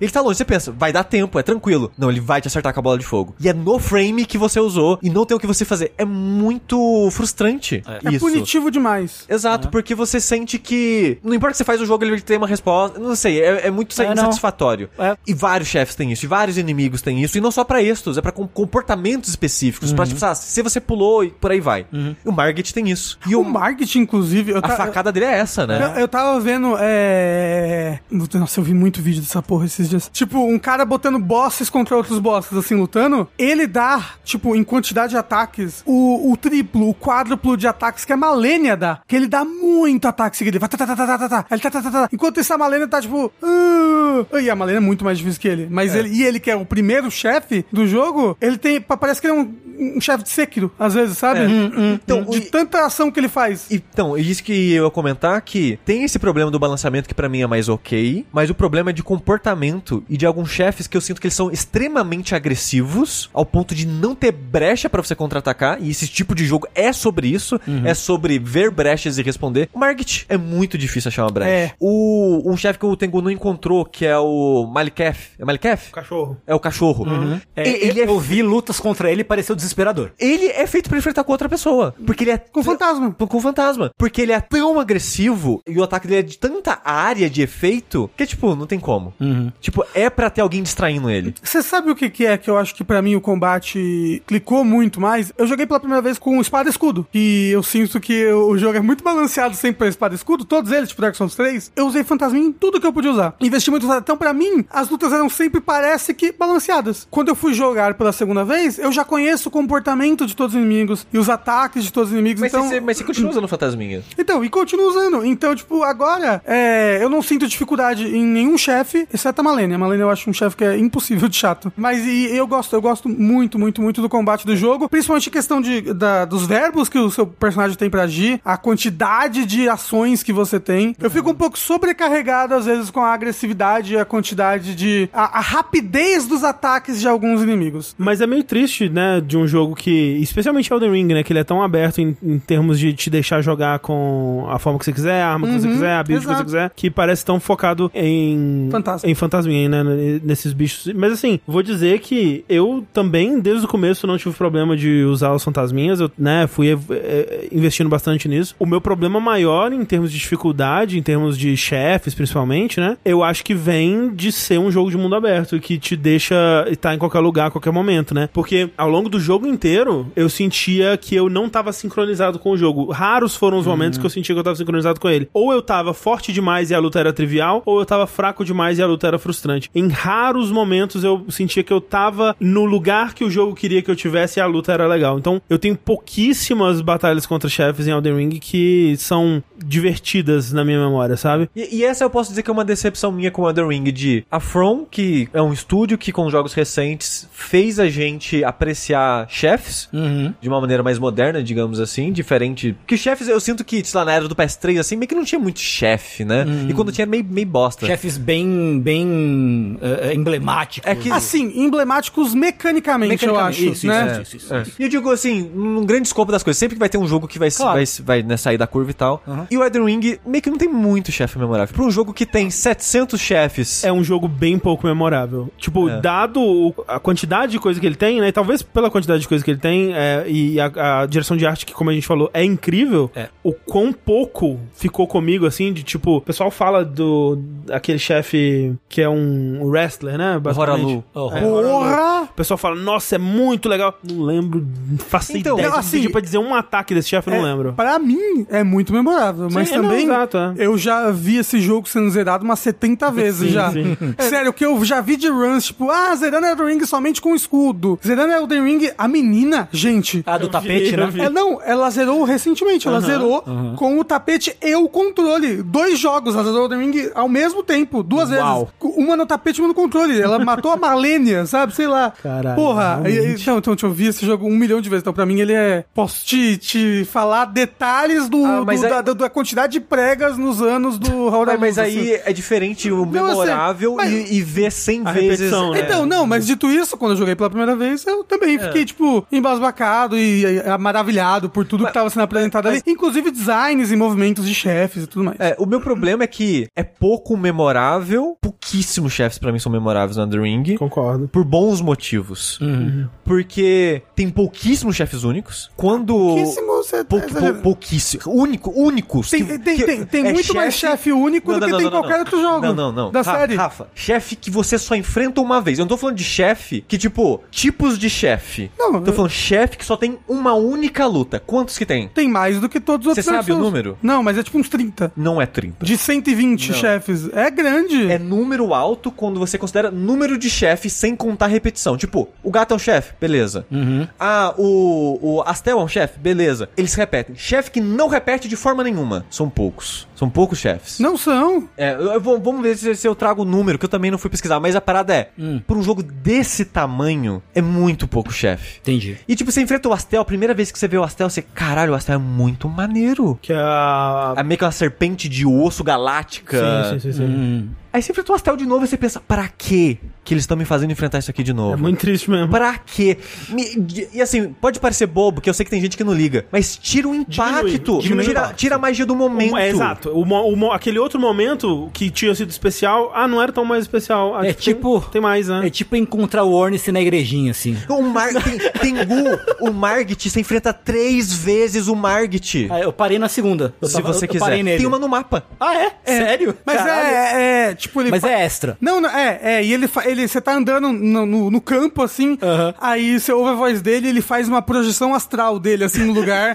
[SPEAKER 4] Ele tá longe, você pensa, vai dar tempo, é tranquilo. Não, ele vai te acertar com a bola de fogo. E é no frame que você usou e não tem o que você fazer. É muito frustrante.
[SPEAKER 3] É punitivo demais.
[SPEAKER 4] Exato, porque você sente que. Não importa o que você faz o jogo, ele tem uma resposta. Não sei, é, é muito
[SPEAKER 2] É, não.
[SPEAKER 4] insatisfatório.
[SPEAKER 2] É.
[SPEAKER 4] E vários chefes têm isso, e vários inimigos têm isso, e não só pra estos, é pra com- comportamentos específicos.
[SPEAKER 2] Uhum.
[SPEAKER 4] Pra tipo, ah, se você pulou e por aí vai. E o Margit tem isso. E
[SPEAKER 3] E o
[SPEAKER 2] Ah,
[SPEAKER 4] o,
[SPEAKER 3] marketing, inclusive... Eu
[SPEAKER 4] a
[SPEAKER 3] ta-
[SPEAKER 4] facada dele é essa, né?
[SPEAKER 3] Eu, eu tava vendo. É... Nossa, eu vi muito vídeo dessa porra esses dias. Tipo, um cara botando bosses contra outros bosses, assim, lutando. Ele dá, tipo, em quantidade de ataques, o, o triplo, o quádruplo de ataques que a Malenia dá. Que ele dá muito ataque seguido. Ele vai. Tá, tá, tá, tá, tá, tá, ele tá, tá, tá, tá. Enquanto isso, a Malenia tá, tipo. "Ah". E a Malenia é muito mais difícil que ele. Mas ele. E ele, que é o primeiro chefe do jogo, ele tem. pa- Parece que ele é um, um chefe de Sekiro, às vezes, sabe?
[SPEAKER 4] Então,
[SPEAKER 3] de
[SPEAKER 4] o-
[SPEAKER 3] tanta ação que ele faz.
[SPEAKER 4] Então, é isso que eu ia comentar que tem esse problema do balanceamento que pra mim é mais ok, mas o problema é de comportamento e de alguns chefes que eu sinto que eles são extremamente agressivos ao ponto de não ter brecha pra você contra-atacar, e esse tipo de jogo é sobre isso,
[SPEAKER 3] Uhum.
[SPEAKER 4] é sobre ver brechas e responder. O Margit é muito difícil achar uma brecha.
[SPEAKER 3] É.
[SPEAKER 4] O, um chefe que o Tengu não encontrou, que é o Malikef, é Malikef?
[SPEAKER 1] Um Cachorro.
[SPEAKER 4] É o cachorro.
[SPEAKER 3] Uhum.
[SPEAKER 2] É,
[SPEAKER 4] E- ele, é,
[SPEAKER 2] eu vi lutas contra ele e pareceu desesperador.
[SPEAKER 4] ele é feito pra enfrentar com outra pessoa, porque ele é
[SPEAKER 3] Com fantasma.
[SPEAKER 4] com o fantasma. Porque ele é tão agressivo e o ataque dele é de tanta área de efeito que, tipo, não tem como. Tipo, é pra ter alguém distraindo ele.
[SPEAKER 3] Você sabe o que, que é que eu acho que pra mim o combate clicou muito mais? Eu joguei pela primeira vez com espada e escudo. E eu sinto que o jogo é muito balanceado sempre pra espada e escudo. Todos eles, tipo Dark Souls 3, eu usei fantasminha em tudo que eu podia usar. Investi muito usado. Então, pra mim, as lutas eram sempre, parece que, balanceadas. Quando eu fui jogar pela segunda vez, eu já conheço o comportamento de todos os inimigos e os ataques de todos os inimigos.
[SPEAKER 4] Mas,
[SPEAKER 3] então...
[SPEAKER 4] você, mas você continua usando fantasminha.
[SPEAKER 3] Então, e continua usando. Então, tipo, agora, é, eu não sinto dificuldade em nenhum chefe, exceto a Malenia. A Malenia eu acho um chefe que é impossível de chato. Mas e, eu gosto, eu gosto muito, muito, muito do combate do jogo. Principalmente a questão de, da- dos verbos que o seu personagem tem pra agir, a quantidade de ações que você tem. Eu fico um pouco sobrecarregado, às vezes, com a agressividade qualidade, a quantidade de. A, a rapidez dos ataques de alguns inimigos.
[SPEAKER 1] Mas é meio triste, né, de um jogo que, especialmente Elden Ring, né, que ele é tão aberto em, em termos de te deixar jogar com a forma que você quiser, a arma que você quiser, a build que você
[SPEAKER 3] exato.
[SPEAKER 1] quiser, é, que parece tão focado em
[SPEAKER 3] Fantasma.
[SPEAKER 1] em fantasminha, né, n- nesses bichos. Mas assim, vou dizer que eu também desde o começo não tive problema de usar os fantasminhas, eu, né, fui eh, eh, investindo bastante nisso. O meu problema maior em termos de dificuldade, em termos de chefes principalmente, né, eu acho que vem de ser um jogo de mundo aberto que te deixa estar em qualquer lugar, a qualquer momento, né? Porque ao longo do jogo inteiro, eu sentia que eu não tava sincronizado com o jogo. Raros foram os momentos que eu sentia que eu tava sincronizado com ele. Ou eu tava forte demais e a luta era trivial, ou eu tava fraco demais e a luta era frustrante. Em raros momentos eu sentia que eu tava no lugar que o jogo queria que eu tivesse e a luta era legal. Então, eu tenho pouquíssimas batalhas contra chefes em Elden Ring que são divertidas na minha memória, sabe?
[SPEAKER 4] E, e essa eu posso dizer que é uma decepção minha com o Elden Ring de a From, que é um estúdio que com jogos recentes fez a gente apreciar chefes
[SPEAKER 3] Uhum.
[SPEAKER 4] de uma maneira mais moderna, digamos assim, diferente. Porque chefes eu sinto que, sei lá, na era do PS3 assim, meio que não tinha muito chefe, né? E quando tinha era meio meio bosta.
[SPEAKER 2] Chefes bem, bem eh, emblemáticos. Ah,
[SPEAKER 4] É que
[SPEAKER 3] Assim, emblemáticos mecanicamente, eu acho.
[SPEAKER 2] Mecanicamente, isso,
[SPEAKER 3] né?
[SPEAKER 2] isso, isso, isso,
[SPEAKER 4] É.
[SPEAKER 2] isso.
[SPEAKER 4] E eu digo assim, num grande escopo das coisas, sempre que vai ter um jogo que vai,
[SPEAKER 2] Claro.
[SPEAKER 4] vai, vai né, sair da curva e tal. E o Elden Ring meio que não tem muito chefe memorável. Pra um jogo que tem 700 chefes.
[SPEAKER 1] é um jogo bem pouco memorável. Tipo,
[SPEAKER 4] É.
[SPEAKER 1] dado o- a quantidade de coisa que ele tem, né? e Talvez pela quantidade de coisa que ele tem é, e a, a direção de arte que, como a gente falou, é incrível.
[SPEAKER 2] É.
[SPEAKER 1] O quão pouco ficou comigo, assim, de tipo... O pessoal fala do... Aquele chefe que é um wrestler, né? basicamente.
[SPEAKER 4] Horalu.
[SPEAKER 2] Oh,
[SPEAKER 1] É.
[SPEAKER 3] Porra!
[SPEAKER 1] O pessoal fala, nossa, é muito legal. Não lembro, não faço
[SPEAKER 4] Então,
[SPEAKER 1] ideia.
[SPEAKER 3] assim,
[SPEAKER 1] Pedi pra dizer um ataque desse chefe, eu não
[SPEAKER 3] É,
[SPEAKER 1] lembro.
[SPEAKER 3] Pra mim, é muito memorável. mas
[SPEAKER 1] Sim, é, não,
[SPEAKER 3] também,
[SPEAKER 1] exato, é.
[SPEAKER 3] eu já vi esse jogo sendo zerado umas 70 vezes
[SPEAKER 1] Sim,
[SPEAKER 3] já.
[SPEAKER 1] sim.
[SPEAKER 3] Sério, o que eu já vi de runs, tipo, ah, zerando Elden Ring somente com escudo. Zerando Elden Ring, a menina, gente...
[SPEAKER 2] Ah, do tapete, né?
[SPEAKER 1] eu vi.
[SPEAKER 3] É, não, ela zerou recentemente. Ela zerou com o tapete e o controle. Dois jogos, ela zerou o Elden Ring ao mesmo tempo, duas
[SPEAKER 2] Uau.
[SPEAKER 3] vezes. Uma no tapete e uma no controle. Ela matou a Malenia, sabe? Sei lá.
[SPEAKER 1] Caralho,
[SPEAKER 3] Porra. e-
[SPEAKER 1] realmente.
[SPEAKER 3] então, então, eu vi esse jogo um milhão de vezes. Então, pra mim, ele é. Posso te, te falar detalhes do,
[SPEAKER 4] Ah, mas
[SPEAKER 3] do-
[SPEAKER 4] aí-
[SPEAKER 3] da, da- da quantidade de pregas nos anos do Raul
[SPEAKER 4] Mas, mas
[SPEAKER 3] Augusto, assim.
[SPEAKER 4] aí é diferente
[SPEAKER 3] Não,
[SPEAKER 4] o
[SPEAKER 3] eu sei,
[SPEAKER 4] memorável
[SPEAKER 3] mas-
[SPEAKER 4] e, e ver 100
[SPEAKER 1] A
[SPEAKER 4] vezes.
[SPEAKER 1] repetição, né?
[SPEAKER 4] é,
[SPEAKER 3] Então, não, mas dito isso, quando eu joguei pela primeira vez, eu também fiquei, tipo, embasbacado e, e, maravilhado por tudo que tava sendo apresentado ali, inclusive designs e movimentos de chefes e tudo mais.
[SPEAKER 4] É, o meu problema é que é pouco memorável, pouquíssimos chefes pra mim são memoráveis no The Ring,
[SPEAKER 1] Concordo.
[SPEAKER 4] por bons motivos.
[SPEAKER 3] Uhum.
[SPEAKER 4] Porque tem pouquíssimos chefes únicos. Quando
[SPEAKER 3] Pouquíssimo, você tá
[SPEAKER 4] Pou, pou, pouquíssimo. Único, únicos.
[SPEAKER 3] Tem,
[SPEAKER 4] que-
[SPEAKER 3] tem,
[SPEAKER 4] que-
[SPEAKER 3] tem, tem
[SPEAKER 4] é
[SPEAKER 3] muito mais chefe único do que tem em qualquer
[SPEAKER 4] não.
[SPEAKER 3] outro jogo
[SPEAKER 4] Não, não, não.
[SPEAKER 3] da
[SPEAKER 4] Ra-
[SPEAKER 3] série.
[SPEAKER 4] Rafa, chefe que você só enfrenta uma vez. Eu não tô falando de chefe que, tipo, tipos de chefe.
[SPEAKER 3] Não,
[SPEAKER 4] Tô
[SPEAKER 3] eu-
[SPEAKER 4] falando chefe que só tem uma única luta. Quantos que tem?
[SPEAKER 3] Tem mais do que todos os outros
[SPEAKER 4] Você
[SPEAKER 3] Dark
[SPEAKER 4] sabe o
[SPEAKER 3] Souls.
[SPEAKER 4] número?
[SPEAKER 3] Não, mas é tipo uns 30.
[SPEAKER 4] Não é 30.
[SPEAKER 3] De 120 chefes. É grande.
[SPEAKER 4] É número alto quando você considera número de chefe sem contar repetição. Tipo, o gato é um chefe, beleza. Ah, o, o Astel é um chefe, beleza. Eles repetem. Chefe que não repete de forma nenhuma. São poucos. São poucos chefes.
[SPEAKER 3] Não são.
[SPEAKER 4] É, eu- eu vou- vamos ver se, se eu trago o número, que eu também não fui pesquisar, mas a parada é,
[SPEAKER 1] Hum.
[SPEAKER 4] por um jogo desse tamanho, é muito pouco chefe.
[SPEAKER 2] Entendi.
[SPEAKER 4] E tipo, você enfrenta o Astel, a primeira vez que você vê o Astel, você, caralho, o Astel é muito maneiro.
[SPEAKER 1] Que a...
[SPEAKER 4] É meio que uma serpente de osso galáctica.
[SPEAKER 1] Sim, sim, sim. sim.
[SPEAKER 2] Hum.
[SPEAKER 3] Hum.
[SPEAKER 4] Aí você enfrenta o Astel de novo e você pensa, pra quê que eles estão me fazendo enfrentar isso aqui de novo?
[SPEAKER 1] É muito triste mesmo.
[SPEAKER 4] Pra quê? Me- e assim, pode parecer bobo, que eu sei que tem gente que não liga, mas tira o impacto,
[SPEAKER 1] diminui o
[SPEAKER 4] tira,
[SPEAKER 1] impacto.
[SPEAKER 4] tira a magia do momento.
[SPEAKER 1] É, exato. O mo- o mo- aquele outro momento que tinha sido especial, ah, não era tão mais especial. Ah,
[SPEAKER 2] É tipo-
[SPEAKER 1] Tem, tem mais, né?
[SPEAKER 2] É tipo encontrar o Ornice na igrejinha, assim.
[SPEAKER 4] O Mar... tem, tem Gu, o Margit, você enfrenta três vezes o Margit.
[SPEAKER 2] Ah, eu parei na segunda. Eu
[SPEAKER 4] Se
[SPEAKER 2] tava-
[SPEAKER 4] você
[SPEAKER 2] eu, eu parei
[SPEAKER 4] quiser.
[SPEAKER 2] nele.
[SPEAKER 4] Tem uma no mapa.
[SPEAKER 2] Ah, é? Sério?
[SPEAKER 3] Mas
[SPEAKER 2] Caralho.
[SPEAKER 3] é, é, tipo, ele
[SPEAKER 2] Mas
[SPEAKER 3] fa-
[SPEAKER 2] é extra.
[SPEAKER 3] Não, não, é, é, e ele, fa- ele você tá andando no, no- no campo, assim,
[SPEAKER 2] Aham.
[SPEAKER 3] aí você ouve a voz dele ele faz uma projeção astral dele, assim, no lugar.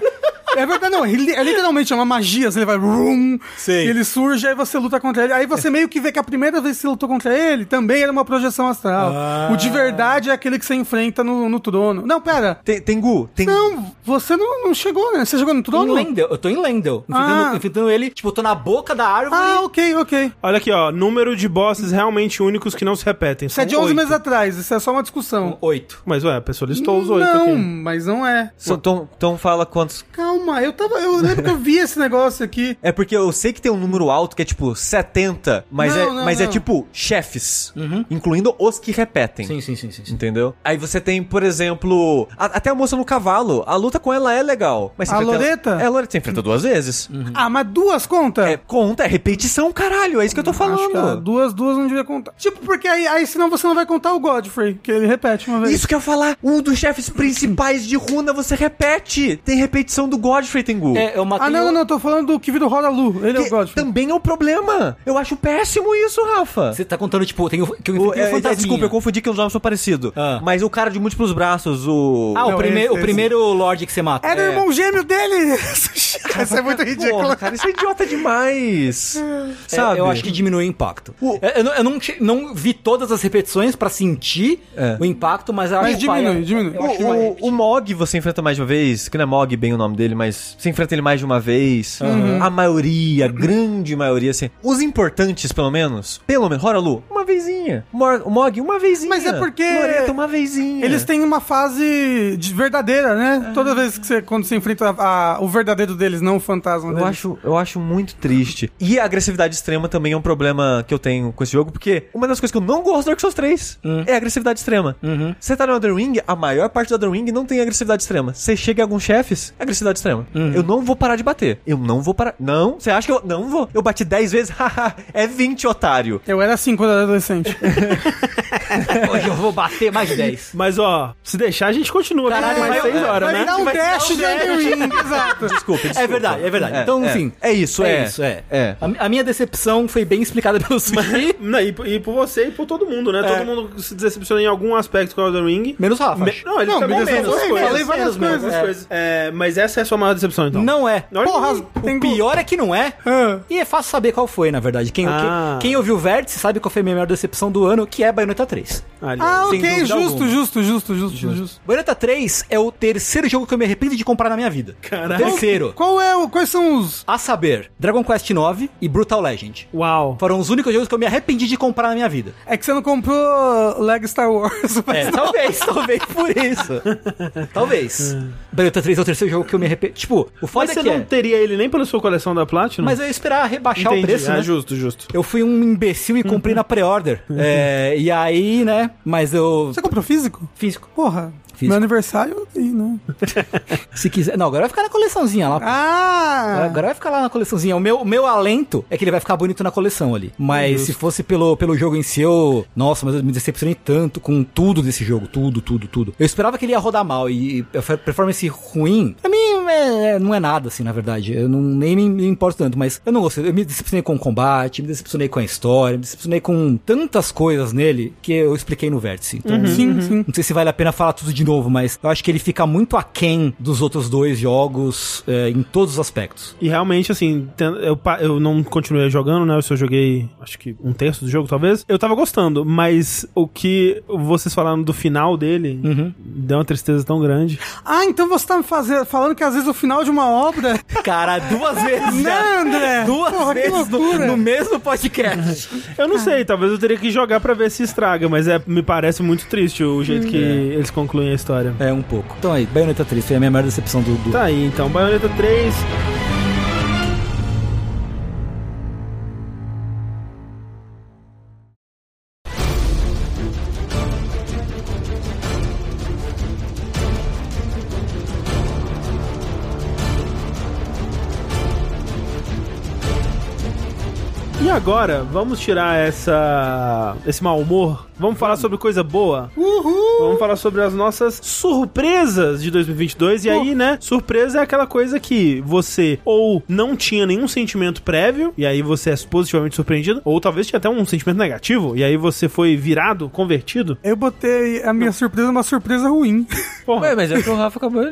[SPEAKER 3] é verdade, não, ele, é literalmente é uma magia, assim, ele vai... Rum,
[SPEAKER 2] Sei.
[SPEAKER 3] Ele surge, aí você luta contra ele, aí você meio que vê que a primeira vez que você lutou contra ele também era uma projeção astral.
[SPEAKER 2] Ah.
[SPEAKER 3] O de verdade é aquele que você enfrenta no, no trono. Não, pera,
[SPEAKER 4] Tem, tem Gu, tem.
[SPEAKER 3] não, você não, não chegou, né? Você chegou no
[SPEAKER 2] Em
[SPEAKER 3] trono?
[SPEAKER 2] Lendel. Eu tô em Lendel. Enfrentando,
[SPEAKER 3] Ah.
[SPEAKER 2] enfrentando ele, tipo, eu tô na boca da árvore.
[SPEAKER 3] Ah, ok, ok.
[SPEAKER 1] Olha aqui, ó. Número de bosses realmente únicos que não se repetem.
[SPEAKER 3] Isso é de 11 meses atrás, isso é só uma discussão.
[SPEAKER 2] Oito.
[SPEAKER 1] Mas, ué, a pessoa listou os oito
[SPEAKER 3] não,
[SPEAKER 1] aqui.
[SPEAKER 3] mas não é.
[SPEAKER 4] Então, então fala quantos.
[SPEAKER 3] Calma, Calma, eu tava. Eu lembro que eu vi esse negócio aqui.
[SPEAKER 4] É porque eu sei que tem um número alto que é tipo 70, mas,
[SPEAKER 3] Não,
[SPEAKER 4] é,
[SPEAKER 3] não,
[SPEAKER 4] mas é
[SPEAKER 3] não.
[SPEAKER 4] tipo chefes, incluindo os que repetem.
[SPEAKER 2] Sim, sim, sim, sim. sim.
[SPEAKER 4] Entendeu? Aí você tem, por exemplo, a- até a moça no cavalo. A luta com ela é legal. Mas você
[SPEAKER 3] A
[SPEAKER 4] enfrenta-
[SPEAKER 3] Loreta?
[SPEAKER 4] É, a Loreta você enfrenta duas vezes.
[SPEAKER 3] Ah, mas duas contas?
[SPEAKER 4] É, conta, é repetição, caralho. É isso que eu tô
[SPEAKER 3] Acho que, ah,
[SPEAKER 4] falando.
[SPEAKER 3] duas, duas não devia contar. Tipo, porque aí, aí senão você não vai contar o Godfrey, que ele repete uma vez.
[SPEAKER 4] Isso que eu ia falar. Um dos chefes principais de Runa você repete. Tem repetição do Godfrey Tengu.
[SPEAKER 2] É, eu matei
[SPEAKER 3] Ah, não,
[SPEAKER 2] o-
[SPEAKER 3] não, não, eu tô falando do que vira o Roda Lu. Ele é
[SPEAKER 4] Que
[SPEAKER 3] o Godfrey.
[SPEAKER 4] também é o problema. Eu acho péssimo isso, Rafa.
[SPEAKER 2] Você tá contando, tipo, tem o, que eu
[SPEAKER 4] O-
[SPEAKER 2] enfrentei
[SPEAKER 4] é,
[SPEAKER 2] o fantasminha.
[SPEAKER 4] desculpa, eu confundi que os nomes são parecidos.
[SPEAKER 2] Ah.
[SPEAKER 4] Mas o cara de múltiplos braços, o. É.
[SPEAKER 2] Ah, o,
[SPEAKER 3] Não,
[SPEAKER 2] prime
[SPEAKER 3] esse-
[SPEAKER 2] o
[SPEAKER 3] esse-
[SPEAKER 2] primeiro Lorde que você mata. É,
[SPEAKER 3] Era o É irmão gêmeo dele! Isso é muito ridículo.
[SPEAKER 4] Porra, cara, isso é idiota demais.
[SPEAKER 2] É,
[SPEAKER 4] Sabe?
[SPEAKER 2] eu acho que diminui o impacto.
[SPEAKER 4] O-
[SPEAKER 2] É, Eu, não, eu não che- não vi todas as repetições pra sentir
[SPEAKER 4] É.
[SPEAKER 2] o impacto, mas eu acho
[SPEAKER 3] Mas
[SPEAKER 2] que vai- né?
[SPEAKER 3] diminui, diminui.
[SPEAKER 2] eu
[SPEAKER 4] O,
[SPEAKER 2] acho que vai-
[SPEAKER 4] o- o Mog você enfrenta mais de uma vez, que não é Mog bem o nome dele, mas você enfrenta ele mais de uma vez.
[SPEAKER 3] Uhum.
[SPEAKER 4] A maioria, a grande maioria, assim. Os importantes, pelo menos, pelo menos, Horalu, uma vezinha. Mor- O Mog, uma vezinha.
[SPEAKER 3] Mas é porque-
[SPEAKER 4] Loreta, uma vezinha.
[SPEAKER 3] Eles têm uma fase de verdadeira, né? Toda vez que você, quando você enfrenta a- a- o verdadeiro deles, não o fantasma
[SPEAKER 4] Eu
[SPEAKER 2] Né?
[SPEAKER 3] deles.
[SPEAKER 4] acho, eu acho muito triste. E a agressividade extrema também é um problema que eu tenho com esse jogo, porque uma das coisas que eu não gosto do Dark Souls 3
[SPEAKER 2] Hum.
[SPEAKER 4] é a agressividade extrema.
[SPEAKER 2] Uhum.
[SPEAKER 4] Você tá no Elden Ring, a maior parte do Elden Ring não tem agressividade extrema. Você chega em alguns chefes, é agressividade extrema.
[SPEAKER 2] Uhum.
[SPEAKER 4] Eu não vou parar de bater. Eu não vou parar. Não, você acha que eu não vou? Eu bati 10 vezes, haha, é 20, otário.
[SPEAKER 3] Eu era assim quando eu era adolescente.
[SPEAKER 2] Hoje eu vou bater mais 10.
[SPEAKER 1] Mas ó, se deixar, a gente continua aqui
[SPEAKER 2] Caralho,
[SPEAKER 1] mais
[SPEAKER 2] mas-
[SPEAKER 1] seis horas,
[SPEAKER 3] Vai
[SPEAKER 1] né?
[SPEAKER 3] dar um dash de Elden Ring, exato.
[SPEAKER 4] Desculpa,
[SPEAKER 2] É
[SPEAKER 4] desculpa.
[SPEAKER 2] verdade, é verdade. então,
[SPEAKER 4] é,
[SPEAKER 2] enfim.
[SPEAKER 4] É isso, é.
[SPEAKER 2] é isso, é.
[SPEAKER 4] É.
[SPEAKER 2] A, mi- a minha decepção foi bem explicada pelo Sushi,
[SPEAKER 1] Não, e, e por você e por todo mundo, né? Todo mundo se decepciona em algum aspecto com o Elden Ring.
[SPEAKER 2] É. menos o Rafa.
[SPEAKER 1] Me- Não, ele
[SPEAKER 3] Não,
[SPEAKER 1] também
[SPEAKER 3] me
[SPEAKER 1] menos
[SPEAKER 3] decepcionou,
[SPEAKER 1] coisas.
[SPEAKER 3] falei várias
[SPEAKER 1] Menos
[SPEAKER 3] coisas.
[SPEAKER 1] coisas. É, mas essa é a sua maior decepção, então?
[SPEAKER 2] Não é.
[SPEAKER 1] Olha
[SPEAKER 3] Porra,
[SPEAKER 1] aí.
[SPEAKER 2] O
[SPEAKER 3] tem
[SPEAKER 2] pior é que não é.
[SPEAKER 3] Ah.
[SPEAKER 2] E é fácil saber qual foi, na verdade. Quem,
[SPEAKER 1] Ah.
[SPEAKER 2] quem, quem ouviu o Vértice sabe qual foi a minha maior decepção do ano, que é Bayonetta 3.
[SPEAKER 1] Aliás.
[SPEAKER 3] Ah, ok,
[SPEAKER 2] Sem dúvida
[SPEAKER 3] justo,
[SPEAKER 2] alguma.
[SPEAKER 3] justo, justo, justo, justo.
[SPEAKER 2] Bayonetta 3 é o terceiro jogo que eu me arrependo de comprar na minha vida.
[SPEAKER 1] Caralho.
[SPEAKER 2] Terceiro.
[SPEAKER 3] Qual é o. Quais são os.
[SPEAKER 2] A saber, Dragon Quest IX e Brutal Legend.
[SPEAKER 1] Uau.
[SPEAKER 2] Foram os únicos jogos que eu me arrependi de comprar na minha vida.
[SPEAKER 3] É que você não comprou Lego Star Wars, mas
[SPEAKER 2] É, talvez, talvez por isso. talvez. Bayonetta 3 é o terceiro jogo que eu me arrependi. Tipo, o
[SPEAKER 1] Mas
[SPEAKER 2] foda
[SPEAKER 1] você
[SPEAKER 2] é que
[SPEAKER 1] não
[SPEAKER 2] é.
[SPEAKER 1] teria ele nem pela sua coleção da Platinum?
[SPEAKER 2] Mas eu ia esperar rebaixar
[SPEAKER 1] Entendi.
[SPEAKER 2] o preço,
[SPEAKER 1] Ah,
[SPEAKER 2] né?
[SPEAKER 1] justo, justo.
[SPEAKER 2] Eu fui um imbecil e comprei na pre-order. É, e aí, né? Mas eu.
[SPEAKER 3] Você comprou físico?
[SPEAKER 2] Físico.
[SPEAKER 3] Porra.
[SPEAKER 2] Físico.
[SPEAKER 3] Meu aniversário e né? não.
[SPEAKER 2] Se quiser. Não, agora vai ficar na coleçãozinha lá. pô.
[SPEAKER 3] Ah!
[SPEAKER 2] Agora vai ficar lá na coleçãozinha. O meu, o meu alento é que ele vai ficar bonito na coleção ali. Mas se fosse pelo, pelo jogo em si, eu. Nossa, mas eu me decepcionei tanto com tudo desse jogo. Tudo, tudo, tudo. Eu esperava que ele ia rodar mal. E, e a fe- performance ruim, pra mim, é- é- não é nada, assim, na verdade. Eu não, nem me, me importo tanto, mas eu não gostei. Eu me decepcionei com o combate, me decepcionei com a história, me decepcionei com tantas coisas nele que eu expliquei no vértice. Então,
[SPEAKER 3] Sim, sim.
[SPEAKER 2] não sei se vale a pena falar tudo de novo, mas eu acho que ele fica muito aquém dos outros dois jogos é, em todos os aspectos.
[SPEAKER 1] E realmente, assim, ten- eu, pa- eu não continuei jogando, né? Eu só joguei, acho que um terço do jogo, talvez. Eu tava gostando, mas o que vocês falaram do final dele deu uma tristeza tão grande.
[SPEAKER 3] Ah, então você tá me fazer, falando que às vezes o final de uma obra.
[SPEAKER 2] Cara, duas vezes.
[SPEAKER 3] Não,
[SPEAKER 2] já.
[SPEAKER 3] André!
[SPEAKER 2] Duas
[SPEAKER 3] Porra, que
[SPEAKER 2] vezes no,
[SPEAKER 3] loucura!
[SPEAKER 2] no mesmo podcast.
[SPEAKER 1] Eu não sei, talvez eu teria que jogar pra ver se estraga, mas é, me parece muito triste o jeito que eles concluem a história.
[SPEAKER 2] é, um pouco. Então aí, Bayonetta 3 foi a minha maior decepção do. do...
[SPEAKER 1] Tá aí, então, Bayonetta 3. E agora, vamos tirar essa esse mau humor. Vamos falar sobre coisa boa.
[SPEAKER 3] Uhul!
[SPEAKER 1] Vamos falar sobre as nossas surpresas de 2022. E aí, né? Surpresa é aquela coisa que você ou não tinha nenhum sentimento prévio, e aí você é positivamente surpreendido, ou talvez tinha até um sentimento negativo, e aí você foi virado, convertido.
[SPEAKER 3] Eu botei a minha surpresa numa surpresa ruim.
[SPEAKER 1] Porra.
[SPEAKER 4] mas é que o Rafa acabou.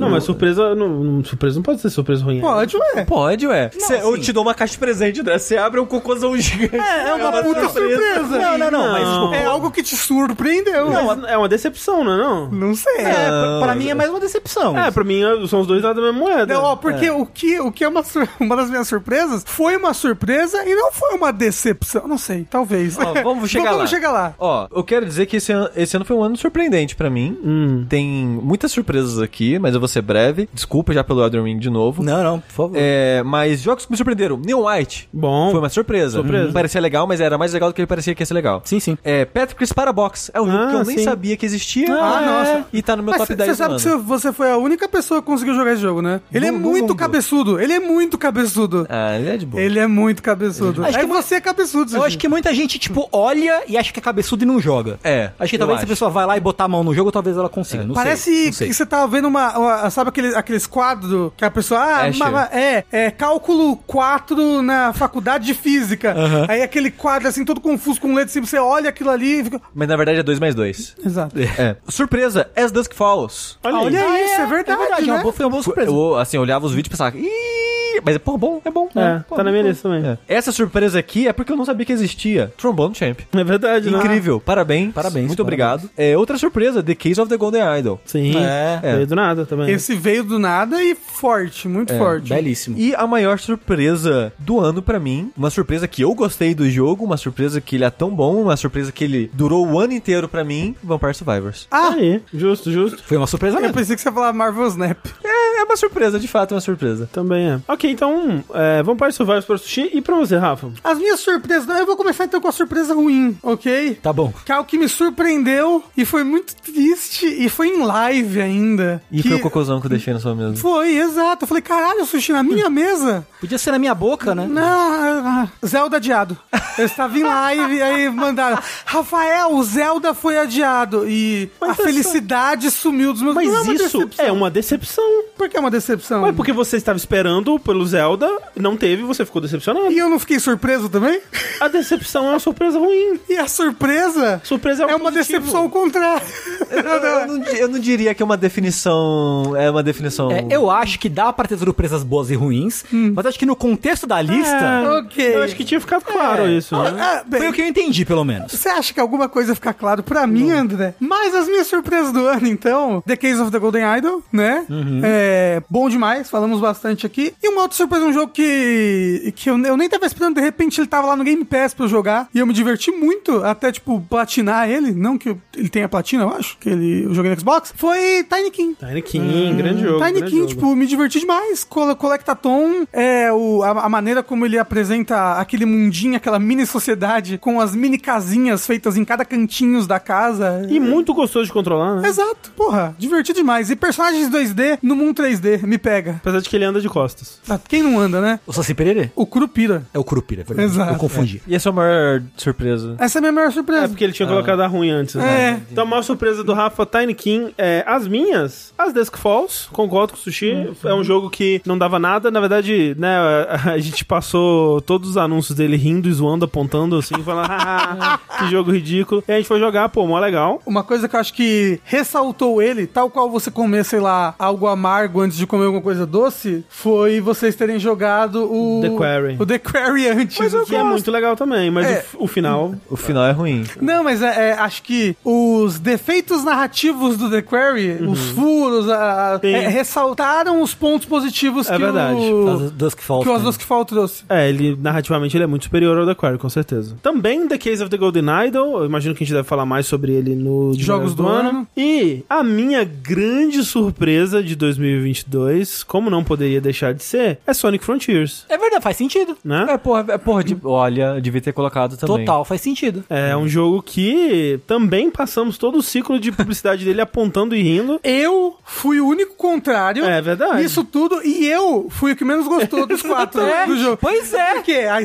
[SPEAKER 1] não, mas surpresa não, não- surpresa não pode ser surpresa ruim.
[SPEAKER 3] Pode,
[SPEAKER 2] é.
[SPEAKER 3] ué.
[SPEAKER 4] Pode, ué. Cê- Eu
[SPEAKER 2] assim-
[SPEAKER 4] te dou uma caixa de presente, André. Você abre um cocôzão gigante.
[SPEAKER 3] É, é uma puta surpresa.
[SPEAKER 2] Não, não, não, mas
[SPEAKER 1] Não.
[SPEAKER 2] tipo,
[SPEAKER 3] É algo que te surpreendeu. né?
[SPEAKER 1] Não, mas é uma decepção, não é não?
[SPEAKER 3] Não sei.
[SPEAKER 2] é,
[SPEAKER 3] É.
[SPEAKER 2] pra, pra mim é mais uma decepção.
[SPEAKER 1] É, pra mim são os dois lados da mesma moeda.
[SPEAKER 3] Não, ó, porque o que, o que é uma, sur- uma das minhas surpresas foi uma surpresa e não foi uma decepção. Não sei, talvez.
[SPEAKER 4] Ó, vamos chegar lá.
[SPEAKER 3] Vamos chegar lá.
[SPEAKER 4] Ó, eu quero dizer que esse ano, esse ano foi um ano surpreendente pra mim. Tem muitas surpresas aqui aqui, mas eu vou ser breve. Desculpa já pelo Elden Ring de novo.
[SPEAKER 2] Não, não, por favor.
[SPEAKER 4] É, mas jogos que me surpreenderam. Neon White.
[SPEAKER 1] Bom.
[SPEAKER 4] Foi uma surpresa.
[SPEAKER 1] Surpresa.
[SPEAKER 4] Uhum. Parecia legal, mas era mais legal do que parecia que ia ser legal.
[SPEAKER 2] Sim, sim.
[SPEAKER 4] É, Patrick's Parabox. É um jogo
[SPEAKER 1] Ah,
[SPEAKER 4] que eu nem
[SPEAKER 1] sim.
[SPEAKER 4] sabia que existia.
[SPEAKER 3] Ah,
[SPEAKER 4] é.
[SPEAKER 3] nossa.
[SPEAKER 4] E tá no meu
[SPEAKER 3] Mas
[SPEAKER 4] top
[SPEAKER 3] cê-
[SPEAKER 4] 10
[SPEAKER 3] cê
[SPEAKER 4] do
[SPEAKER 3] sabe
[SPEAKER 4] ano.
[SPEAKER 3] que cê- você foi a única pessoa que conseguiu jogar esse jogo, né? Ele é
[SPEAKER 4] No- no
[SPEAKER 3] muito
[SPEAKER 4] mundo.
[SPEAKER 3] cabeçudo. Ele é muito cabeçudo.
[SPEAKER 4] Ah, ele é de boa.
[SPEAKER 3] Ele é muito cabeçudo.
[SPEAKER 2] Acho
[SPEAKER 3] Acho
[SPEAKER 2] que
[SPEAKER 3] que você é cabeçudo,
[SPEAKER 2] Eu acho que muita gente, tipo, olha e acha que é cabeçudo e não joga.
[SPEAKER 4] É,
[SPEAKER 2] Acho É, que
[SPEAKER 4] eu
[SPEAKER 2] talvez se
[SPEAKER 4] acho.
[SPEAKER 2] a pessoa vai lá e botar a mão no jogo, talvez ela consiga. Não
[SPEAKER 3] Parece
[SPEAKER 2] sei, não sei.
[SPEAKER 3] que você tá vendo uma. uma- sabe aquele, aqueles quadros que a pessoa. Ah,
[SPEAKER 4] Escher.
[SPEAKER 3] ma- ma- é, é cálculo 4 na faculdade de física. Aí aquele quadro assim, todo confuso com letra, assim, você olha aquilo ali e fica.
[SPEAKER 4] Mas na verdade é 2 mais 2.
[SPEAKER 3] Exato.
[SPEAKER 4] É. Surpresa, As Dusk Falls.
[SPEAKER 1] Olha,
[SPEAKER 3] Olha
[SPEAKER 1] aí.
[SPEAKER 3] isso, é, verdade.
[SPEAKER 2] é
[SPEAKER 3] né?
[SPEAKER 2] uma boa- foi uma boa surpresa.
[SPEAKER 4] Eu, assim, olhava os vídeos e pensava... Ih, mas é pô, bom, é bom.
[SPEAKER 1] É,
[SPEAKER 4] pô,
[SPEAKER 1] tá na
[SPEAKER 4] bom,
[SPEAKER 1] minha
[SPEAKER 4] bom."
[SPEAKER 1] lista também.
[SPEAKER 4] É. Essa surpresa aqui é porque eu não sabia que existia. Trombone Champ.
[SPEAKER 1] É verdade, né?
[SPEAKER 4] Incrível, parabéns.
[SPEAKER 2] Parabéns,
[SPEAKER 4] Muito
[SPEAKER 2] parabéns.
[SPEAKER 4] obrigado. É, outra surpresa, The Case of the Golden Idol.
[SPEAKER 1] Sim.
[SPEAKER 2] É.
[SPEAKER 1] Veio do nada também.
[SPEAKER 3] Esse veio do nada e forte,
[SPEAKER 2] é
[SPEAKER 3] muito forte.
[SPEAKER 2] Belíssimo.
[SPEAKER 4] E a maior surpresa do ano pra mim, uma surpresa que eu gostei do jogo, uma surpresa que ele é tão bom, uma surpresa que ele durou o ano inteiro pra mim, Vampire Survivors.
[SPEAKER 3] Ah,
[SPEAKER 1] Aí, justo, justo.
[SPEAKER 2] Foi uma surpresa
[SPEAKER 3] eu
[SPEAKER 2] mesmo.
[SPEAKER 3] pensei que você ia falar Marvel Snap.
[SPEAKER 4] É, é uma surpresa, de fato é uma surpresa.
[SPEAKER 1] Também é. Ok, então, é, vamos para os survivors para o sushi e para você, Rafa.
[SPEAKER 3] As minhas surpresas. Eu vou começar então com a surpresa ruim, ok?
[SPEAKER 2] Tá bom.
[SPEAKER 3] Que é o que me surpreendeu e foi muito triste e foi em live ainda.
[SPEAKER 4] E
[SPEAKER 3] que...
[SPEAKER 4] foi o cocôzão que eu deixei na sua mesa.
[SPEAKER 3] Foi, exato. Eu falei, caralho, sushi na minha mesa?
[SPEAKER 2] Podia ser na minha boca, né?
[SPEAKER 3] Não, Zelda adiado. Eu estava em live, aí mandaram. Rafael, o Zelda foi adiado. E
[SPEAKER 1] Mas
[SPEAKER 3] a
[SPEAKER 1] essa-
[SPEAKER 3] felicidade sumiu dos meus
[SPEAKER 1] Mas
[SPEAKER 3] Não é uma
[SPEAKER 1] isso
[SPEAKER 3] decepção.
[SPEAKER 1] é uma decepção.
[SPEAKER 3] Por que é uma decepção?
[SPEAKER 1] Ué, porque você estava esperando pelo Zelda, não teve, você ficou decepcionado.
[SPEAKER 3] E eu não fiquei surpreso também?
[SPEAKER 1] A decepção é uma surpresa ruim.
[SPEAKER 3] E a surpresa
[SPEAKER 1] Surpresa é,
[SPEAKER 3] é uma decepção ao contrário.
[SPEAKER 4] Eu não, di- eu não diria que é uma definição. É uma definição.
[SPEAKER 2] É, eu acho que dá pra ter surpresas boas e ruins, mas acho que no contexto da lista,
[SPEAKER 3] Ok.
[SPEAKER 1] É. Eu acho que tinha ficado claro isso. Né?
[SPEAKER 3] Ah, bem,
[SPEAKER 2] foi o que eu entendi, pelo menos.
[SPEAKER 3] Você acha que alguma coisa fica claro pra mim, André? Mas as minhas surpresas do ano, então, The Case of the Golden Idol, né? É bom demais, falamos bastante aqui. E uma outra surpresa, um jogo que, que eu, eu nem tava esperando, de repente ele tava lá no Game Pass pra eu jogar. E eu me diverti muito, até, tipo, platinar ele. Não que eu- ele tenha platina, eu acho, que ele, eu joguei no Xbox. Foi Tiny King.
[SPEAKER 2] Tá,
[SPEAKER 1] Tiny Ah.
[SPEAKER 2] Hum.
[SPEAKER 1] King, grande jogo.
[SPEAKER 3] Tiny
[SPEAKER 1] grande
[SPEAKER 3] King,
[SPEAKER 1] jogo.
[SPEAKER 3] tipo, me diverti demais. Col Collectatom, é, o, a, a maneira como ele apresenta aquele mundinho, aquela mini sociedade, com as mini casinhas feitas em cada cantinho da casa. É,
[SPEAKER 1] E muito gostoso de controlar, né?
[SPEAKER 3] Exato, porra, diverti demais. E personagens 2D no mundo 3D, me pega.
[SPEAKER 1] Apesar de que ele anda de costas.
[SPEAKER 3] Ah, Quem não anda, né?
[SPEAKER 2] O Saci Pererê?
[SPEAKER 3] O Curupira.
[SPEAKER 2] É o Curupira. foi.
[SPEAKER 3] Exato.
[SPEAKER 2] Eu confundi.
[SPEAKER 4] E essa é a maior surpresa.
[SPEAKER 3] Essa é a minha maior surpresa.
[SPEAKER 1] É porque ele tinha colocado a ruim antes, né?
[SPEAKER 3] Ah. É.
[SPEAKER 1] Então, a maior surpresa do Rafa Tiny King é as minhas, as Desk Falls, concordo com o Sushi.
[SPEAKER 3] Uhum.
[SPEAKER 1] É um jogo que não dava nada. Na verdade, né, a gente passou todos os anúncios dele rindo, e zoando, apontando assim, falando, "Ah, que jogo ridículo. E a gente foi jogar, pô, mó legal.
[SPEAKER 3] Uma coisa que eu acho que ressaltou ele, tal qual você comer, sei lá, algo amargo antes de comer alguma coisa doce, foi vocês terem jogado o.
[SPEAKER 1] The Quarry.
[SPEAKER 3] O The Quarry antes.
[SPEAKER 1] que é muito legal também, mas
[SPEAKER 3] É.
[SPEAKER 1] o f- o, final.
[SPEAKER 4] O final é ruim.
[SPEAKER 3] Não, mas é, é, acho que os defeitos narrativos do The Quarry, os furos, a- a-
[SPEAKER 1] Sim.
[SPEAKER 3] é, ressaltaram os pontos positivos
[SPEAKER 1] É
[SPEAKER 3] que,
[SPEAKER 1] verdade.
[SPEAKER 3] o,
[SPEAKER 2] As Dusk Falls.
[SPEAKER 3] que o As
[SPEAKER 2] né?
[SPEAKER 3] Dusk Fall trouxe.
[SPEAKER 1] É, ele narrativamente ele é muito superior ao The Quarry, com certeza. Também The Case of the Golden Idol, eu imagino que a gente deve falar mais sobre ele no de
[SPEAKER 3] Jogos
[SPEAKER 1] Melhores
[SPEAKER 3] do Ano.
[SPEAKER 1] E a minha grande surpresa de 2022, como não poderia deixar de ser, é Sonic Frontiers,
[SPEAKER 2] É verdade, faz sentido.
[SPEAKER 1] né?
[SPEAKER 4] É porra, é porra de. Olha, devia ter colocado também.
[SPEAKER 2] Total, faz sentido.
[SPEAKER 1] É um jogo que também passamos todo o ciclo de publicidade dele apontando e rindo.
[SPEAKER 3] Eu fui o único contrário.
[SPEAKER 1] É verdade.
[SPEAKER 3] Isso tudo, e eu fui o que menos gostou dos quatro
[SPEAKER 2] É,
[SPEAKER 3] do jogo.
[SPEAKER 2] pois é.
[SPEAKER 3] Porque a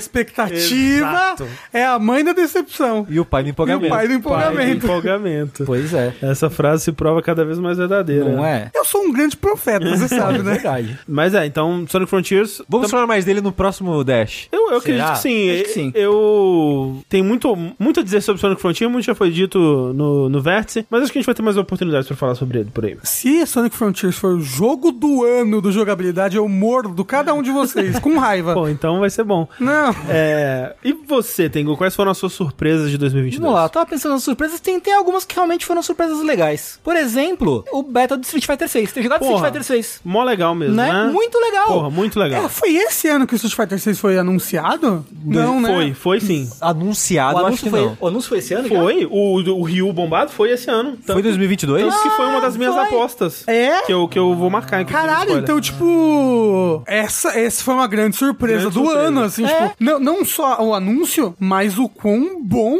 [SPEAKER 3] expectativa
[SPEAKER 1] Exato.
[SPEAKER 3] é a mãe da decepção.
[SPEAKER 4] E o pai do
[SPEAKER 3] E o
[SPEAKER 4] empolgamento.
[SPEAKER 3] pai do é
[SPEAKER 1] Pai,
[SPEAKER 3] um empolgamento.
[SPEAKER 1] É um empolgamento.
[SPEAKER 2] Pois é.
[SPEAKER 1] Essa frase se prova cada vez mais verdadeira.
[SPEAKER 2] Não é?
[SPEAKER 3] Eu sou um grande profeta, você sabe,
[SPEAKER 2] É
[SPEAKER 3] né?
[SPEAKER 2] verdade. Então,
[SPEAKER 1] Mas é, então Sonic Frontiers
[SPEAKER 4] Vamos falar mais dele no próximo Dash.
[SPEAKER 1] Eu, eu
[SPEAKER 2] Será?
[SPEAKER 1] acredito que sim.
[SPEAKER 2] Acho que sim.
[SPEAKER 1] Eu. Tem muito, muito a dizer sobre Sonic Frontier, muito já foi dito no, no Vértice, mas acho que a gente vai ter mais oportunidades pra falar sobre ele por
[SPEAKER 2] Tá
[SPEAKER 1] aí.
[SPEAKER 3] Se Sonic Frontiers for o jogo do ano do jogabilidade, eu mordo cada um de vocês, com raiva.
[SPEAKER 1] Bom, então vai ser bom.
[SPEAKER 3] Não.
[SPEAKER 1] É, e você, Tengu, quais foram as suas surpresas de 2022?
[SPEAKER 2] Vamos lá, eu tava pensando nas surpresas, tem, tem algumas que realmente foram surpresas legais. Por exemplo, o beta do Street Fighter 6. Ter jogado
[SPEAKER 1] Porra,
[SPEAKER 2] Street 6.
[SPEAKER 1] Mó legal mesmo,
[SPEAKER 2] Né?
[SPEAKER 1] né?
[SPEAKER 2] Muito legal.
[SPEAKER 1] Porra, muito legal.
[SPEAKER 3] É, foi esse ano que o Street Fighter 6 foi anunciado? Não, né?
[SPEAKER 1] Foi, foi sim.
[SPEAKER 4] Anunciado,
[SPEAKER 2] o,
[SPEAKER 4] eu acho
[SPEAKER 2] anúncio
[SPEAKER 4] que
[SPEAKER 2] foi,
[SPEAKER 4] não.
[SPEAKER 2] o anúncio foi esse ano? já?
[SPEAKER 1] Foi, o, o Rio Bombado foi esse ano. Tanto,
[SPEAKER 4] Foi 2022?
[SPEAKER 1] tanto que foi uma das minhas
[SPEAKER 2] Ah, foi.
[SPEAKER 1] apostas.
[SPEAKER 3] É?
[SPEAKER 1] Que eu, que eu vou marcar aqui.
[SPEAKER 3] Caralho,
[SPEAKER 1] Spoiler.
[SPEAKER 3] então, tipo. Essa, essa foi uma grande surpresa
[SPEAKER 1] Grande
[SPEAKER 3] do
[SPEAKER 1] surpresa.
[SPEAKER 3] ano, assim, tipo. Não, não só o anúncio, mas o quão bom,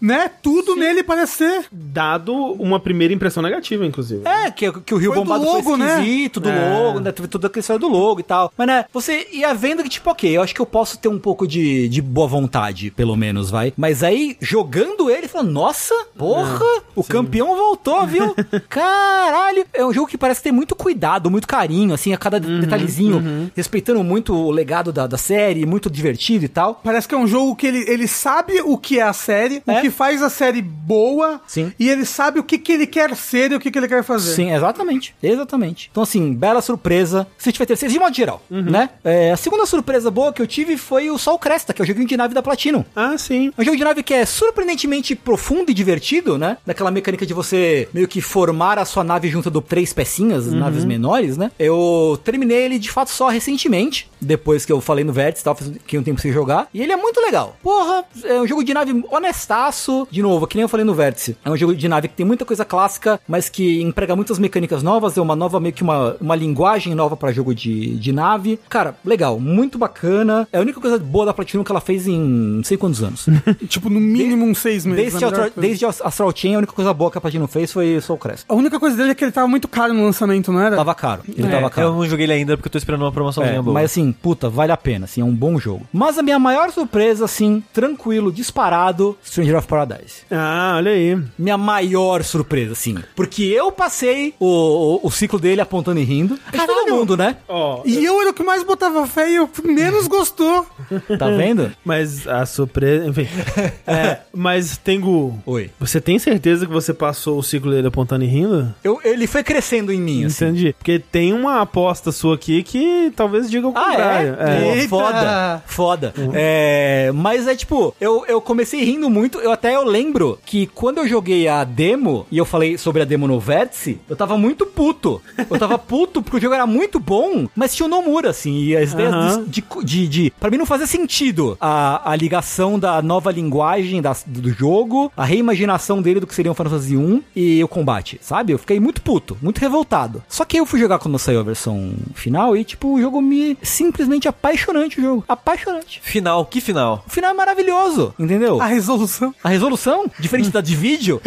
[SPEAKER 3] né? Tudo nele parece ser.
[SPEAKER 1] Dado uma primeira impressão negativa, inclusive.
[SPEAKER 2] É, que, que o Rio
[SPEAKER 3] Foi do
[SPEAKER 2] Bombado
[SPEAKER 3] logo,
[SPEAKER 2] foi
[SPEAKER 3] né?
[SPEAKER 2] esquisito, do
[SPEAKER 1] É.
[SPEAKER 2] logo, né? Teve toda aquela história do logo e tal. Mas, né, você ia vendo que, tipo, ok, eu acho que eu posso ter um pouco de, de boa vontade, pelo menos, vai. Mas aí, jogando ele, fala, nossa, porra,
[SPEAKER 3] É,
[SPEAKER 2] o campeão voltou, viu? Caralho! É um jogo que parece ter muito cuidado, muito carinho, assim, a cada
[SPEAKER 3] Uhum,
[SPEAKER 2] detalhezinho, respeitando muito o legado da, da série, muito divertido e tal.
[SPEAKER 3] Parece que é um jogo que ele, ele sabe o que é a série,
[SPEAKER 2] É.
[SPEAKER 3] o que faz a série boa,
[SPEAKER 2] Sim.
[SPEAKER 3] e ele sabe o que, que ele quer ser e o que, que ele quer fazer.
[SPEAKER 2] Sim, exatamente. Exatamente. Então, assim, bela surpresa. Street Fighter 6, de modo geral, né? É, a segunda surpresa boa que eu tive foi o Sol Cresta, que é o joguinho de nave da Platino.
[SPEAKER 1] Ah, sim.
[SPEAKER 2] É um jogo de nave que é surpreendentemente profundo e divertido, né? Daquela mecânica de você meio que formar a sua nave junto do três pecinhas, as naves menores, né? Eu terminei ele de fato só recentemente, depois que eu falei no Vértice, e tal, fiz- fiquei um tempo sem jogar. E ele é muito legal. Porra, é um jogo de nave honestaço. De novo, que nem eu falei no Vértice. É um jogo de nave que tem muita coisa clássica, mas que emprega muitas mecânicas novas, é uma nova, meio que uma, uma linguagem nova pra jogo de, de nave. Cara, legal, muito bacana. É a única coisa boa da Platinum que ela fez em não sei quantos anos.
[SPEAKER 3] Tipo, no mínimo uns seis meses.
[SPEAKER 2] Desde,
[SPEAKER 3] na
[SPEAKER 2] Astral-
[SPEAKER 3] melhor coisa.
[SPEAKER 2] desde Astral Chain, a única coisa boa que a Platinum fez foi Soul Crest.
[SPEAKER 3] A única coisa dele é que ele tava muito caro no lançamento, não era?
[SPEAKER 2] Tava caro. Ele
[SPEAKER 4] É,
[SPEAKER 2] tava
[SPEAKER 4] eu
[SPEAKER 2] caro.
[SPEAKER 4] não joguei ele ainda porque eu tô esperando uma promoçãozinha
[SPEAKER 2] É,
[SPEAKER 4] boa.
[SPEAKER 2] mas assim, puta, vale a pena, assim, é um bom jogo. Mas a minha maior surpresa, assim, tranquilo, disparado, Stranger of Paradise.
[SPEAKER 1] Ah, olha aí.
[SPEAKER 2] Minha maior surpresa, assim. Porque eu passei o, o, o ciclo dele apontando e rindo. Acho que todo
[SPEAKER 3] Caralho!
[SPEAKER 2] mundo, né?
[SPEAKER 1] Ó,
[SPEAKER 3] E eu era o que mais botava fé e o que menos gostou.
[SPEAKER 2] Tá vendo?
[SPEAKER 1] mas a surpresa. Enfim. É, mas, Tengu,
[SPEAKER 2] Oi.
[SPEAKER 1] você tem certeza que você passou o ciclo dele apontando e rindo?
[SPEAKER 2] Eu, ele foi crescendo em mim, assim.
[SPEAKER 1] Entendi. Porque tem uma aposta sua aqui que talvez diga o
[SPEAKER 2] Ah,
[SPEAKER 1] contrário. Uhum.
[SPEAKER 2] é? Pô,
[SPEAKER 3] Eita!
[SPEAKER 2] Foda, foda. É, mas é tipo, eu, eu comecei rindo muito, eu até eu lembro que quando eu joguei a demo, e eu falei sobre a demo no Vértice, eu tava muito puto. Eu tava puto porque o jogo era muito bom, mas tinha o Nomura, assim, e as ideias
[SPEAKER 1] Aham.
[SPEAKER 2] de, de, de... Pra mim não fazia sentido a, a ligação da nova linguagem das- do jogo, a reimaginação dele do que seria um Final Fantasy 1 e o combate, sabe? Eu fiquei muito puto, muito revoltado. Só que eu fui jogar quando saiu a versão final e, tipo, o jogo me... Simplesmente apaixonante o jogo. Apaixonante.
[SPEAKER 4] Final, que final?
[SPEAKER 2] O final é maravilhoso, entendeu?
[SPEAKER 3] A
[SPEAKER 1] Ah.
[SPEAKER 3] resolução.
[SPEAKER 2] A resolução, diferente da de vídeo.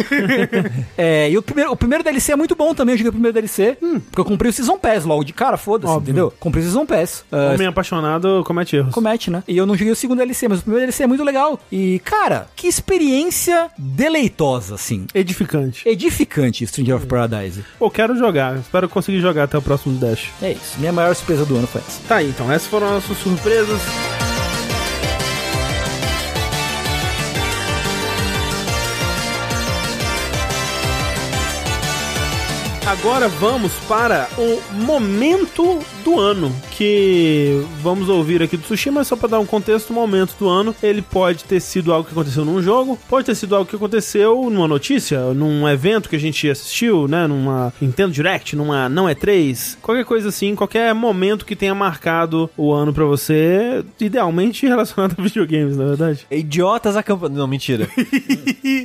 [SPEAKER 2] é, e o primeiro, o primeiro DLC é muito bom também. Eu joguei o primeiro DLC, porque eu comprei o Season Pass logo de cara, foda-se,
[SPEAKER 1] Hum. Óbvio.
[SPEAKER 2] entendeu? Comprei o Season Pass. Ah,
[SPEAKER 1] Homem apaixonado comete erros.
[SPEAKER 2] comete, né? E eu não joguei o segundo DLC, mas o primeiro DLC é muito legal. E, cara, que experiência deleitosa, assim.
[SPEAKER 1] Edificante.
[SPEAKER 2] Edificante Stranger of Paradise.
[SPEAKER 1] Eu quero jogar. Espero conseguir jogar até o próximo Dash.
[SPEAKER 2] É isso. Minha maior surpresa do ano foi essa.
[SPEAKER 1] Tá aí, então. Essas foram as nossas surpresas. Agora vamos para o momento do ano, que vamos ouvir aqui do Sushi, mas só para dar um contexto, o momento do ano, ele pode ter sido algo que aconteceu num jogo, pode ter sido algo que aconteceu numa notícia, num evento que a gente assistiu, né, numa Nintendo Direct, numa não é 3, qualquer coisa assim, qualquer momento que tenha marcado o ano para você, idealmente relacionado a videogames, na verdade.
[SPEAKER 4] É Idiotas acampando. Não, mentira.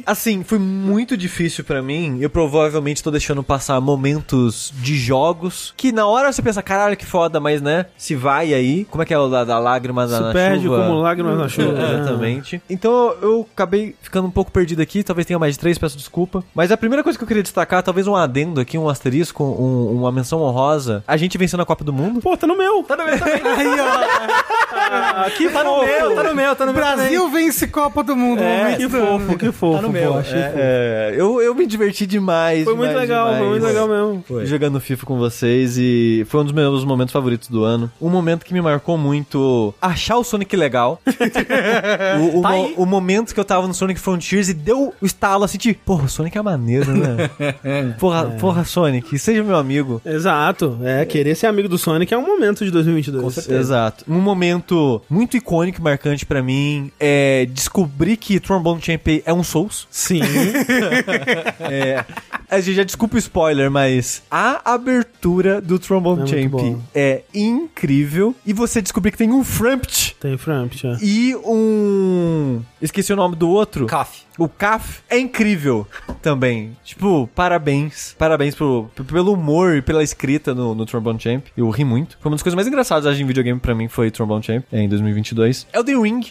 [SPEAKER 4] assim, foi muito difícil pra mim. Eu provavelmente tô deixando passar momentos de jogos que na hora você pensa, caralho, que foda, mas né? Se vai aí. Como é que é o da, da lágrima da, na
[SPEAKER 1] Se perde
[SPEAKER 4] chuva?
[SPEAKER 1] como lágrimas na chuva. né?
[SPEAKER 4] É, Exatamente. Então eu acabei ficando um pouco perdido aqui, talvez tenha mais de três, peço desculpa. Mas a primeira coisa que eu queria destacar, talvez um adendo aqui, um asterisco, um- uma menção honrosa. A gente vencendo a Copa do Mundo.
[SPEAKER 1] Pô, tá no meu. Ah,
[SPEAKER 4] Tá no meu também.
[SPEAKER 3] Aí, ó.
[SPEAKER 4] que tá no meu, tá no meu, tá no meu.
[SPEAKER 3] Brasil vence Copa do Mundo.
[SPEAKER 4] É,
[SPEAKER 3] momento
[SPEAKER 1] Que
[SPEAKER 3] do ano.
[SPEAKER 1] fofo, que fofo.
[SPEAKER 2] no meu,
[SPEAKER 1] pô, achei
[SPEAKER 4] É,
[SPEAKER 1] fofo.
[SPEAKER 4] é, eu, eu me diverti demais.
[SPEAKER 1] Foi muito
[SPEAKER 4] demais,
[SPEAKER 1] legal, foi
[SPEAKER 4] demais.
[SPEAKER 1] muito legal mesmo.
[SPEAKER 2] Foi.
[SPEAKER 4] Jogando FIFA com vocês e foi um dos meus momentos favoritos do ano. Um momento que me marcou muito achar o Sonic legal. o, o
[SPEAKER 2] Tá
[SPEAKER 4] mo-
[SPEAKER 2] aí.
[SPEAKER 4] o momento que eu tava no Sonic Frontiers e deu o estalo assim, tipo, porra, o Sonic é maneiro, né? porra, porra, Sonic, seja meu amigo.
[SPEAKER 1] Exato. É, querer ser amigo do Sonic é um momento de 2022.
[SPEAKER 4] Exato. Um momento muito icônico e marcante pra mim é descobrir que Trombone Champion é um Souls.
[SPEAKER 1] Sim.
[SPEAKER 4] É, A gente já desculpa o spoiler, mas a abertura do
[SPEAKER 1] É
[SPEAKER 4] Trombone
[SPEAKER 1] muito
[SPEAKER 4] Champ
[SPEAKER 1] boa.
[SPEAKER 4] é incrível. E você descobrir que tem um Frampt
[SPEAKER 1] Tem Frampt, é.
[SPEAKER 4] e um. Esqueci o nome do outro.
[SPEAKER 2] Caf.
[SPEAKER 4] O CAF é incrível também. Tipo, parabéns. Parabéns pro- p- pelo humor e pela escrita no, no Trombone Champ. Eu ri muito. Foi uma das coisas mais engraçadas acho, em videogame pra mim foi Trombone Champ é, em 2022. Elden Ring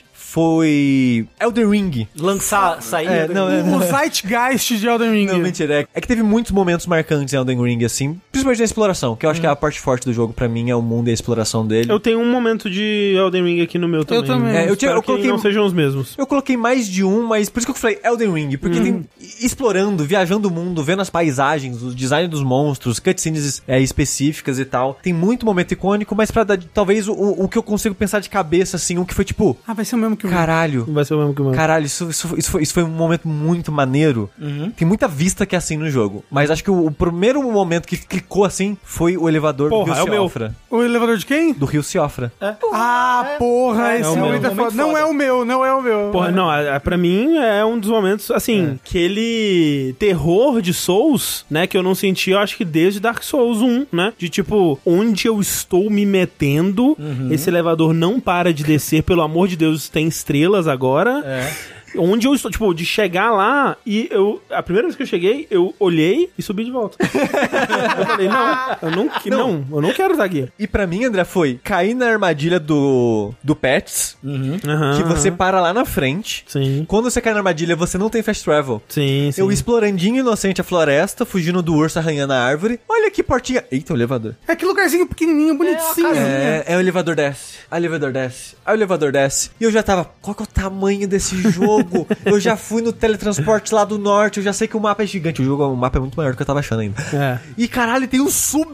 [SPEAKER 4] foi. Elden Ring.
[SPEAKER 2] Lançar, sair.
[SPEAKER 4] É, não, é,
[SPEAKER 3] O Zeitgeist de Elden Ring.
[SPEAKER 4] não, mentira. É- É que teve muitos momentos marcantes em Elden Ring, assim. Principalmente na exploração, que eu acho que é a parte forte do jogo pra mim, é o mundo e a exploração dele.
[SPEAKER 1] Eu tenho um momento de Elden Ring aqui no meu também.
[SPEAKER 3] também.
[SPEAKER 1] né?
[SPEAKER 4] É, eu tinha-
[SPEAKER 1] Espero
[SPEAKER 4] eu coloquei-
[SPEAKER 1] que não sejam os mesmos.
[SPEAKER 4] Eu coloquei mais de um, mas por isso que eu falei Elden Ring, porque tem explorando, viajando o mundo, vendo as paisagens, o design dos monstros, cutscenes é, específicas e tal. Tem muito momento icônico, mas pra dar talvez o, o que eu consigo pensar de cabeça, assim, o que foi tipo,
[SPEAKER 3] Ah, vai ser o mesmo que o
[SPEAKER 4] caralho.
[SPEAKER 1] Não vai ser o mesmo que o meu.
[SPEAKER 4] Caralho, isso, isso, isso foi, isso foi um momento muito maneiro.
[SPEAKER 1] Uhum.
[SPEAKER 4] Tem muita vista que é assim no jogo. Mas acho que o, o primeiro momento que clicou assim foi o elevador
[SPEAKER 1] Porra,
[SPEAKER 4] do
[SPEAKER 1] é
[SPEAKER 4] Rio
[SPEAKER 1] o meu.
[SPEAKER 4] Ciofra.
[SPEAKER 3] O elevador de quem?
[SPEAKER 4] Do Rio Ciofra.
[SPEAKER 3] Ah, porra,
[SPEAKER 1] é o
[SPEAKER 3] esse
[SPEAKER 1] meu.
[SPEAKER 3] momento é
[SPEAKER 2] Momento
[SPEAKER 3] foda. Não
[SPEAKER 2] foda.
[SPEAKER 3] é o meu, não é o meu.
[SPEAKER 1] Porra, não, a, a, pra mim é um dos momentos, assim,
[SPEAKER 4] É.
[SPEAKER 1] aquele terror de Souls, né, que eu não senti, eu acho que desde Dark Souls 1, né? De tipo, onde eu estou me metendo,
[SPEAKER 4] Uhum.
[SPEAKER 1] esse elevador não para de descer, pelo amor de Deus, tem estrelas agora.
[SPEAKER 4] É.
[SPEAKER 1] Onde eu estou, tipo, de chegar lá e eu. A primeira vez que eu cheguei, eu olhei e subi de volta. eu falei, não, eu não, que- não. eu não quero estar aqui.
[SPEAKER 4] E pra mim, André, foi cair na armadilha do, do Pets,
[SPEAKER 1] Aham,
[SPEAKER 4] que você
[SPEAKER 1] aham.
[SPEAKER 4] para lá na frente.
[SPEAKER 1] Uhum. Sim.
[SPEAKER 4] Quando você cai na armadilha, você não tem fast travel.
[SPEAKER 1] Sim, sim.
[SPEAKER 4] Eu explorandinho inocente a floresta, fugindo do urso arranhando a árvore. Olha que portinha. Eita, o elevador.
[SPEAKER 3] É que lugarzinho pequenininho, bonitinho.
[SPEAKER 4] É, é o elevador desce. Aí o elevador desce. Aí o elevador desce. E eu já tava, qual que é o tamanho desse jogo? eu já fui no teletransporte lá do norte, eu já sei que o mapa é gigante. O jogo, o mapa é muito maior do que eu tava achando ainda.
[SPEAKER 1] É.
[SPEAKER 4] E caralho, tem um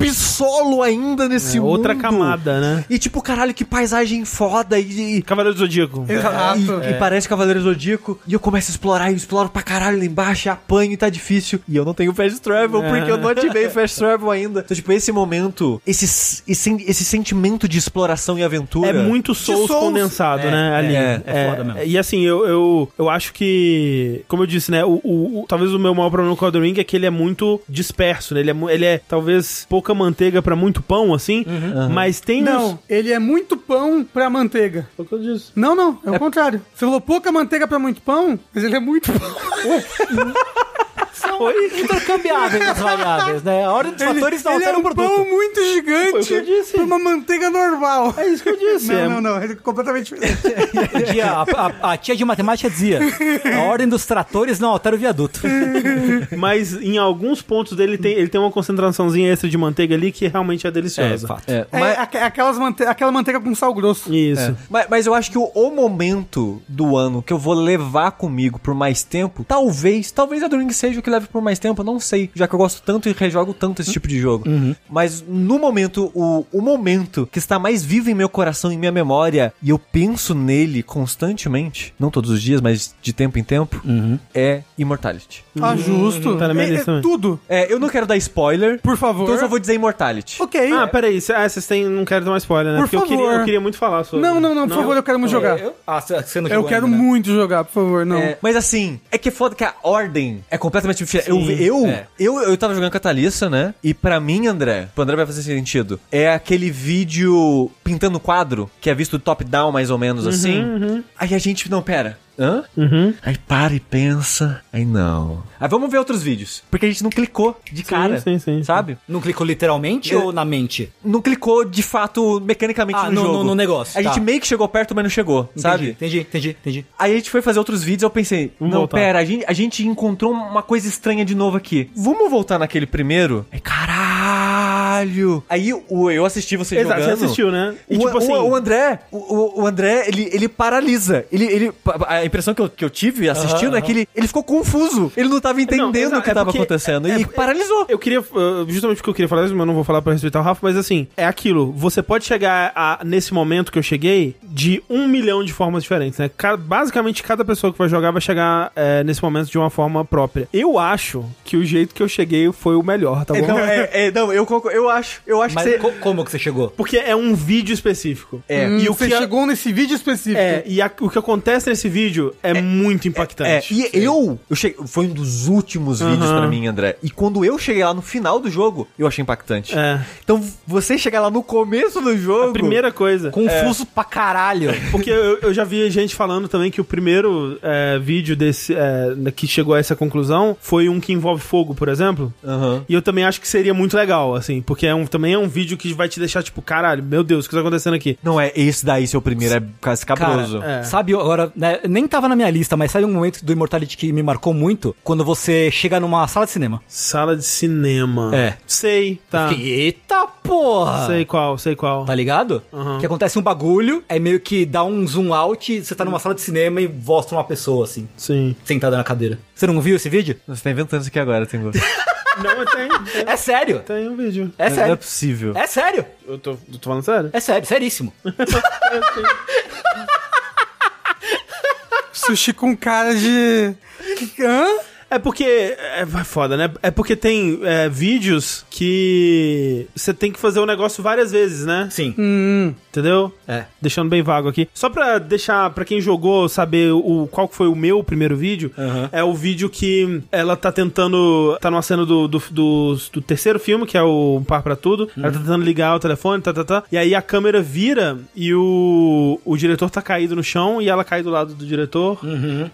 [SPEAKER 4] subsolo ainda nesse
[SPEAKER 1] É,
[SPEAKER 4] mundo.
[SPEAKER 1] outra camada, né?
[SPEAKER 4] E tipo, caralho, que paisagem foda. E, e-
[SPEAKER 1] Cavaleiro do Zodíaco.
[SPEAKER 3] Exato.
[SPEAKER 1] É.
[SPEAKER 4] e, e parece Cavaleiro Zodíaco. E eu começo a explorar, eu exploro pra caralho lá embaixo, e apanho e tá difícil. E eu não tenho Fast Travel,
[SPEAKER 1] É.
[SPEAKER 4] porque eu não ativei Fast Travel ainda. Então, tipo, esse momento, esse, s- esse, esse sentimento de exploração e aventura.
[SPEAKER 1] É muito Souls,
[SPEAKER 3] Souls.
[SPEAKER 1] condensado, né, ali.
[SPEAKER 4] é,
[SPEAKER 2] é foda mesmo.
[SPEAKER 1] E assim, eu, eu, eu acho que, como eu disse, né, o, o- o- talvez o meu maior problema com o Elden Ring é que ele é muito disperso, né, ele é, mu- ele é talvez pouca manteiga pra muito pão, assim, mas tem uns...
[SPEAKER 3] Não, ele é muito pão pra manteiga.
[SPEAKER 1] Foi o que eu disse.
[SPEAKER 3] Não, não, é o contrário. Você falou pouca manteiga pra muito pão, mas ele é muito pão.
[SPEAKER 2] São intercambiáveis as variáveis, né? A ordem dos fatores não
[SPEAKER 3] ele é
[SPEAKER 2] altera
[SPEAKER 3] um
[SPEAKER 2] o produto.
[SPEAKER 3] pão muito
[SPEAKER 1] Foi o que eu
[SPEAKER 3] gigante
[SPEAKER 1] disse.
[SPEAKER 3] pra uma manteiga normal.
[SPEAKER 1] É isso que eu disse. é-
[SPEAKER 3] Não, não, não, ele é completamente diferente.
[SPEAKER 2] Dia- a, a- a tia de matemática dizia: a ordem dos tratores não altera o viaduto.
[SPEAKER 1] Mas em alguns pontos dele tem, ele tem uma concentraçãozinha extra de manteiga ali que realmente é deliciosa.
[SPEAKER 4] É,
[SPEAKER 3] É,
[SPEAKER 4] mas,
[SPEAKER 3] aque- aquelas mante- aquela manteiga com sal grosso.
[SPEAKER 1] Isso.
[SPEAKER 4] mas, mas eu acho que o, o momento do ano que eu vou levar comigo por mais tempo, talvez, talvez a Ring seja o que leve por mais tempo, eu não sei, já que eu gosto tanto e rejogo tanto esse tipo de jogo.
[SPEAKER 3] Uhum.
[SPEAKER 4] Mas no momento, o, o momento que está mais vivo em meu coração e minha memória, e eu penso nele constantemente, não todos os dias, mas de tempo em tempo,
[SPEAKER 3] Uhum.
[SPEAKER 4] é Immortality.
[SPEAKER 3] Ah, justo.
[SPEAKER 1] tá na minha
[SPEAKER 3] É-
[SPEAKER 1] lista
[SPEAKER 3] é,
[SPEAKER 1] também.
[SPEAKER 3] tudo,
[SPEAKER 4] É, eu não quero dar spoiler,
[SPEAKER 3] por favor.
[SPEAKER 4] então eu só vou dizer Immortality.
[SPEAKER 3] Ok.
[SPEAKER 1] Ah, peraí, cê- ah, vocês têm, não quero dar mais spoiler, né?
[SPEAKER 3] É. Por
[SPEAKER 1] Porque eu queria,
[SPEAKER 3] favor.
[SPEAKER 1] eu queria muito falar sobre.
[SPEAKER 3] Não, não, não, por favor, eu quero muito jogar. Eu,
[SPEAKER 2] Ah, você não né?
[SPEAKER 3] quero muito jogar, por favor, não.
[SPEAKER 4] É, mas assim, é que é foda que a ordem é completamente diferente. Eu, eu,
[SPEAKER 2] é.
[SPEAKER 4] eu, eu tava jogando com a Thalissa, né? E pra mim, André, pro André vai fazer sentido, é aquele vídeo pintando quadro, que é visto top-down mais ou
[SPEAKER 2] Uhum,
[SPEAKER 4] menos assim. Aí a gente, não, pera. Hã? Aí para e pensa. Aí não. Aí vamos ver outros vídeos. Porque a gente não clicou de cara.
[SPEAKER 1] sim, sim.
[SPEAKER 4] Sabe?
[SPEAKER 2] Não clicou literalmente
[SPEAKER 4] Eu-
[SPEAKER 2] ou na mente?
[SPEAKER 4] Não clicou de fato mecanicamente
[SPEAKER 2] Ah,
[SPEAKER 4] no,
[SPEAKER 2] no-
[SPEAKER 4] jogo.
[SPEAKER 2] no- no negócio,
[SPEAKER 4] A
[SPEAKER 2] tá.
[SPEAKER 4] gente meio que chegou perto, mas não chegou, sabe?
[SPEAKER 2] Entendi, entendi, entendi.
[SPEAKER 4] Aí a gente foi fazer outros vídeos, eu pensei,
[SPEAKER 1] Vamos
[SPEAKER 4] não,
[SPEAKER 1] voltar.
[SPEAKER 4] pera, a gente, a gente encontrou uma coisa estranha de novo aqui. Vamos voltar naquele primeiro? Aí, caralho! Aí o, eu assisti você
[SPEAKER 1] Exato,
[SPEAKER 4] jogando.
[SPEAKER 1] você assistiu, né? E
[SPEAKER 4] o,
[SPEAKER 1] tipo
[SPEAKER 4] o-
[SPEAKER 1] assim.
[SPEAKER 4] o André, o- o, o André, ele, ele paralisa. Ele, ele, a impressão que eu, que eu tive assistindo é que ele, ele ficou confuso. Ele não tava entendendo
[SPEAKER 1] exato,
[SPEAKER 4] o que
[SPEAKER 1] é
[SPEAKER 4] tava
[SPEAKER 1] porque-
[SPEAKER 4] acontecendo.
[SPEAKER 1] é-
[SPEAKER 4] e paralisou.
[SPEAKER 1] Eu queria, uh, justamente porque eu queria falar isso, mas eu não vou falar pra respeitar o Rafa, mas assim, é aquilo. Você pode chegar a- nesse momento que eu cheguei de um milhão de formas diferentes, né? Ca- basicamente, cada pessoa que vai jogar vai chegar é, nesse momento de uma forma própria. Eu acho que o jeito que eu cheguei foi o melhor, tá bom?
[SPEAKER 4] Então, É, não, é- é, não, eu, concordo- eu acho. Eu acho
[SPEAKER 2] Mas
[SPEAKER 4] que você.
[SPEAKER 2] co- como que você chegou?
[SPEAKER 1] Porque é um vídeo específico.
[SPEAKER 4] É.
[SPEAKER 3] Hum,
[SPEAKER 1] e o
[SPEAKER 3] você
[SPEAKER 1] que a-
[SPEAKER 3] chegou nesse vídeo específico.
[SPEAKER 1] É, e a- o que acontece nesse vídeo é, muito
[SPEAKER 4] É,
[SPEAKER 1] impactante.
[SPEAKER 4] e eu, eu cheguei, foi um dos últimos vídeos
[SPEAKER 1] Aham.
[SPEAKER 4] pra mim, André. E quando eu cheguei lá no final do jogo, eu achei impactante.
[SPEAKER 1] É.
[SPEAKER 4] Então, você chegar lá no começo do jogo,
[SPEAKER 1] A primeira coisa.
[SPEAKER 2] Confuso pra caralho.
[SPEAKER 1] Porque eu, eu já vi gente falando também que o primeiro é, vídeo desse é, que chegou a essa conclusão foi um que envolve fogo, por exemplo.
[SPEAKER 4] Aham.
[SPEAKER 1] E eu também acho que seria muito legal, assim, porque é um, também é um vídeo que vai te deixar tipo, caralho, meu Deus, o que tá acontecendo aqui?
[SPEAKER 4] Não é esse daí seu primeiro, é quase
[SPEAKER 2] Cara,
[SPEAKER 4] cabroso.
[SPEAKER 1] É.
[SPEAKER 2] sabe agora, né, nem tava na minha lista, mas sabe um momento do Immortality que me marcou muito? Quando você chega numa sala de cinema.
[SPEAKER 1] Sala de cinema.
[SPEAKER 2] É. ah.
[SPEAKER 1] Sei, tá.
[SPEAKER 2] Eita porra!
[SPEAKER 1] Sei qual, sei qual.
[SPEAKER 2] Tá ligado?
[SPEAKER 1] Uhum.
[SPEAKER 2] Que acontece um bagulho, é meio que dá um zoom out, você tá numa sala de cinema e mostra uma pessoa assim,
[SPEAKER 1] Sim.
[SPEAKER 2] sentada na cadeira. Você não viu esse vídeo?
[SPEAKER 4] Você tá inventando isso aqui agora, Tengu.
[SPEAKER 1] Não, mas tem, tem,
[SPEAKER 2] É sério!
[SPEAKER 1] tem um vídeo.
[SPEAKER 2] É
[SPEAKER 4] Não é
[SPEAKER 2] sério!
[SPEAKER 4] possível.
[SPEAKER 2] É sério!
[SPEAKER 1] Eu tô, eu tô falando sério?
[SPEAKER 2] É sério, seríssimo.
[SPEAKER 3] Sushi com um cara de. Hã?
[SPEAKER 1] É porque. É vai foda, né? É porque tem é, vídeos que você tem que fazer o negócio várias vezes, né?
[SPEAKER 2] Sim.
[SPEAKER 3] Hum.
[SPEAKER 1] Entendeu?
[SPEAKER 2] É.
[SPEAKER 1] Deixando bem vago aqui. Só pra deixar pra quem jogou saber o qual que foi o meu primeiro vídeo,
[SPEAKER 2] Aham.
[SPEAKER 1] é o vídeo que ela tá tentando. Tá numa cena do, do, do, do terceiro filme, que é o Um Par pra Tudo.
[SPEAKER 2] Hum.
[SPEAKER 1] Ela tá tentando ligar o telefone, tá, tá, tá. E aí a câmera vira e o, o diretor tá caído no chão e ela cai do lado do diretor.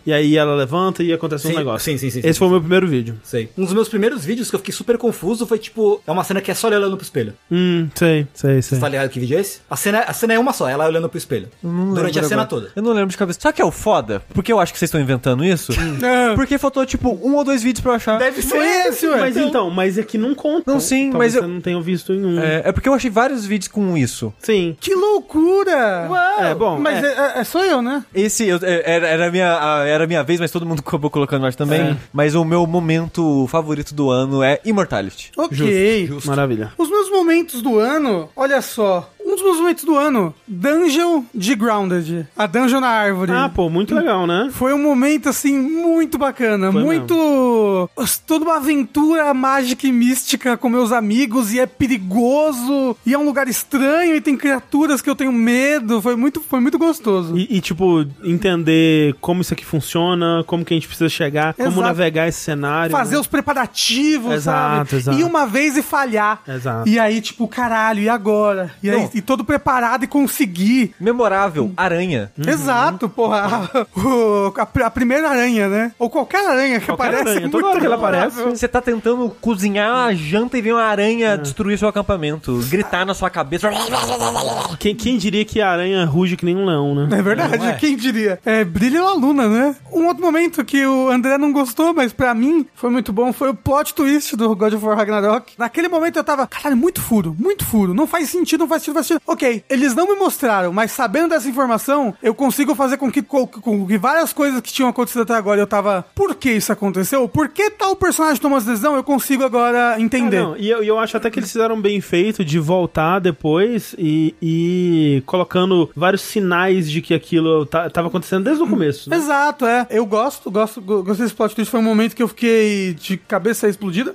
[SPEAKER 1] E aí ela levanta e acontece
[SPEAKER 2] Uhum. Sim,
[SPEAKER 1] um negócio.
[SPEAKER 2] sim, sim, sim,
[SPEAKER 1] Esse
[SPEAKER 2] sim,
[SPEAKER 1] foi o meu primeiro vídeo.
[SPEAKER 2] Sei. Um dos meus primeiros vídeos que eu fiquei super confuso foi tipo, é uma cena que é só ela olhando pro espelho.
[SPEAKER 1] Hum, sei, sei, sei.
[SPEAKER 2] Você tá ligado que vídeo é esse? A cena, a cena é uma só, ela olhando pro espelho.
[SPEAKER 4] Não
[SPEAKER 2] Durante
[SPEAKER 4] lembro
[SPEAKER 2] a cena
[SPEAKER 4] agora.
[SPEAKER 2] toda.
[SPEAKER 4] Eu não lembro de cabeça. Sabe o que é o foda? Porque eu acho que vocês estão inventando isso?
[SPEAKER 1] Hum.
[SPEAKER 3] Ah,
[SPEAKER 4] Porque faltou, tipo, um ou dois vídeos pra eu achar.
[SPEAKER 2] Deve
[SPEAKER 3] Não é esse, ué.
[SPEAKER 1] Mas então, mas é que não conta.
[SPEAKER 4] Não, sim,
[SPEAKER 1] Talvez
[SPEAKER 4] mas eu-
[SPEAKER 1] você não tenha visto em um.
[SPEAKER 4] É, é porque eu achei vários vídeos com isso.
[SPEAKER 1] Sim.
[SPEAKER 3] Que loucura!
[SPEAKER 1] É, bom,
[SPEAKER 3] Mas
[SPEAKER 1] é.
[SPEAKER 3] é. é- é só eu, né?
[SPEAKER 4] Esse eu- é, era, era, a minha, a- era a minha vez, mas todo mundo acabou colocando mais
[SPEAKER 2] É.
[SPEAKER 4] também. Mas o meu momento favorito do ano é Immortality.
[SPEAKER 3] Ok.
[SPEAKER 1] é Maravilha.
[SPEAKER 3] Os meus momentos do ano, olha só. Um dos meus momentos do ano, Dungeon de Grounded. A Dungeon na árvore.
[SPEAKER 1] Ah, pô, muito legal, né?
[SPEAKER 3] Foi um momento, assim, muito bacana.
[SPEAKER 1] Foi
[SPEAKER 3] muito. Toda uma aventura mágica e mística com meus amigos. E é perigoso. E é um lugar estranho. E tem criaturas que eu tenho medo. Foi muito, foi muito gostoso.
[SPEAKER 1] E, e, tipo, entender como isso aqui funciona, como que a gente precisa chegar, como
[SPEAKER 3] Exato.
[SPEAKER 1] navegar esse cenário.
[SPEAKER 3] Fazer
[SPEAKER 1] né?
[SPEAKER 3] os preparativos,
[SPEAKER 1] Exato,
[SPEAKER 3] sabe?
[SPEAKER 1] exato.
[SPEAKER 3] E uma vez e falhar.
[SPEAKER 1] Exato.
[SPEAKER 3] E aí, tipo, caralho, e agora? E, aí,
[SPEAKER 4] Não.
[SPEAKER 3] e todo preparado e conseguir.
[SPEAKER 2] Hum.
[SPEAKER 4] Memorável, Aranha.
[SPEAKER 1] Uhum.
[SPEAKER 3] Exato, porra. O- A, pri- a primeira aranha, né? Ou qualquer aranha que
[SPEAKER 1] Qualquer
[SPEAKER 3] aparece.
[SPEAKER 1] aranha,
[SPEAKER 3] é
[SPEAKER 1] toda
[SPEAKER 3] muito
[SPEAKER 1] hora que ela
[SPEAKER 3] memorável.
[SPEAKER 1] aparece.
[SPEAKER 4] Você tá tentando cozinhar a janta e vem uma
[SPEAKER 2] É.
[SPEAKER 4] aranha destruir seu acampamento, gritar na sua cabeça.
[SPEAKER 1] Quem, quem diria que a aranha ruge que nem um leão, né?
[SPEAKER 3] É verdade,
[SPEAKER 2] Não é?
[SPEAKER 3] quem diria? É, brilha a luna, né? Um outro momento que o André não gostou, mas pra mim foi muito bom, foi o plot twist do God of War Ragnarok. Naquele momento eu tava, caralho, muito furo, muito furo. Não faz sentido, não faz sentido, não faz sentido. Ok, eles não me mostraram, mas sabendo dessa informação, eu consigo fazer com que, com, com que várias coisas que tinham acontecido até agora eu tava, por que isso aconteceu? Por que tal personagem tomou essa decisão? Eu consigo
[SPEAKER 2] É,
[SPEAKER 3] agora entender.
[SPEAKER 1] Ah, não, E eu, e eu acho até que eles fizeram bem feito de voltar depois e, e colocando vários sinais de que aquilo tá, tava acontecendo desde o começo. Né?
[SPEAKER 3] Exato, é. Eu gosto, gosto, go- gostei desse plot twist. Foi um momento que eu fiquei de cabeça explodida.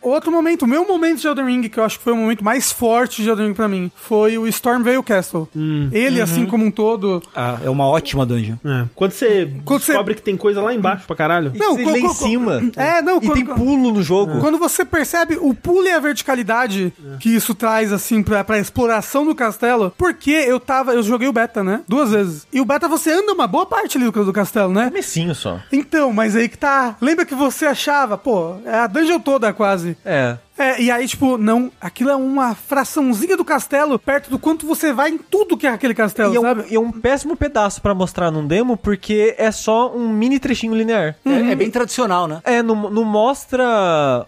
[SPEAKER 3] Outro momento, o meu momento de Elden Ring, que eu acho que foi o momento mais forte de Elden Ring pra mim, foi o Stormveil Castle. Ele, assim como um todo...
[SPEAKER 2] Ah, é uma ótima dungeon.
[SPEAKER 1] É. Quando você
[SPEAKER 3] Quando você-
[SPEAKER 1] descobre que tem coisa lá embaixo pra caralho.
[SPEAKER 3] Não,
[SPEAKER 4] você
[SPEAKER 3] co-
[SPEAKER 4] lê em
[SPEAKER 3] co- co-
[SPEAKER 4] cima.
[SPEAKER 3] É, não,
[SPEAKER 4] E
[SPEAKER 3] co-
[SPEAKER 4] tem
[SPEAKER 3] co-
[SPEAKER 4] pulo no jogo.
[SPEAKER 2] Ah,
[SPEAKER 3] Quando você percebe o pulo e a verticalidade que isso traz, assim, pra, pra exploração do castelo, porque eu tava. Eu joguei o beta, né? Duas vezes. E o beta você anda uma boa parte ali do, do castelo, né?
[SPEAKER 4] Comecinho só.
[SPEAKER 3] Então, mas aí que tá. Lembra que você achava, pô, é a dungeon toda quase.
[SPEAKER 4] É.
[SPEAKER 3] É, e aí, tipo, não, aquilo é uma fraçãozinha do castelo, perto do quanto você vai em tudo que é aquele castelo,
[SPEAKER 4] E é, um,
[SPEAKER 3] sabe?
[SPEAKER 4] e é um péssimo pedaço pra mostrar num demo, porque é só um mini trechinho linear. Uhum.
[SPEAKER 2] É, é bem tradicional, né?
[SPEAKER 4] É, não, não mostra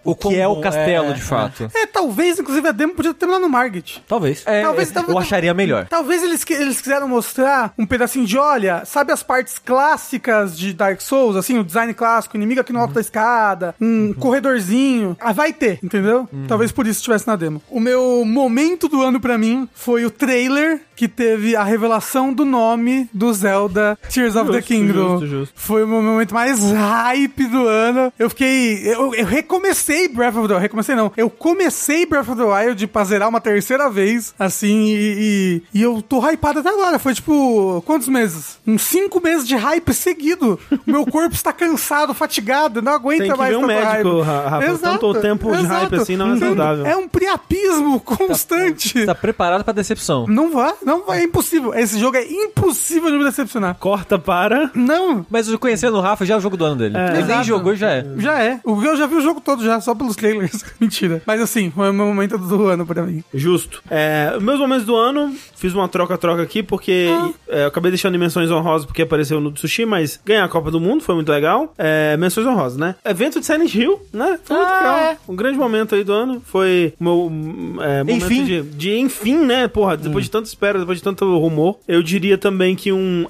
[SPEAKER 4] o,
[SPEAKER 2] O
[SPEAKER 4] que é
[SPEAKER 2] combo,
[SPEAKER 4] o castelo,
[SPEAKER 2] é, é,
[SPEAKER 4] de fato.
[SPEAKER 3] É, talvez, inclusive, a demo podia ter lá no Margit.
[SPEAKER 2] Talvez.
[SPEAKER 4] É,
[SPEAKER 3] Talvez
[SPEAKER 4] é,
[SPEAKER 3] tava-
[SPEAKER 4] eu acharia melhor.
[SPEAKER 3] Talvez eles, que- eles quiseram mostrar um pedacinho de, olha, sabe as partes clássicas de Dark Souls, assim, o design clássico, inimigo aqui no alto da escada, um
[SPEAKER 4] Uhum.
[SPEAKER 3] corredorzinho. Ah, vai ter, entendeu? Talvez por isso estivesse na demo. O meu momento do ano pra mim foi o trailer que teve a revelação do nome do Zelda Tears of the
[SPEAKER 1] Justo,
[SPEAKER 3] Kingdom.
[SPEAKER 1] justo, justo.
[SPEAKER 3] Foi o meu momento mais hype do ano. Eu fiquei. Eu, eu recomecei Breath of the Wild. Recomecei não. Eu comecei Breath of the Wild pra zerar uma terceira vez, assim, e, e, e eu tô hypado até agora. Foi tipo. Quantos meses? Uns cinco meses de hype seguido. O meu corpo está cansado, fatigado, não aguenta
[SPEAKER 1] Tem que
[SPEAKER 3] mais.
[SPEAKER 1] ver um
[SPEAKER 3] tanta
[SPEAKER 1] médico,
[SPEAKER 3] hype.
[SPEAKER 1] Ra- Rafa.
[SPEAKER 3] Exato,
[SPEAKER 1] Tanto o tempo de
[SPEAKER 3] exato.
[SPEAKER 1] hype assim não é
[SPEAKER 3] Tem-
[SPEAKER 1] saudável.
[SPEAKER 3] É um priapismo constante.
[SPEAKER 4] Tá preparado pra decepção.
[SPEAKER 3] Não vá, não vá, é impossível. Esse jogo é impossível de me decepcionar.
[SPEAKER 1] Corta para.
[SPEAKER 3] Não,
[SPEAKER 4] Mas conhecendo o Rafa, já é o jogo do ano dele. Ele nem
[SPEAKER 3] Exato.
[SPEAKER 4] jogou, já é.
[SPEAKER 3] já é. O- Eu já vi o jogo todo já, só pelos trailers. Mentira. Mas assim, foi o meu momento do ano pra mim.
[SPEAKER 1] Justo. É, meus momentos do ano, fiz uma troca-troca aqui, porque
[SPEAKER 4] Ah.
[SPEAKER 1] é, eu acabei deixando em menções honrosas porque apareceu no sushi, mas ganhar a Copa do Mundo foi muito legal. É, menções honrosas, né? Evento de Silent Hill, né? Foi muito
[SPEAKER 4] Ah,
[SPEAKER 1] legal.
[SPEAKER 4] é.
[SPEAKER 1] Um grande momento aí do ano. Foi o meu é, momento
[SPEAKER 4] Enfim. Hum.
[SPEAKER 1] De, de enfim, né? Porra, depois de tanta espera, depois de tanto rumor. Eu diria também que um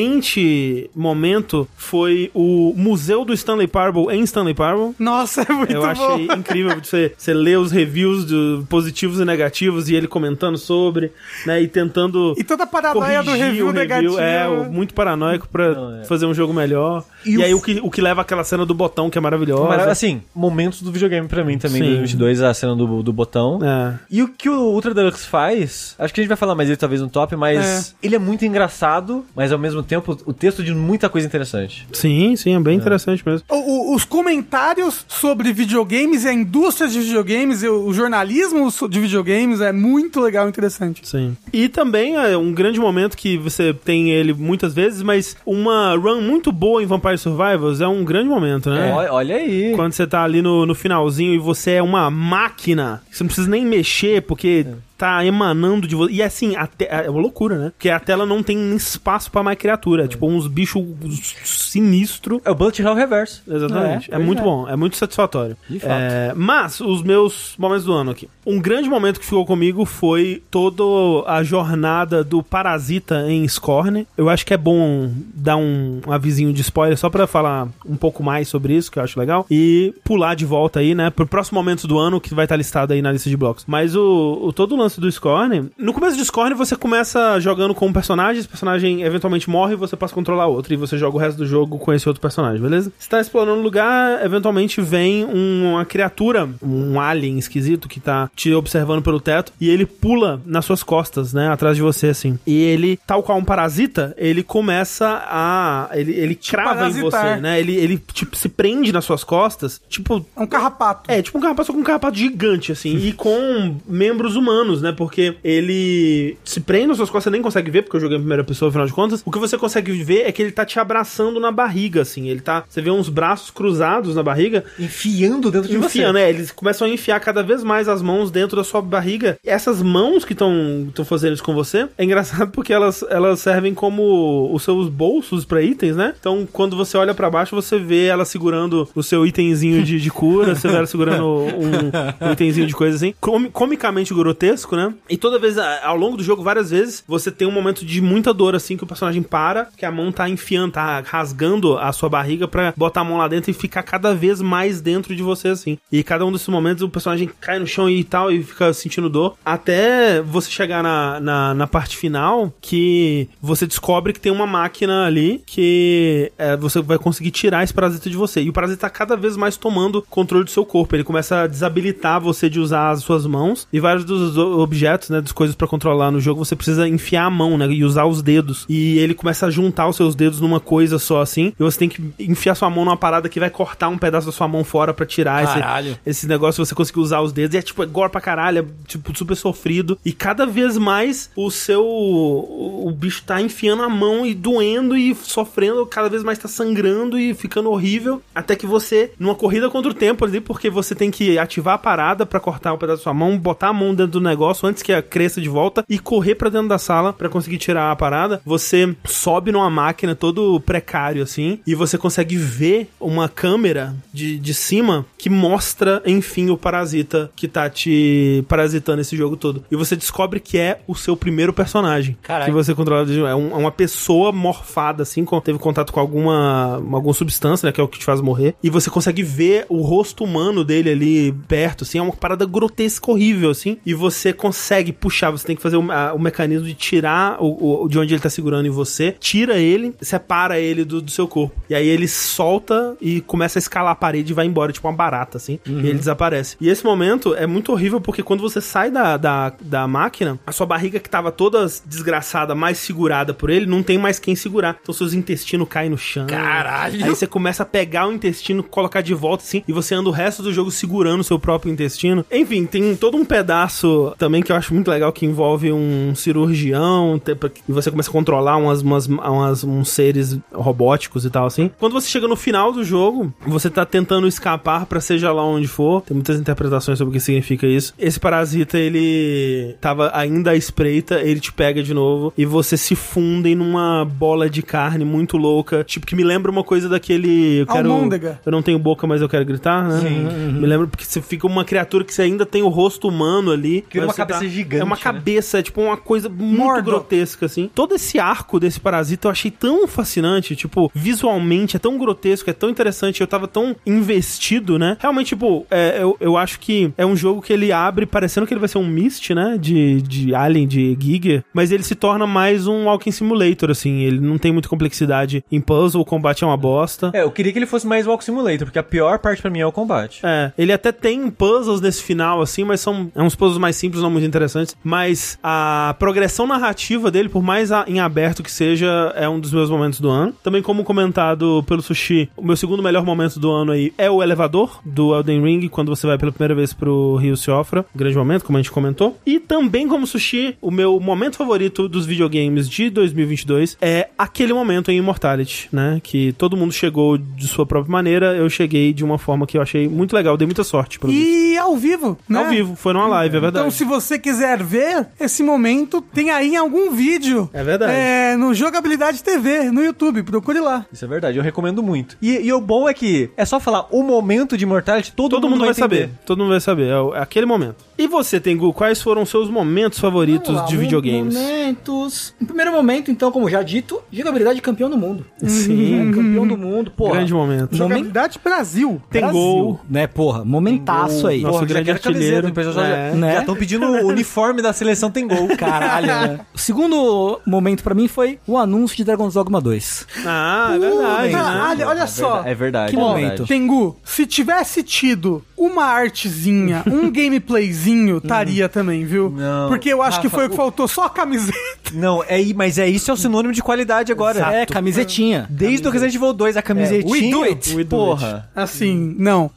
[SPEAKER 1] excelente momento foi o Museu do Stanley Parable em Stanley Parable.
[SPEAKER 3] Nossa, é muito
[SPEAKER 1] Eu
[SPEAKER 3] bom.
[SPEAKER 1] achei incrível você, você ler os reviews do, positivos e negativos e ele comentando sobre, né? E tentando.
[SPEAKER 3] E toda a paranoia
[SPEAKER 1] corrigir
[SPEAKER 3] do review,
[SPEAKER 1] o
[SPEAKER 3] negativo.
[SPEAKER 1] review. É, o- muito paranoico pra
[SPEAKER 4] Não, é.
[SPEAKER 1] fazer um jogo melhor.
[SPEAKER 4] E
[SPEAKER 1] E,
[SPEAKER 4] o
[SPEAKER 1] aí
[SPEAKER 4] f-
[SPEAKER 1] o que, o que leva àquela cena do botão que é maravilhosa.
[SPEAKER 4] Mas, assim, momentos do videogame pra mim também,
[SPEAKER 1] Sim.
[SPEAKER 4] 2022, a cena do, do botão.
[SPEAKER 1] É.
[SPEAKER 4] E o que o Ultra Deluxe faz, acho que a gente vai falar mais dele talvez no top, mas ele é muito engraçado, mas ao mesmo tempo o texto de muita coisa interessante.
[SPEAKER 1] Sim, sim, é bem interessante mesmo.
[SPEAKER 3] O- o- os comentários sobre videogames e a indústria de videogames, e o, o jornalismo so- de videogames é muito legal e interessante.
[SPEAKER 1] Sim. E também é um grande momento que você tem ele muitas vezes, mas uma run muito boa em Vampire Survivors é um grande momento, né?
[SPEAKER 4] Ó- Olha, aí.
[SPEAKER 1] Quando você tá ali no, no finalzinho e você é uma máquina, você não precisa nem mexer, porque tá emanando de você. E assim, a te- é uma loucura, né? Porque a tela não tem nem espaço pra mais criatura. É tipo uns bichos sinistro.
[SPEAKER 4] É o Bullet Hell Reverso.
[SPEAKER 1] Exatamente.
[SPEAKER 4] É,
[SPEAKER 1] É, muito
[SPEAKER 4] verdade.
[SPEAKER 1] bom, é muito satisfatório.
[SPEAKER 4] De fato.
[SPEAKER 1] É, mas os meus momentos do ano aqui. Um grande momento que ficou comigo foi toda a jornada do Parasita em Scorn. Eu acho que é bom dar um avisinho de spoiler só pra falar um pouco mais sobre isso, que eu acho legal. E pular de volta aí, né, pro próximo momento do ano, que vai estar listado aí na lista de blocos. Mas o, o todo o lance do Scorn, no começo do Scorn você começa jogando com um personagem, esse personagem eventualmente morre e você passa a controlar outro, e você joga o resto do jogo com esse outro personagem, beleza? Você tá explorando o lugar, eventualmente vem um- uma criatura, um alien esquisito que tá te observando pelo teto, e ele pula nas suas costas, né, atrás de você, assim. E ele, tal qual um parasita, ele começa a... ele, ele crava em
[SPEAKER 3] parasitar.
[SPEAKER 1] você, né? Ele, ele tipo, se prende nas suas costas, tipo,
[SPEAKER 3] É um carrapato.
[SPEAKER 1] é, tipo um carrapato, só com um carrapato gigante, assim, e com membros humanos, né? Porque ele se prende nas suas costas, você nem consegue ver, porque eu joguei em primeira pessoa, afinal de contas. O que você consegue ver é que ele tá te abraçando na barriga, assim. Ele tá. Você vê uns braços cruzados na barriga,
[SPEAKER 4] Enfiando dentro de
[SPEAKER 1] enfiando,
[SPEAKER 4] você.
[SPEAKER 1] né? Eles começam a enfiar cada vez mais as mãos dentro da sua barriga. Essas mãos que estão fazendo isso com você, é engraçado porque elas, elas servem como os seus bolsos pra itens, né? Então, quando você olha pra baixo, você vê ela segurando o seu itemzinho de, de cura, você vê ela segurando um, um itemzinho de coisa assim. Com- comicamente grotesco, né? E toda vez, a- ao longo do jogo, várias vezes, você tem um momento de muita dor, assim, que o personagem para, que a mão tá enfiando, tá rasgando a sua barriga pra botar a mão lá dentro e ficar cada vez mais dentro de você, assim. E cada um desses momentos o personagem cai no chão e tal, e fica sentindo dor. Até você chegar na, na, na parte final, que você descobre que tem uma máquina ali que é, você vai conseguir tirar esse parasita de você. E o parasita tá cada vez mais tomando controle do seu corpo. Ele começa a desabilitar você de usar as suas mãos e vários dos o- objetos, né, das coisas pra controlar no jogo, você precisa enfiar a mão, né, e usar os dedos. E ele começa a juntar os seus dedos numa coisa só assim, e você tem que enfiar sua mão numa parada que vai cortar um pedaço da sua mão fora pra tirar esse
[SPEAKER 4] Caralho.
[SPEAKER 1] esse negócio você conseguir usar os dedos. E é tipo, é gore pra caralho, é tipo, super sofrido. E cada vez mais o seu. O, o bicho tá enfiando a mão e doendo e sofrendo, cada vez mais tá sangrando e ficando horrível. Até que você, numa corrida contra o tempo ali, porque você tem que ativar a parada pra cortar um pedaço da sua mão, botar a mão dentro do negócio antes que a cresça de volta e correr pra dentro da sala pra conseguir tirar a parada. Você sobe numa máquina todo precário assim e você consegue ver uma câmera de, de cima que mostra, enfim, o parasita que tá te te parasitando esse jogo todo. E você descobre que é o seu primeiro personagem.
[SPEAKER 2] Caralho.
[SPEAKER 1] Que você controla. de- É, um- é uma pessoa morfada, assim, com- teve contato com alguma, uma- alguma substância, né? Que é o que te faz morrer. E você consegue ver o rosto humano dele ali perto, assim. É uma parada grotesca, horrível, assim. E você consegue puxar, você tem que fazer o, a- o mecanismo de tirar o, o- de onde ele tá segurando em você, tira ele, separa ele do, do seu corpo. E aí ele solta e começa a escalar a parede e vai embora, tipo uma barata, assim. E ele desaparece. E esse momento é muito horrível porque quando você sai da, da, da máquina, a sua barriga que tava toda desgraçada, mais segurada por ele, não tem mais quem segurar. Então seus intestinos caem no chão.
[SPEAKER 2] Caralho!
[SPEAKER 1] Aí você começa a pegar o intestino, colocar de volta, assim, e você anda o resto do jogo segurando o seu próprio intestino. Enfim, tem todo um pedaço também que eu acho muito legal que envolve um cirurgião, te- pra- e você começa a controlar umas, umas, umas- uns seres robóticos e tal, assim. Quando você chega no final do jogo, você tá tentando escapar pra seja lá onde for. Tem muitas interpretações sobre o que significa isso. Esse parasita, ele tava ainda à espreita, ele te pega de novo e você se fundem numa bola de carne muito louca, tipo que me lembra uma coisa daquele, eu quero
[SPEAKER 3] Almôndega.
[SPEAKER 1] eu não tenho boca, mas eu quero gritar, né?
[SPEAKER 4] Uhum.
[SPEAKER 1] Me lembra porque você fica uma criatura que você ainda tem o rosto humano ali, mas
[SPEAKER 4] Vira uma
[SPEAKER 1] você
[SPEAKER 4] cabeça gigante,
[SPEAKER 1] É uma
[SPEAKER 4] né?
[SPEAKER 1] cabeça, é tipo uma coisa muito
[SPEAKER 3] Mordo.
[SPEAKER 1] grotesca assim. Todo esse arco desse parasita eu achei tão fascinante, tipo, visualmente é tão grotesco, é tão interessante, eu tava tão investido, né? Realmente, tipo, é, eu, eu acho que é um jogo que ele abre parecendo que ele vai ser um Myst, né? De, de Alien, de Giger, mas ele se torna mais um Walking Simulator, assim, ele não tem muita complexidade em puzzle, o combate é uma bosta.
[SPEAKER 4] É, eu queria que ele fosse mais Walk Simulator, porque a pior parte pra mim é o combate.
[SPEAKER 1] É, ele até tem puzzles nesse final, assim, mas são é uns puzzles mais simples, não muito interessantes. Mas a progressão narrativa dele, por mais a- em aberto que seja, é um dos meus momentos do ano. Também, como comentado pelo Sushi, o meu segundo melhor momento do ano aí é o elevador do Elden Ring, quando você vai pela primeira vez pro Rio Seofra. Grande momento, como a gente comentou. E também, como Sushi, o meu momento favorito dos videogames de 2022 é aquele momento em Immortality, né? Que todo mundo chegou de sua própria maneira, eu cheguei de uma forma que eu achei muito legal, dei muita sorte. pelo visto.
[SPEAKER 3] E ao vivo, né?
[SPEAKER 1] Ao vivo, foi numa live, é verdade.
[SPEAKER 3] Então, se você quiser ver esse momento, tem aí em algum vídeo.
[SPEAKER 1] É verdade.
[SPEAKER 3] É, no Jogabilidade TV, no YouTube. Procure lá.
[SPEAKER 4] Isso é verdade, eu recomendo muito. E, e o bom é que é só falar o momento de Immortality, todo,
[SPEAKER 1] Todo mundo, vai
[SPEAKER 4] entender.
[SPEAKER 1] saber. Todo mundo vai saber. É, o- é aquele momento. E você, Tengu, quais foram seus momentos favoritos
[SPEAKER 2] Vamos lá,
[SPEAKER 1] de
[SPEAKER 2] um
[SPEAKER 1] videogames?
[SPEAKER 2] Momentos. Em primeiro momento, então, como já dito, jogabilidade campeão do mundo.
[SPEAKER 1] Sim.
[SPEAKER 2] É, campeão do mundo, porra.
[SPEAKER 1] Grande momento.
[SPEAKER 3] Jogabilidade Brasil.
[SPEAKER 1] Tem
[SPEAKER 2] Brasil,
[SPEAKER 1] gol.
[SPEAKER 2] Né, porra? Momentaço aí.
[SPEAKER 1] Nossa,
[SPEAKER 4] Porra, já
[SPEAKER 1] grande
[SPEAKER 4] quero camiseta,
[SPEAKER 1] artilheiro.
[SPEAKER 4] o pessoal já-
[SPEAKER 1] É.
[SPEAKER 2] Né?
[SPEAKER 4] já estão pedindo o uniforme da seleção tem gol.
[SPEAKER 2] Caralho, né? O segundo momento pra mim foi o anúncio de Dragon's Dogma 2.
[SPEAKER 1] Ah, é verdade. né?
[SPEAKER 2] Ah,
[SPEAKER 3] Caralho, olha só.
[SPEAKER 4] É verdade.
[SPEAKER 2] Que
[SPEAKER 4] é
[SPEAKER 2] momento.
[SPEAKER 4] verdade.
[SPEAKER 3] Tengu, se tivesse tido uma artezinha, um gameplayzinho, estaria também, viu?
[SPEAKER 4] Não.
[SPEAKER 3] Porque eu acho que
[SPEAKER 4] Rafa,
[SPEAKER 3] foi o que
[SPEAKER 4] o-
[SPEAKER 3] faltou, só a camiseta.
[SPEAKER 4] Não, é, i- mas é isso é o sinônimo de qualidade agora.
[SPEAKER 2] É, camisetinha.
[SPEAKER 4] Desde o Resident Evil 2, a camisetinha.
[SPEAKER 2] we do it.
[SPEAKER 1] We do
[SPEAKER 4] Porra.
[SPEAKER 3] Assim, não.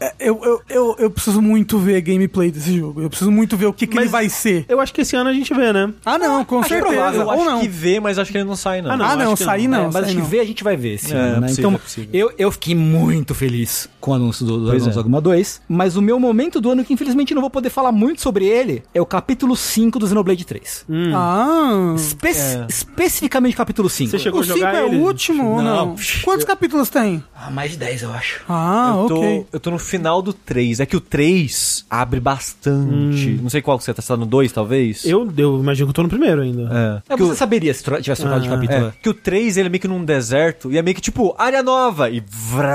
[SPEAKER 3] É, eu, eu, eu, eu preciso muito ver gameplay desse jogo. Eu preciso muito ver o que, que
[SPEAKER 1] Mas-
[SPEAKER 3] ele vai ser.
[SPEAKER 1] Eu acho que esse ano a gente vê, né?
[SPEAKER 3] Ah, não, com certeza.
[SPEAKER 4] é Eu
[SPEAKER 3] Ou
[SPEAKER 4] acho
[SPEAKER 3] não.
[SPEAKER 4] que vê, mas acho que ele não sai, não.
[SPEAKER 1] Ah,
[SPEAKER 3] Ah, não,
[SPEAKER 1] acho que
[SPEAKER 3] sair
[SPEAKER 1] não.
[SPEAKER 3] não.
[SPEAKER 2] É, mas
[SPEAKER 3] sair
[SPEAKER 2] acho que
[SPEAKER 3] não.
[SPEAKER 2] ver a gente vai ver esse
[SPEAKER 4] É,
[SPEAKER 2] ano,
[SPEAKER 4] é
[SPEAKER 2] né?
[SPEAKER 4] possível,
[SPEAKER 2] então,
[SPEAKER 4] é possível.
[SPEAKER 2] eu, eu fiquei muito feliz com o anúncio do do
[SPEAKER 4] Pois
[SPEAKER 2] Dragon's
[SPEAKER 4] é.
[SPEAKER 2] Dogma 2, mas o meu momento do ano, que infelizmente eu não vou poder falar muito sobre ele, é o capítulo 5 do Xenoblade 3.
[SPEAKER 3] Ah.
[SPEAKER 2] Espe- Especificamente o capítulo 5.
[SPEAKER 1] Você chegou
[SPEAKER 3] O
[SPEAKER 1] a
[SPEAKER 3] 5
[SPEAKER 1] jogar
[SPEAKER 3] é o
[SPEAKER 1] ele?
[SPEAKER 3] último ou não?
[SPEAKER 2] Não.
[SPEAKER 3] Quantos capítulos tem?
[SPEAKER 2] Ah, mais de 10, eu acho.
[SPEAKER 3] Ah,
[SPEAKER 4] eu, tô,
[SPEAKER 3] ok.
[SPEAKER 4] eu tô no final do 3. É que o 3 abre bastante. Não sei qual que você tá, você tá no 2, talvez?
[SPEAKER 1] Eu, eu imagino que eu tô no primeiro ainda.
[SPEAKER 4] É.
[SPEAKER 2] É,
[SPEAKER 4] que,
[SPEAKER 2] você
[SPEAKER 4] o,
[SPEAKER 2] saberia se tro- tivesse trocado de capítulo.
[SPEAKER 4] é, que o 3 ele é meio que num deserto e é meio que tipo área nova e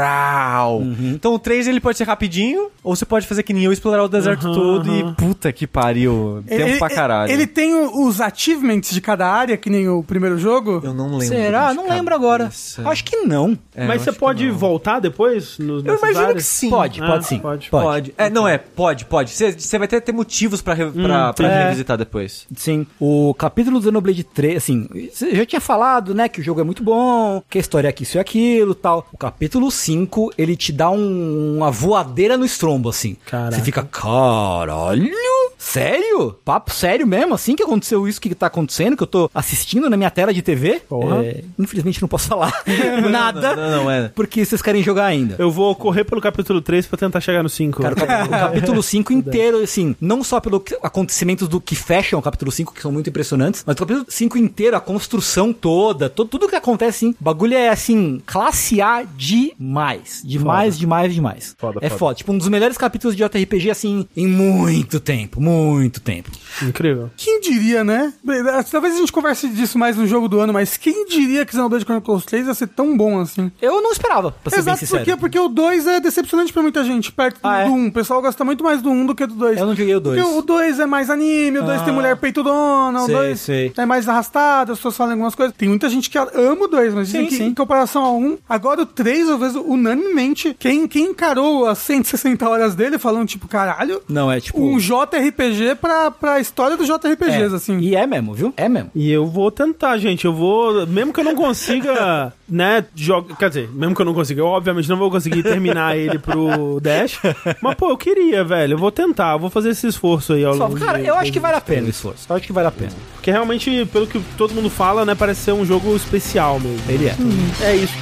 [SPEAKER 4] vral.
[SPEAKER 2] Uhum.
[SPEAKER 4] Então o 3 ele pode ser rapidinho ou você pode fazer que nem eu explorar o deserto
[SPEAKER 1] Aham,
[SPEAKER 4] todo
[SPEAKER 1] aham.
[SPEAKER 4] e puta que pariu. Tempo pra caralho.
[SPEAKER 3] Ele tem o- os achievements de cada área, que nem o primeiro jogo?
[SPEAKER 4] Eu não lembro.
[SPEAKER 2] Será?
[SPEAKER 4] de
[SPEAKER 2] Não lembro agora.
[SPEAKER 4] cabeça.
[SPEAKER 2] Acho que não.
[SPEAKER 4] É,
[SPEAKER 1] Mas
[SPEAKER 4] eu
[SPEAKER 1] você
[SPEAKER 4] acho que
[SPEAKER 1] pode
[SPEAKER 4] não.
[SPEAKER 1] voltar depois? No,
[SPEAKER 4] Eu imagino que sim.
[SPEAKER 2] Pode,
[SPEAKER 1] Ah,
[SPEAKER 2] pode sim.
[SPEAKER 1] pode.
[SPEAKER 4] É, Pode. É, não é, pode, pode. Você- Você vai até ter motivos pra, re- pra, pra
[SPEAKER 2] entendi.
[SPEAKER 4] revisitar depois.
[SPEAKER 2] Sim. O capítulo do Xenoblade 3, assim, você já tinha falado, né, que o jogo é muito bom, que a história é isso e aquilo tal. O capítulo 5, ele te dá um- uma voadeira no estrombo, assim.
[SPEAKER 1] Caraca.
[SPEAKER 2] Você fica, caralho! Sério? Papo sério mesmo? Assim que aconteceu isso que tá acontecendo, que eu tô assistindo na minha tela de TV?
[SPEAKER 1] Porra.
[SPEAKER 2] É, infelizmente não posso falar nada,
[SPEAKER 4] Não, não, é.
[SPEAKER 2] porque vocês querem jogar ainda.
[SPEAKER 1] Eu vou correr pelo capítulo 3 pra tentar chegar no 5.
[SPEAKER 2] Cara, o cap- o capítulo 5 inteiro, assim, não só pelos acontecimentos do que fecham o capítulo 5, que são muito impressionantes, mas o capítulo 5 inteiro, a construção toda, to- tudo que acontece, assim, o bagulho é, assim, classe A demais. Demais, demais, demais.
[SPEAKER 1] Foda,
[SPEAKER 2] é
[SPEAKER 1] foda.
[SPEAKER 2] foda. Tipo, um dos melhores capítulos de JRPG, assim, em muito tempo, muito tempo.
[SPEAKER 1] Incrível.
[SPEAKER 3] Quem diria, né? Bem, Talvez a gente converse disso mais no jogo do ano, mas quem diria que Xenoblade Chronicles 3 ia ser tão bom assim?
[SPEAKER 2] Eu não esperava, pra ser bem
[SPEAKER 3] Exato,
[SPEAKER 2] sincero.
[SPEAKER 3] por quê? Porque o 2 é decepcionante pra muita gente, perto do
[SPEAKER 2] Ah, é?
[SPEAKER 3] 1. Um. O pessoal gosta muito mais do 1 um do que do 2.
[SPEAKER 2] Eu não joguei o
[SPEAKER 3] Porque
[SPEAKER 2] 2.
[SPEAKER 3] o 2 é mais anime, o 2
[SPEAKER 2] Ah.
[SPEAKER 3] tem mulher peitudona, o
[SPEAKER 2] Sei,
[SPEAKER 3] 2
[SPEAKER 2] sei.
[SPEAKER 3] é mais arrastado, as pessoas falam algumas coisas. Tem muita gente que ama o 2, mas dizem
[SPEAKER 2] Sim,
[SPEAKER 3] que
[SPEAKER 2] sim.
[SPEAKER 3] em comparação ao 1, um, agora o 3, eu vejo unanimemente, quem, quem encarou as 160 horas dele falando, tipo, caralho,
[SPEAKER 2] Não, é tipo...
[SPEAKER 3] um JRPG pra, pra história dos
[SPEAKER 2] é.
[SPEAKER 3] JRPGs, assim.
[SPEAKER 2] E é mesmo, viu? É mesmo.
[SPEAKER 1] E eu vou tentar, gente. Eu vou. Mesmo que eu não consiga, né? Joga, quer dizer, mesmo que eu não consiga, eu obviamente não vou conseguir terminar ele pro Dash. Mas, pô, eu queria, velho. Eu vou tentar, eu vou fazer esse esforço aí ao
[SPEAKER 2] Só,
[SPEAKER 1] longo
[SPEAKER 2] cara,
[SPEAKER 1] de-
[SPEAKER 2] eu acho que vale a pena o esforço. Eu acho que vale a pena.
[SPEAKER 1] Porque realmente, pelo que todo mundo fala, né? Parece ser um jogo especial mesmo.
[SPEAKER 2] Ele é.
[SPEAKER 1] É isso.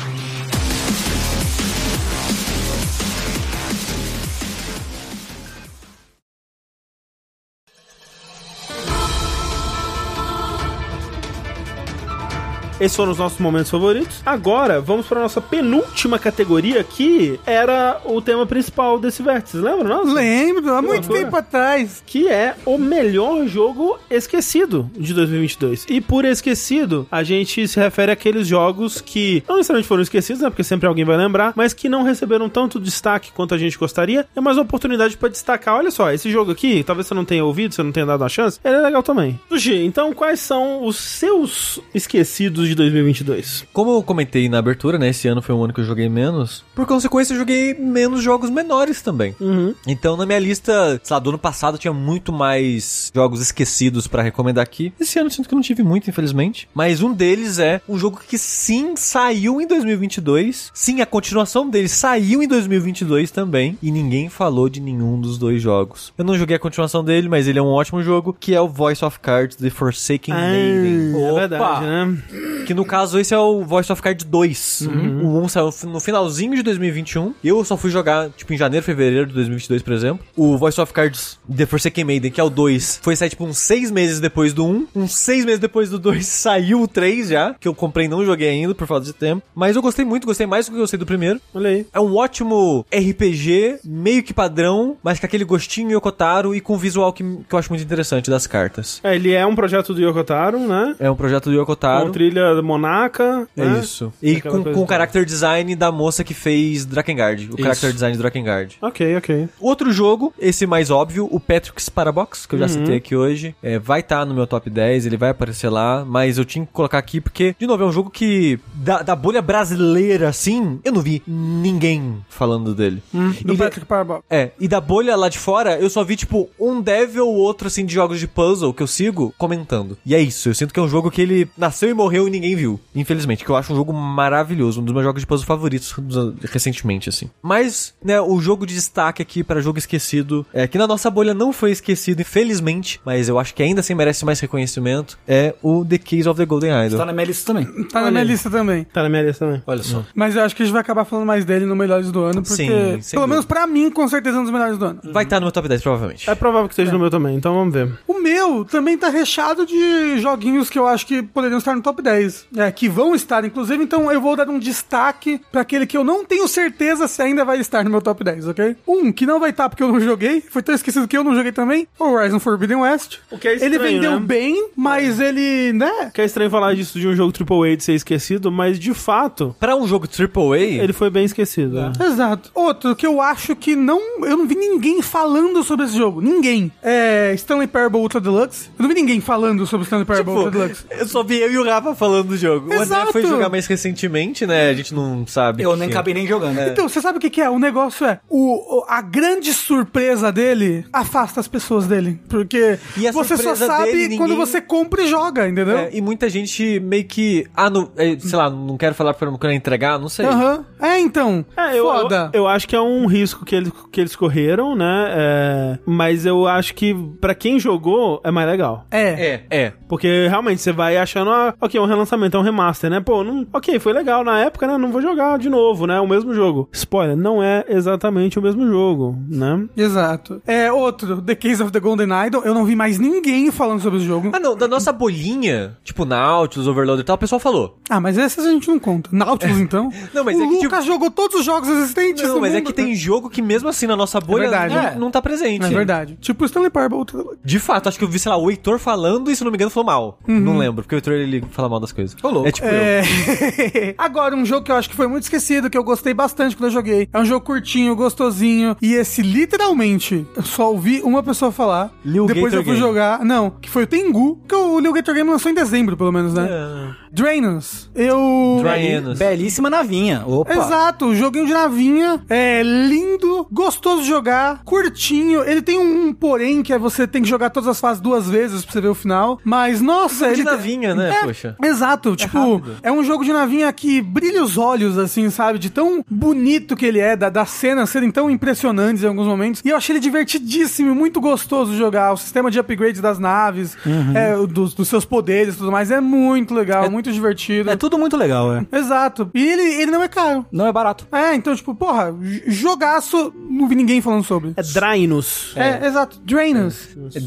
[SPEAKER 1] Esses foram os nossos momentos favoritos. Agora, vamos para nossa penúltima categoria, que era o tema principal desse vértice. Lembra, não?
[SPEAKER 3] Lembro, há muito
[SPEAKER 1] loucura.
[SPEAKER 3] tempo atrás.
[SPEAKER 1] que é o melhor jogo esquecido de 2022. E por esquecido, a gente se refere àqueles jogos que não necessariamente foram esquecidos, né? Porque sempre alguém vai lembrar, mas que não receberam tanto destaque quanto a gente gostaria. É mais uma oportunidade pra destacar. Olha só, esse jogo aqui, talvez você não tenha ouvido, você não tenha dado uma chance, ele é legal também. Sushi, então quais são os seus esquecidos de 2022?
[SPEAKER 4] Como eu comentei na abertura, né? Esse ano foi um ano que eu joguei menos. Por consequência, eu joguei menos jogos menores também.
[SPEAKER 1] Uhum.
[SPEAKER 4] Então, na minha lista, sei lá, do ano passado tinha muito mais jogos esquecidos pra recomendar aqui. Esse ano eu sinto que eu não tive muito, infelizmente. Mas um deles é um jogo que sim saiu em 2022. Sim, a continuação dele saiu em 2022 também. E ninguém falou de nenhum dos dois jogos. Eu não joguei a continuação dele, mas ele é um ótimo jogo, que é o Voice of Cards The Forsaken Maiden.
[SPEAKER 1] é
[SPEAKER 2] Opa!
[SPEAKER 1] verdade, né?
[SPEAKER 4] Que no caso esse é o Voice of Card 2. O 1 saiu no finalzinho de 2021. Eu só fui jogar, tipo, em janeiro, fevereiro de 2022, por exemplo. O Voice of Cards The Forsaken Maiden, que é o 2, foi sair, tipo, uns 6 meses depois do 1. Uns 6 meses depois do 2 saiu o 3 já, que eu comprei e não joguei ainda, por falta de tempo. Mas eu gostei muito, gostei mais do que eu gostei do primeiro.
[SPEAKER 1] Olha aí.
[SPEAKER 4] É um ótimo RPG, meio que padrão, mas com aquele gostinho Yokotaro e com o visual que, que eu acho muito interessante das cartas.
[SPEAKER 1] É, ele é um projeto do Yokotaro, né?
[SPEAKER 4] É um projeto do
[SPEAKER 1] Com
[SPEAKER 4] Yokotaro.
[SPEAKER 1] trilha monaca.
[SPEAKER 4] É
[SPEAKER 1] né?
[SPEAKER 4] isso. E
[SPEAKER 1] Aquela
[SPEAKER 4] com,
[SPEAKER 1] coisa
[SPEAKER 4] com o
[SPEAKER 1] toda.
[SPEAKER 4] character design da moça que fez Drakengard. O character design de Drakengard.
[SPEAKER 1] Ok, ok.
[SPEAKER 4] Outro jogo, esse mais óbvio, o Patrick's Parabox, que eu já citei aqui hoje. é, vai estar no meu top 10, ele vai aparecer lá, mas eu tinha que colocar aqui porque, de novo, é um jogo que, da, da bolha brasileira, assim, eu não vi ninguém falando dele.
[SPEAKER 3] Do
[SPEAKER 4] Ele-
[SPEAKER 3] Patrick Parbox.
[SPEAKER 4] é, e da bolha lá de fora, eu só vi, tipo, um dev ou outro, assim, de jogos de puzzle que eu sigo comentando. E é isso, eu sinto que é um jogo que ele nasceu e morreu e ninguém viu. Infelizmente, que eu acho um jogo maravilhoso, um dos meus jogos de puzzle favoritos dos- recentemente, assim. Mas, né, o jogo de destaque aqui pra jogo esquecido, é que na nossa bolha não foi esquecido, infelizmente, mas eu acho que ainda assim merece mais reconhecimento, é o The Case of the Golden Idol.
[SPEAKER 2] Tá na minha lista também.
[SPEAKER 3] Tá na minha lista também.
[SPEAKER 1] Tá na minha lista também.
[SPEAKER 4] Olha só.
[SPEAKER 3] Mas eu acho que a gente vai acabar falando mais dele no Melhores do Ano, porque,
[SPEAKER 4] Sim,
[SPEAKER 3] pelo
[SPEAKER 4] sem
[SPEAKER 3] menos
[SPEAKER 4] dúvida.
[SPEAKER 3] pra mim, com certeza é um dos melhores do ano.
[SPEAKER 4] Vai estar no meu top 10, provavelmente.
[SPEAKER 1] É provável que seja no meu também, então vamos ver.
[SPEAKER 3] O meu também tá recheado de joguinhos que eu acho que poderiam estar no top 10, né, que vão estar, inclusive, então eu vou dar um destaque pra aquele que eu não tenho certeza se ainda vai estar no meu top 10, ok? Um, que não vai estar porque eu não joguei, foi tão esquecido que eu não joguei também, Horizon Forbidden West.
[SPEAKER 1] O que é estranho,
[SPEAKER 3] Ele vendeu
[SPEAKER 1] né?
[SPEAKER 3] bem, mas ele, né,
[SPEAKER 1] Que é estranho falar disso de um jogo AAA de ser esquecido, mas de fato,
[SPEAKER 4] Pra um jogo AAA,
[SPEAKER 1] ele foi bem esquecido.
[SPEAKER 3] Tá.
[SPEAKER 1] né?
[SPEAKER 3] Exato. Outro que eu acho que não. Eu não vi ninguém falando sobre esse jogo. Ninguém. É. Stanley Parable Ultra Deluxe. Eu não vi ninguém falando sobre Stanley Parable
[SPEAKER 4] Tipo,
[SPEAKER 3] Ultra Deluxe.
[SPEAKER 4] eu só vi eu e o Rafa falando do jogo. O André
[SPEAKER 3] Exato.
[SPEAKER 4] foi jogar mais recentemente, né? A gente não sabe.
[SPEAKER 2] Eu
[SPEAKER 4] que-
[SPEAKER 2] nem acabei nem jogando.
[SPEAKER 3] Então, você sabe o que, que é? O negócio é. O, o- a grande surpresa dele afasta as pessoas dele. Porque
[SPEAKER 4] E a
[SPEAKER 3] você só
[SPEAKER 4] surpresa
[SPEAKER 3] sabe
[SPEAKER 4] dele,
[SPEAKER 3] quando
[SPEAKER 4] ninguém-
[SPEAKER 3] você compra e joga, entendeu?
[SPEAKER 4] É, e muita gente meio que. Ah, não, é, sei lá, não quero falar pra não quero entregar, não sei.
[SPEAKER 3] Aham. É, então.
[SPEAKER 1] É, eu,
[SPEAKER 3] foda.
[SPEAKER 1] Eu, eu acho que é um risco que eles, que eles correram, né? É, mas eu acho que pra quem jogou é mais legal.
[SPEAKER 3] É.
[SPEAKER 4] É, é.
[SPEAKER 1] Porque realmente você vai achando, ah, ok, é um relançamento, é um remaster, né? Pô, não, ok, foi legal na época, né? Não vou jogar de novo, né? O mesmo jogo. Spoiler, não é exatamente o mesmo jogo, né?
[SPEAKER 3] Exato. É, outro, The Case of the Golden Idol. Eu não vi mais ninguém falando sobre o jogo.
[SPEAKER 4] Ah, não, da nossa bolinha, tipo Nautilus, Overloader e tal, o pessoal falou.
[SPEAKER 3] Ah, mas essas a gente não conta. Nautilus, então.
[SPEAKER 4] Não, mas
[SPEAKER 3] o
[SPEAKER 4] é que,
[SPEAKER 3] Lucas
[SPEAKER 4] tipo-
[SPEAKER 3] jogou todos os jogos existentes.
[SPEAKER 4] Não,
[SPEAKER 3] do
[SPEAKER 4] mas é
[SPEAKER 3] mundo,
[SPEAKER 4] que tem jogo que mesmo assim na nossa bolha
[SPEAKER 3] verdade.
[SPEAKER 4] não,
[SPEAKER 3] É.
[SPEAKER 4] não tá presente.
[SPEAKER 3] É verdade. Tipo Stanley Parable.
[SPEAKER 4] De fato, acho que eu vi, sei lá, o Heitor falando e, se não me engano, falou mal. Não lembro, porque o Heitor, ele fala mal das coisas.
[SPEAKER 2] Ô, louco.
[SPEAKER 4] É tipo eu.
[SPEAKER 3] É. Agora, um jogo que eu acho que foi muito esquecido, que eu gostei bastante quando eu joguei. É um jogo curtinho, gostosinho. E esse, literalmente, eu só ouvi uma pessoa falar.
[SPEAKER 4] Liu
[SPEAKER 3] Depois
[SPEAKER 4] Gator
[SPEAKER 3] eu fui
[SPEAKER 4] Game.
[SPEAKER 3] jogar. Não, que foi o Tengu, que o Liu Gator Game lançou em dezembro, pelo menos, né?
[SPEAKER 4] É.
[SPEAKER 3] Drainus. Eu.
[SPEAKER 4] Dryanos.
[SPEAKER 2] Belíssima navinha. Opa.
[SPEAKER 3] Exato, joguinho de navinha, é lindo, gostoso de jogar, curtinho. Ele tem um porém que é você tem que jogar todas as fases duas vezes pra você ver o final. Mas nossa,
[SPEAKER 4] de
[SPEAKER 3] ele tem-
[SPEAKER 4] navinha, né,
[SPEAKER 3] É,
[SPEAKER 4] poxa?
[SPEAKER 3] Exato, tipo,
[SPEAKER 4] rápido.
[SPEAKER 3] é um jogo de navinha que brilha os olhos, assim, sabe? De tão bonito que ele é, da, das cenas serem tão impressionantes em alguns momentos. E eu achei ele divertidíssimo, e muito gostoso de jogar. O sistema de upgrade das naves,
[SPEAKER 4] Uhum.
[SPEAKER 3] é, o dos, dos seus poderes e tudo mais, é muito legal, muito divertido.
[SPEAKER 2] É tudo muito legal, é.
[SPEAKER 3] Exato. E ele, ele não é caro.
[SPEAKER 2] Não é barato.
[SPEAKER 3] É, então, tipo, porra, j- jogaço, não vi ninguém falando sobre.
[SPEAKER 1] É Drainus.
[SPEAKER 3] É, exato. Drainus.
[SPEAKER 4] É Dryanos.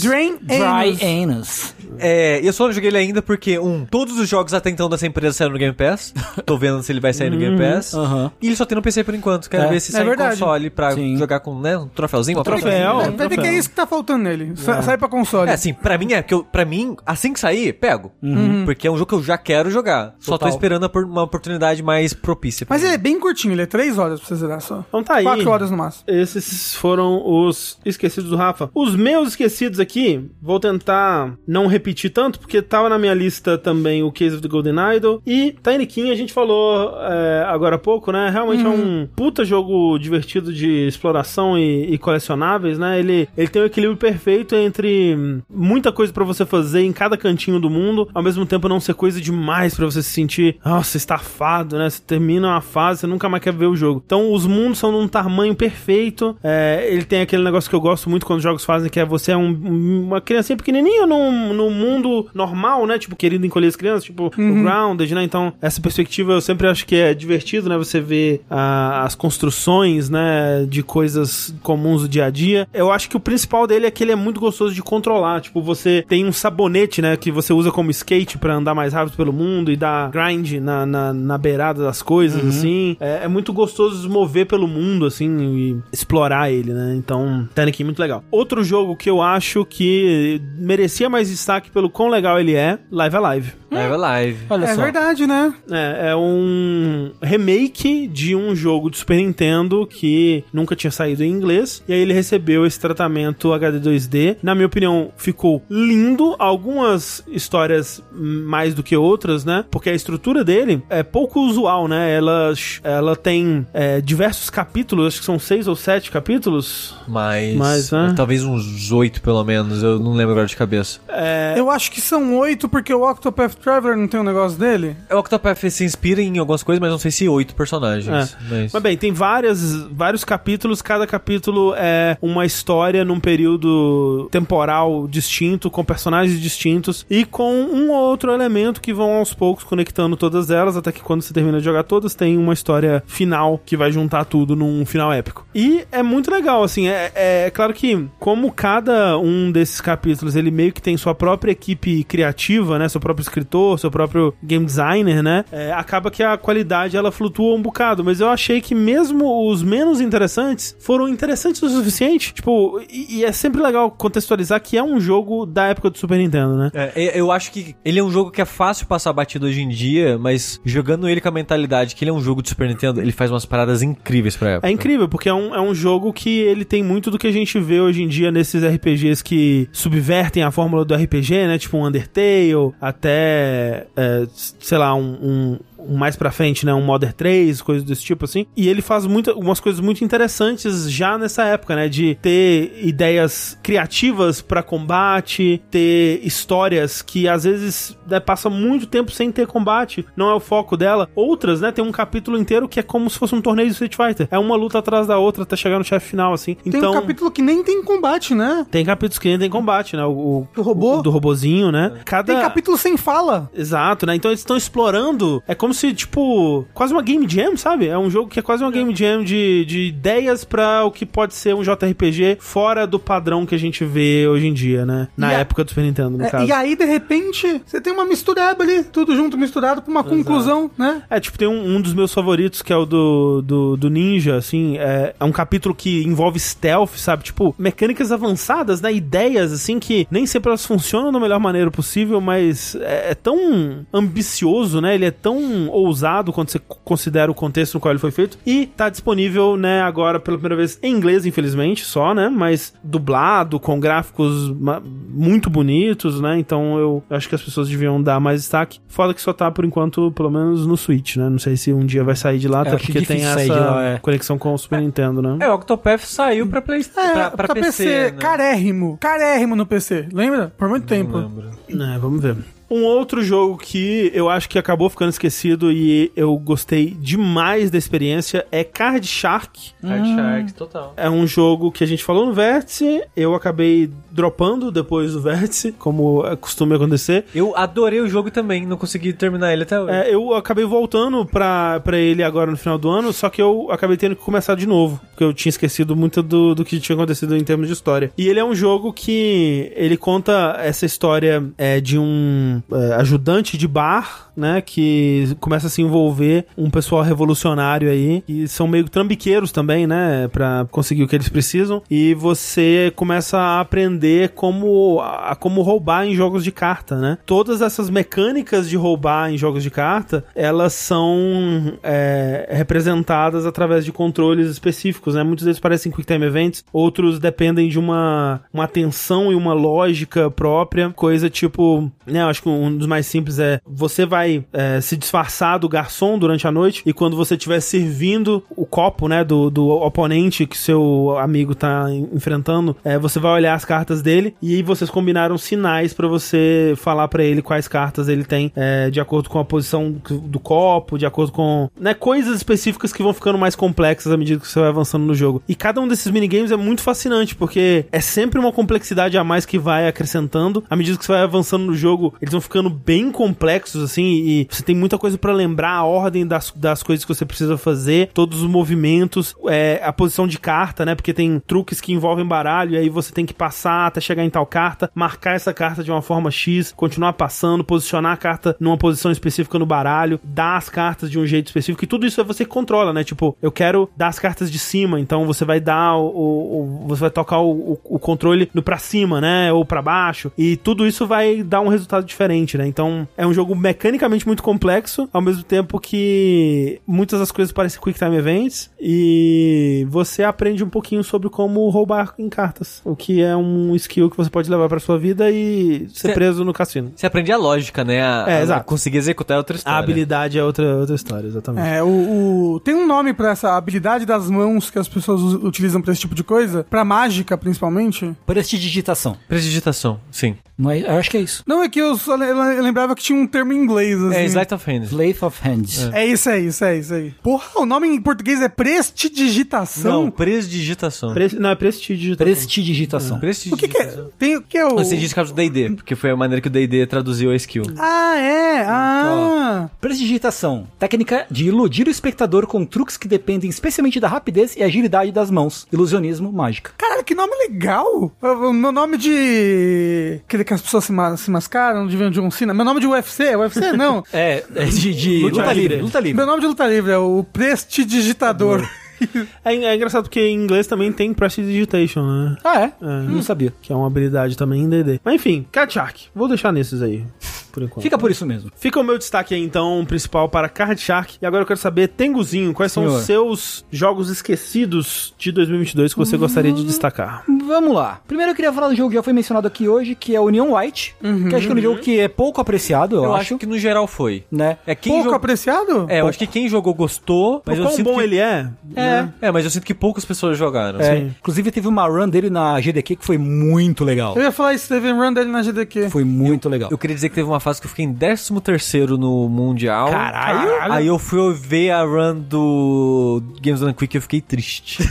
[SPEAKER 3] Drain Anus.
[SPEAKER 2] Dry anus.
[SPEAKER 4] É, eu só não joguei ele ainda porque, um, todos os jogos até então dessa empresa saíram no Game Pass. Tô vendo se ele vai sair no Game Pass.
[SPEAKER 2] Aham.
[SPEAKER 4] E ele só tem no PC por enquanto. Quero
[SPEAKER 2] É.
[SPEAKER 4] ver se
[SPEAKER 3] É
[SPEAKER 4] sai no
[SPEAKER 3] verdade.
[SPEAKER 4] console pra
[SPEAKER 2] Sim.
[SPEAKER 4] jogar com, né, um troféuzinho, uma
[SPEAKER 1] Troféu.
[SPEAKER 4] coisa.
[SPEAKER 3] É, vai ver que é isso que tá faltando nele. Sa- Sai pra console.
[SPEAKER 4] É, assim, pra mim é, porque eu, pra mim, assim que sair, pego. Porque é um jogo que eu já quero jogar. Só tô
[SPEAKER 2] Total.
[SPEAKER 4] esperando a por- uma oportunidade mais propícia. pra
[SPEAKER 3] Mas
[SPEAKER 4] mim.
[SPEAKER 3] ele é bem curtinho, ele é 3 horas pra você zerar só.
[SPEAKER 1] Então tá aí.
[SPEAKER 3] 4 horas no máximo.
[SPEAKER 1] Esses foram os esquecidos do Rafa. Os meus esquecidos aqui, vou tentar não repetir tanto, porque tava na minha lista também o Case of the Golden Idol. E Tiny King, a gente falou é, agora há pouco, né? Realmente é um puta jogo divertido de exploração e, e colecionáveis, né? Ele, ele tem um equilíbrio perfeito entre hum, muita coisa pra você fazer em cada cantinho do mundo, ao mesmo um tempo não ser coisa demais pra você se sentir, nossa, estafado, né? Você termina uma fase, você nunca mais quer ver o jogo. Então, os mundos são num tamanho perfeito. é, ele tem aquele negócio que eu gosto muito quando os jogos fazem, que é você é um- um- uma criancinha pequenininha num, num mundo normal, né? Tipo, querido encolher as crianças, tipo, o Grounded, né? Então, essa perspectiva eu sempre acho que é divertido, né? Você vê ah, as construções, né? De coisas comuns do dia a dia. Eu acho que o principal dele é que ele é muito gostoso de controlar. Tipo, você tem um sabonete, né? Que você usa como skate pra andar mais rápido pelo mundo e dar grind na, na, na beirada das coisas, assim. É, é muito gostoso mover pelo mundo, assim, e explorar ele, né? Então, Tanic, muito legal. Outro jogo que eu acho que merecia mais destaque pelo quão legal ele é, Live Alive.
[SPEAKER 4] Live é live.
[SPEAKER 2] Olha
[SPEAKER 3] É
[SPEAKER 2] só.
[SPEAKER 3] verdade, né?
[SPEAKER 1] É, é um remake de um jogo de Super Nintendo que nunca tinha saído em inglês. E aí ele recebeu esse tratamento HD 2D. Na minha opinião, ficou lindo. Algumas histórias mais do que outras, né? Porque a estrutura dele é pouco usual, né? Ela, ela tem é, diversos capítulos, acho que são seis ou sete capítulos.
[SPEAKER 4] Mas,
[SPEAKER 1] Mas, né?
[SPEAKER 4] talvez uns oito pelo menos, eu não lembro agora de cabeça.
[SPEAKER 3] Eu acho que são 8 porque o Octopath Traveler não tem um negócio dele.
[SPEAKER 4] É, O Octopath se inspira em algumas coisas, mas não sei se oito personagens.
[SPEAKER 1] É.
[SPEAKER 4] Mas...
[SPEAKER 1] Mas bem, tem várias, vários capítulos, cada capítulo é uma história num período temporal distinto, com personagens distintos e com um ou outro elemento que vão aos poucos conectando todas elas, até que quando você termina de jogar todas, tem uma história final que vai juntar tudo num final épico. E é muito legal, assim, é, é claro que como cada um desses capítulos, ele meio que tem sua própria equipe criativa, né, seu próprio escritor, seu próprio game designer, né, é, acaba que a qualidade, ela flutua um bocado, mas eu achei que mesmo os menos interessantes foram interessantes o suficiente, tipo, e, e é sempre legal contextualizar que é um jogo da época do Super Nintendo, né.
[SPEAKER 4] É, e- eu acho que ele é um jogo que é fácil passar batido hoje em dia, mas jogando ele com a mentalidade que ele é um jogo de Super Nintendo, ele faz umas paradas incríveis pra época.
[SPEAKER 1] É incrível, porque é um, é um jogo que ele tem muito do que a gente vê hoje em dia nesses RPGs que subvertem a fórmula do RPG, né? Tipo um Undertale, até, é, s- sei lá, um, um- um mais pra frente, né? Um Modern 3, coisas desse tipo assim. E ele faz muita, umas coisas muito interessantes já nessa época, né? De ter ideias criativas pra combate, ter histórias que às vezes né, passa muito tempo sem ter combate, não é o foco dela. Outras, né? Tem um capítulo inteiro que é como se fosse um torneio de Street Fighter. É uma luta atrás da outra até chegar no chefe final, assim.
[SPEAKER 3] Tem
[SPEAKER 1] então.
[SPEAKER 3] um capítulo que nem tem combate, né?
[SPEAKER 1] Tem capítulos que nem tem combate, né? O,
[SPEAKER 3] Do robô. É.
[SPEAKER 1] o- do robozinho, né? Cada...
[SPEAKER 3] Tem capítulo sem fala.
[SPEAKER 1] Exato, né? Então eles estão explorando. É como se, tipo, quase uma game jam, sabe? É um jogo que é quase uma game jam de, de ideias pra o que pode ser um JRPG fora do padrão que a gente vê hoje em dia, né? Na
[SPEAKER 3] E a-
[SPEAKER 1] época do Super Nintendo, no
[SPEAKER 3] É,
[SPEAKER 1] caso.
[SPEAKER 3] e aí, de repente, você tem uma mistureba ali, tudo junto, misturado, pra uma conclusão, né?
[SPEAKER 1] É, tipo, tem um, um dos meus favoritos, que é o do, do, do Ninja, assim, é, é um capítulo que envolve stealth, sabe? Tipo, mecânicas avançadas, né? Ideias, assim, que nem sempre elas funcionam da melhor maneira possível, mas é, é tão ambicioso, né? Ele é tão ousado quando você c- considera o contexto no qual ele foi feito. E tá disponível, né, agora pela primeira vez em inglês, infelizmente, só, né? Mas dublado, com gráficos ma- muito bonitos, né? Então eu acho que as pessoas deviam dar mais destaque. Foda que só tá, por enquanto, pelo menos no Switch, né? Não sei se um dia vai sair de lá, até
[SPEAKER 2] acho
[SPEAKER 1] porque tem
[SPEAKER 2] difícil
[SPEAKER 1] essa
[SPEAKER 2] sair de lá, é.
[SPEAKER 1] conexão com o Super Nintendo, né?
[SPEAKER 4] É, o Octopath saiu pra, play...
[SPEAKER 3] É,
[SPEAKER 4] pra, pra PC, né?
[SPEAKER 3] carérrimo. Carérrimo no PC, lembra? Por muito tempo.
[SPEAKER 1] É, vamos ver. Um outro jogo que eu acho que acabou ficando esquecido e eu gostei demais da experiência é Card Shark.
[SPEAKER 4] Hard Sharks, total.
[SPEAKER 1] É um jogo que a gente falou no Vértice, eu acabei dropando depois do Vértice, como é costume acontecer.
[SPEAKER 4] Eu adorei o jogo também, não consegui terminar ele até hoje.
[SPEAKER 1] É, eu acabei voltando pra, pra ele agora no final do ano, só que eu acabei tendo que começar de novo, porque eu tinha esquecido muito do, do que tinha acontecido em termos de história. E ele é um jogo que ele conta essa história é, de um é, ajudante de bar, né, que começa a se envolver um pessoal revolucionário aí, e são meio trambiqueiros também, né, pra conseguir o que eles precisam, e você começa a aprender como, a, como roubar em jogos de carta, né. Todas essas mecânicas de roubar em jogos de carta, elas são é, representadas através de controles específicos, né? Muitos deles parecem Quick Time Events, outros dependem de uma, uma atenção e uma lógica própria, coisa tipo, né? Eu acho que um dos mais simples é você vai é, se disfarçar do garçom durante a noite e quando você estiver servindo o copo, né, do, do oponente que seu amigo tá en- enfrentando, é, você vai olhar as cartas dele e aí vocês combinaram sinais pra você falar pra ele quais cartas ele tem é, de acordo com a posição do do copo, de acordo com né, coisas específicas que vão ficando mais complexas à medida que você vai avançando no jogo. E cada um desses minigames é muito fascinante, porque é sempre uma complexidade a mais que vai acrescentando. À medida que você vai avançando no jogo, eles vão ficando bem complexos, assim, e você tem muita coisa pra lembrar, a ordem das, das coisas que você precisa fazer, todos os movimentos, é, a posição de carta, né? Porque tem truques que envolvem baralho, e aí você tem que passar até chegar em tal carta, marcar essa carta de uma forma X, continuar passando, posicionar a carta numa posição específica no baralho, dar as cartas de um jeito específico, e tudo isso é você que controla, né? Tipo, eu quero dar as cartas de cima, então você vai dar o. o- o- você vai tocar o, o- o controle no pra cima, né? Ou pra baixo, e tudo isso vai dar um resultado diferente, né? Então é um jogo mecanicamente muito complexo, ao mesmo tempo que muitas das coisas parecem Quick Time Events, e você aprende um pouquinho sobre como roubar em cartas, o que é um skill que você pode levar pra sua vida e ser
[SPEAKER 4] Cê-
[SPEAKER 1] preso no cassino.
[SPEAKER 4] Você aprende a lógica, né? A,
[SPEAKER 1] É,
[SPEAKER 4] a-
[SPEAKER 1] exato.
[SPEAKER 4] conseguir executar é outra história.
[SPEAKER 1] A habilidade é outra, outra história, exatamente.
[SPEAKER 3] É, o, o- Tem um nome pra essa habilidade das mãos que as pessoas us- utilizam pra esse tipo de coisa? Pra mágica, principalmente?
[SPEAKER 2] Prestidigitação.
[SPEAKER 4] Prestidigitação, sim.
[SPEAKER 2] Não é, eu acho que é isso.
[SPEAKER 3] Não, é que eu só le- le- lembrava que tinha um termo em inglês, assim.
[SPEAKER 4] É Sleight of Hand.
[SPEAKER 2] Slave of Hand.
[SPEAKER 3] É isso aí, isso aí, isso aí. Porra, o nome em português é prestidigitação?
[SPEAKER 4] Não, prestigitação.
[SPEAKER 1] Pre- não, é prestígio.
[SPEAKER 3] O
[SPEAKER 2] Prestidigitação.
[SPEAKER 3] que que é?
[SPEAKER 4] Prestigitação.
[SPEAKER 3] Tem, o que é o...
[SPEAKER 4] Você diz que é do D&D, porque foi a maneira que o D&D traduziu a skill.
[SPEAKER 3] Ah, é? Ah...
[SPEAKER 2] Prestidigitação. Técnica de iludir o espectador com truques que dependem especialmente da rapidez e agilidade das mãos. Ilusionismo, mágica.
[SPEAKER 3] Cara, que nome legal! O o meu nome de. Aquele que as pessoas se, ma- se mascaram, de John Cena. Meu nome de UFC? UFC não.
[SPEAKER 2] É, é de, de
[SPEAKER 1] Luta
[SPEAKER 2] luta,
[SPEAKER 1] livre.
[SPEAKER 2] livre. Luta livre.
[SPEAKER 3] meu nome de luta livre é o Prestidigitador.
[SPEAKER 1] É, é engraçado porque em inglês também tem Prestidigitation, né?
[SPEAKER 2] Ah, é?
[SPEAKER 1] É.
[SPEAKER 2] Não sabia.
[SPEAKER 1] Que é uma habilidade também em DD. Mas enfim, Cat Shark. Vou deixar nesses aí, por enquanto. Fica,
[SPEAKER 2] Fica por isso mesmo.
[SPEAKER 1] o meu destaque aí, então, principal para Card Shark. E agora eu quero saber, Tenguzinho, quais são os seus jogos esquecidos de 2022 que você gostaria de destacar?
[SPEAKER 2] vamos lá. Primeiro eu queria falar do jogo que já foi mencionado aqui hoje, que é Union White, que acho que é um jogo que é pouco apreciado, eu,
[SPEAKER 5] Eu
[SPEAKER 2] acho,
[SPEAKER 5] acho que no geral foi.
[SPEAKER 2] né?
[SPEAKER 5] É quem
[SPEAKER 3] Pouco
[SPEAKER 5] jogou-
[SPEAKER 3] apreciado?
[SPEAKER 5] É, eu acho que quem jogou gostou, mas
[SPEAKER 1] Mas
[SPEAKER 5] eu
[SPEAKER 1] quão
[SPEAKER 5] sinto
[SPEAKER 1] bom
[SPEAKER 5] que...
[SPEAKER 1] ele é.
[SPEAKER 5] É, é, mas eu sinto que poucas pessoas jogaram. assim.
[SPEAKER 2] É,
[SPEAKER 1] Sim.
[SPEAKER 2] inclusive teve uma run dele na GDQ que foi muito legal.
[SPEAKER 3] Eu ia falar isso, teve run dele na GDQ.
[SPEAKER 2] Foi muito legal.
[SPEAKER 5] Eu queria dizer que teve uma fase que eu fiquei em 13º no Mundial.
[SPEAKER 2] Caralho!
[SPEAKER 5] Aí eu fui ver a run do Games Done Quick e eu fiquei triste.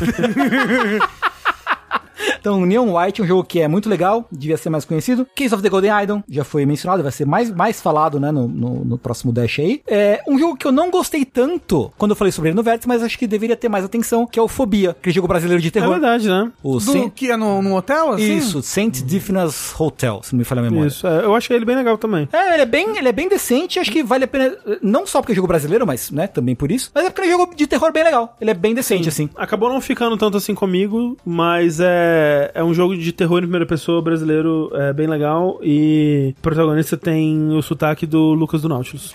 [SPEAKER 2] Então, Neon White é um jogo que é muito legal, devia ser mais conhecido. Case of the Golden Idol, já foi mencionado, vai ser mais, mais falado, né, no, no, no próximo Dash aí. É um jogo que eu não gostei tanto quando eu falei sobre ele no Vértice, mas acho que deveria ter mais atenção, que é o Fobia, aquele jogo brasileiro de
[SPEAKER 1] É
[SPEAKER 2] terror.
[SPEAKER 1] verdade, né?
[SPEAKER 2] o
[SPEAKER 3] Do
[SPEAKER 2] Sen-
[SPEAKER 3] que é no, num hotel, assim?
[SPEAKER 2] Isso, Saint Diffina's Hotel, se não me falha a memória.
[SPEAKER 1] Isso, é, eu achei ele bem legal também.
[SPEAKER 2] É, ele é bem, ele é bem decente, acho que vale a pena, não só porque é jogo brasileiro, mas, né, também por isso, mas é porque ele é um jogo de terror bem legal. Ele é bem decente, assim.
[SPEAKER 1] Acabou não ficando tanto assim comigo, mas é, é um jogo de terror em primeira pessoa brasileiro é bem legal e o protagonista tem o sotaque do Lucas do Nautilus.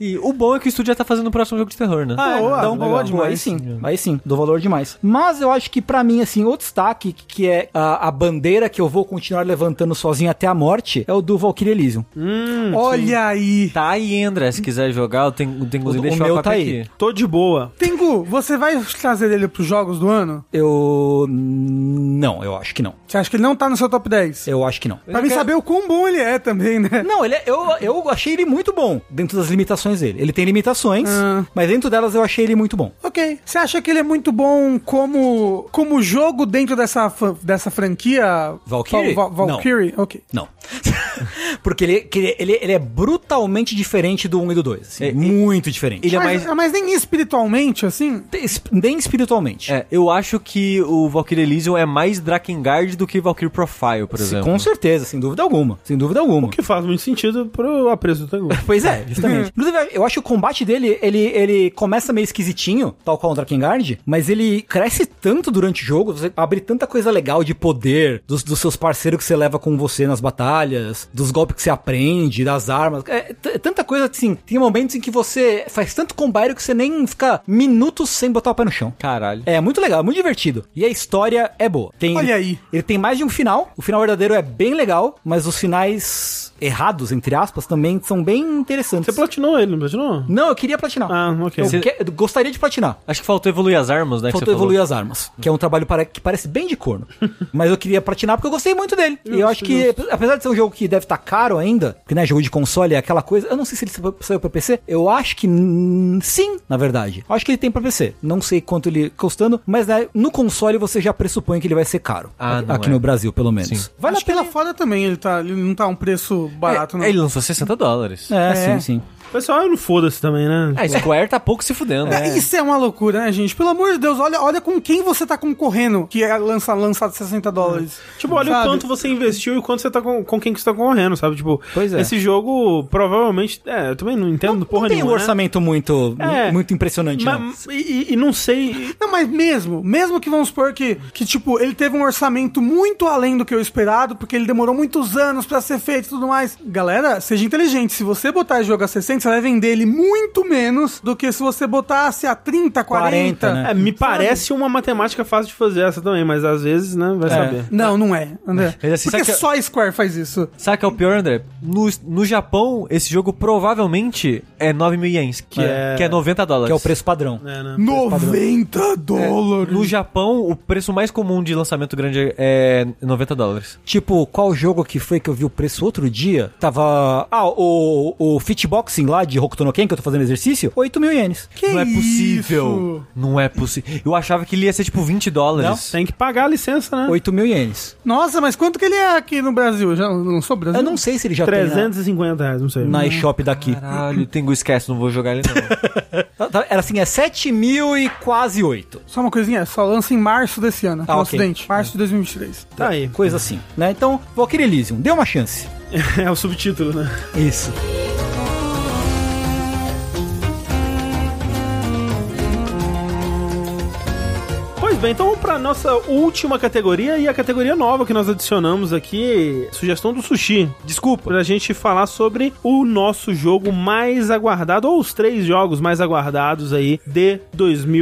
[SPEAKER 5] e o bom é que o estúdio já tá fazendo o próximo jogo de terror, né?
[SPEAKER 2] assim. Ah,
[SPEAKER 3] Boa,
[SPEAKER 2] então,
[SPEAKER 3] legal.
[SPEAKER 2] boa demais. Aí sim, aí sim, dou valor demais. Mas eu acho que pra mim, assim, o destaque, que é a, a bandeira que eu vou continuar levantando sozinho até a morte, é o do Valkyrie Elysium.
[SPEAKER 1] Hum,
[SPEAKER 3] Olha aí.
[SPEAKER 5] Tá aí, André, se quiser jogar, eu tenho, eu tenho
[SPEAKER 2] O-
[SPEAKER 5] inclusive
[SPEAKER 2] o
[SPEAKER 5] deixar
[SPEAKER 2] meu
[SPEAKER 5] a cópia
[SPEAKER 2] tá aí.
[SPEAKER 5] aqui.
[SPEAKER 1] Tô de boa.
[SPEAKER 3] Tengu, você vai trazer ele pros jogos do ano?
[SPEAKER 2] Eu... não, eu acho que não.
[SPEAKER 3] Você acha que ele não tá no seu top 10?
[SPEAKER 2] Eu acho que não.
[SPEAKER 3] pra mim saber o quão bom ele é também, né?
[SPEAKER 2] Não, ele é- eu, eu achei ele muito bom, dentro das limitações dele. Ele tem limitações,
[SPEAKER 3] Ah.
[SPEAKER 2] mas dentro delas eu achei ele muito bom.
[SPEAKER 3] Ok. Você acha que ele é muito bom como, como jogo dentro dessa, fa- dessa franquia?
[SPEAKER 2] Valkyrie?
[SPEAKER 3] Val- Val-
[SPEAKER 2] Não.
[SPEAKER 3] Valkyrie? Ok.
[SPEAKER 2] Não. Porque ele, que ele, ele, ele é brutalmente diferente do 1 e do 2. assim, muito diferente.
[SPEAKER 5] É, Ele é
[SPEAKER 3] mas,
[SPEAKER 5] mais...
[SPEAKER 3] mas nem espiritualmente, assim?
[SPEAKER 2] Esp- nem espiritualmente.
[SPEAKER 5] É, eu acho que o Valkyrie Elysium é mais Drakengard do que Valkyrie Profile, por
[SPEAKER 2] Se-
[SPEAKER 5] exemplo.
[SPEAKER 2] com certeza, sem dúvida alguma. Sem dúvida alguma.
[SPEAKER 1] O que faz muito sentido pro apreço do Tengu.
[SPEAKER 2] Pois é, justamente. Inclusive, eu acho que o combate dele, ele, ele começa meio esquisitinho, tal qual o Drakengard, mas ele cresce tanto durante o jogo, você abre tanta coisa legal de poder, dos, dos seus parceiros que você leva com você nas batalhas, dos golpes que você aprende, das armas. É, t- é tanta coisa assim. Tem momentos em que você faz tanto combate que você nem fica minutos sem botar o pé no chão.
[SPEAKER 5] Caralho.
[SPEAKER 2] É muito legal, é muito divertido. E a história é boa. Tem,
[SPEAKER 3] Olha aí.
[SPEAKER 2] Ele tem mais de um final. O final verdadeiro é bem legal, mas os finais errados, entre aspas, também são bem interessantes.
[SPEAKER 1] Você platinou ele, não platinou?
[SPEAKER 2] Não, eu queria platinar.
[SPEAKER 1] Ah, ok.
[SPEAKER 2] eu,
[SPEAKER 1] Você-
[SPEAKER 2] que- eu gostaria de platinar.
[SPEAKER 5] Acho que faltou evoluir as armas, né? que
[SPEAKER 2] Faltou
[SPEAKER 5] você falou.
[SPEAKER 2] evoluir as armas, que é um trabalho para- que parece bem de corno. Mas eu queria platinar porque eu gostei muito dele. e eu acho que, apesar de ser um jogo que deve estar caro ainda, porque né, jogo de console é aquela coisa. Eu não sei se ele saiu- saiu pra PC. Eu acho que hum, sim, na verdade. Eu acho que ele tem pra PC. Não sei quanto ele custando, mas né, no console você já pressupõe que ele vai ser caro.
[SPEAKER 5] Ah,
[SPEAKER 2] aqui
[SPEAKER 5] não
[SPEAKER 2] aqui
[SPEAKER 5] é.
[SPEAKER 2] no Brasil, pelo menos. Vale
[SPEAKER 3] Acho
[SPEAKER 2] a
[SPEAKER 3] que
[SPEAKER 2] pena.
[SPEAKER 3] ele é foda também, ele, tá, ele não tá um preço barato, não.
[SPEAKER 2] né?
[SPEAKER 5] É, ele lançou 60 dólares.
[SPEAKER 2] É,
[SPEAKER 3] É.
[SPEAKER 2] sim, sim.
[SPEAKER 1] O pessoal não foda-se também, né?
[SPEAKER 2] É,
[SPEAKER 5] A Square tá pouco se fudendo.
[SPEAKER 3] É, Isso é uma loucura, né, gente? Pelo amor de Deus, olha, olha com quem você tá concorrendo que é lança, lançado 60 dólares.
[SPEAKER 1] Tipo, olha
[SPEAKER 3] Sabe?
[SPEAKER 1] o quanto você investiu e o quanto você tá com, com quem que você tá concorrendo, sabe? Tipo,
[SPEAKER 2] Pois é.
[SPEAKER 1] esse jogo provavelmente. É, eu também não entendo porra
[SPEAKER 2] não tem
[SPEAKER 1] nenhuma.
[SPEAKER 2] um
[SPEAKER 1] né?
[SPEAKER 2] orçamento muito,
[SPEAKER 1] É.
[SPEAKER 2] muito impressionante, não.
[SPEAKER 1] Mas- e, e- e não sei.
[SPEAKER 3] Não, mas mesmo, mesmo que vamos supor que, que, tipo, ele teve um orçamento muito além do que eu esperado, porque ele demorou muitos anos pra ser feito e tudo mais. Galera, seja inteligente. Se você botar esse jogo a 60, você vai vender ele muito menos do que se você botasse a 30, 40.
[SPEAKER 2] 40, né?
[SPEAKER 1] É, me parece uma matemática fácil de fazer essa também, mas às vezes, né, vai saber.
[SPEAKER 3] Não, não é, André.
[SPEAKER 5] Mas assim, sabe
[SPEAKER 3] porque
[SPEAKER 5] que-
[SPEAKER 3] só a Square faz isso.
[SPEAKER 5] Sabe o que é o pior, André? No, no Japão, esse jogo provavelmente é 9 mil ienes, que é,
[SPEAKER 1] É.
[SPEAKER 5] que é 90 dólares.
[SPEAKER 2] Que é o preço padrão.
[SPEAKER 1] É, né?
[SPEAKER 5] É.
[SPEAKER 3] 90 dólares.
[SPEAKER 5] No Japão, o preço mais comum de lançamento grande é 90 dólares.
[SPEAKER 2] Tipo, qual jogo que foi que eu vi o preço outro dia? Tava. Ah, o, o Fitboxing lá de Hokuto no Ken, que eu tô fazendo exercício, 8 mil ienes.
[SPEAKER 3] Que
[SPEAKER 5] Não é
[SPEAKER 3] isso?
[SPEAKER 5] possível. Não é possível. Eu achava que ele ia ser tipo 20 dólares.
[SPEAKER 1] Tem que pagar a licença, né?
[SPEAKER 2] 8 mil ienes.
[SPEAKER 3] Nossa, mas quanto que ele é aqui no Brasil? Já não sou Brasil?
[SPEAKER 2] Eu não sei se ele já
[SPEAKER 1] 350 reais, não sei.
[SPEAKER 2] tem na- na, eShop daqui.
[SPEAKER 5] Caralho, Tengu, esquece, não vou jogar ele não.
[SPEAKER 2] Tá- Era assim, é 7 mil e quase 8.
[SPEAKER 3] Só uma coisinha, só lança em março desse ano,
[SPEAKER 2] Ah,
[SPEAKER 3] no
[SPEAKER 2] ok.
[SPEAKER 3] Ocidente. Março de 2023.
[SPEAKER 1] Tá aí.
[SPEAKER 2] Coisa assim, né? Então, Valkyrie Elysium, dê uma chance.
[SPEAKER 1] É o subtítulo, né?
[SPEAKER 2] Isso.
[SPEAKER 1] Pois bem, então vamos pra nossa última categoria e a categoria nova que nós adicionamos aqui, sugestão do sushi.
[SPEAKER 4] Desculpa.
[SPEAKER 1] Pra gente falar sobre o nosso jogo mais aguardado, ou os três jogos mais aguardados aí de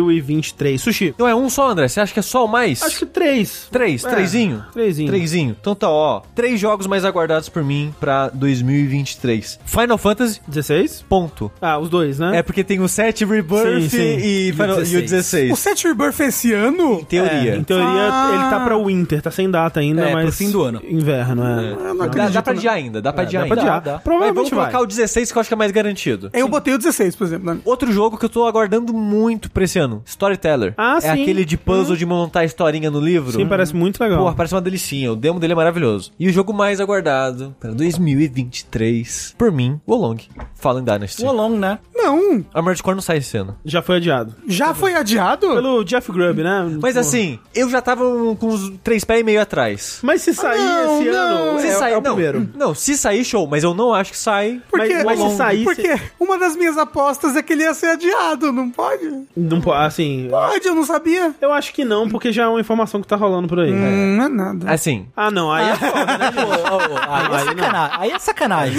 [SPEAKER 1] 2023. Sushi,
[SPEAKER 4] Não é um só, André? Você acha que é só o mais?
[SPEAKER 1] acho que três.
[SPEAKER 4] Três,
[SPEAKER 1] É,
[SPEAKER 4] trezinho?
[SPEAKER 1] Trezinho.
[SPEAKER 4] Trezinho. Então tá, ó. Três jogos mais aguardados por mim pra 2023. Final Fantasy,
[SPEAKER 1] 16?
[SPEAKER 4] ponto.
[SPEAKER 1] Ah, os dois, né?
[SPEAKER 4] É porque tem o 7 Rebirth
[SPEAKER 1] Sim, sim.
[SPEAKER 4] E, Final- e o 16.
[SPEAKER 3] O Set Rebirth esse ano?
[SPEAKER 4] Teoria.
[SPEAKER 1] É, em teoria, ele tá pra winter, tá sem data ainda,
[SPEAKER 2] É, pro
[SPEAKER 1] mas...
[SPEAKER 2] fim do ano.
[SPEAKER 1] Inverno, é.
[SPEAKER 4] Dá, dá pra adiar ainda, dá pra adiar
[SPEAKER 1] dá pra
[SPEAKER 4] ainda.
[SPEAKER 1] adiar. Provavelmente
[SPEAKER 4] Mas vamos
[SPEAKER 1] vai.
[SPEAKER 4] colocar o 16 que eu acho que é mais garantido.
[SPEAKER 3] Eu botei o 16, por exemplo. né?
[SPEAKER 4] Outro jogo que eu tô aguardando muito pra esse ano, Storyteller.
[SPEAKER 1] Ah,
[SPEAKER 4] é
[SPEAKER 1] sim.
[SPEAKER 4] aquele de puzzle de montar a historinha no livro.
[SPEAKER 1] Sim, parece muito legal.
[SPEAKER 4] É. Porra, parece uma delicinha. O demo dele é maravilhoso. E o jogo mais aguardado para 2023, por mim, o Long. Fallen Dynasty.
[SPEAKER 2] O Along, né?
[SPEAKER 3] Não,
[SPEAKER 4] Armored Core não sai esse ano.
[SPEAKER 1] Já foi adiado.
[SPEAKER 3] já foi adiado?
[SPEAKER 1] Pelo Jeff Grubb, né?
[SPEAKER 4] Mas
[SPEAKER 1] Porra.
[SPEAKER 4] assim, eu já tava um- com uns três pés e meio atrás.
[SPEAKER 1] Mas se sair
[SPEAKER 3] não,
[SPEAKER 1] esse
[SPEAKER 3] não.
[SPEAKER 1] ano,
[SPEAKER 4] Se
[SPEAKER 1] é,
[SPEAKER 4] sair,
[SPEAKER 1] é o
[SPEAKER 4] não,
[SPEAKER 1] primeiro.
[SPEAKER 4] não, se sair, show, mas eu não acho que sai.
[SPEAKER 1] Mas-
[SPEAKER 3] Porque,
[SPEAKER 1] mas se saísse-
[SPEAKER 3] porque uma das minhas apostas é que ele ia ser adiado, não pode?
[SPEAKER 1] Não po- assim...
[SPEAKER 3] Pode, eu não sabia.
[SPEAKER 1] Eu acho que não, porque já é uma informação que tá rolando por aí.
[SPEAKER 3] Hum, não é nada.
[SPEAKER 4] Assim,
[SPEAKER 1] Ah, não, aí é foda, né?
[SPEAKER 2] Aí é sacanagem. Aí é sacanagem.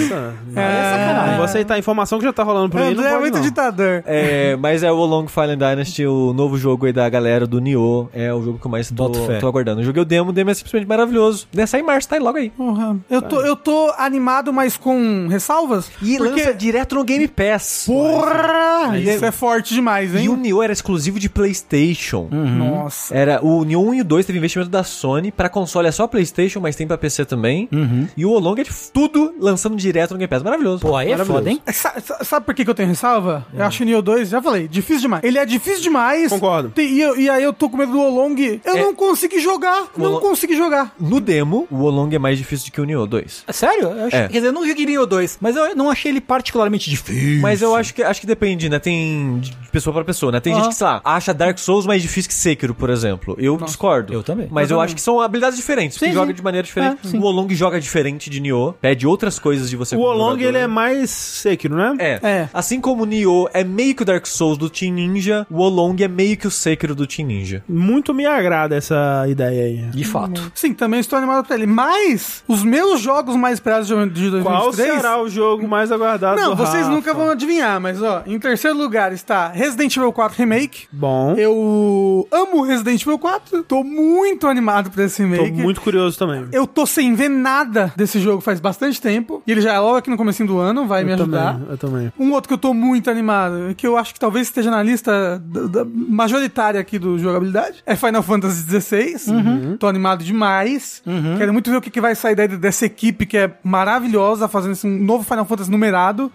[SPEAKER 1] Aí é sacanagem. Vou aceitar a informação que já tá rolando por aí, não
[SPEAKER 3] André é
[SPEAKER 1] pode
[SPEAKER 3] muito
[SPEAKER 1] não.
[SPEAKER 3] ditador.
[SPEAKER 4] É, mas é o Long Fallen Dynasty, o novo jogo aí da galera do Nioh. É o jogo que eu mais tô,
[SPEAKER 2] Boto fé.
[SPEAKER 4] tô aguardando. Eu joguei o demo, o demo é simplesmente maravilhoso. Deve sair em março, tá aí logo aí.
[SPEAKER 3] Porra. Eu tô, eu tô animado, mas com ressalvas. porque...
[SPEAKER 4] E lança direto no Game Pass.
[SPEAKER 3] Porra!
[SPEAKER 4] Aí
[SPEAKER 3] Isso
[SPEAKER 4] sim.
[SPEAKER 3] é forte demais,
[SPEAKER 4] E o
[SPEAKER 3] hein?
[SPEAKER 4] Nioh era exclusivo de PlayStation.
[SPEAKER 2] Hum.
[SPEAKER 3] Nossa.
[SPEAKER 4] Era o Nioh 1 e o 2 teve investimento da Sony pra console é só PlayStation, mas tem pra PC também. E o Olong é de tudo lançando direto no Game Pass. Maravilhoso.
[SPEAKER 2] Uhum. Pô, aí é
[SPEAKER 1] Maravilhoso.
[SPEAKER 2] foda, hein?
[SPEAKER 3] É, sa- sa- Sabe, por que, que eu tenho ressalva?
[SPEAKER 1] Hum.
[SPEAKER 3] Eu acho o Nioh 2, já falei, difícil demais. Ele é difícil demais.
[SPEAKER 1] Concordo.
[SPEAKER 3] Tem- E, eu- e aí eu tô com medo do Olong. Eu
[SPEAKER 4] É.
[SPEAKER 3] não consegui jogar. Não
[SPEAKER 4] Olong-
[SPEAKER 3] consegui jogar.
[SPEAKER 4] No demo, o Olong é mais difícil do que o Nioh 2.
[SPEAKER 2] Sério? Eu achei-
[SPEAKER 4] É.
[SPEAKER 2] Quer dizer, eu não joguei o 2, mas eu não achei ele particularmente difícil.
[SPEAKER 4] Mas eu acho que acho que depende, né? Tem de pessoa pra pessoa, né? Tem gente que, sei lá, acha Dark Souls mais difícil que Sekiro, por exemplo. Eu discordo.
[SPEAKER 2] eu também.
[SPEAKER 4] Mas eu, acho que são habilidades diferentes.
[SPEAKER 2] Sim,
[SPEAKER 4] Sim, joga
[SPEAKER 2] sim.
[SPEAKER 4] de maneira diferente.
[SPEAKER 2] É, sim.
[SPEAKER 4] o Olong joga diferente de Nioh. Pede outras coisas de você
[SPEAKER 1] O
[SPEAKER 4] como
[SPEAKER 1] Olong,
[SPEAKER 4] jogador.
[SPEAKER 1] ele é mais Sekiro, né?
[SPEAKER 4] É.
[SPEAKER 3] É.
[SPEAKER 4] Assim como o Nioh é meio que o Dark Souls do Team Ninja, o Olong é meio que o Sekiro do Team Ninja.
[SPEAKER 1] Muito me agrada essa ideia aí.
[SPEAKER 2] De fato.
[SPEAKER 3] Sim, também estou animado pra ele. Mas os meus jogos mais esperados de de 2023...
[SPEAKER 1] Qual será o jogo mais aguardado
[SPEAKER 3] Não,
[SPEAKER 1] do
[SPEAKER 3] vocês
[SPEAKER 1] Rafa?
[SPEAKER 3] nunca vão adivinhar, mas ó, em terceiro lugar está Resident Evil 4 Remake.
[SPEAKER 1] Bom,
[SPEAKER 3] Eu amo Resident Evil 4, tô muito animado pra esse
[SPEAKER 1] tô
[SPEAKER 3] remake.
[SPEAKER 1] muito curioso também.
[SPEAKER 3] Eu tô sem ver nada desse jogo faz bastante tempo. E ele já é logo aqui no comecinho do ano, vai me
[SPEAKER 1] Eu
[SPEAKER 3] ajudar.
[SPEAKER 1] também, eu também.
[SPEAKER 3] Um outro que eu tô muito animado, que eu acho que talvez esteja na lista da- da majoritária aqui do jogabilidade, é Final Fantasy XVI.
[SPEAKER 2] Uhum.
[SPEAKER 3] Tô animado demais. Quero muito ver o que, que vai sair daí dessa equipe que é maravilhosa, fazendo esse novo Final Fantasy numerado.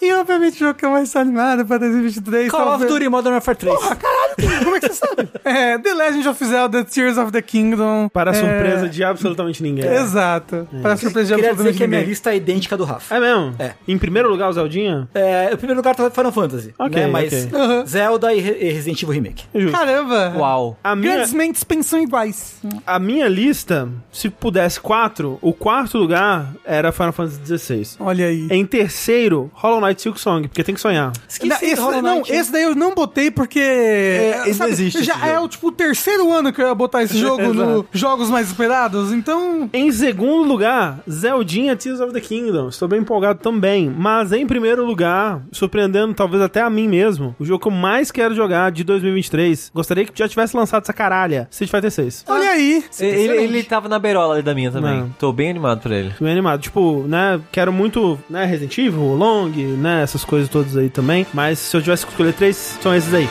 [SPEAKER 3] E obviamente o jogo que eu mais tô animado é pra 2023.
[SPEAKER 2] Uhum. Call of
[SPEAKER 3] talvez-
[SPEAKER 2] Duty Modern Warfare 3.
[SPEAKER 3] Como é que você sabe? É, The Legend of Zelda, Tears of the Kingdom.
[SPEAKER 1] Para a
[SPEAKER 3] é,
[SPEAKER 1] surpresa de absolutamente ninguém.
[SPEAKER 3] Exato. Para a surpresa de
[SPEAKER 2] É. Queria dizer
[SPEAKER 3] absolutamente
[SPEAKER 2] que a minha
[SPEAKER 3] ninguém.
[SPEAKER 2] lista é idêntica à do Rafa.
[SPEAKER 1] É mesmo?
[SPEAKER 2] É.
[SPEAKER 1] Em primeiro lugar, o Zeldinha?
[SPEAKER 2] É, o primeiro lugar tá Final Fantasy.
[SPEAKER 1] Ok,
[SPEAKER 2] né? Mas
[SPEAKER 1] ok.
[SPEAKER 2] Uhum. Zelda e Re- e Resident Evil Remake.
[SPEAKER 1] Justo.
[SPEAKER 3] Caramba.
[SPEAKER 4] Uau.
[SPEAKER 1] A minha,
[SPEAKER 3] Grandes mentes pensam iguais.
[SPEAKER 2] Uhum.
[SPEAKER 1] a minha lista, se pudesse quatro, o quarto lugar era Final Fantasy XVI.
[SPEAKER 3] Olha aí.
[SPEAKER 1] Em terceiro, Hollow Knight Silk Song, porque tem que sonhar.
[SPEAKER 3] Não,
[SPEAKER 2] Esqueci
[SPEAKER 3] esse,
[SPEAKER 2] do Hollow
[SPEAKER 3] não,
[SPEAKER 2] Knight, hein?
[SPEAKER 3] esse daí eu não botei porque.
[SPEAKER 4] esse não existe,
[SPEAKER 3] Já
[SPEAKER 4] esse
[SPEAKER 3] é
[SPEAKER 4] jogo.
[SPEAKER 3] o, tipo, o terceiro ano que eu ia botar esse jogo no Jogos Mais Esperados, então.
[SPEAKER 1] Em segundo lugar, Zeldinha Tears of the Kingdom. Estou bem empolgado também. Mas em primeiro lugar, surpreendendo talvez até a mim mesmo, o jogo que eu mais quero jogar de 2023. Gostaria que já tivesse lançado essa caralha. Street Fighter 6.
[SPEAKER 3] Olha aí.
[SPEAKER 2] É
[SPEAKER 4] Ele, ele tava na beirola ali da minha também.
[SPEAKER 1] Não.
[SPEAKER 4] Tô bem animado pra ele.
[SPEAKER 1] Tô bem animado. Tipo, né, quero muito, né, Resident Evil, Long, né, essas coisas todas aí também. Mas se eu tivesse que escolher três, são esses aí.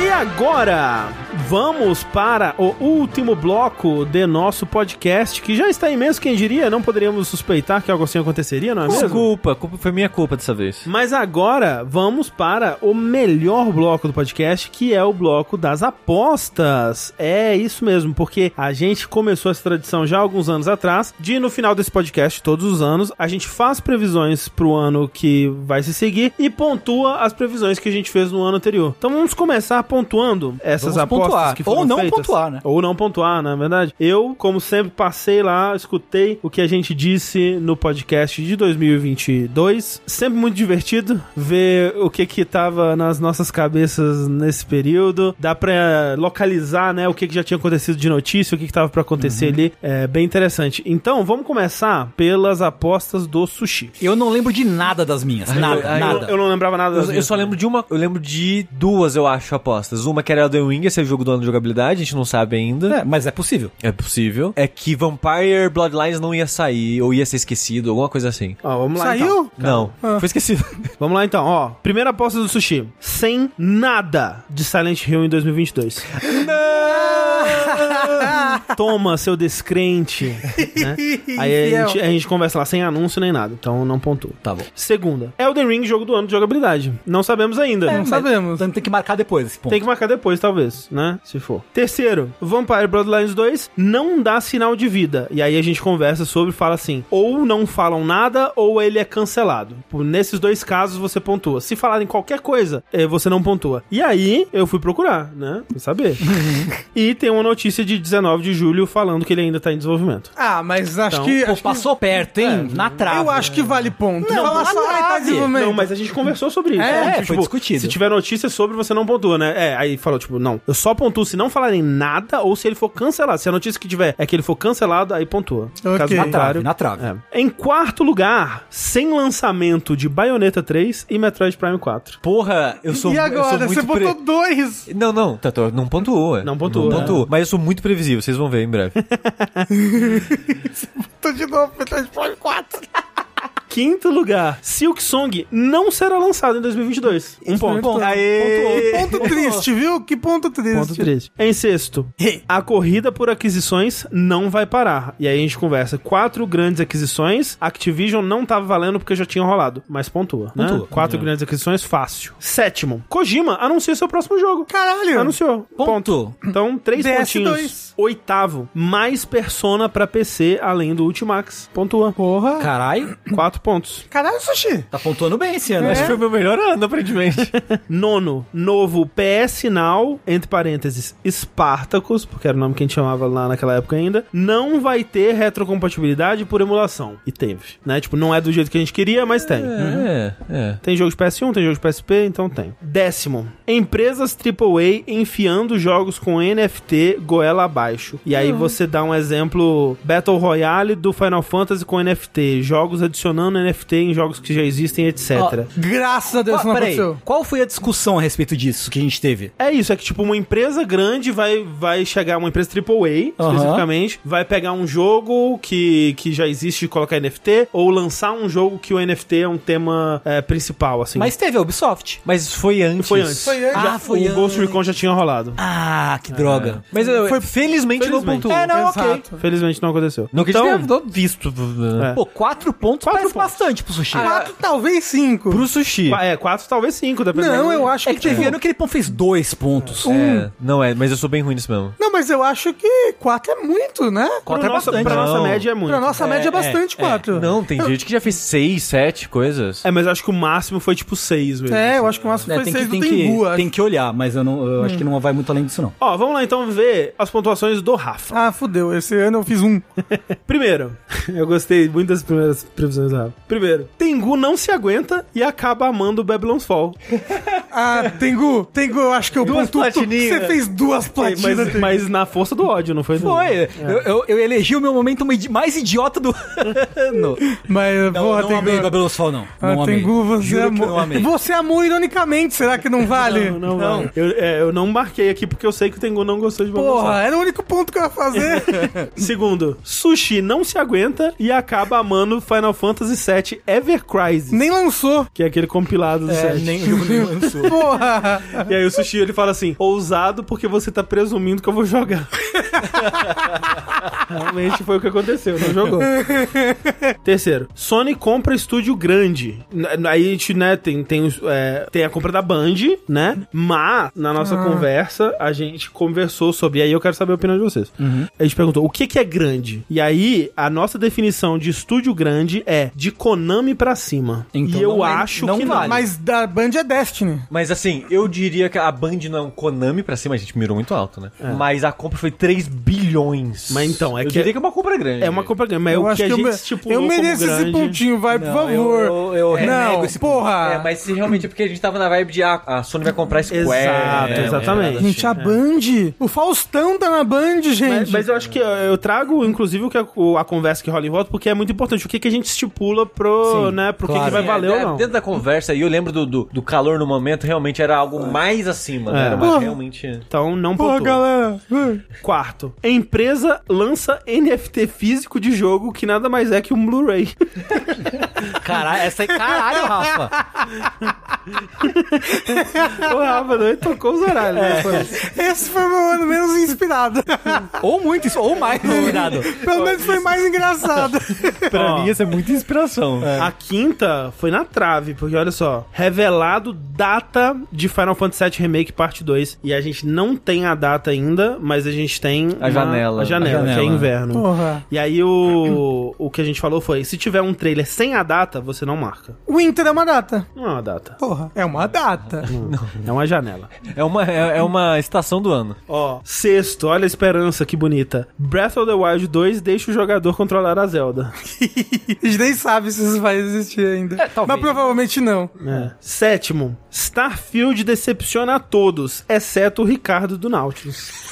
[SPEAKER 1] E agora, vamos para o último bloco de nosso podcast, que já está imenso, quem diria, não poderíamos suspeitar que algo assim aconteceria, não é mesmo?
[SPEAKER 4] Desculpa, culpa- foi minha culpa dessa vez.
[SPEAKER 1] Mas agora vamos para o melhor bloco do podcast, que é o bloco das apostas. É isso mesmo, porque a gente começou essa tradição já há alguns anos atrás, de no final desse podcast, todos os anos, a gente faz previsões pro ano que vai se seguir e pontua as previsões que a gente fez no ano anterior. Então vamos começar pontuando essas
[SPEAKER 2] Vamos
[SPEAKER 1] apostas listas que foram
[SPEAKER 2] Ou não
[SPEAKER 1] feitas.
[SPEAKER 2] pontuar, né?
[SPEAKER 1] Ou não pontuar, na verdade. Eu, como sempre, passei lá, escutei o que a gente disse no podcast de 2022. Sempre muito divertido ver o que que tava nas nossas cabeças nesse período. Dá pra localizar, né, o que que já tinha acontecido de notícia, o que que tava pra acontecer
[SPEAKER 2] Uhum.
[SPEAKER 1] ali. É bem interessante. Então, vamos começar pelas apostas do sushi.
[SPEAKER 2] Eu não lembro de nada das minhas. Nada,
[SPEAKER 5] ai,
[SPEAKER 2] nada.
[SPEAKER 1] Eu, eu não lembrava nada das
[SPEAKER 5] Eu, eu
[SPEAKER 1] minhas.
[SPEAKER 5] só lembro de uma. Eu lembro de duas, eu acho, apostas. Uma que era Elden Ring, esse é o jogo do ano de jogabilidade, a gente não sabe ainda.
[SPEAKER 2] É, mas é possível.
[SPEAKER 5] É possível. É que Vampire Bloodlines não ia sair, ou ia ser esquecido, alguma coisa assim.
[SPEAKER 1] Ó, vamos lá, então.
[SPEAKER 3] Saiu?
[SPEAKER 5] Não,
[SPEAKER 3] Ah.
[SPEAKER 5] foi esquecido.
[SPEAKER 1] Vamos lá então, ó. Primeira aposta do sushi. Sem nada de Silent Hill em 2022. Toma, seu descrente. né? Aí a
[SPEAKER 3] Fiel.
[SPEAKER 1] gente, a gente conversa lá sem anúncio nem nada. Então não pontua.
[SPEAKER 5] Tá bom.
[SPEAKER 1] Segunda. Elden Ring, jogo do ano de jogabilidade. Não sabemos ainda.
[SPEAKER 5] É,
[SPEAKER 3] Não sabemos.
[SPEAKER 2] Então tem que marcar depois esse ponto.
[SPEAKER 1] Tem que marcar depois, talvez, né? Se for. Terceiro, Vampire Bloodlines 2 não dá sinal de vida. E aí a gente conversa sobre, fala assim, ou não falam nada, ou ele é cancelado. Por- Nesses dois casos você pontua. Se falarem qualquer coisa, eh, você não pontua. E aí eu fui procurar, né? Pra saber. e tem uma notícia de 19 de julho falando que ele ainda tá em desenvolvimento.
[SPEAKER 3] Ah, mas acho
[SPEAKER 1] Então,
[SPEAKER 3] que.
[SPEAKER 2] Pô, né?
[SPEAKER 3] acho que-
[SPEAKER 2] passou perto, hein? Na trave.
[SPEAKER 3] eu acho que vale ponto.
[SPEAKER 2] Não,
[SPEAKER 3] Falar só,
[SPEAKER 2] vale.
[SPEAKER 3] "Ai, tá em desenvolvimento."
[SPEAKER 1] Não, mas a gente conversou sobre isso.
[SPEAKER 2] É,
[SPEAKER 1] né?
[SPEAKER 2] foi discutido.
[SPEAKER 1] Se tiver notícia sobre, você não pontua, né? É, aí falou, tipo, não, eu só pontuo se não falarem nada ou se ele for cancelado. Se a notícia que tiver é que ele for cancelado, aí pontua.
[SPEAKER 3] Ok.
[SPEAKER 1] Caso
[SPEAKER 2] Na trave,
[SPEAKER 1] contrário...
[SPEAKER 2] na trave.
[SPEAKER 1] É. Em quarto lugar, sem lançamento de Bayonetta 3 e Metroid Prime 4.
[SPEAKER 5] Porra, eu sou
[SPEAKER 3] E
[SPEAKER 5] eu sou
[SPEAKER 3] agora?
[SPEAKER 5] muito
[SPEAKER 3] Você
[SPEAKER 5] pre-
[SPEAKER 3] botou dois.
[SPEAKER 5] Não, não, Tato, não pontuou. é.
[SPEAKER 1] Não pontuou,
[SPEAKER 5] Não
[SPEAKER 1] né?
[SPEAKER 5] pontuou. Mas eu sou muito previsível, vocês vão ver em breve.
[SPEAKER 3] Tô de novo, Metroid Prime 4.
[SPEAKER 1] Quinto lugar, Silk Song não será lançado em 2022. Um ponto.
[SPEAKER 3] Ponto.
[SPEAKER 1] Aê!
[SPEAKER 3] Ponto triste, viu? Que ponto triste.
[SPEAKER 1] Ponto triste. Em sexto, É a corrida por aquisições não vai parar. E aí a gente conversa. Quatro grandes aquisições, Activision não tava valendo porque já tinha rolado. Mas pontua. né?
[SPEAKER 2] Pontua.
[SPEAKER 1] Quatro grandes aquisições, fácil. Sétimo, Kojima anuncia seu próximo jogo.
[SPEAKER 3] Caralho.
[SPEAKER 1] Anunciou.
[SPEAKER 2] Ponto.
[SPEAKER 1] Então, três
[SPEAKER 3] DS2.
[SPEAKER 1] pontinhos. Oitavo, mais Persona pra PC além do Ultimax. Pontua.
[SPEAKER 3] Porra.
[SPEAKER 2] Caralho,
[SPEAKER 1] Quatro pontos.
[SPEAKER 3] Caralho, Sushi.
[SPEAKER 2] tá pontuando bem esse
[SPEAKER 4] É.
[SPEAKER 2] ano.
[SPEAKER 5] Esse foi o meu melhor ano, aparentemente.
[SPEAKER 1] Nono, novo PS Now, entre parênteses, Spartacus, porque era o nome que a gente chamava lá naquela época ainda, não vai ter retrocompatibilidade por emulação. E teve, né? Tipo, não é do jeito que a gente queria, mas tem. Uhum.
[SPEAKER 5] é, é.
[SPEAKER 1] Tem jogo de PS1, tem jogo de PSP, então tem. Décimo, empresas AAA enfiando jogos com NFT goela abaixo. E aí você dá um exemplo Battle Royale do Final Fantasy com NFT, jogos adicionando NFT em jogos que já existem, etc.
[SPEAKER 2] Ó,
[SPEAKER 3] Graças a Deus
[SPEAKER 2] Qual,
[SPEAKER 3] não
[SPEAKER 2] peraí,
[SPEAKER 3] aconteceu.
[SPEAKER 2] qual foi a discussão a respeito disso que a gente teve?
[SPEAKER 1] É isso, é que tipo uma empresa grande vai, vai chegar, uma empresa AAA
[SPEAKER 2] Aham.
[SPEAKER 1] especificamente, vai pegar um jogo que, que já existe e colocar NFT, ou lançar um jogo que o NFT é um tema é, principal, assim.
[SPEAKER 2] Mas teve a Ubisoft.
[SPEAKER 5] Mas foi antes.
[SPEAKER 1] foi antes.
[SPEAKER 3] Foi antes.
[SPEAKER 1] Já-
[SPEAKER 2] Ah, foi
[SPEAKER 1] o Ghost
[SPEAKER 2] antes.
[SPEAKER 1] Recon já tinha rolado.
[SPEAKER 2] Ah, que droga.
[SPEAKER 4] É.
[SPEAKER 5] Mas eu,
[SPEAKER 3] Foi-
[SPEAKER 5] felizmente, não
[SPEAKER 1] Felizmente.
[SPEAKER 5] pontuou.
[SPEAKER 2] É, não, ok.
[SPEAKER 3] Exato.
[SPEAKER 1] Felizmente não aconteceu.
[SPEAKER 5] Não que a gente tenha visto.
[SPEAKER 1] É.
[SPEAKER 2] Pô, quatro pontos
[SPEAKER 1] Quatro
[SPEAKER 2] parece
[SPEAKER 1] pontos.
[SPEAKER 2] bastante pro Sushi.
[SPEAKER 3] Quatro, talvez cinco.
[SPEAKER 5] Pro sushi.
[SPEAKER 1] Qua- É, quatro, talvez cinco, dependendo.
[SPEAKER 3] Não, eu acho
[SPEAKER 2] é que
[SPEAKER 3] que
[SPEAKER 2] teve
[SPEAKER 3] tipo,
[SPEAKER 2] ano que ele pão fez dois pontos. Um.
[SPEAKER 5] É,
[SPEAKER 1] Hum.
[SPEAKER 5] não é, mas eu sou bem ruim nisso mesmo.
[SPEAKER 3] Não, mas eu acho que quatro é muito, né?
[SPEAKER 1] Pro
[SPEAKER 2] Quatro é
[SPEAKER 1] nossa,
[SPEAKER 2] bastante.
[SPEAKER 1] pra nossa
[SPEAKER 5] Não.
[SPEAKER 1] média é muito.
[SPEAKER 3] Pra nossa média é bastante quatro.
[SPEAKER 5] Não, tem gente que já fez seis, sete coisas.
[SPEAKER 1] É, mas eu acho que o máximo foi tipo seis mesmo.
[SPEAKER 3] É, eu acho que o máximo
[SPEAKER 2] É,
[SPEAKER 3] foi
[SPEAKER 2] tem,
[SPEAKER 3] seis
[SPEAKER 2] que,
[SPEAKER 3] do
[SPEAKER 2] tem, que,
[SPEAKER 3] Tengu, acho.
[SPEAKER 2] tem que olhar, mas eu, não, eu acho que não vai muito além disso, não.
[SPEAKER 1] Ó, vamos lá então ver as pontuações do Rafa.
[SPEAKER 3] Ah, fudeu. Esse ano eu fiz um.
[SPEAKER 1] Primeiro, eu gostei muito das primeiras previsões da Rafa. Primeiro, Tengu não se aguenta e acaba amando Babylon's Fall.
[SPEAKER 3] Ah, Tengu, Tengu, eu acho que eu
[SPEAKER 5] Duas
[SPEAKER 3] pontuo tu-
[SPEAKER 5] platininhas.
[SPEAKER 3] Você fez duas
[SPEAKER 1] Mas,
[SPEAKER 3] platinas. Tengu.
[SPEAKER 1] mas na força do ódio, não foi? não?
[SPEAKER 2] Foi, é, eu, eu, eu elegi o meu momento idi- mais idiota do ano.
[SPEAKER 3] Mas,
[SPEAKER 2] Não,
[SPEAKER 3] boa,
[SPEAKER 2] não
[SPEAKER 3] Tengu.
[SPEAKER 2] amei Babylon's Fall, não.
[SPEAKER 3] Ah,
[SPEAKER 2] não amei.
[SPEAKER 3] Tengu, você
[SPEAKER 2] Juro que eu
[SPEAKER 3] amou.
[SPEAKER 2] não amei.
[SPEAKER 3] Você amou ironicamente, será que não vale?
[SPEAKER 1] Não, não, não. Eu, é, eu não marquei aqui porque eu sei que o Tengu não gostou de Babylon's
[SPEAKER 3] Porra, era o único ponto que eu ia fazer.
[SPEAKER 1] Fall. Segundo, Sushi não se aguenta e acaba amando Final Fantasy VII Ever Crisis.
[SPEAKER 3] Nem lançou.
[SPEAKER 1] Que é aquele compilado do
[SPEAKER 2] É,
[SPEAKER 1] set.
[SPEAKER 2] nem,
[SPEAKER 3] tipo
[SPEAKER 2] eu nem lançou.
[SPEAKER 3] Porra.
[SPEAKER 1] E aí o Sushi, ele fala assim, ousado porque você tá presumindo que eu vou jogar. Realmente foi o que aconteceu, não jogou. Terceiro, Sony compra estúdio grande. N- Aí a gente, né, tem, tem, os, é, tem a compra da Band, né? Mas, na nossa
[SPEAKER 2] Ah.
[SPEAKER 1] conversa, a gente conversou sobre, e aí eu quero saber a opinião de vocês.
[SPEAKER 2] Uhum.
[SPEAKER 1] A gente perguntou, o que que é grande? E aí, a nossa definição de estúdio grande é de Konami pra cima.
[SPEAKER 2] Então
[SPEAKER 1] e eu
[SPEAKER 2] não é-
[SPEAKER 1] acho
[SPEAKER 2] não
[SPEAKER 1] que
[SPEAKER 2] vale.
[SPEAKER 1] não.
[SPEAKER 3] Mas da Band é Destiny.
[SPEAKER 5] Mas assim, eu diria que a Band não, é um Konami pra cima, a gente mirou muito alto, né? Mas a compra foi 3 bilhões.
[SPEAKER 1] É. Mas então, é
[SPEAKER 5] eu
[SPEAKER 1] que-
[SPEAKER 5] diria que é uma compra grande.
[SPEAKER 1] É uma compra grande, mas
[SPEAKER 3] Eu
[SPEAKER 1] o
[SPEAKER 3] acho
[SPEAKER 1] que a
[SPEAKER 3] que eu
[SPEAKER 1] gente
[SPEAKER 3] me-
[SPEAKER 1] estipulou
[SPEAKER 3] eu
[SPEAKER 1] como
[SPEAKER 3] mereço esse
[SPEAKER 1] grande-
[SPEAKER 3] pontinho, vai, por
[SPEAKER 2] Não, eu-
[SPEAKER 3] favor. É,
[SPEAKER 2] eu- eu
[SPEAKER 3] não,
[SPEAKER 2] renego esse
[SPEAKER 3] porra.
[SPEAKER 1] Ah.
[SPEAKER 5] É, mas se realmente é porque a gente tava na vibe de ah, a Sony vai comprar Square.
[SPEAKER 1] Exato,
[SPEAKER 5] né,
[SPEAKER 1] exatamente.
[SPEAKER 5] uma parada
[SPEAKER 3] Gente, a Band. O Faustão tá na Band,
[SPEAKER 1] Mas,
[SPEAKER 5] é,
[SPEAKER 3] gente.
[SPEAKER 1] mas eu acho que eu, eu trago, inclusive, o que a, o- a conversa que rola em volta, porque é muito importante. O que, que a gente estipula pro, né, pro que
[SPEAKER 2] claro.
[SPEAKER 1] que, vai valer
[SPEAKER 5] É,
[SPEAKER 1] ou
[SPEAKER 5] é,
[SPEAKER 1] não.
[SPEAKER 5] Dentro da conversa, e eu lembro do, do, do calor no momento, realmente era
[SPEAKER 1] É.
[SPEAKER 5] algo mais acima, né? Era uma,
[SPEAKER 3] Porra.
[SPEAKER 5] realmente...
[SPEAKER 1] Então, não
[SPEAKER 3] Porra,
[SPEAKER 1] pontua.
[SPEAKER 3] galera.
[SPEAKER 1] Quarto, a empresa lança NFT físico de jogo que nada mais é que um Blu-ray.
[SPEAKER 2] Caralho, essa aí, caralho, Rafa.
[SPEAKER 1] o Rafa doido tocou os horários.
[SPEAKER 3] É.
[SPEAKER 1] né? Foi-
[SPEAKER 3] Esse foi meu ano menos inspirado.
[SPEAKER 2] ou muito isso, ou mais,
[SPEAKER 3] né?
[SPEAKER 2] cuidado.
[SPEAKER 3] Pelo menos foi mais engraçado.
[SPEAKER 1] Ó,
[SPEAKER 5] essa é muita inspiração.
[SPEAKER 1] A quinta foi na trave, porque olha só, revelado data de Final Fantasy VII Remake Parte 2. E a gente não tem a data ainda, mas a gente tem uma-
[SPEAKER 5] janela.
[SPEAKER 1] a janela,
[SPEAKER 2] A janela.
[SPEAKER 1] que é inverno.
[SPEAKER 3] Porra.
[SPEAKER 1] E aí o, o que a gente falou foi, se tiver um trailer sem a data, você não marca.
[SPEAKER 3] Winter é uma data.
[SPEAKER 1] Não é uma data.
[SPEAKER 3] Porra. É uma data.
[SPEAKER 1] É uma janela.
[SPEAKER 5] É uma, é, é uma estação do ano.
[SPEAKER 1] Ó, sexto, olha a esperança, que bonita. Breath of the Wild 2 deixa o jogador controlar a Zelda.
[SPEAKER 3] A gente nem sabe se isso vai existir ainda. Mas provavelmente não.
[SPEAKER 1] É. Sétimo, Starfield decepciona a todos, exceto o Ricardo do Nautilus.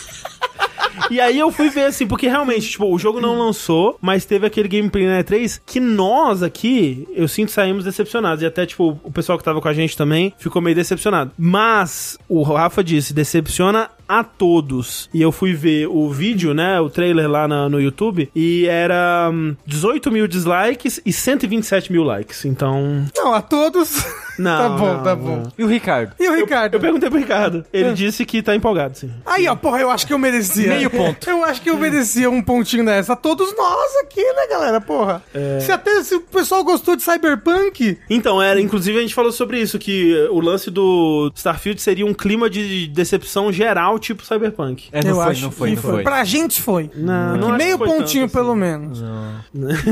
[SPEAKER 1] E aí eu fui ver assim, porque realmente, tipo, o jogo não lançou, mas teve aquele gameplay na E3 que nós aqui, eu sinto, saímos decepcionados. E até, tipo, o pessoal que tava com a gente também ficou meio decepcionado. Mas o Rafa disse, decepciona a todos. E eu fui ver o vídeo, né, o trailer lá na- no YouTube, e era hum, 18 mil dislikes e 127 mil likes. Então,
[SPEAKER 3] Não, a todos.
[SPEAKER 1] Não,
[SPEAKER 3] tá bom,
[SPEAKER 1] não,
[SPEAKER 3] tá
[SPEAKER 1] não.
[SPEAKER 3] bom. É.
[SPEAKER 5] E o Ricardo?
[SPEAKER 3] E o Ricardo?
[SPEAKER 1] Eu perguntei pro Ricardo. Ele disse que tá empolgado, sim.
[SPEAKER 3] Aí, ó, porra, eu acho que eu merecia.
[SPEAKER 2] Meio ponto.
[SPEAKER 3] Eu acho que eu merecia um pontinho nessa. Todos nós aqui, né, galera? Porra.
[SPEAKER 1] É.
[SPEAKER 3] Se até se o pessoal gostou de Cyberpunk,
[SPEAKER 1] Então, era, inclusive a gente falou sobre isso, que o lance do Starfield seria um clima de decepção geral, tipo Cyberpunk.
[SPEAKER 5] É,
[SPEAKER 3] eu acho que Pra gente foi.
[SPEAKER 1] Não, não
[SPEAKER 3] que
[SPEAKER 1] acho
[SPEAKER 3] meio
[SPEAKER 1] que foi
[SPEAKER 3] pontinho,
[SPEAKER 1] tanto assim.
[SPEAKER 3] pelo menos.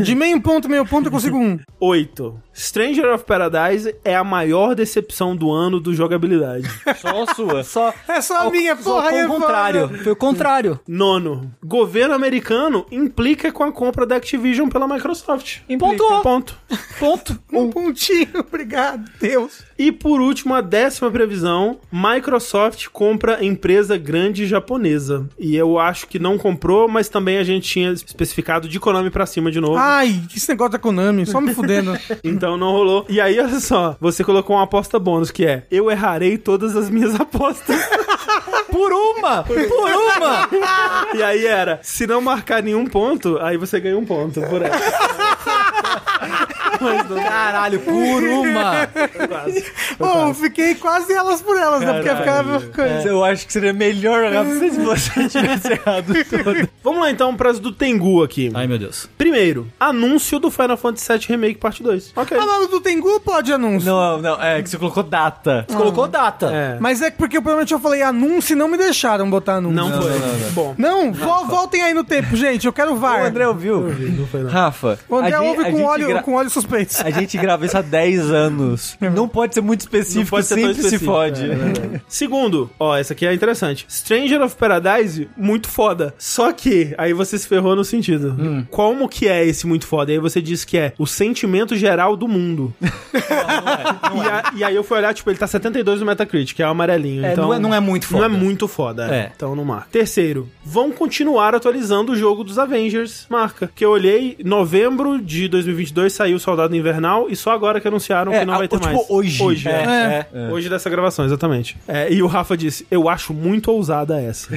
[SPEAKER 3] De meio ponto, meio ponto, eu consigo um.
[SPEAKER 1] Oito. Stranger of Paradise é a maior decepção do ano do jogabilidade.
[SPEAKER 5] Só a sua.
[SPEAKER 2] Só,
[SPEAKER 3] É só a minha,
[SPEAKER 2] só
[SPEAKER 3] porra,
[SPEAKER 2] foi
[SPEAKER 3] é
[SPEAKER 2] o contrário. Foi o contrário.
[SPEAKER 1] Nono. Governo americano implica com a compra da Activision pela Microsoft.
[SPEAKER 2] Implica.
[SPEAKER 1] Ponto.
[SPEAKER 2] Ponto.
[SPEAKER 3] Um pontinho, obrigado, Deus.
[SPEAKER 1] E por último, a décima previsão: Microsoft compra empresa grande japonesa. E eu acho que não comprou, mas também a gente tinha especificado de Konami pra cima
[SPEAKER 3] Um.
[SPEAKER 1] de novo.
[SPEAKER 3] Ai, que esse negócio da Konami, só me fudendo.
[SPEAKER 1] Então não rolou. E aí, olha só, você colocou uma aposta bônus que é: eu errarei todas as minhas apostas.
[SPEAKER 2] Por uma! Por uma!
[SPEAKER 1] e aí era: se não marcar nenhum ponto, aí você ganha um ponto por essa. Mas não
[SPEAKER 2] Caralho, por uma!
[SPEAKER 1] foi quase.
[SPEAKER 3] Ô, fiquei quase elas por elas, né? Porque ficava.
[SPEAKER 1] Caralho.
[SPEAKER 3] coisa.
[SPEAKER 5] Então, Eu acho que seria melhor jogar pra vocês se você tivesse errado tudo.
[SPEAKER 1] Vamos lá então para as do Tengu aqui.
[SPEAKER 2] Ai, meu Deus.
[SPEAKER 1] Primeiro, anúncio do Final Fantasy VII Remake Parte 2. Ok.
[SPEAKER 3] Ah, mas do Tengu pode anúncio.
[SPEAKER 5] Não, não, é que você colocou data.
[SPEAKER 2] Colocou data.
[SPEAKER 1] É.
[SPEAKER 3] Mas é porque provavelmente eu falei anúncio e não me deixaram botar anúncio.
[SPEAKER 1] Não, foi. Bom.
[SPEAKER 3] Não, vo- voltem aí no tempo, gente. Eu quero VAR.
[SPEAKER 5] O André ouviu? Rafa,
[SPEAKER 3] O André
[SPEAKER 5] a gen-
[SPEAKER 3] ouve
[SPEAKER 5] a
[SPEAKER 3] com
[SPEAKER 5] gente
[SPEAKER 3] óleo,
[SPEAKER 5] gra-
[SPEAKER 3] com óleo suspeito.
[SPEAKER 5] A gente grava isso há 10 anos. Não pode ser muito específico, é, né?
[SPEAKER 1] Não pode ser tão
[SPEAKER 5] sempre se
[SPEAKER 1] específico,
[SPEAKER 4] é,
[SPEAKER 5] fode.
[SPEAKER 1] Segundo, ó, essa aqui é interessante. Stranger of Paradise, muito foda. Só que, aí você se ferrou no sentido. Como que é esse muito foda? E aí você disse que é o sentimento geral do mundo. e, a- e aí eu fui olhar, tipo, ele tá 72 no Metacritic, é o amarelinho.
[SPEAKER 2] É,
[SPEAKER 1] então,
[SPEAKER 2] não é- não é muito
[SPEAKER 1] Não é
[SPEAKER 2] foda.
[SPEAKER 1] muito foda, é.
[SPEAKER 2] É.
[SPEAKER 1] Então não marca. Terceiro, vão continuar atualizando o jogo dos Avengers. Marca. Que eu olhei, novembro de 2022 saiu o Soldado Invernal e só agora que anunciaram
[SPEAKER 5] É,
[SPEAKER 1] que não vai
[SPEAKER 5] a-
[SPEAKER 1] ter
[SPEAKER 5] tipo,
[SPEAKER 1] mais.
[SPEAKER 5] hoje.
[SPEAKER 1] Hoje, é.
[SPEAKER 5] É,
[SPEAKER 1] É. Hoje dessa gravação, exatamente. É, e o Rafa disse: Eu acho muito ousada essa.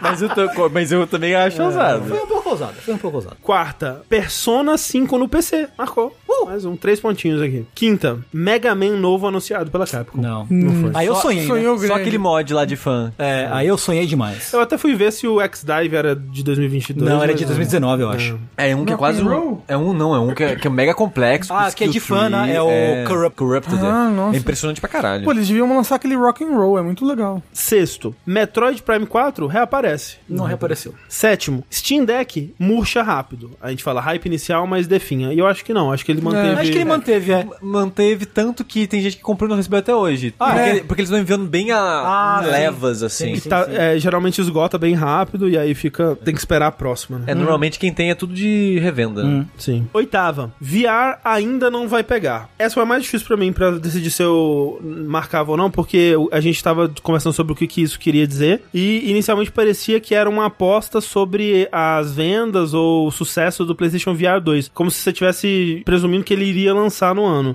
[SPEAKER 5] Mas eu, tô- mas eu também acho ousado.
[SPEAKER 2] Foi um pouco ousado, foi um pouco ousado.
[SPEAKER 1] Quarta, Persona 5 no PC. Marcou. Mais um, três pontinhos aqui. Quinta, Mega Man novo anunciado pela Capcom.
[SPEAKER 2] Não.
[SPEAKER 1] foi.
[SPEAKER 2] Aí eu sonhei, né?
[SPEAKER 3] Sonhou grande.
[SPEAKER 5] Só aquele mod lá de fã.
[SPEAKER 2] É, aí eu sonhei demais.
[SPEAKER 1] Eu até fui ver se o X-Dive era de 2022.
[SPEAKER 2] Não, era
[SPEAKER 1] mas
[SPEAKER 2] de 2019, eu acho.
[SPEAKER 5] É um que é quase um. É um, não, é um que é, que é mega complexo.
[SPEAKER 2] Ah, que é de
[SPEAKER 5] skill
[SPEAKER 2] fã, né?
[SPEAKER 5] tree,
[SPEAKER 2] É o Corrupt-
[SPEAKER 5] Corrupted. é.
[SPEAKER 3] Ah, nossa.
[SPEAKER 5] É impressionante pra caralho.
[SPEAKER 3] Pô, eles deviam lançar aquele rock and roll, é muito legal.
[SPEAKER 1] Sexto, Metroid Prime 4 reaparece.
[SPEAKER 2] Não reapareceu.
[SPEAKER 1] Sétimo, Steam Deck murcha rápido. A gente fala hype inicial, mas definha. E eu acho que não, acho que ele né? manteve.
[SPEAKER 2] É, Acho que ele manteve, é.
[SPEAKER 5] Manteve tanto que tem gente que comprou e não recebeu até hoje.
[SPEAKER 2] Ah,
[SPEAKER 5] porque,
[SPEAKER 2] é?
[SPEAKER 5] porque eles vão enviando bem a
[SPEAKER 2] Ah, sim.
[SPEAKER 5] levas, assim.
[SPEAKER 1] E tá-
[SPEAKER 2] sim.
[SPEAKER 1] é, geralmente esgota bem rápido e aí fica. Tem que esperar a próxima, né?
[SPEAKER 5] É, normalmente quem tem é tudo de revenda. né?
[SPEAKER 1] Sim. Oitava. VR ainda não vai pegar. Essa foi a mais difícil pra mim pra decidir se eu marcava ou não, porque a gente tava conversando sobre o que, que isso queria dizer e inicialmente parecia que era uma aposta sobre as vendas ou o sucesso do PlayStation VR 2, como se você estivesse presumindo que ele iria lançar no ano.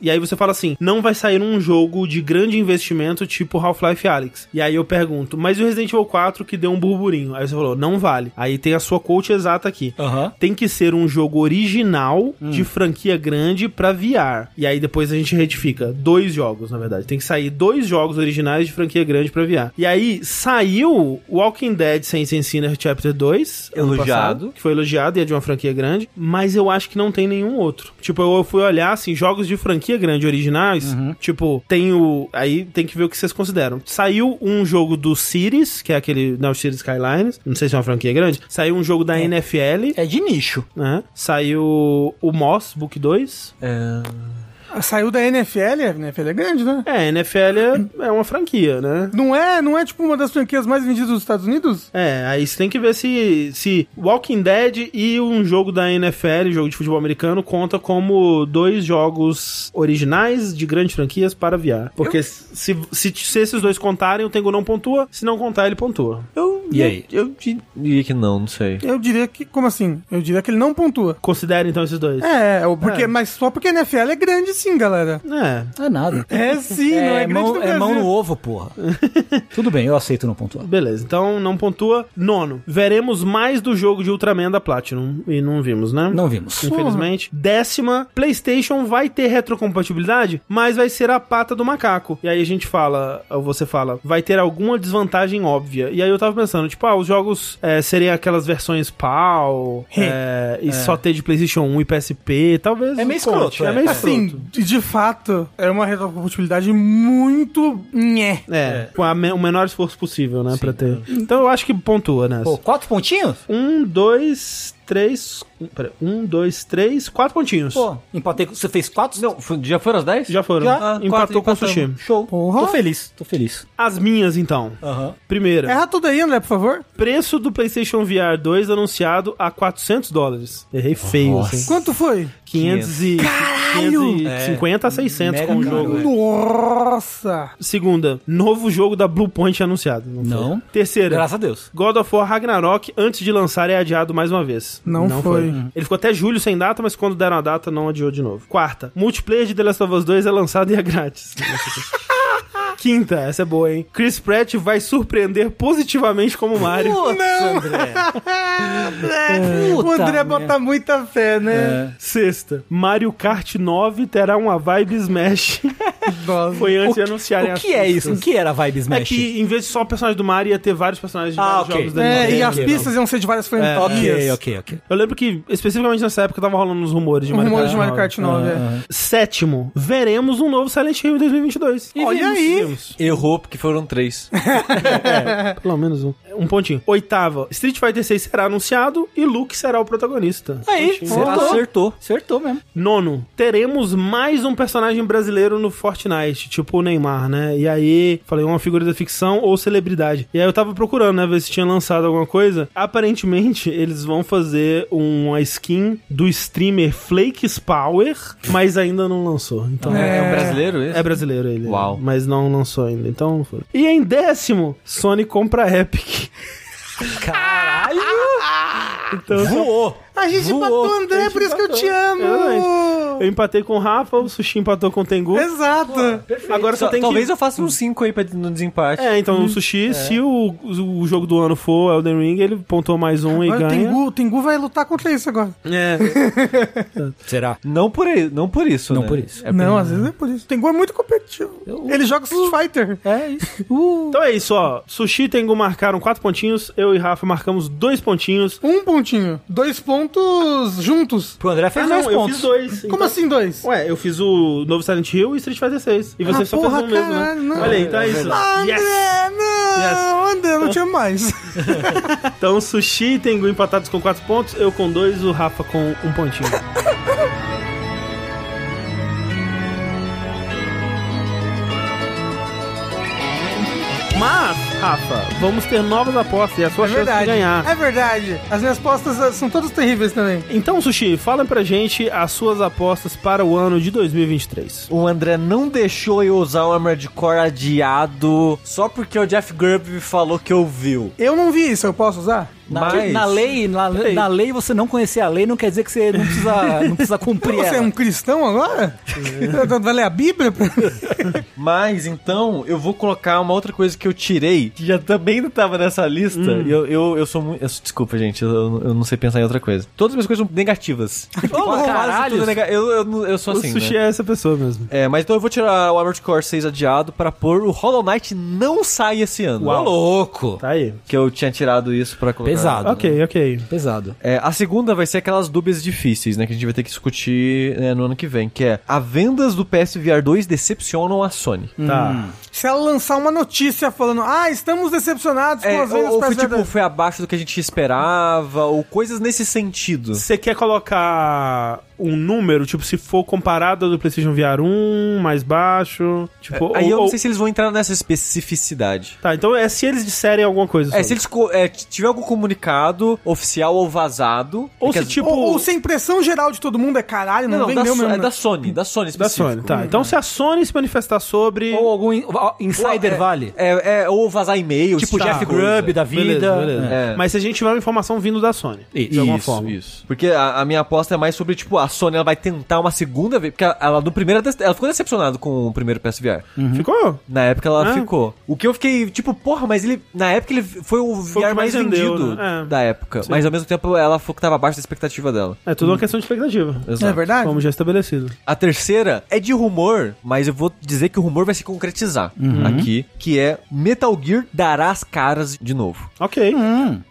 [SPEAKER 1] E aí você fala assim: não vai sair um jogo de grande investimento tipo Half-Life Alyx. E aí eu pergunto: mas e o Resident Evil 4 que deu um burburinho? Aí você falou: não vale. Aí tem a sua coach exata aqui
[SPEAKER 2] Aham. Hum.
[SPEAKER 1] tem que ser um jogo original de franquia grande pra VR. E aí depois a gente retifica. Dois jogos, na verdade. Tem que sair dois jogos originais de franquia grande pra VR. E aí saiu Walking Dead Saints and Sinners Chapter 2. ano
[SPEAKER 5] Elogiado.
[SPEAKER 1] passado, que foi elogiado e é de uma franquia grande. Mas eu acho que não tem nenhum outro. Tipo, eu fui olhar, assim, jogos de franquia grande originais.
[SPEAKER 2] Uhum.
[SPEAKER 1] Tipo, tem o... Aí tem que ver o que vocês consideram. Saiu um jogo do Cities, que é aquele... Não, Cities Skylines. Não sei se é uma franquia grande. Saiu um jogo da NFL
[SPEAKER 2] É de nicho.
[SPEAKER 1] né? Saiu o Moss Book 2.
[SPEAKER 2] É.
[SPEAKER 3] Ah, Saiu da NFL, a NFL é grande, né?
[SPEAKER 1] É, NFL é, é uma franquia, né?
[SPEAKER 3] Não é, não é tipo uma das franquias mais vendidas dos Estados Unidos?
[SPEAKER 1] É, aí você tem que ver se, se Walking Dead e um jogo da NFL, jogo de futebol americano, conta como dois jogos originais de grandes franquias para VR. Porque se, se, se esses dois contarem, o Tengu não pontua, se não contar, ele pontua.
[SPEAKER 5] Eu,
[SPEAKER 2] E aí?
[SPEAKER 5] Eu, di- diria que não, não sei.
[SPEAKER 3] Eu diria que. Como assim? Eu diria que ele não pontua.
[SPEAKER 1] Considera então esses dois.
[SPEAKER 3] É, o- porque, mas só porque a NFL é grande sim, galera.
[SPEAKER 1] É,
[SPEAKER 2] É nada.
[SPEAKER 3] É sim, não é grande
[SPEAKER 2] mão,
[SPEAKER 3] do
[SPEAKER 2] é mão
[SPEAKER 3] Brasil.
[SPEAKER 2] no ovo, porra. Tudo bem, eu aceito não pontuar.
[SPEAKER 1] Beleza, então não pontua. Nono, veremos mais do jogo de Ultraman da Platinum. E não vimos, né?
[SPEAKER 2] Não vimos.
[SPEAKER 1] Infelizmente. Décima, PlayStation vai ter retrocompatibilidade, mas vai ser a pata do macaco. E aí a gente fala, ou você fala, vai ter alguma desvantagem óbvia. E aí eu tava pensando, tipo, ah, os jogos é, seriam aquelas versões PAL
[SPEAKER 2] Hum.
[SPEAKER 1] é, e só ter de PlayStation 1 e PSP, talvez.
[SPEAKER 2] É meio
[SPEAKER 1] conte.
[SPEAKER 2] escroto,
[SPEAKER 1] É
[SPEAKER 2] é.
[SPEAKER 1] meio
[SPEAKER 3] Assim,
[SPEAKER 1] escroto.
[SPEAKER 3] de de fato, é uma retrocompatibilidade muito. Nhé.
[SPEAKER 1] É, com a me- o menor esforço possível, né, pra ter. Então eu acho que pontua nessa.
[SPEAKER 2] é. Pô, quatro pontinhos?
[SPEAKER 1] Um, dois, três. um, Pera, um, dois, três, quatro pontinhos.
[SPEAKER 2] Pô, empatei. com- Você fez quatro?
[SPEAKER 5] Não, f- já foram as 10?
[SPEAKER 1] Já foram.
[SPEAKER 2] Já?
[SPEAKER 5] Ah, quatro,
[SPEAKER 1] Empatou com o
[SPEAKER 5] empatamos.
[SPEAKER 1] sushi.
[SPEAKER 2] Show.
[SPEAKER 3] Porra.
[SPEAKER 2] Tô feliz, tô feliz.
[SPEAKER 1] As minhas, então.
[SPEAKER 2] Aham. É
[SPEAKER 1] Primeira,
[SPEAKER 3] Erra tudo aí, André, por favor.
[SPEAKER 1] preço do PlayStation VR 2 anunciado a 400 dólares. Errei feio, assim.
[SPEAKER 3] Quanto foi?
[SPEAKER 1] 500 e, 550 a 600
[SPEAKER 2] É, Mega
[SPEAKER 1] com o
[SPEAKER 2] caro,
[SPEAKER 1] jogo.
[SPEAKER 2] é.
[SPEAKER 3] Nossa!
[SPEAKER 1] Segunda, novo jogo da Blue Point anunciado. Não. foi.
[SPEAKER 2] Não.
[SPEAKER 1] Terceira,
[SPEAKER 2] Graças a Deus.
[SPEAKER 1] God of War Ragnarok, antes de lançar, é adiado mais uma vez.
[SPEAKER 3] Não foi.
[SPEAKER 1] Ele ficou até julho sem data, mas quando deram a data, não adiou de novo. Quarta, multiplayer de The Last of Us 2 é lançado e é grátis. Quinta, essa é boa, hein? Chris Pratt vai surpreender positivamente como Mario.
[SPEAKER 2] André.
[SPEAKER 3] É, o
[SPEAKER 2] Puta
[SPEAKER 3] André
[SPEAKER 2] merda.
[SPEAKER 3] bota muita fé, né?
[SPEAKER 1] Sexta, Mario Kart 9 terá uma vibe Smash.
[SPEAKER 2] É.
[SPEAKER 3] Nossa.
[SPEAKER 1] Foi antes
[SPEAKER 2] O que-
[SPEAKER 1] de anunciarem
[SPEAKER 2] O
[SPEAKER 1] as
[SPEAKER 2] que é isso?
[SPEAKER 1] pistas.
[SPEAKER 2] O que era Vibe Smash?
[SPEAKER 1] É que em vez de só o personagem do Mario, ia ter vários personagens de
[SPEAKER 2] Ah,
[SPEAKER 1] vários
[SPEAKER 2] ok.
[SPEAKER 1] jogos da
[SPEAKER 3] É,
[SPEAKER 1] Nintendo.
[SPEAKER 3] e as
[SPEAKER 2] Entendi,
[SPEAKER 3] pistas É, iam ser de várias franquias.
[SPEAKER 2] É, Ok, ok, ok.
[SPEAKER 1] Eu lembro que, especificamente nessa época, tava rolando uns rumores Um de Mario
[SPEAKER 3] Rumores
[SPEAKER 1] Kart
[SPEAKER 3] Um de Mario
[SPEAKER 1] 9.
[SPEAKER 3] Kart 9. é.
[SPEAKER 1] Sétimo, veremos um novo Silent Hill em 2022.
[SPEAKER 3] E Olha vimos, aí.
[SPEAKER 1] Vimos.
[SPEAKER 5] Errou, porque foram três.
[SPEAKER 1] Pelo menos um. Um pontinho. Oitava, Street Fighter 6 será anunciado e Luke será o protagonista.
[SPEAKER 2] Aí,
[SPEAKER 5] Acertou.
[SPEAKER 2] acertou. Acertou mesmo.
[SPEAKER 1] Nono, teremos mais um personagem brasileiro no Fortnite, tipo o Neymar, né? E aí, falei, uma figura da ficção ou celebridade. E aí eu tava procurando, né, ver se tinha lançado alguma coisa. Aparentemente, eles vão fazer uma skin do streamer Flakes Power, mas ainda não lançou. Então,
[SPEAKER 5] É, um brasileiro esse?
[SPEAKER 1] é brasileiro ele.
[SPEAKER 5] Uau.
[SPEAKER 1] Mas não lançou ainda, então não foi. E em décimo, Sony compra a Epic.
[SPEAKER 2] Caralho!
[SPEAKER 1] Então,
[SPEAKER 2] Voou!
[SPEAKER 3] A gente
[SPEAKER 2] Voou.
[SPEAKER 3] matou o
[SPEAKER 1] A
[SPEAKER 3] André,
[SPEAKER 1] gente É,
[SPEAKER 3] por isso que eu
[SPEAKER 1] matou.
[SPEAKER 3] te amo!
[SPEAKER 1] Exatamente. eu empatei com o Rafa, o Sushi empatou com o Tengu.
[SPEAKER 3] Exato!
[SPEAKER 1] Agora só,
[SPEAKER 5] Só-
[SPEAKER 1] tem
[SPEAKER 5] talvez
[SPEAKER 1] que...
[SPEAKER 5] eu faça uns cinco aí pra, no desempate.
[SPEAKER 1] É, então o Sushi, se o, o jogo do ano for Elden Ring, ele pontua mais um e
[SPEAKER 3] Olha, o
[SPEAKER 1] ganha.
[SPEAKER 3] Tengu, o Tengu vai lutar contra isso agora.
[SPEAKER 1] É.
[SPEAKER 2] Será?
[SPEAKER 5] Não por, i- não por isso,
[SPEAKER 2] Não
[SPEAKER 5] né?
[SPEAKER 2] por isso.
[SPEAKER 5] É
[SPEAKER 3] não, às vezes é por isso. O Tengu é muito competitivo. Ele joga Street Fighter.
[SPEAKER 2] É isso. Uh.
[SPEAKER 1] Então é isso, ó. Sushi e Tengu marcaram quatro pontinhos, eu e Rafa marcamos dois pontinhos.
[SPEAKER 3] Um pontinho. Dois pontos juntos.
[SPEAKER 2] Pro André fez
[SPEAKER 1] Ah, não,
[SPEAKER 2] dois
[SPEAKER 1] eu
[SPEAKER 2] pontos.
[SPEAKER 1] fiz dois.
[SPEAKER 3] Como
[SPEAKER 1] então-
[SPEAKER 3] assim dois?
[SPEAKER 1] Ué, eu fiz o novo Silent Hill e Street Fighter 6. E você
[SPEAKER 3] Ah,
[SPEAKER 1] só
[SPEAKER 3] porra,
[SPEAKER 1] fez um mesmo,
[SPEAKER 3] caralho,
[SPEAKER 1] né?
[SPEAKER 3] não.
[SPEAKER 1] Olha aí, então é, isso.
[SPEAKER 3] Ah, André, não! André, eu não tinha mais.
[SPEAKER 1] Então Sushi e Tengu empatados com quatro pontos, eu com dois, o Rafa com um pontinho. Mas, Rafa, vamos ter novas apostas e a sua
[SPEAKER 3] É
[SPEAKER 1] chance
[SPEAKER 3] verdade.
[SPEAKER 1] de ganhar.
[SPEAKER 3] É verdade. As minhas postas ah, são todas terríveis também.
[SPEAKER 1] Então, Sushi, fala pra gente as suas apostas para o ano de 2023.
[SPEAKER 4] O André não deixou eu usar o Armored Core adiado só porque o Jeff Grubb falou que ouviu.
[SPEAKER 3] Eu não vi isso, eu posso usar?
[SPEAKER 2] Na,
[SPEAKER 4] Mas-
[SPEAKER 2] na lei, na, na lei, você não conhecer a lei não quer dizer que você não precisa, não precisa cumprir
[SPEAKER 3] Você é
[SPEAKER 2] ela.
[SPEAKER 3] um cristão agora? Vai ler a Bíblia?
[SPEAKER 4] Mas então eu vou colocar uma outra coisa que eu tirei, que já também não tava nessa lista. E Eu, eu, eu sou muito. eu- desculpa, gente, eu, eu não sei pensar em outra coisa. Todas as minhas coisas são negativas. Quase
[SPEAKER 2] caralho.
[SPEAKER 4] tudo é nega- eu, eu, eu sou assim.
[SPEAKER 1] o Sushi
[SPEAKER 4] né?
[SPEAKER 1] é essa pessoa mesmo.
[SPEAKER 4] É, mas então eu vou tirar o Armored Core 6 adiado pra pôr o Hollow Knight não sai esse ano.
[SPEAKER 1] Uau.
[SPEAKER 2] louco!
[SPEAKER 1] Tá aí.
[SPEAKER 4] Que eu tinha tirado isso pra colocar.
[SPEAKER 2] Pesado.
[SPEAKER 1] Ok, ok.
[SPEAKER 2] Pesado.
[SPEAKER 4] É, a segunda vai ser aquelas dúvidas difíceis, né? Que a gente vai ter que discutir né, no ano que vem, que é a vendas do PSVR 2 decepcionam a Sony.
[SPEAKER 1] Tá.
[SPEAKER 3] Se ela lançar uma notícia falando, ah, estamos decepcionados com
[SPEAKER 4] É,
[SPEAKER 3] as vendas
[SPEAKER 4] ou ou foi,
[SPEAKER 3] pra
[SPEAKER 4] tipo, foi abaixo do que a gente esperava, ou coisas nesse sentido.
[SPEAKER 1] Você quer colocar um número, tipo, se for comparado ao do PlayStation VR 1, mais baixo? Tipo,
[SPEAKER 4] É, Aí
[SPEAKER 1] ou-
[SPEAKER 4] eu não
[SPEAKER 1] ou-
[SPEAKER 4] sei se eles vão entrar nessa especificidade.
[SPEAKER 1] Tá, então é se eles disserem alguma coisa.
[SPEAKER 4] É,
[SPEAKER 1] sobre.
[SPEAKER 4] se eles co- é, t- tiver algum comunicado oficial ou vazado.
[SPEAKER 1] Ou
[SPEAKER 4] é que
[SPEAKER 1] se
[SPEAKER 4] as-
[SPEAKER 1] tipo.
[SPEAKER 3] Ou, ou se a impressão geral de todo mundo é caralho, não,
[SPEAKER 4] Não, não,
[SPEAKER 3] vem
[SPEAKER 4] da,
[SPEAKER 3] meu
[SPEAKER 4] So-
[SPEAKER 3] mesmo. né?
[SPEAKER 4] é da Sony, da Sony
[SPEAKER 1] da
[SPEAKER 4] é específico. né?
[SPEAKER 1] Sony. Tá, então se a Sony se manifestar sobre.
[SPEAKER 2] Ou algum in- ó, insider
[SPEAKER 4] é-
[SPEAKER 2] vale.
[SPEAKER 4] É, é, ou vazar e-mails.
[SPEAKER 2] Tipo
[SPEAKER 4] tá,
[SPEAKER 2] Jeff
[SPEAKER 4] coisa.
[SPEAKER 2] Grubb da vida.
[SPEAKER 1] Beleza, beleza.
[SPEAKER 4] É.
[SPEAKER 1] Mas se a gente tiver uma informação vindo da Sony.
[SPEAKER 2] Isso,
[SPEAKER 1] de alguma forma.
[SPEAKER 4] Isso. Porque a, a minha aposta é mais sobre, tipo, a Sony ela vai tentar uma segunda vez. Porque ela, ela no primeiro. Ela ficou decepcionada com o primeiro PSVR.
[SPEAKER 1] Ficou?
[SPEAKER 4] Na época ela
[SPEAKER 1] Ah.
[SPEAKER 4] ficou. O que eu fiquei, tipo, porra, mas ele. Na época ele foi o
[SPEAKER 1] o que
[SPEAKER 4] VR mais
[SPEAKER 1] mais vendeu,
[SPEAKER 4] vendido
[SPEAKER 1] né? É.
[SPEAKER 4] da época. Mas ao mesmo tempo ela foi o que tava abaixo da expectativa dela.
[SPEAKER 1] É tudo uma questão de expectativa.
[SPEAKER 4] Exato.
[SPEAKER 3] É verdade?
[SPEAKER 1] Como já estabelecido.
[SPEAKER 4] A terceira é de rumor, mas eu vou dizer que o rumor vai se concretizar
[SPEAKER 3] Uhum.
[SPEAKER 4] aqui, que é Metal Gear dará as caras de novo.
[SPEAKER 1] Ok.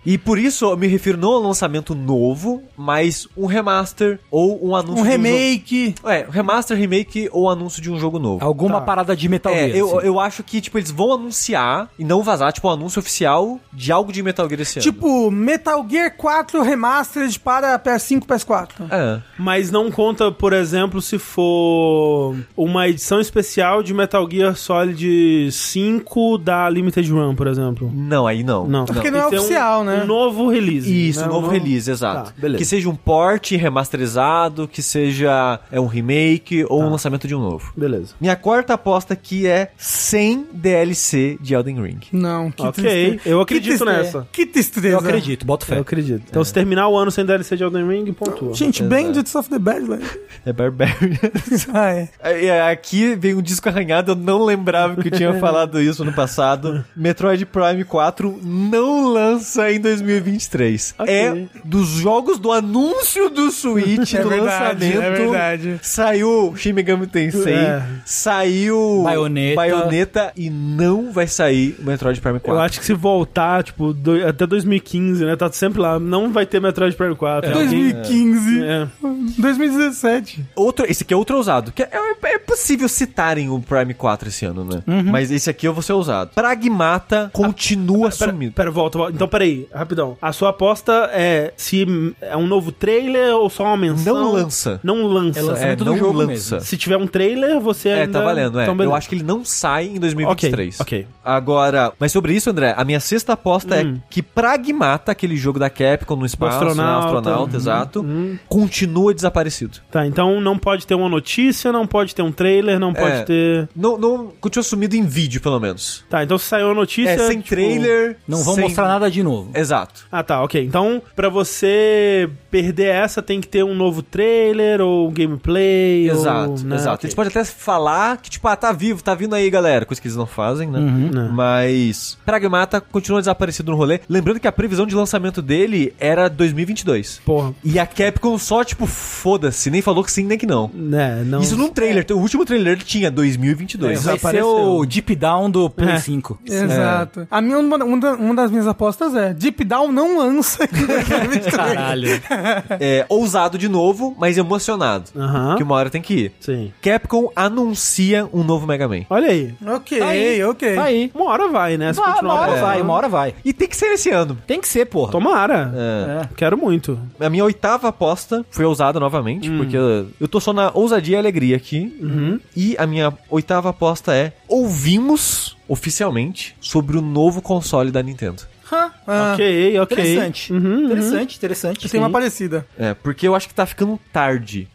[SPEAKER 4] E por isso eu me refiro não ao lançamento novo, mas um remaster ou um anúncio
[SPEAKER 3] Um
[SPEAKER 4] de jogo-
[SPEAKER 3] remake.
[SPEAKER 4] É, remaster, remake ou anúncio de um jogo novo.
[SPEAKER 2] Alguma parada de Metal
[SPEAKER 4] É,
[SPEAKER 2] Gear.
[SPEAKER 4] eu,
[SPEAKER 2] assim.
[SPEAKER 4] eu acho que, tipo, eles vão anunciar e não vazar, tipo, um anúncio oficial de algo de Metal Gear esse ano.
[SPEAKER 3] Tipo, Metal Gear 4 Remastered para PS5 PS4.
[SPEAKER 4] É.
[SPEAKER 1] Mas não conta, por exemplo, se for uma edição especial de Metal Gear Solid 5 da Limited Run, por exemplo.
[SPEAKER 4] Não, aí não.
[SPEAKER 1] Não.
[SPEAKER 3] Porque não é
[SPEAKER 1] Tem que ter um-
[SPEAKER 3] oficial, né?
[SPEAKER 1] Um novo release.
[SPEAKER 4] Isso,
[SPEAKER 1] né?
[SPEAKER 4] um novo release, exato.
[SPEAKER 1] Tá, beleza.
[SPEAKER 4] Que seja um port remasterizado, que seja é um remake
[SPEAKER 1] Tá.
[SPEAKER 4] ou um lançamento de um novo.
[SPEAKER 1] Beleza.
[SPEAKER 4] Minha quarta aposta aqui é 100 DLC de Elden Ring.
[SPEAKER 3] Não, que
[SPEAKER 1] Ok,
[SPEAKER 3] tristeza.
[SPEAKER 1] eu
[SPEAKER 3] Que
[SPEAKER 1] acredito
[SPEAKER 3] tristeza.
[SPEAKER 1] nessa.
[SPEAKER 3] Que tristeza.
[SPEAKER 2] Eu acredito, boto fé.
[SPEAKER 1] Eu acredito. Então, se terminar o ano sem DLC de Elden Ring, pontua.
[SPEAKER 3] Gente, Bandits of the Badlands.
[SPEAKER 4] É Barbarian.
[SPEAKER 3] ah, é.
[SPEAKER 4] Aqui vem um disco arranhado, eu não lembrava que eu tinha falado isso no passado. Metroid Prime 4 não lança em 2023.
[SPEAKER 1] Ok.
[SPEAKER 4] É dos jogos do anúncio do Switch, do lançamento.
[SPEAKER 3] é verdade.
[SPEAKER 4] Saiu Shin Megami Tensei,
[SPEAKER 1] É.
[SPEAKER 4] saiu
[SPEAKER 2] Bayonetta.
[SPEAKER 4] Bayonetta e não vai sair o Metroid Prime 4.
[SPEAKER 1] Eu acho que se voltar, tipo, do- até 2015, né? Tá sempre lá. Não vai ter Metroid Prime 4. É. alguém- né?
[SPEAKER 3] 2015,
[SPEAKER 1] É.
[SPEAKER 3] 2017.
[SPEAKER 4] Outro, esse aqui é outro ousado. Que é, é possível citarem o Prime 4 esse ano, né?
[SPEAKER 1] Uhum.
[SPEAKER 4] Mas esse aqui eu vou ser ousado. Pragmata continua
[SPEAKER 1] Ah, Pera,
[SPEAKER 4] sumido.
[SPEAKER 1] pera, volta, volta. Então, peraí, rapidão. A sua aposta é se é um novo trailer ou só uma menção?
[SPEAKER 4] Não lança.
[SPEAKER 1] Não lança.
[SPEAKER 2] É lançamento do
[SPEAKER 4] não
[SPEAKER 2] jogo
[SPEAKER 4] lança.
[SPEAKER 2] mesmo.
[SPEAKER 1] Se tiver um trailer, você
[SPEAKER 4] É,
[SPEAKER 1] ainda...
[SPEAKER 4] tá valendo, é.
[SPEAKER 1] Então,
[SPEAKER 4] eu
[SPEAKER 1] beleza.
[SPEAKER 4] acho que ele não sai em 2023.
[SPEAKER 1] Ok, ok.
[SPEAKER 4] Agora, mas sobre isso, André, a minha sexta aposta
[SPEAKER 2] Hum.
[SPEAKER 4] é que Pragmata, aquele jogo da Capcom no espaço, né,
[SPEAKER 1] astronauta.
[SPEAKER 2] hum,
[SPEAKER 4] astronauta,
[SPEAKER 1] Uhum,
[SPEAKER 4] exato, continua desaparecido.
[SPEAKER 1] Tá, então não pode ter uma notícia, não pode ter um trailer, não pode
[SPEAKER 4] É.
[SPEAKER 1] ter...
[SPEAKER 4] Não, não continua sumido em vídeo, pelo menos.
[SPEAKER 1] Tá, então se saiu a notícia...
[SPEAKER 4] É, sem
[SPEAKER 1] tipo-
[SPEAKER 4] trailer.
[SPEAKER 2] Não vão
[SPEAKER 4] sem-
[SPEAKER 2] mostrar nada de novo.
[SPEAKER 4] É, Exato.
[SPEAKER 1] Ah, tá, ok. Então, pra você perder essa, tem que ter um novo trailer ou um gameplay
[SPEAKER 4] Exato,
[SPEAKER 1] ou... né?
[SPEAKER 4] exato.
[SPEAKER 1] Ok.
[SPEAKER 4] Eles podem até falar que, tipo, ah, tá vivo, tá vindo aí, galera. Coisa que eles não fazem, né?
[SPEAKER 1] Não.
[SPEAKER 4] Mas Pragmata continua desaparecido no rolê. Lembrando que a previsão de lançamento dele era 2022.
[SPEAKER 1] Porra,
[SPEAKER 4] E a Capcom só, tipo, foda-se. Nem falou que sim, nem que não.
[SPEAKER 1] né, não...
[SPEAKER 4] Isso num trailer. O último trailer tinha 2022.
[SPEAKER 1] É,
[SPEAKER 2] Vai ser
[SPEAKER 1] Desapareceu.
[SPEAKER 2] o Deep Down do Play
[SPEAKER 1] É.
[SPEAKER 2] 5.
[SPEAKER 3] Exato. A minha, uma, uma da- uma das minhas apostas é: Deep Down não lança.
[SPEAKER 2] Caralho.
[SPEAKER 4] É, ousado de novo, novo, mas emocionado.
[SPEAKER 1] Aham.
[SPEAKER 4] Que uma hora tem que ir.
[SPEAKER 1] Sim.
[SPEAKER 4] Capcom anuncia um novo Mega Man.
[SPEAKER 1] Olha aí.
[SPEAKER 3] Ok,
[SPEAKER 2] Tá aí,
[SPEAKER 3] ok.
[SPEAKER 2] Tá aí.
[SPEAKER 1] Uma hora vai, né? Se
[SPEAKER 2] Vai, uma
[SPEAKER 1] continuar
[SPEAKER 2] hora
[SPEAKER 1] falando.
[SPEAKER 2] vai, uma hora vai.
[SPEAKER 4] E tem que ser esse ano.
[SPEAKER 2] Tem que ser, porra.
[SPEAKER 1] Tomara.
[SPEAKER 2] É.
[SPEAKER 1] Quero muito.
[SPEAKER 4] A minha oitava aposta foi ousada novamente, porque eu tô só na ousadia e alegria aqui. E a minha oitava aposta é: ouvimos oficialmente sobre o novo console da Nintendo.
[SPEAKER 3] Hã? Ah,
[SPEAKER 1] ok, ok.
[SPEAKER 2] Interessante.
[SPEAKER 1] Uhum, uhum.
[SPEAKER 2] Interessante, interessante.
[SPEAKER 3] Tem uma parecida.
[SPEAKER 4] É, porque eu acho que tá ficando tarde.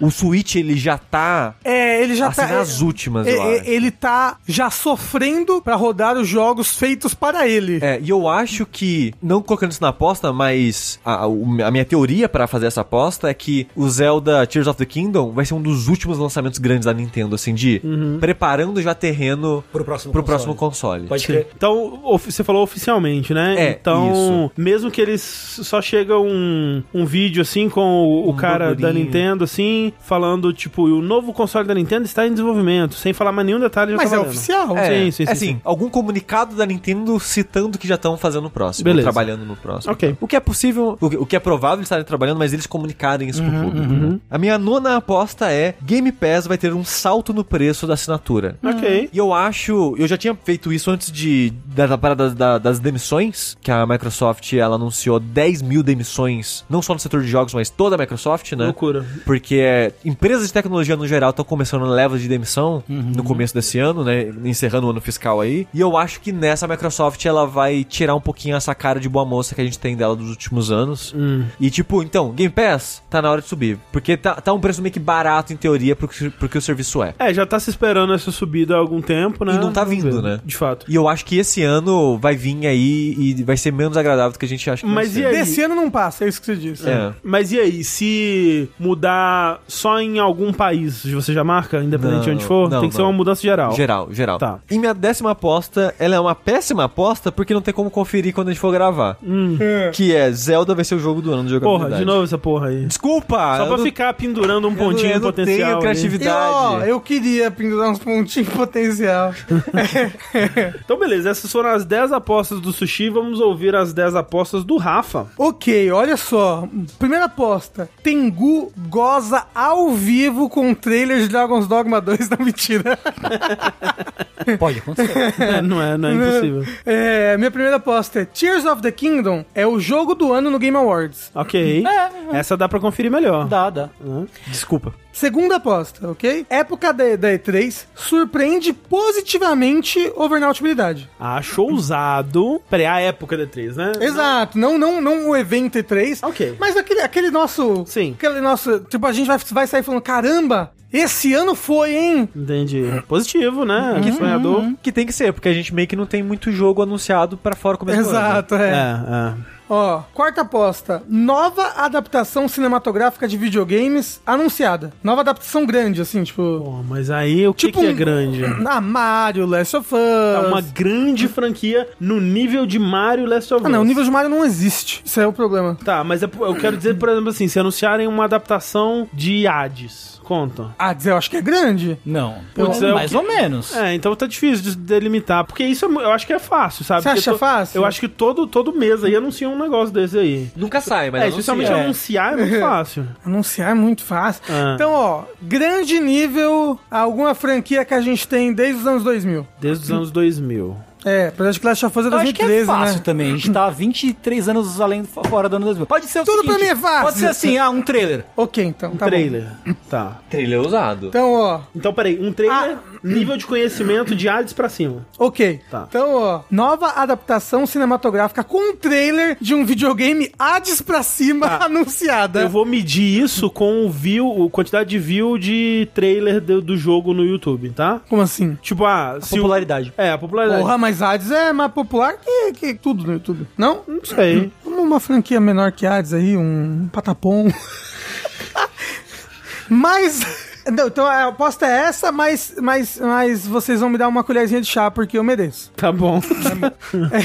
[SPEAKER 4] O Switch, ele já tá.
[SPEAKER 3] É, ele já
[SPEAKER 4] assim,
[SPEAKER 3] tá.
[SPEAKER 4] nas últimas,
[SPEAKER 3] é,
[SPEAKER 4] eu
[SPEAKER 3] é,
[SPEAKER 4] acho.
[SPEAKER 3] ele tá já sofrendo pra rodar os jogos feitos para ele.
[SPEAKER 4] É, e eu acho que, não colocando isso na aposta, mas a, a- o- a minha teoria pra fazer essa aposta é que o Zelda Tears of the Kingdom vai ser um dos últimos lançamentos grandes da Nintendo, assim, de
[SPEAKER 1] Uhum.
[SPEAKER 4] preparando já terreno
[SPEAKER 2] Pro próximo
[SPEAKER 4] pro
[SPEAKER 2] console.
[SPEAKER 4] próximo console.
[SPEAKER 2] Pode
[SPEAKER 1] Sim.
[SPEAKER 2] crer.
[SPEAKER 1] Então, ofi- você falou oficialmente, né?
[SPEAKER 4] É,
[SPEAKER 1] então,
[SPEAKER 4] isso.
[SPEAKER 1] mesmo que eles só chega um, um vídeo assim com o, o
[SPEAKER 4] Um
[SPEAKER 1] cara da
[SPEAKER 4] burburinho.
[SPEAKER 1] Nintendo, assim, falando, tipo, o novo console da Nintendo está em desenvolvimento, sem falar mais nenhum detalhe. já
[SPEAKER 3] Mas
[SPEAKER 1] tá
[SPEAKER 3] é
[SPEAKER 1] valendo.
[SPEAKER 3] oficial.
[SPEAKER 1] É. Sim,
[SPEAKER 4] É,
[SPEAKER 1] sim, sim,
[SPEAKER 4] é assim,
[SPEAKER 1] sim.
[SPEAKER 4] algum comunicado da Nintendo citando que já estão fazendo o próximo,
[SPEAKER 1] Beleza.
[SPEAKER 4] trabalhando no próximo.
[SPEAKER 1] Ok.
[SPEAKER 4] O que é possível, o que- o que é provável eles estarem trabalhando, mas eles comunicarem isso
[SPEAKER 1] Uhum,
[SPEAKER 4] pro público. né? A minha nona aposta é Game Pass vai ter um salto no preço da assinatura.
[SPEAKER 1] Ok.
[SPEAKER 4] E eu acho, eu já tinha feito isso antes de da, da parada da- das demissões, que a Microsoft ela anunciou 10 mil demissões, não só no setor de jogos, mas toda a Microsoft, né?
[SPEAKER 1] Loucura.
[SPEAKER 4] Porque é, empresas de tecnologia no geral estão começando levas de demissão no começo desse ano, né? Encerrando o ano fiscal aí. E eu acho que nessa a Microsoft ela vai tirar um pouquinho essa cara de boa moça que a gente tem dela dos últimos anos. E tipo, então, Game Pass tá na hora de subir. Porque tá, tá um preço meio que barato em teoria pro que, pro que o serviço é.
[SPEAKER 1] É, já tá se esperando essa subida há algum tempo, né?
[SPEAKER 4] E não tá
[SPEAKER 1] Vamos
[SPEAKER 4] vindo,
[SPEAKER 1] ver.
[SPEAKER 4] né?
[SPEAKER 1] De fato.
[SPEAKER 4] E eu acho que esse ano vai vir aí e vai ser menos agradável do que a gente acha que
[SPEAKER 1] Mas
[SPEAKER 4] vai
[SPEAKER 1] e aí?
[SPEAKER 3] Desse ano não passa, é isso que você disse.
[SPEAKER 4] ser. É.
[SPEAKER 1] Mas e aí, se mudar só em algum país, você já marca, independente de
[SPEAKER 4] Não,
[SPEAKER 1] onde for?
[SPEAKER 4] não,
[SPEAKER 1] tem que ser
[SPEAKER 4] não.
[SPEAKER 1] uma mudança geral.
[SPEAKER 4] Geral, geral.
[SPEAKER 1] Tá.
[SPEAKER 4] E minha décima aposta, ela é uma péssima aposta porque não tem como conferir quando a gente for gravar. Que é Zelda vai ser o jogo do ano de jogabilidade.
[SPEAKER 1] Hum. Porra, de novo essa porra aí.
[SPEAKER 4] Desculpa!
[SPEAKER 1] Só
[SPEAKER 4] Ah, eu
[SPEAKER 1] pra
[SPEAKER 4] não-
[SPEAKER 1] ficar pendurando um
[SPEAKER 4] eu não-
[SPEAKER 1] pontinho
[SPEAKER 4] eu não
[SPEAKER 1] potencial.
[SPEAKER 4] tenho
[SPEAKER 1] ali.
[SPEAKER 4] criatividade.
[SPEAKER 3] Eu, ó, eu queria pendurar uns pontinhos potencial. É.
[SPEAKER 1] Então, beleza, essas foram as 10 apostas do sushi. Vamos ouvir as 10 apostas do Rafa.
[SPEAKER 3] ok, olha só. Primeira aposta. Tengu goza ao vivo com o trailer de Dragon's Dogma 2. Não, mentira.
[SPEAKER 2] Pode acontecer.
[SPEAKER 1] É, não é, não é impossível.
[SPEAKER 3] É, minha primeira aposta é Tears of the Kingdom é o jogo do ano no Game Awards.
[SPEAKER 1] Ok.
[SPEAKER 4] É,
[SPEAKER 1] Essa dá pra conferir melhor.
[SPEAKER 2] dá, dá.
[SPEAKER 4] Desculpa.
[SPEAKER 3] Segunda aposta, ok? Época da, da E3 surpreende positivamente over na utilidade.
[SPEAKER 1] Acho ousado. Peraí, a época da 3, né?
[SPEAKER 3] Exato, não, não, não o evento E3,
[SPEAKER 1] Ok.
[SPEAKER 3] mas aquele, aquele nosso.
[SPEAKER 1] Sim.
[SPEAKER 3] Aquele nosso. Tipo, a gente vai, vai sair falando: caramba, esse ano foi, hein?
[SPEAKER 1] Entendi. Positivo, né?
[SPEAKER 3] Uhum.
[SPEAKER 1] Sonhador.
[SPEAKER 4] Que tem que ser, porque a gente meio que não tem muito jogo anunciado pra fora como
[SPEAKER 3] Exato, é.
[SPEAKER 1] É, é.
[SPEAKER 3] Ó, quarta aposta: nova adaptação cinematográfica de videogames anunciada. Nova adaptação grande, assim, tipo.
[SPEAKER 1] Pô, mas aí o que
[SPEAKER 3] Tipo
[SPEAKER 1] que é
[SPEAKER 3] um-
[SPEAKER 1] grande?
[SPEAKER 3] Ah, Mario, Last of Us.
[SPEAKER 1] É uma grande franquia no nível de Mario Last of Us.
[SPEAKER 3] Ah, não, o nível de Mario não existe. Isso é o problema.
[SPEAKER 1] Tá, mas é- eu quero dizer, por exemplo, assim, se anunciarem uma adaptação de Hades, conta.
[SPEAKER 3] Ah, dizer, eu acho que é grande.
[SPEAKER 2] Não.
[SPEAKER 1] Putz, é o
[SPEAKER 2] mais
[SPEAKER 1] que-
[SPEAKER 2] ou menos.
[SPEAKER 1] É, então tá difícil de delimitar, porque isso é mu- eu acho que é fácil, sabe?
[SPEAKER 3] Você
[SPEAKER 1] Porque
[SPEAKER 3] acha
[SPEAKER 1] to-
[SPEAKER 3] fácil?
[SPEAKER 1] Eu acho que todo, todo mês aí anuncia um negócio desse aí.
[SPEAKER 4] Nunca sai, mas
[SPEAKER 1] é, especialmente
[SPEAKER 4] anuncia.
[SPEAKER 1] anunciar é muito fácil.
[SPEAKER 3] Anunciar é muito fácil.
[SPEAKER 1] Ah.
[SPEAKER 3] Então, ó, grande nível, alguma franquia que a gente tem desde os anos 2000.
[SPEAKER 1] Desde os anos 2000.
[SPEAKER 3] É, apesar de que Last of Us é
[SPEAKER 2] Eu acho que
[SPEAKER 3] 2013,
[SPEAKER 2] é fácil
[SPEAKER 3] né?
[SPEAKER 2] também. A gente tá há 23 anos além do- fora do ano 2000. Pode ser o
[SPEAKER 3] Tudo
[SPEAKER 2] seguinte,
[SPEAKER 3] pra mim é fácil.
[SPEAKER 2] Pode ser assim, ah, um trailer.
[SPEAKER 3] Ok, então, tá bom.
[SPEAKER 1] Um trailer. Tá.
[SPEAKER 4] Trailer usado.
[SPEAKER 3] Então, ó,
[SPEAKER 1] Então, peraí, um trailer,
[SPEAKER 3] Ah.
[SPEAKER 1] nível de conhecimento de Hades pra cima.
[SPEAKER 3] ok.
[SPEAKER 1] Tá.
[SPEAKER 3] Então, ó, nova adaptação cinematográfica com um trailer de um videogame Hades pra cima anunciada.
[SPEAKER 1] Tá. Eu vou medir isso com o view, a quantidade de view de trailer do, do jogo no YouTube, tá?
[SPEAKER 3] Como assim?
[SPEAKER 1] Tipo, ah, se o-
[SPEAKER 2] Popularidade.
[SPEAKER 1] É, a popularidade.
[SPEAKER 3] Porra, mas Hades é mais popular que, que tudo no YouTube. Não?
[SPEAKER 1] Não sei.
[SPEAKER 3] Vamos uma franquia menor que Hades aí, um patapom. mas. Não, então a aposta é essa, mas, mas, mas vocês vão me dar uma colherzinha de chá porque eu mereço.
[SPEAKER 1] Tá bom.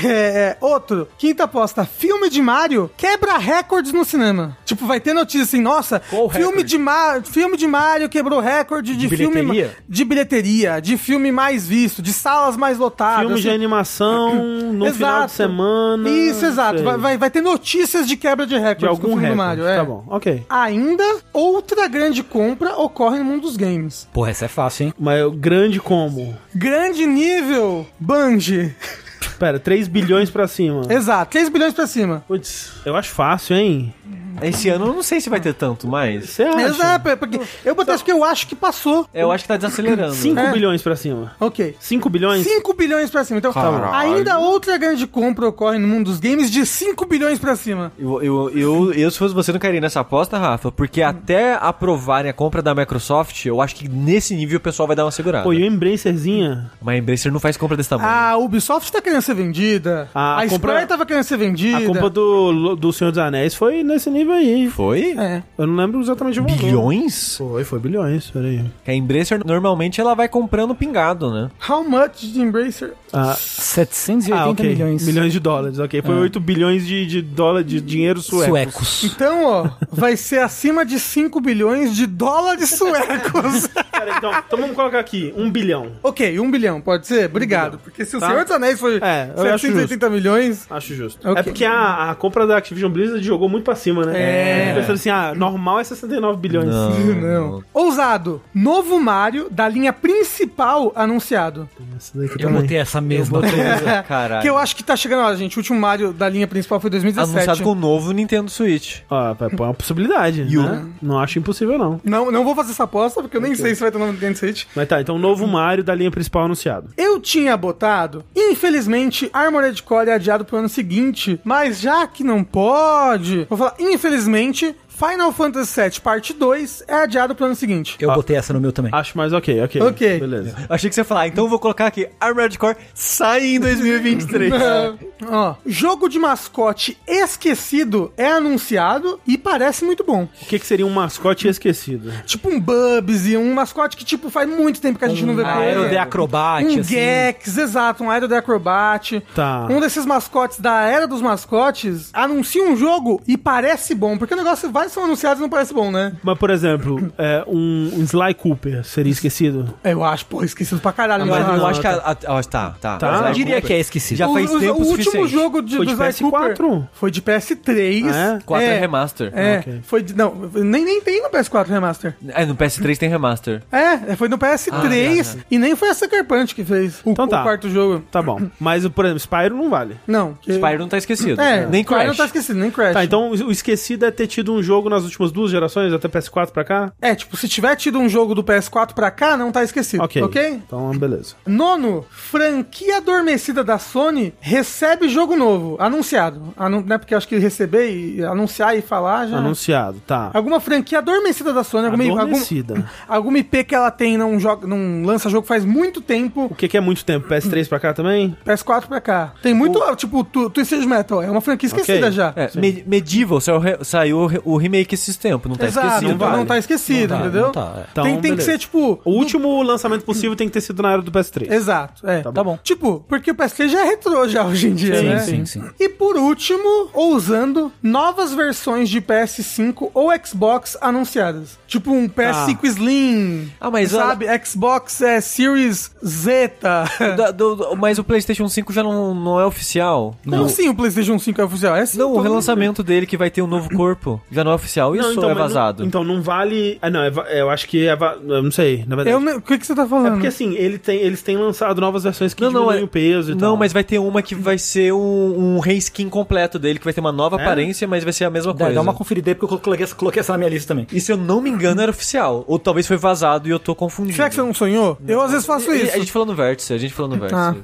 [SPEAKER 3] É, é, outro, quinta aposta: filme de Mario quebra recordes no cinema. Tipo, vai ter notícia assim, nossa,
[SPEAKER 2] Qual
[SPEAKER 3] filme
[SPEAKER 2] recorde?
[SPEAKER 3] de, Ma filme de Mario quebrou recorde de,
[SPEAKER 2] De
[SPEAKER 3] filme.
[SPEAKER 2] bilheteria?
[SPEAKER 3] De bilheteria, de filme mais visto, de salas mais lotadas.
[SPEAKER 1] Filme de
[SPEAKER 3] assim.
[SPEAKER 1] animação, no final
[SPEAKER 3] Exato.
[SPEAKER 1] de semana.
[SPEAKER 3] Isso, exato.
[SPEAKER 1] sei.
[SPEAKER 3] Vai, vai, vai ter notícias de quebra de recordes
[SPEAKER 1] De algum
[SPEAKER 3] do filme do
[SPEAKER 1] recorde.
[SPEAKER 3] Mario. É.
[SPEAKER 1] Tá bom, ok.
[SPEAKER 3] Ainda outra grande compra ocorre no mundo dos games.
[SPEAKER 2] Porra, essa é fácil, hein?
[SPEAKER 1] Mas grande como?
[SPEAKER 3] Grande nível, Bungie.
[SPEAKER 1] Pera, 3 bilhões pra cima.
[SPEAKER 3] Exato, 3 bilhões pra cima.
[SPEAKER 1] Putz, eu acho fácil, hein?
[SPEAKER 4] Esse ano eu não sei se vai ter tanto, mas.
[SPEAKER 1] Você acha?
[SPEAKER 3] Exato, é porque eu botei isso porque eu acho que passou.
[SPEAKER 4] Eu acho que tá desacelerando.
[SPEAKER 1] 5
[SPEAKER 3] É.
[SPEAKER 1] bilhões pra cima.
[SPEAKER 3] Ok.
[SPEAKER 1] 5 bilhões?
[SPEAKER 3] 5 bilhões pra cima. Então,
[SPEAKER 4] Caralho.
[SPEAKER 3] ainda outra grande compra ocorre no mundo dos games de 5 bilhões pra cima.
[SPEAKER 4] Eu, eu, eu, eu, se fosse você, não cairia nessa aposta, Rafa, porque até aprovarem a compra da Microsoft, eu acho que nesse nível o pessoal vai dar uma segurada.
[SPEAKER 1] Pô, e o Ah. Embracerzinha?
[SPEAKER 4] Mas a Embracer não faz compra desse tamanho.
[SPEAKER 3] A Ubisoft tá querendo ser vendida.
[SPEAKER 1] Hum. A
[SPEAKER 3] A,
[SPEAKER 1] compra-
[SPEAKER 3] Square tava querendo ser vendida.
[SPEAKER 1] A compra do, do Senhor dos Anéis foi nesse nível aí.
[SPEAKER 4] Foi?
[SPEAKER 3] É.
[SPEAKER 1] Eu não lembro exatamente o valor.
[SPEAKER 4] Bilhões?
[SPEAKER 1] Foi, foi bilhões, peraí.
[SPEAKER 4] Que A Embracer, normalmente, ela vai comprando pingado, né?
[SPEAKER 3] How much de Embracer?
[SPEAKER 1] Ah,
[SPEAKER 2] 780
[SPEAKER 1] ah, ok.
[SPEAKER 2] milhões.
[SPEAKER 1] de dólares, ok. Foi 8 bilhões de, de dólares de dinheiro sueco.
[SPEAKER 2] suecos.
[SPEAKER 3] Então, ó, vai ser acima de 5 bilhões de dólares suecos.
[SPEAKER 1] Pera, então, então vamos colocar aqui, 1 bilhão.
[SPEAKER 3] ok, 1 bilhão, pode ser? Obrigado. Porque se o
[SPEAKER 1] Um Tá.
[SPEAKER 3] Senhor dos Anéis foi
[SPEAKER 1] É, eu acho
[SPEAKER 3] 780 milhões...
[SPEAKER 1] Acho justo.
[SPEAKER 3] Ok.
[SPEAKER 1] É porque a, a compra da Activision Blizzard jogou muito pra cima, né?
[SPEAKER 3] É.
[SPEAKER 1] Eu Pensando assim, ah, normal é 69 bilhões.
[SPEAKER 3] Não. Ousado. Novo Mario da linha principal anunciado. É,
[SPEAKER 1] Essa daqui
[SPEAKER 2] Eu botei essa mesma.
[SPEAKER 4] Caralho.
[SPEAKER 3] Que eu acho que tá chegando, ó, gente. O último Mario da linha principal foi em 2017.
[SPEAKER 4] Anunciado com o novo Nintendo Switch.
[SPEAKER 1] Ah, é uma possibilidade, né? Não acho impossível, não.
[SPEAKER 3] Não, não vou fazer essa aposta, porque eu nem sei se vai ter nome do Nintendo Switch.
[SPEAKER 1] Mas tá, então novo Mario da linha principal anunciado.
[SPEAKER 3] Eu tinha botado, infelizmente, Armored Core é adiado pro ano seguinte, mas já que não pode, vou falar, infelizmente, Final Fantasy VII Parte 2 é adiado pro ano seguinte.
[SPEAKER 2] Eu botei essa no meu também.
[SPEAKER 1] Acho mais ok, ok.
[SPEAKER 3] Ok.
[SPEAKER 1] Beleza.
[SPEAKER 4] Achei que você ia falar, ah, então eu vou colocar aqui, Armored Core sai em 2023.
[SPEAKER 3] Ó, jogo de mascote esquecido é anunciado e parece muito bom.
[SPEAKER 1] O que, que seria um mascote esquecido?
[SPEAKER 3] Tipo um Bubsy, um mascote que, tipo, faz muito tempo que a
[SPEAKER 4] Um
[SPEAKER 3] gente não vê
[SPEAKER 2] Ah, eu
[SPEAKER 3] coisa.
[SPEAKER 2] dei acrobate,
[SPEAKER 3] um
[SPEAKER 2] assim.
[SPEAKER 3] Gex, exato, um Aero de Acrobat.
[SPEAKER 1] Tá.
[SPEAKER 3] Um desses mascotes da era dos mascotes anuncia um jogo e parece bom, porque o negócio vai ser um anunciado e não parece bom, né?
[SPEAKER 1] Mas, por exemplo, é, um, um Sly Cooper seria esquecido?
[SPEAKER 3] Eu acho, pô, esquecido pra caralho.
[SPEAKER 4] Ah, Mas
[SPEAKER 3] mas-
[SPEAKER 4] eu acho que a, a- eu acho- tá, tá.
[SPEAKER 1] Tá.
[SPEAKER 4] Mas
[SPEAKER 2] Eu
[SPEAKER 4] a
[SPEAKER 2] diria
[SPEAKER 4] compra-
[SPEAKER 2] que é esquecido.
[SPEAKER 4] Já faz
[SPEAKER 3] o,
[SPEAKER 4] tempo
[SPEAKER 3] o último
[SPEAKER 4] suficiente.
[SPEAKER 3] jogo de,
[SPEAKER 1] Foi de
[SPEAKER 3] Sly
[SPEAKER 1] PS4?
[SPEAKER 3] Cooper foi de PS3.
[SPEAKER 1] Ah, é?
[SPEAKER 4] 4 é,
[SPEAKER 3] é,
[SPEAKER 4] remaster.
[SPEAKER 3] É,
[SPEAKER 1] ok.
[SPEAKER 3] foi de, não, nem, nem tem no PS4 remaster.
[SPEAKER 4] É, no PS3 tem remaster.
[SPEAKER 3] É, foi no PS3 e nem foi a Sucker Punch que fez o,
[SPEAKER 1] Então tá.
[SPEAKER 3] o quarto jogo.
[SPEAKER 1] Tá bom. Mas, por exemplo, Spyro não vale.
[SPEAKER 3] Não. que-
[SPEAKER 4] Spyro não tá esquecido.
[SPEAKER 3] É,
[SPEAKER 4] Nem
[SPEAKER 3] Spyro
[SPEAKER 4] Crash.
[SPEAKER 3] não tá esquecido, nem Crash.
[SPEAKER 1] Tá, então o esquecido é ter tido um jogo nas últimas duas gerações, até PS4 pra cá?
[SPEAKER 3] É, tipo, se tiver tido um jogo do PS4 pra cá, não tá esquecido,
[SPEAKER 1] Ok.
[SPEAKER 3] ok?
[SPEAKER 1] Então, beleza.
[SPEAKER 3] Nono, franquia adormecida da Sony recebe jogo novo, anunciado. Anu né, porque eu acho que receber e anunciar e falar
[SPEAKER 4] Ah.
[SPEAKER 3] já...
[SPEAKER 1] Anunciado, tá.
[SPEAKER 3] Alguma franquia adormecida da Sony, alguma, algum,
[SPEAKER 1] Adormecida.
[SPEAKER 3] alguma IP que ela tem não, joga, não lança jogo faz muito tempo,
[SPEAKER 1] O que, que é muito tempo? PS3 pra cá também?
[SPEAKER 3] PS4 pra cá. Tem muito, ah, tipo, tu, Twisted Metal, é uma franquia esquecida
[SPEAKER 1] Ok.
[SPEAKER 3] já.
[SPEAKER 4] É, Me- Medieval saiu, re- saiu o re- o remake esses tempos, não tá
[SPEAKER 3] Exato,
[SPEAKER 4] esquecido.
[SPEAKER 3] não, tá esquecido,
[SPEAKER 2] Não tá,
[SPEAKER 3] entendeu?
[SPEAKER 2] não tá, é.
[SPEAKER 1] Então,
[SPEAKER 3] tem tem que
[SPEAKER 1] beleza.
[SPEAKER 3] ser, tipo...
[SPEAKER 1] O último lançamento possível tem que ter sido na era do PS3.
[SPEAKER 3] Exato, é.
[SPEAKER 1] Tá
[SPEAKER 2] bom.
[SPEAKER 3] Tipo, porque o PS3 já é retrô já hoje em dia,
[SPEAKER 2] Sim,
[SPEAKER 3] né?
[SPEAKER 2] sim, sim.
[SPEAKER 3] E por último, ousando, novas versões de PS5 ou Xbox anunciadas. Tipo um PS5 Slim,
[SPEAKER 4] Ah, mas
[SPEAKER 3] sabe? Xbox é Series Zeta.
[SPEAKER 4] Da- do- do- mas o PlayStation 5 já não, não é oficial.
[SPEAKER 3] Como assim o PlayStation 5 é oficial? É sim,
[SPEAKER 4] Não, o
[SPEAKER 3] todo
[SPEAKER 4] relançamento dele que vai ter um novo corpo já não é oficial. Isso é
[SPEAKER 1] mas
[SPEAKER 4] vazado.
[SPEAKER 1] Não, então, não vale. Ah, não, é va- é, eu acho que é. va- Eu não sei,
[SPEAKER 3] mundo-
[SPEAKER 1] na verdade.
[SPEAKER 3] Eu não- O que, que você tá
[SPEAKER 1] É
[SPEAKER 3] falando?
[SPEAKER 1] porque assim, ele tem, eles têm lançado novas versões que
[SPEAKER 4] Não, não,
[SPEAKER 1] diminuem
[SPEAKER 4] é-
[SPEAKER 1] o peso e
[SPEAKER 4] não,
[SPEAKER 1] tal.
[SPEAKER 4] mas vai ter uma que vai ser um, um reskin completo dele, que vai ter uma nova aparência, mas vai ser a mesma
[SPEAKER 2] Dá,
[SPEAKER 4] coisa.
[SPEAKER 2] dá uma conferida aí, porque eu coloquei essa, coloquei essa na minha lista também.
[SPEAKER 4] E se eu não me engano, era oficial. Ou talvez foi vazado e eu tô confundindo.
[SPEAKER 3] Será que você não sonhou? Eu às vezes faço
[SPEAKER 4] A-
[SPEAKER 3] isso.
[SPEAKER 4] A gente falou no vértice, a gente falou no vértice.
[SPEAKER 3] Ah.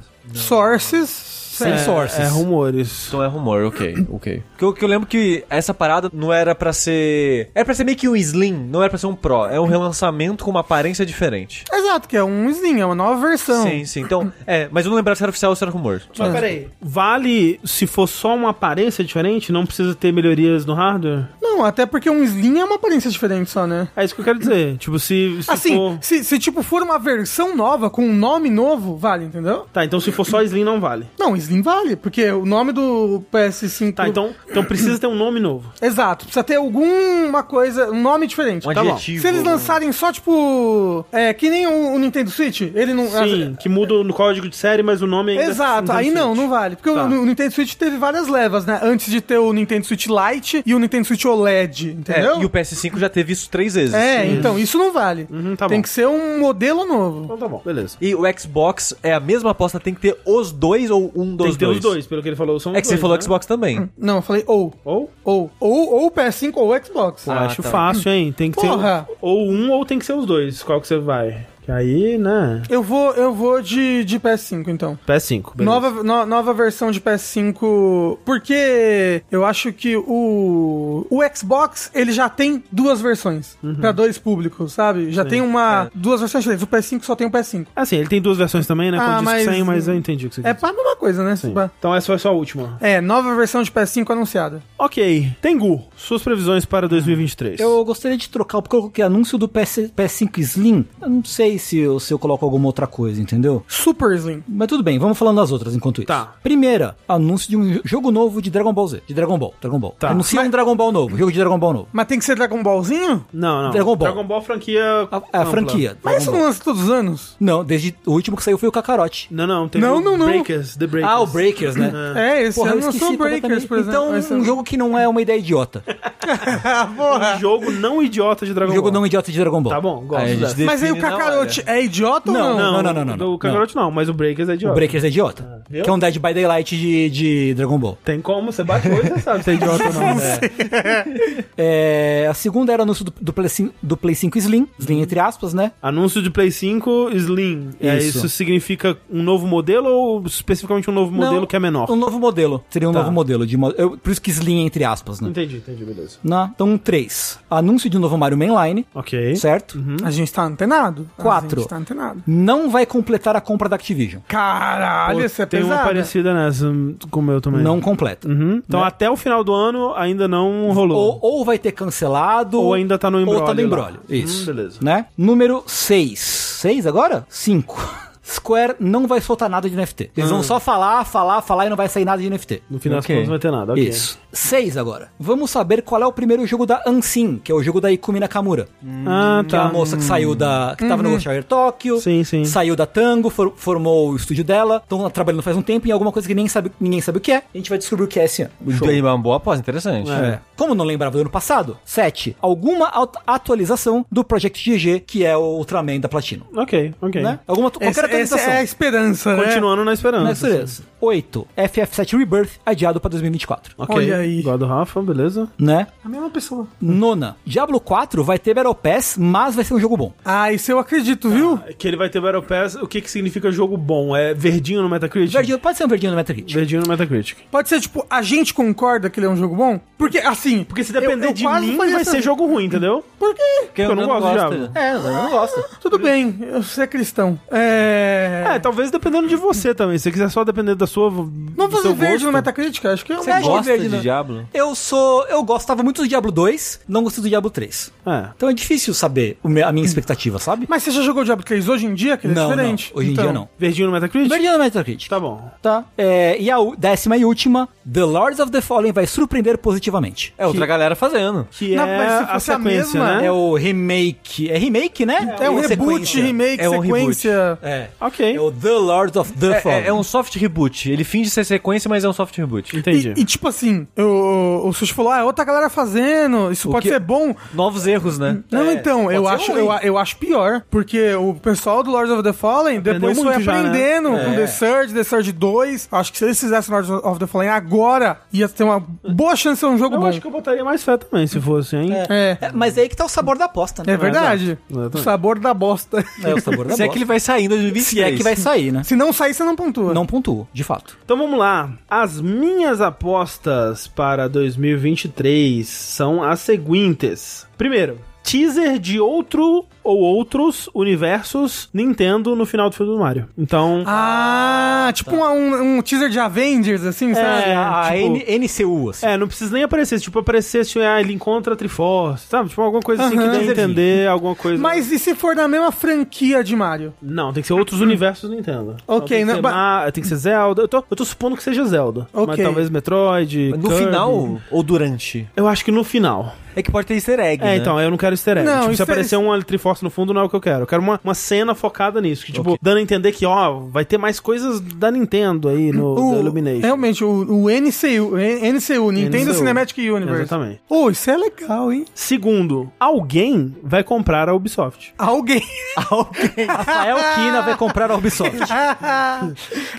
[SPEAKER 3] Sources...
[SPEAKER 2] Sem sources.
[SPEAKER 1] É rumores.
[SPEAKER 4] Então é rumor, ok, ok. Porque eu, que eu lembro que essa parada não era pra ser. Era pra ser meio que um Slim, não era pra ser um Pro. É um relançamento com uma aparência diferente.
[SPEAKER 3] Exato, que é um Slim, é uma nova versão.
[SPEAKER 4] Sim, sim. Então, é, mas eu não lembrava se era oficial ou se era rumor.
[SPEAKER 1] Mas peraí. Vale se for só uma aparência diferente? Não precisa ter melhorias no hardware?
[SPEAKER 3] Não, até porque um Slim é uma aparência diferente só, né?
[SPEAKER 1] É isso que eu quero dizer. Tipo, se, se
[SPEAKER 3] Assim,
[SPEAKER 1] for.
[SPEAKER 3] se, se, tipo for uma versão nova com um nome novo, vale, entendeu?
[SPEAKER 1] Tá, então se for só Slim, não vale.
[SPEAKER 3] Não, Slim vale, porque o nome do PS5.
[SPEAKER 1] Tá, então, então precisa ter um nome novo.
[SPEAKER 3] Exato, precisa ter alguma coisa, um nome diferente.
[SPEAKER 4] Um
[SPEAKER 1] Tá bom.
[SPEAKER 4] adjetivo.
[SPEAKER 3] Se eles lançarem só, tipo. É, que nem o um, um Nintendo Switch, ele não. assim,
[SPEAKER 1] Sim, que muda no código de série, mas o nome ainda é
[SPEAKER 3] é- Exato,
[SPEAKER 1] Nintendo
[SPEAKER 3] aí não,
[SPEAKER 1] Switch.
[SPEAKER 3] não vale. Porque o-
[SPEAKER 1] Tá.
[SPEAKER 3] o, Nintendo Switch teve várias levas, né? Antes de ter o Nintendo Switch Lite e o Nintendo Switch OLED,
[SPEAKER 5] É,
[SPEAKER 3] entendeu?
[SPEAKER 5] e o PS5 já teve isso três vezes.
[SPEAKER 3] É, então, isso não vale.
[SPEAKER 1] Uhum, tá
[SPEAKER 3] Tem
[SPEAKER 1] bom.
[SPEAKER 3] que ser um modelo novo.
[SPEAKER 1] Então tá bom, beleza.
[SPEAKER 5] E o Xbox é a mesma aposta, tem que ter os dois ou um
[SPEAKER 1] Tem
[SPEAKER 5] dos
[SPEAKER 1] que ter
[SPEAKER 5] dois.
[SPEAKER 1] os dois, pelo que ele falou. São
[SPEAKER 5] É que
[SPEAKER 1] os
[SPEAKER 5] você
[SPEAKER 1] dois,
[SPEAKER 5] falou
[SPEAKER 1] né?
[SPEAKER 5] Xbox também.
[SPEAKER 3] Não, eu falei ou.
[SPEAKER 1] Ou?
[SPEAKER 3] Ou. Ou, ou PS5 ou Xbox.
[SPEAKER 2] Ah.
[SPEAKER 1] Pô, acho fácil, hein? Tem que
[SPEAKER 3] Porra.
[SPEAKER 1] ter ou um ou tem que ser os dois. Qual que você vai? Que aí, né?
[SPEAKER 3] Eu vou, eu vou de, de PS5, então.
[SPEAKER 1] PS5. beleza.
[SPEAKER 3] Nova, no- nova versão de PS5. Porque eu acho que o. O Xbox, ele já tem duas versões.
[SPEAKER 2] Uhum.
[SPEAKER 3] Pra dois públicos, sabe? Já tem uma.
[SPEAKER 2] É.
[SPEAKER 3] Duas versões diferentes. O PS5 só tem o PS5.
[SPEAKER 1] Assim, ele tem duas versões também, né? Com
[SPEAKER 3] Ah,
[SPEAKER 1] disco
[SPEAKER 3] mas-
[SPEAKER 1] sem, mas eu entendi o que você
[SPEAKER 3] É
[SPEAKER 1] quis.
[SPEAKER 3] pra mesma coisa, né?
[SPEAKER 1] Sim.
[SPEAKER 3] Pra-
[SPEAKER 1] Então essa foi só a última.
[SPEAKER 3] É, nova versão de PS5 anunciada.
[SPEAKER 1] Ok. Tengu, suas previsões para 2023.
[SPEAKER 2] Eu gostaria de trocar, porque eu coloquei anúncio do PS, PS5 Slim. Eu não sei se eu, se eu coloco alguma outra coisa, entendeu?
[SPEAKER 3] Super Slim.
[SPEAKER 2] Mas tudo bem, vamos falando das outras enquanto isso.
[SPEAKER 1] Tá.
[SPEAKER 2] Primeira, anúncio de um jogo novo de Dragon Ball Z. De Dragon Ball, Dragon Ball.
[SPEAKER 1] Tá.
[SPEAKER 2] Anuncia um Dragon Ball novo, jogo de Dragon Ball novo.
[SPEAKER 3] Mas tem que ser Dragon Ballzinho?
[SPEAKER 1] Não, não.
[SPEAKER 2] Dragon Ball.
[SPEAKER 1] Dragon Ball franquia.
[SPEAKER 2] A, a
[SPEAKER 1] ampla.
[SPEAKER 2] franquia.
[SPEAKER 3] Mas isso
[SPEAKER 2] Dragon
[SPEAKER 3] não
[SPEAKER 2] Ball.
[SPEAKER 3] lança todos os anos?
[SPEAKER 2] Não, desde o último que saiu foi o Kakarote.
[SPEAKER 1] Não, não. Tem
[SPEAKER 3] Não,
[SPEAKER 1] o
[SPEAKER 3] não, não.
[SPEAKER 1] Breakers, The Breakers.
[SPEAKER 2] Ah, o Breakers, né?
[SPEAKER 3] É, esse
[SPEAKER 2] Porra, eu
[SPEAKER 3] ano lançou
[SPEAKER 2] esqueci
[SPEAKER 3] o Breakers,
[SPEAKER 2] completamente.
[SPEAKER 3] por exemplo.
[SPEAKER 2] Então,
[SPEAKER 3] Esse
[SPEAKER 2] um
[SPEAKER 3] ano.
[SPEAKER 2] jogo que não é uma ideia idiota.
[SPEAKER 1] Um jogo não idiota de Dragon
[SPEAKER 2] Um jogo
[SPEAKER 1] Ball.
[SPEAKER 2] não idiota de Dragon Ball.
[SPEAKER 1] Tá bom, gosto.
[SPEAKER 5] Aí a gente
[SPEAKER 1] dessa.
[SPEAKER 5] define
[SPEAKER 3] Mas aí o
[SPEAKER 5] na hora.
[SPEAKER 3] Kakarote é idiota ou
[SPEAKER 2] Não,
[SPEAKER 3] não?
[SPEAKER 2] não, não, não, não.
[SPEAKER 1] O Kakarot não, mas o Breakers é
[SPEAKER 2] O
[SPEAKER 1] idiota.
[SPEAKER 2] Breakers é idiota. que é um Dead by Daylight de, de Dragon Ball.
[SPEAKER 1] Tem como, você baixou e você sabe se é idiota ou não.
[SPEAKER 2] É, a segunda era o anúncio do, do, Play, cin- do Play 5 Slim, Slim entre aspas, né?
[SPEAKER 1] Anúncio de Play 5 Slim. É, Isso.
[SPEAKER 2] Isso.
[SPEAKER 1] significa um novo modelo ou especificamente um novo modelo
[SPEAKER 2] Não,
[SPEAKER 1] que é menor?
[SPEAKER 2] Um novo modelo. Seria um novo modelo. De, mo- eu, por isso que Slim entre aspas, né?
[SPEAKER 1] Entendi, entendi, beleza.
[SPEAKER 2] Na, então, três. Anúncio de um novo Mario Mainline,
[SPEAKER 1] Ok.
[SPEAKER 2] certo?
[SPEAKER 3] A gente tá antenado.
[SPEAKER 2] Quatro.
[SPEAKER 3] A gente tá antenado.
[SPEAKER 2] Não vai completar a compra da Activision.
[SPEAKER 3] Caralho, esse é
[SPEAKER 1] Tem uma
[SPEAKER 3] pesado.
[SPEAKER 1] parecida nessa, com o meu também.
[SPEAKER 2] Não completa.
[SPEAKER 1] Uhum.
[SPEAKER 3] Né?
[SPEAKER 1] Então até o final do ano ainda não rolou.
[SPEAKER 2] Ou, ou vai ter cancelado.
[SPEAKER 1] Ou ainda tá no
[SPEAKER 2] Ou tá no
[SPEAKER 1] embrólio lá.
[SPEAKER 2] embrólio. Isso.
[SPEAKER 1] Hum, beleza.
[SPEAKER 2] Né? Número 6. 6 agora? 5. Square não vai soltar nada de NFT. Eles vão só falar, falar, falar e não vai sair nada de NFT.
[SPEAKER 1] Ah. No final
[SPEAKER 5] Ok.
[SPEAKER 1] das contas não vai ter nada. ok.
[SPEAKER 2] Isso. 6 agora. Vamos saber qual é o primeiro jogo da Ansin, que é o jogo da Ikumi Nakamura.
[SPEAKER 3] hum,
[SPEAKER 1] Ah,
[SPEAKER 2] Que é a
[SPEAKER 1] tá.
[SPEAKER 2] moça que saiu da. que tava no Watchtower Tokyo.
[SPEAKER 1] Sim, sim.
[SPEAKER 2] Saiu da Tango, for- formou o estúdio dela. Estão trabalhando faz um tempo em alguma coisa que nem sabe, ninguém sabe o que é. A gente vai descobrir o que é esse ano.
[SPEAKER 5] Show. É uma boa aposta, interessante.
[SPEAKER 1] É.
[SPEAKER 2] Como não lembrava do ano passado? 7. Alguma aut- atualização do Project GG, que é o Ultraman da Platino.
[SPEAKER 1] Ok, ok.
[SPEAKER 2] Né? Alguma,
[SPEAKER 3] Esse,
[SPEAKER 2] qualquer
[SPEAKER 3] essa
[SPEAKER 2] atualização.
[SPEAKER 3] é a esperança, né?
[SPEAKER 1] Continuando na esperança.
[SPEAKER 2] Nessa vez. 8. FF7 Rebirth adiado pra 2024.
[SPEAKER 1] Ok.
[SPEAKER 3] Olha aí.
[SPEAKER 1] God Rafa, beleza?
[SPEAKER 2] Né?
[SPEAKER 3] A mesma pessoa.
[SPEAKER 2] Nona. Diablo 4 vai ter Battle Pass, mas vai ser um jogo bom.
[SPEAKER 3] Ah, isso eu acredito, viu?
[SPEAKER 1] Que ele vai ter Battle Pass. O que que significa jogo bom? É verdinho no Metacritic?
[SPEAKER 2] Verdinho, pode ser um verdinho no Metacritic.
[SPEAKER 1] Verdinho no Metacritic.
[SPEAKER 3] Pode ser, tipo, a gente concorda que ele é um jogo bom? Porque, assim...
[SPEAKER 1] Porque se depender
[SPEAKER 3] eu- eu
[SPEAKER 1] de
[SPEAKER 3] quase
[SPEAKER 1] mim,
[SPEAKER 3] faria assim.
[SPEAKER 1] vai
[SPEAKER 3] essa-
[SPEAKER 1] ser jogo ruim, entendeu?
[SPEAKER 3] Por quê?
[SPEAKER 1] Porque eu não gosto de Diablo.
[SPEAKER 2] É, eu não gosto.
[SPEAKER 3] Tudo bem, eu sei cristão. É...
[SPEAKER 1] É, talvez dependendo de você também. Se você quiser só depender da sua.
[SPEAKER 3] Vamos
[SPEAKER 1] Vamos
[SPEAKER 3] fazer verde no Metacritic? Acho que é um
[SPEAKER 2] Você gosta?
[SPEAKER 3] bom.
[SPEAKER 5] Gosta
[SPEAKER 2] verde,
[SPEAKER 5] de
[SPEAKER 2] né?
[SPEAKER 5] Diablo?
[SPEAKER 2] Eu sou. Eu gostava muito do Diablo 2, não gostei do Diablo 3.
[SPEAKER 1] É.
[SPEAKER 2] Então é difícil saber o me- a minha expectativa, sabe?
[SPEAKER 3] Mas você já jogou Diablo 3 hoje em dia, que ele é
[SPEAKER 2] Não, não.
[SPEAKER 3] diferente?
[SPEAKER 2] Hoje em
[SPEAKER 3] Então,
[SPEAKER 2] dia não.
[SPEAKER 1] Verdinho no Metacritic?
[SPEAKER 2] Verdinho no Metacritic.
[SPEAKER 1] Tá bom.
[SPEAKER 2] Tá. É, e a u- décima e última, The Lords of the Fallen vai surpreender positivamente.
[SPEAKER 5] É outra galera fazendo.
[SPEAKER 1] Que
[SPEAKER 3] Não,
[SPEAKER 1] é
[SPEAKER 3] mas se
[SPEAKER 1] a
[SPEAKER 3] fosse a
[SPEAKER 1] sequência,
[SPEAKER 3] mesma,
[SPEAKER 1] né?
[SPEAKER 2] É o remake. É remake, né?
[SPEAKER 3] É um
[SPEAKER 2] Ou
[SPEAKER 3] reboot,
[SPEAKER 2] sequência?
[SPEAKER 3] remake,
[SPEAKER 5] É um reboot.
[SPEAKER 3] sequência...
[SPEAKER 2] É.
[SPEAKER 1] Ok.
[SPEAKER 2] É o The Lords of the
[SPEAKER 5] É,
[SPEAKER 2] Fallen.
[SPEAKER 5] é- é um soft reboot. Ele finge ser sequência, mas é um soft reboot.
[SPEAKER 1] Entendi.
[SPEAKER 3] E, e, tipo assim, o, o Sushi falou, ah, é outra galera fazendo, isso pode
[SPEAKER 5] que-
[SPEAKER 3] ser
[SPEAKER 1] É,
[SPEAKER 3] bom.
[SPEAKER 5] Novos erros, né?
[SPEAKER 3] Não, então, eu
[SPEAKER 2] ser
[SPEAKER 3] acho,
[SPEAKER 2] ruim.
[SPEAKER 3] eu, a- eu acho pior, porque o pessoal do Lords of the Fallen depois foi
[SPEAKER 1] muito já, né?
[SPEAKER 3] aprendendo com The Surge, The Surge 2. Acho que se eles fizessem Lords of the Fallen agora, ia ter uma boa chance de ser um jogo
[SPEAKER 1] Eu
[SPEAKER 3] bom.
[SPEAKER 1] acho que eu botaria mais fé também, se fosse, hein? É.
[SPEAKER 3] É,
[SPEAKER 2] É, mas é aí que tá o sabor da aposta, né?
[SPEAKER 3] é verdade.
[SPEAKER 1] Exato.
[SPEAKER 3] O sabor da bosta.
[SPEAKER 2] É o sabor da
[SPEAKER 5] Se
[SPEAKER 2] aposta.
[SPEAKER 5] é que ele vai sair em 2023.
[SPEAKER 2] Se é que vai sair, né?
[SPEAKER 3] se não sair, você não pontua.
[SPEAKER 2] Não pontuo, de fato.
[SPEAKER 1] Então vamos lá. As minhas apostas para 2023 são as seguintes. Primeiro, teaser de outro ou outros universos Nintendo no final do filme do Mario. Então,
[SPEAKER 3] Ah, tipo uma- um, um teaser de Avengers, assim,
[SPEAKER 1] Tá. É,
[SPEAKER 3] sabe?
[SPEAKER 2] a
[SPEAKER 1] tipo-
[SPEAKER 2] Ah, N- NCU, assim.
[SPEAKER 1] é, não precisa nem aparecer. Se, Tipo, aparecer se ah, ele encontra a Triforce, sabe? Tipo, alguma coisa assim que
[SPEAKER 3] Aham.
[SPEAKER 1] dê a entender, alguma coisa.
[SPEAKER 3] Mas e se for da mesma franquia de Mario?
[SPEAKER 1] Não, tem que ser outros universos Nintendo. Então,
[SPEAKER 3] Ok,
[SPEAKER 1] tem que,
[SPEAKER 3] né,
[SPEAKER 1] ser
[SPEAKER 3] ba-
[SPEAKER 1] Ma- tem que ser Zelda. Eu tô, eu tô supondo que seja Zelda.
[SPEAKER 3] Ok.
[SPEAKER 1] Mas talvez Metroid.
[SPEAKER 5] No
[SPEAKER 1] Kirby.
[SPEAKER 5] final um, ou durante?
[SPEAKER 1] Eu acho que no final.
[SPEAKER 5] É que pode ter easter egg.
[SPEAKER 1] É,
[SPEAKER 5] né?
[SPEAKER 1] então, eu não quero easter egg.
[SPEAKER 3] Não,
[SPEAKER 1] tipo, se
[SPEAKER 3] easter-
[SPEAKER 1] aparecer uma Triforce no fundo, não é o que eu quero. Eu quero uma, uma cena focada nisso. Que, tipo, dando a entender que, ó, vai ter mais coisas da Nintendo aí no da
[SPEAKER 3] O-
[SPEAKER 1] Illumination.
[SPEAKER 3] Realmente, o, o NCU, N- NCU, Nintendo
[SPEAKER 1] NCU.
[SPEAKER 3] Cinematic Universe.
[SPEAKER 1] Exatamente.
[SPEAKER 3] Pô, isso é legal, hein?
[SPEAKER 1] Segundo, alguém vai comprar a Ubisoft.
[SPEAKER 3] Alguém.
[SPEAKER 5] É
[SPEAKER 2] Rafael Kina vai comprar a Ubisoft.
[SPEAKER 3] Tá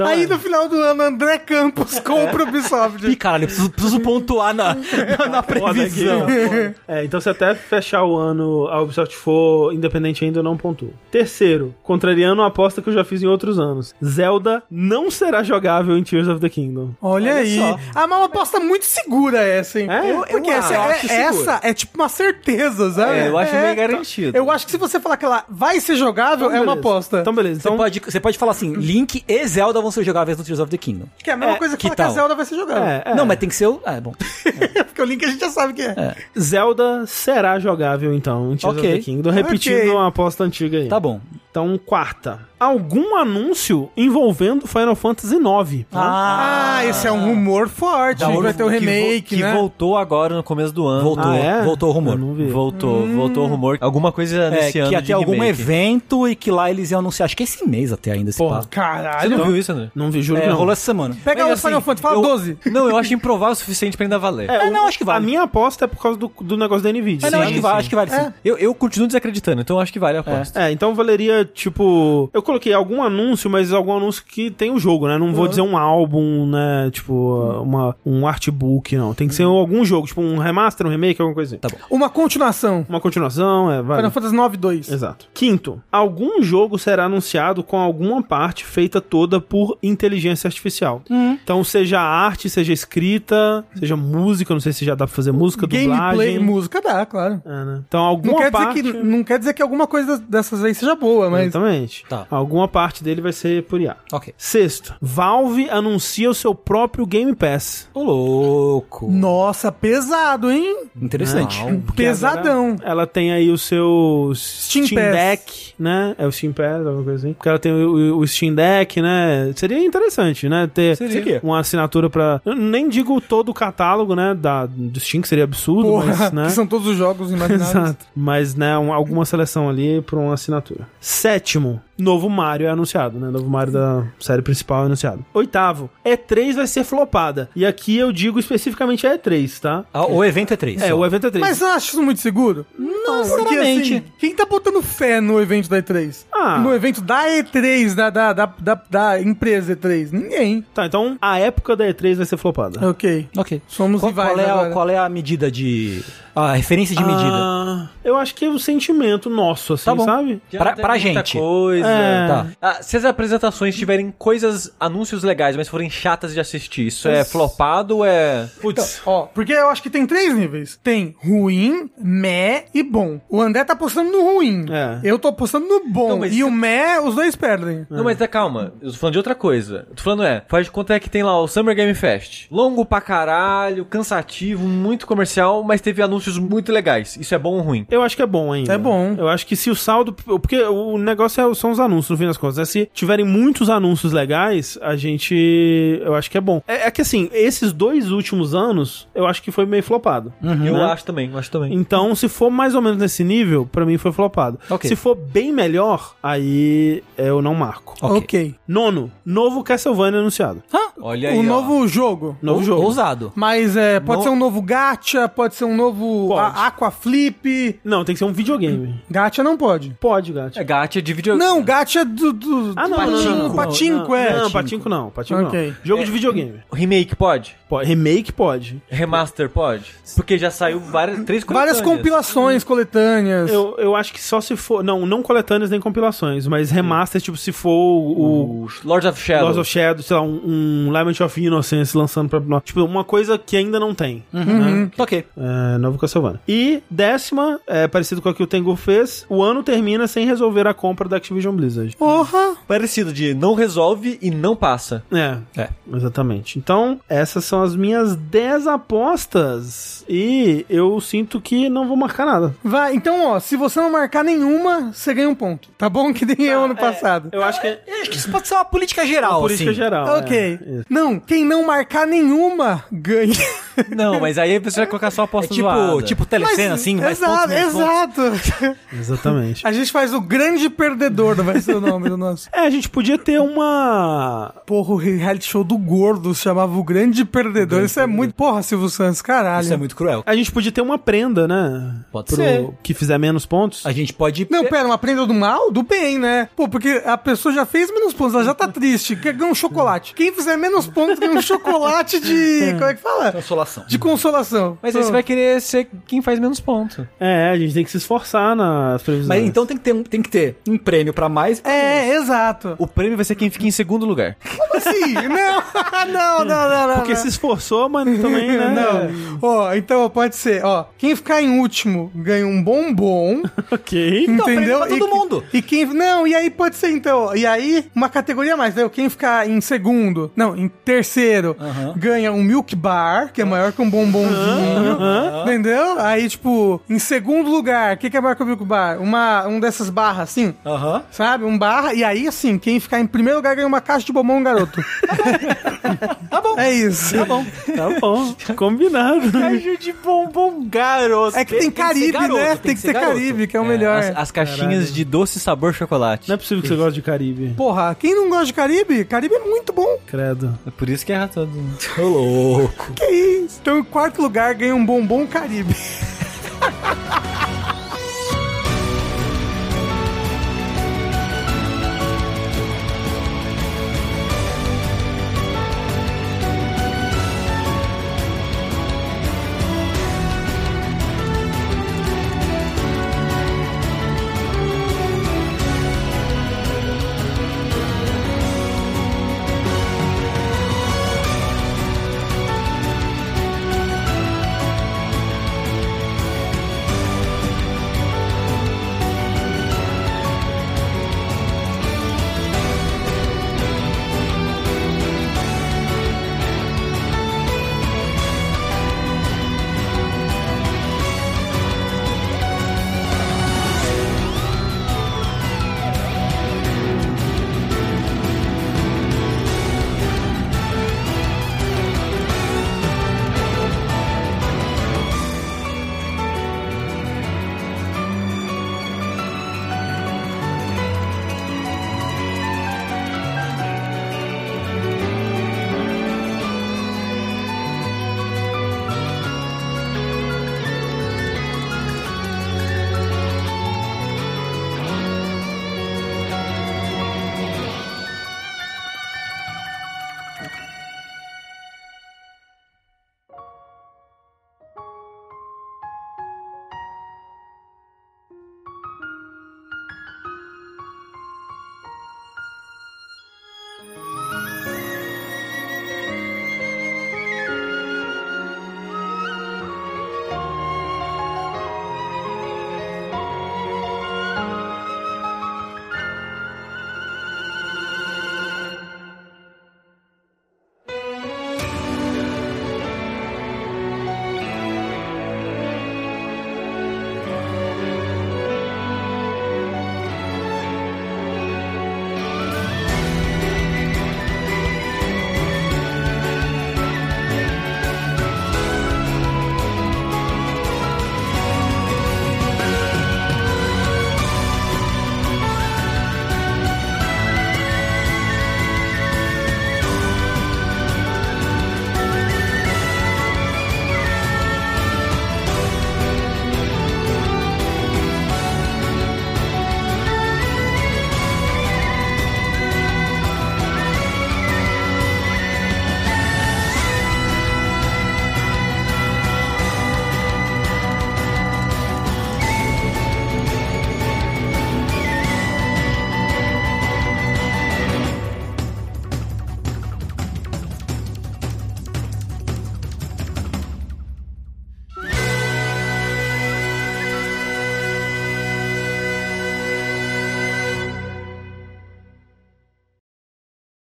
[SPEAKER 3] Aí no final do ano, André Campos compra o
[SPEAKER 2] Ih,
[SPEAKER 3] Ubisoft.
[SPEAKER 2] caralho, eu preciso, preciso pontuar na, na, na previsão.
[SPEAKER 1] Foda aqui, ó. É, então se até fechar o ano a Ubisoft for independente ainda, eu não pontuo. Terceiro, contrariando a aposta que eu já fiz em outros anos. Zelda não será jogável em Tears of the Kingdom.
[SPEAKER 3] Olha,
[SPEAKER 5] Olha
[SPEAKER 3] aí.
[SPEAKER 5] só.
[SPEAKER 3] Ah, mas uma aposta muito segura essa, hein?
[SPEAKER 1] É? Eu-
[SPEAKER 3] Porque
[SPEAKER 5] eu
[SPEAKER 3] essa, é,
[SPEAKER 5] acho segura.
[SPEAKER 3] essa é tipo uma certeza, sabe?
[SPEAKER 5] É, eu acho meio
[SPEAKER 3] tá.
[SPEAKER 5] garantido.
[SPEAKER 3] Eu acho que se você falar que ela vai ser jogável, é uma
[SPEAKER 1] beleza.
[SPEAKER 3] aposta.
[SPEAKER 1] Então beleza.
[SPEAKER 2] Você
[SPEAKER 1] Então,
[SPEAKER 2] pode, você pode falar assim, Link e Zelda vão ser jogáveis no Tears of the Kingdom.
[SPEAKER 3] que é a mesma
[SPEAKER 1] é,
[SPEAKER 3] coisa que, falar
[SPEAKER 2] que
[SPEAKER 3] que a
[SPEAKER 2] tal?
[SPEAKER 3] Zelda vai ser jogável.
[SPEAKER 1] é, é.
[SPEAKER 2] Não, mas tem que ser o... Ah, bom.
[SPEAKER 3] Porque o Link a gente já sabe que é.
[SPEAKER 1] Zelda será jogável então em Tears
[SPEAKER 2] Ok.
[SPEAKER 1] of the Kingdom, repetindo
[SPEAKER 3] Ok.
[SPEAKER 1] uma aposta antiga aí.
[SPEAKER 2] Tá bom.
[SPEAKER 1] Então, quarta. Algum anúncio envolvendo Final Fantasy IX.
[SPEAKER 3] Ah, esse é um rumor forte.
[SPEAKER 5] Da
[SPEAKER 3] vai ter o
[SPEAKER 5] Tá um que vo-
[SPEAKER 3] remake,
[SPEAKER 5] que
[SPEAKER 3] né?
[SPEAKER 5] voltou agora no começo do ano.
[SPEAKER 2] Voltou,
[SPEAKER 1] Ah, é?
[SPEAKER 2] voltou o rumor.
[SPEAKER 1] Eu não vi.
[SPEAKER 5] Voltou, voltou o rumor. Hum. Alguma coisa
[SPEAKER 2] É,
[SPEAKER 5] nesse ano.
[SPEAKER 2] que ia ter
[SPEAKER 5] de
[SPEAKER 2] algum
[SPEAKER 5] remake.
[SPEAKER 2] evento e que lá eles iam anunciar, acho que esse mês até ainda, esse
[SPEAKER 1] Porra,
[SPEAKER 2] pá.
[SPEAKER 5] Você
[SPEAKER 3] Caralho.
[SPEAKER 5] não viu isso, né? André?
[SPEAKER 1] Não vi, juro
[SPEAKER 2] tá- É,
[SPEAKER 1] que não.
[SPEAKER 2] rolou essa semana.
[SPEAKER 3] Pega
[SPEAKER 5] Mas,
[SPEAKER 3] o Final
[SPEAKER 5] assim,
[SPEAKER 3] Fantasy, fala
[SPEAKER 5] eu-
[SPEAKER 3] 12.
[SPEAKER 5] Não, eu acho improvável o suficiente pra ainda valer.
[SPEAKER 2] É, não, acho que
[SPEAKER 1] A
[SPEAKER 2] vale.
[SPEAKER 1] minha aposta é por causa do, do negócio da NVIDIA.
[SPEAKER 2] É, não,
[SPEAKER 1] Sim.
[SPEAKER 2] acho que vale, acho que vale sim.
[SPEAKER 4] É.
[SPEAKER 5] Eu, eu continuo desacreditando, então eu acho que vale a aposta.
[SPEAKER 1] É, então valeria, tipo. Eu coloquei algum anúncio, mas algum anúncio que tem o jogo, né?
[SPEAKER 2] Uhum.
[SPEAKER 1] Não vou dizer um álbum, né? Tipo, uma, um artbook, não. Tem que ser algum jogo, tipo um remaster, um remake, alguma coisa assim.
[SPEAKER 2] Uhum. Tá bom.
[SPEAKER 3] Uma continuação.
[SPEAKER 1] Uma continuação, é, vale.
[SPEAKER 3] Final Fantasy 9 2.
[SPEAKER 1] Exato. Quinto, algum jogo será anunciado com alguma parte feita toda por inteligência artificial.
[SPEAKER 3] Hum.
[SPEAKER 1] Então, seja arte, seja escrita, seja música, não sei se já dá pra fazer música,
[SPEAKER 3] Gameplay,
[SPEAKER 1] dublagem.
[SPEAKER 3] música dá, claro.
[SPEAKER 1] É, né? Então,
[SPEAKER 3] Não
[SPEAKER 1] alguma
[SPEAKER 3] quer, dizer
[SPEAKER 1] parte... Então-
[SPEAKER 3] que, não quer dizer que alguma coisa dessas aí seja boa, mas.
[SPEAKER 1] Exatamente.
[SPEAKER 2] Tá.
[SPEAKER 1] Alguma parte dele vai ser por IA.
[SPEAKER 2] Ok.
[SPEAKER 1] Sexto, Valve anuncia o seu próprio Game Pass.
[SPEAKER 2] Ô, louco.
[SPEAKER 3] Nossa, pesado, hein?
[SPEAKER 2] Interessante.
[SPEAKER 1] Porque
[SPEAKER 3] Pesadão.
[SPEAKER 1] agora Ela tem aí o seu Steam,
[SPEAKER 3] Pass.
[SPEAKER 1] Deck, né? É o Steam Pass, alguma coisa assim. Porque ela tem o, o Steam Deck, né? Seria interessante, né? Ter
[SPEAKER 2] Seria.
[SPEAKER 1] uma assinatura pra. Eu nem digo todo o catálogo, né? Da, do Steam, que seria absurdo,
[SPEAKER 3] Porra,
[SPEAKER 1] mas, né?
[SPEAKER 3] que são todos os jogos imaginários.
[SPEAKER 1] Exato. Mas, né, um- alguma seleção ali pra uma assinatura. Sétimo, novo Mario é anunciado, né? Novo Mario da série principal é anunciado. Oitavo, E3 vai ser flopada. E aqui eu digo especificamente a E3, tá?
[SPEAKER 2] Ah, o evento é três.
[SPEAKER 1] É,
[SPEAKER 2] só.
[SPEAKER 1] o evento E3.
[SPEAKER 3] Mas eu acho isso muito seguro? Não, porque
[SPEAKER 2] sinceramente.
[SPEAKER 3] assim, quem tá botando fé no evento da E3?
[SPEAKER 1] Ah.
[SPEAKER 3] No evento da E3, da, da, da, da, da empresa E3? Ninguém.
[SPEAKER 1] Tá, então a época da E3 vai ser
[SPEAKER 2] É
[SPEAKER 1] flopada.
[SPEAKER 3] Ok.
[SPEAKER 2] Ok.
[SPEAKER 3] Somos
[SPEAKER 2] qual,
[SPEAKER 3] rivais
[SPEAKER 2] qual é a,
[SPEAKER 3] agora.
[SPEAKER 2] qual é a medida de... A referência de medida.
[SPEAKER 1] Ah, eu acho que é o sentimento nosso, assim,
[SPEAKER 2] Tá bom.
[SPEAKER 1] sabe?
[SPEAKER 5] Já
[SPEAKER 2] Pra-
[SPEAKER 5] tem
[SPEAKER 2] pra
[SPEAKER 5] muita
[SPEAKER 2] gente.
[SPEAKER 5] Coisa.
[SPEAKER 1] É.
[SPEAKER 2] Tá.
[SPEAKER 5] Ah, se as apresentações tiverem coisas, anúncios legais, mas forem chatas de assistir, isso é flopado ou é.
[SPEAKER 1] Putz.
[SPEAKER 3] Ó, porque eu acho que tem três níveis. Tem ruim, mé e bom. O André tá apostando no ruim.
[SPEAKER 1] É.
[SPEAKER 3] Eu tô apostando no
[SPEAKER 5] Então,
[SPEAKER 3] bom.
[SPEAKER 5] mas
[SPEAKER 3] e
[SPEAKER 5] se-
[SPEAKER 3] o mé, os dois perdem.
[SPEAKER 5] Não, mas tá, calma. Eu tô falando de outra coisa. Eu tô falando, é, faz de conta é que tem lá o Summer Game Fest. Longo pra caralho, cansativo, muito comercial, mas teve anúncios muito legais. Isso é bom ou
[SPEAKER 2] Então,
[SPEAKER 5] ruim?
[SPEAKER 1] Eu acho que é bom ainda.
[SPEAKER 3] É bom.
[SPEAKER 1] Eu acho que se o saldo. Porque o negócio é- são os anúncios, no fim das contas. né? Se tiverem muitos anúncios legais, a gente. Eu acho que é bom. É, é que assim, esses dois últimos anos, eu acho que foi meio flopado.
[SPEAKER 5] eu
[SPEAKER 1] né?
[SPEAKER 5] acho também, eu acho também.
[SPEAKER 1] Então, se for mais ou menos nesse nível, pra mim foi flopado.
[SPEAKER 2] Ok.
[SPEAKER 1] Se for bem melhor, aí eu não marco.
[SPEAKER 2] Ok.
[SPEAKER 3] Ok.
[SPEAKER 1] Nono, novo Castlevania anunciado.
[SPEAKER 5] Olha
[SPEAKER 3] O novo jogo.
[SPEAKER 1] Novo
[SPEAKER 2] Ou-
[SPEAKER 1] jogo.
[SPEAKER 2] Ousado.
[SPEAKER 3] Mas é, pode
[SPEAKER 5] No-
[SPEAKER 3] ser um novo gacha, pode ser um novo
[SPEAKER 1] Pode.
[SPEAKER 3] a- aquaflip.
[SPEAKER 1] Não, tem que ser um videogame.
[SPEAKER 3] Gacha não pode.
[SPEAKER 1] Pode, gato.
[SPEAKER 5] É gacha de vídeo.
[SPEAKER 3] Não, gacha é do, do
[SPEAKER 1] Ah, não,
[SPEAKER 3] do
[SPEAKER 1] não,
[SPEAKER 3] patinco,
[SPEAKER 1] não, não.
[SPEAKER 3] patinco
[SPEAKER 1] não,
[SPEAKER 3] é.
[SPEAKER 1] Não, patinco não, patinco
[SPEAKER 3] Ok.
[SPEAKER 1] não. Jogo de videogame.
[SPEAKER 5] Remake pode?
[SPEAKER 1] Pode- remake pode.
[SPEAKER 5] Remaster pode? Porque já saiu várias, três
[SPEAKER 3] Várias
[SPEAKER 5] coletâneas.
[SPEAKER 3] compilações, coletâneas.
[SPEAKER 1] é Eu, eu acho que só se for. Não, não coletâneas nem compilações, mas remasters, tipo, se for o. o
[SPEAKER 5] O Lords of Shadow.
[SPEAKER 1] Lords of Shadow, sei lá, um, um Lament of Innocence lançando pra. Tipo, uma coisa que ainda não tem. Né?
[SPEAKER 2] Ok.
[SPEAKER 1] É, novo Castlevania. E décima, é, parecido com a que o Tengu fez, o ano termina sem resolver a compra da Activision Blizzard.
[SPEAKER 3] Porra!
[SPEAKER 5] Parecido de não resolve e não passa.
[SPEAKER 1] É,
[SPEAKER 2] É.
[SPEAKER 1] exatamente. Então, essas são as minhas 10 apostas. E eu sinto que não vou marcar nada.
[SPEAKER 3] Vai, então, ó, se você não marcar nenhuma, você ganha um ponto. Tá bom? Que nem eu ano passado.
[SPEAKER 1] Eu acho que é
[SPEAKER 2] Acho que isso pode ser uma política geral,
[SPEAKER 1] por isso que é
[SPEAKER 2] assim.
[SPEAKER 1] geral.
[SPEAKER 3] Ok.
[SPEAKER 1] é, isso.
[SPEAKER 3] Não, quem não marcar nenhuma ganha.
[SPEAKER 5] Não, mas aí a pessoa vai colocar só a
[SPEAKER 2] É
[SPEAKER 5] aposta
[SPEAKER 2] tipo,
[SPEAKER 5] zoada.
[SPEAKER 2] tipo telecena,
[SPEAKER 3] Mas-
[SPEAKER 2] assim, mais
[SPEAKER 3] Exato,
[SPEAKER 2] pontos, menos pontos.
[SPEAKER 3] exato.
[SPEAKER 1] Exatamente.
[SPEAKER 3] A gente faz o grande perdedor, vai ser o nome do nosso.
[SPEAKER 1] É, a gente podia ter uma.
[SPEAKER 3] Porra, o reality show do gordo se chamava o grande perdedor. Isso é muito. Porra, Silvio Santos, caralho.
[SPEAKER 2] Isso é muito cruel.
[SPEAKER 1] A gente podia ter uma prenda, né?
[SPEAKER 2] Pode
[SPEAKER 1] Pro-
[SPEAKER 2] ser.
[SPEAKER 1] Que fizer menos pontos.
[SPEAKER 2] A gente pode.
[SPEAKER 3] Não, pera, uma prenda do mal? Do bem, né? Pô, porque a pessoa já fez menos pontos, ela já tá triste, quer ganhar um chocolate. Quem fizer menos pontos ganha um chocolate de. Como é que fala?
[SPEAKER 2] Consolação.
[SPEAKER 3] De consolação.
[SPEAKER 5] Mas aí você
[SPEAKER 3] Pronto.
[SPEAKER 5] vai querer ser quem faz menos ponto.
[SPEAKER 1] É, a gente tem que se esforçar nas previsões.
[SPEAKER 2] Mas então tem que ter um, tem que ter um prêmio pra mais.
[SPEAKER 3] É, exato.
[SPEAKER 5] O prêmio vai ser quem fica em segundo lugar.
[SPEAKER 3] Como assim? não, não, não, não, não.
[SPEAKER 2] né?
[SPEAKER 1] Porque
[SPEAKER 3] não.
[SPEAKER 1] se esforçou, mano, também, né?
[SPEAKER 2] É.
[SPEAKER 3] Não. Ó, então pode ser, ó. Quem ficar em último ganha um bombom.
[SPEAKER 1] Ok.
[SPEAKER 2] Então,
[SPEAKER 3] entendeu?
[SPEAKER 2] prêmio pra todo
[SPEAKER 3] E-
[SPEAKER 2] mundo.
[SPEAKER 3] E quem. Não, e aí pode ser então. E aí, uma categoria a mais, né? Quem ficar em segundo, não, em terceiro,
[SPEAKER 2] Aham.
[SPEAKER 3] ganha um milk bar, que é maior que um bombonzinho. Entendeu? Aí, tipo, em segundo lugar, o que, que é maior que o milk bar? Uma, um dessas barras, assim.
[SPEAKER 2] Aham.
[SPEAKER 3] Sabe? Um barra. E aí, assim, quem ficar em primeiro lugar ganha uma caixa de bombom, um garoto. tá bom. É isso. Tá bom.
[SPEAKER 1] Tá bom. Combinado.
[SPEAKER 5] Caixa de bombom garoto.
[SPEAKER 3] É que tem,
[SPEAKER 2] que ser
[SPEAKER 3] Caribe,
[SPEAKER 2] garoto,
[SPEAKER 3] né?
[SPEAKER 2] tem
[SPEAKER 3] Tem,
[SPEAKER 2] que
[SPEAKER 3] que
[SPEAKER 2] ser
[SPEAKER 3] ter
[SPEAKER 2] garoto.
[SPEAKER 3] Caribe, que é o melhor.
[SPEAKER 5] As, as caixinhas de doce sabor chocolate.
[SPEAKER 1] Não é possível que você goste de Caribe.
[SPEAKER 3] Porra, quem não gosta de Caribe? Caribe é muito bom.
[SPEAKER 1] Credo.
[SPEAKER 5] É por isso que erra todo.
[SPEAKER 2] Ô, louco.
[SPEAKER 3] Que isso? Então, em quarto lugar, ganha um bombom Caribe.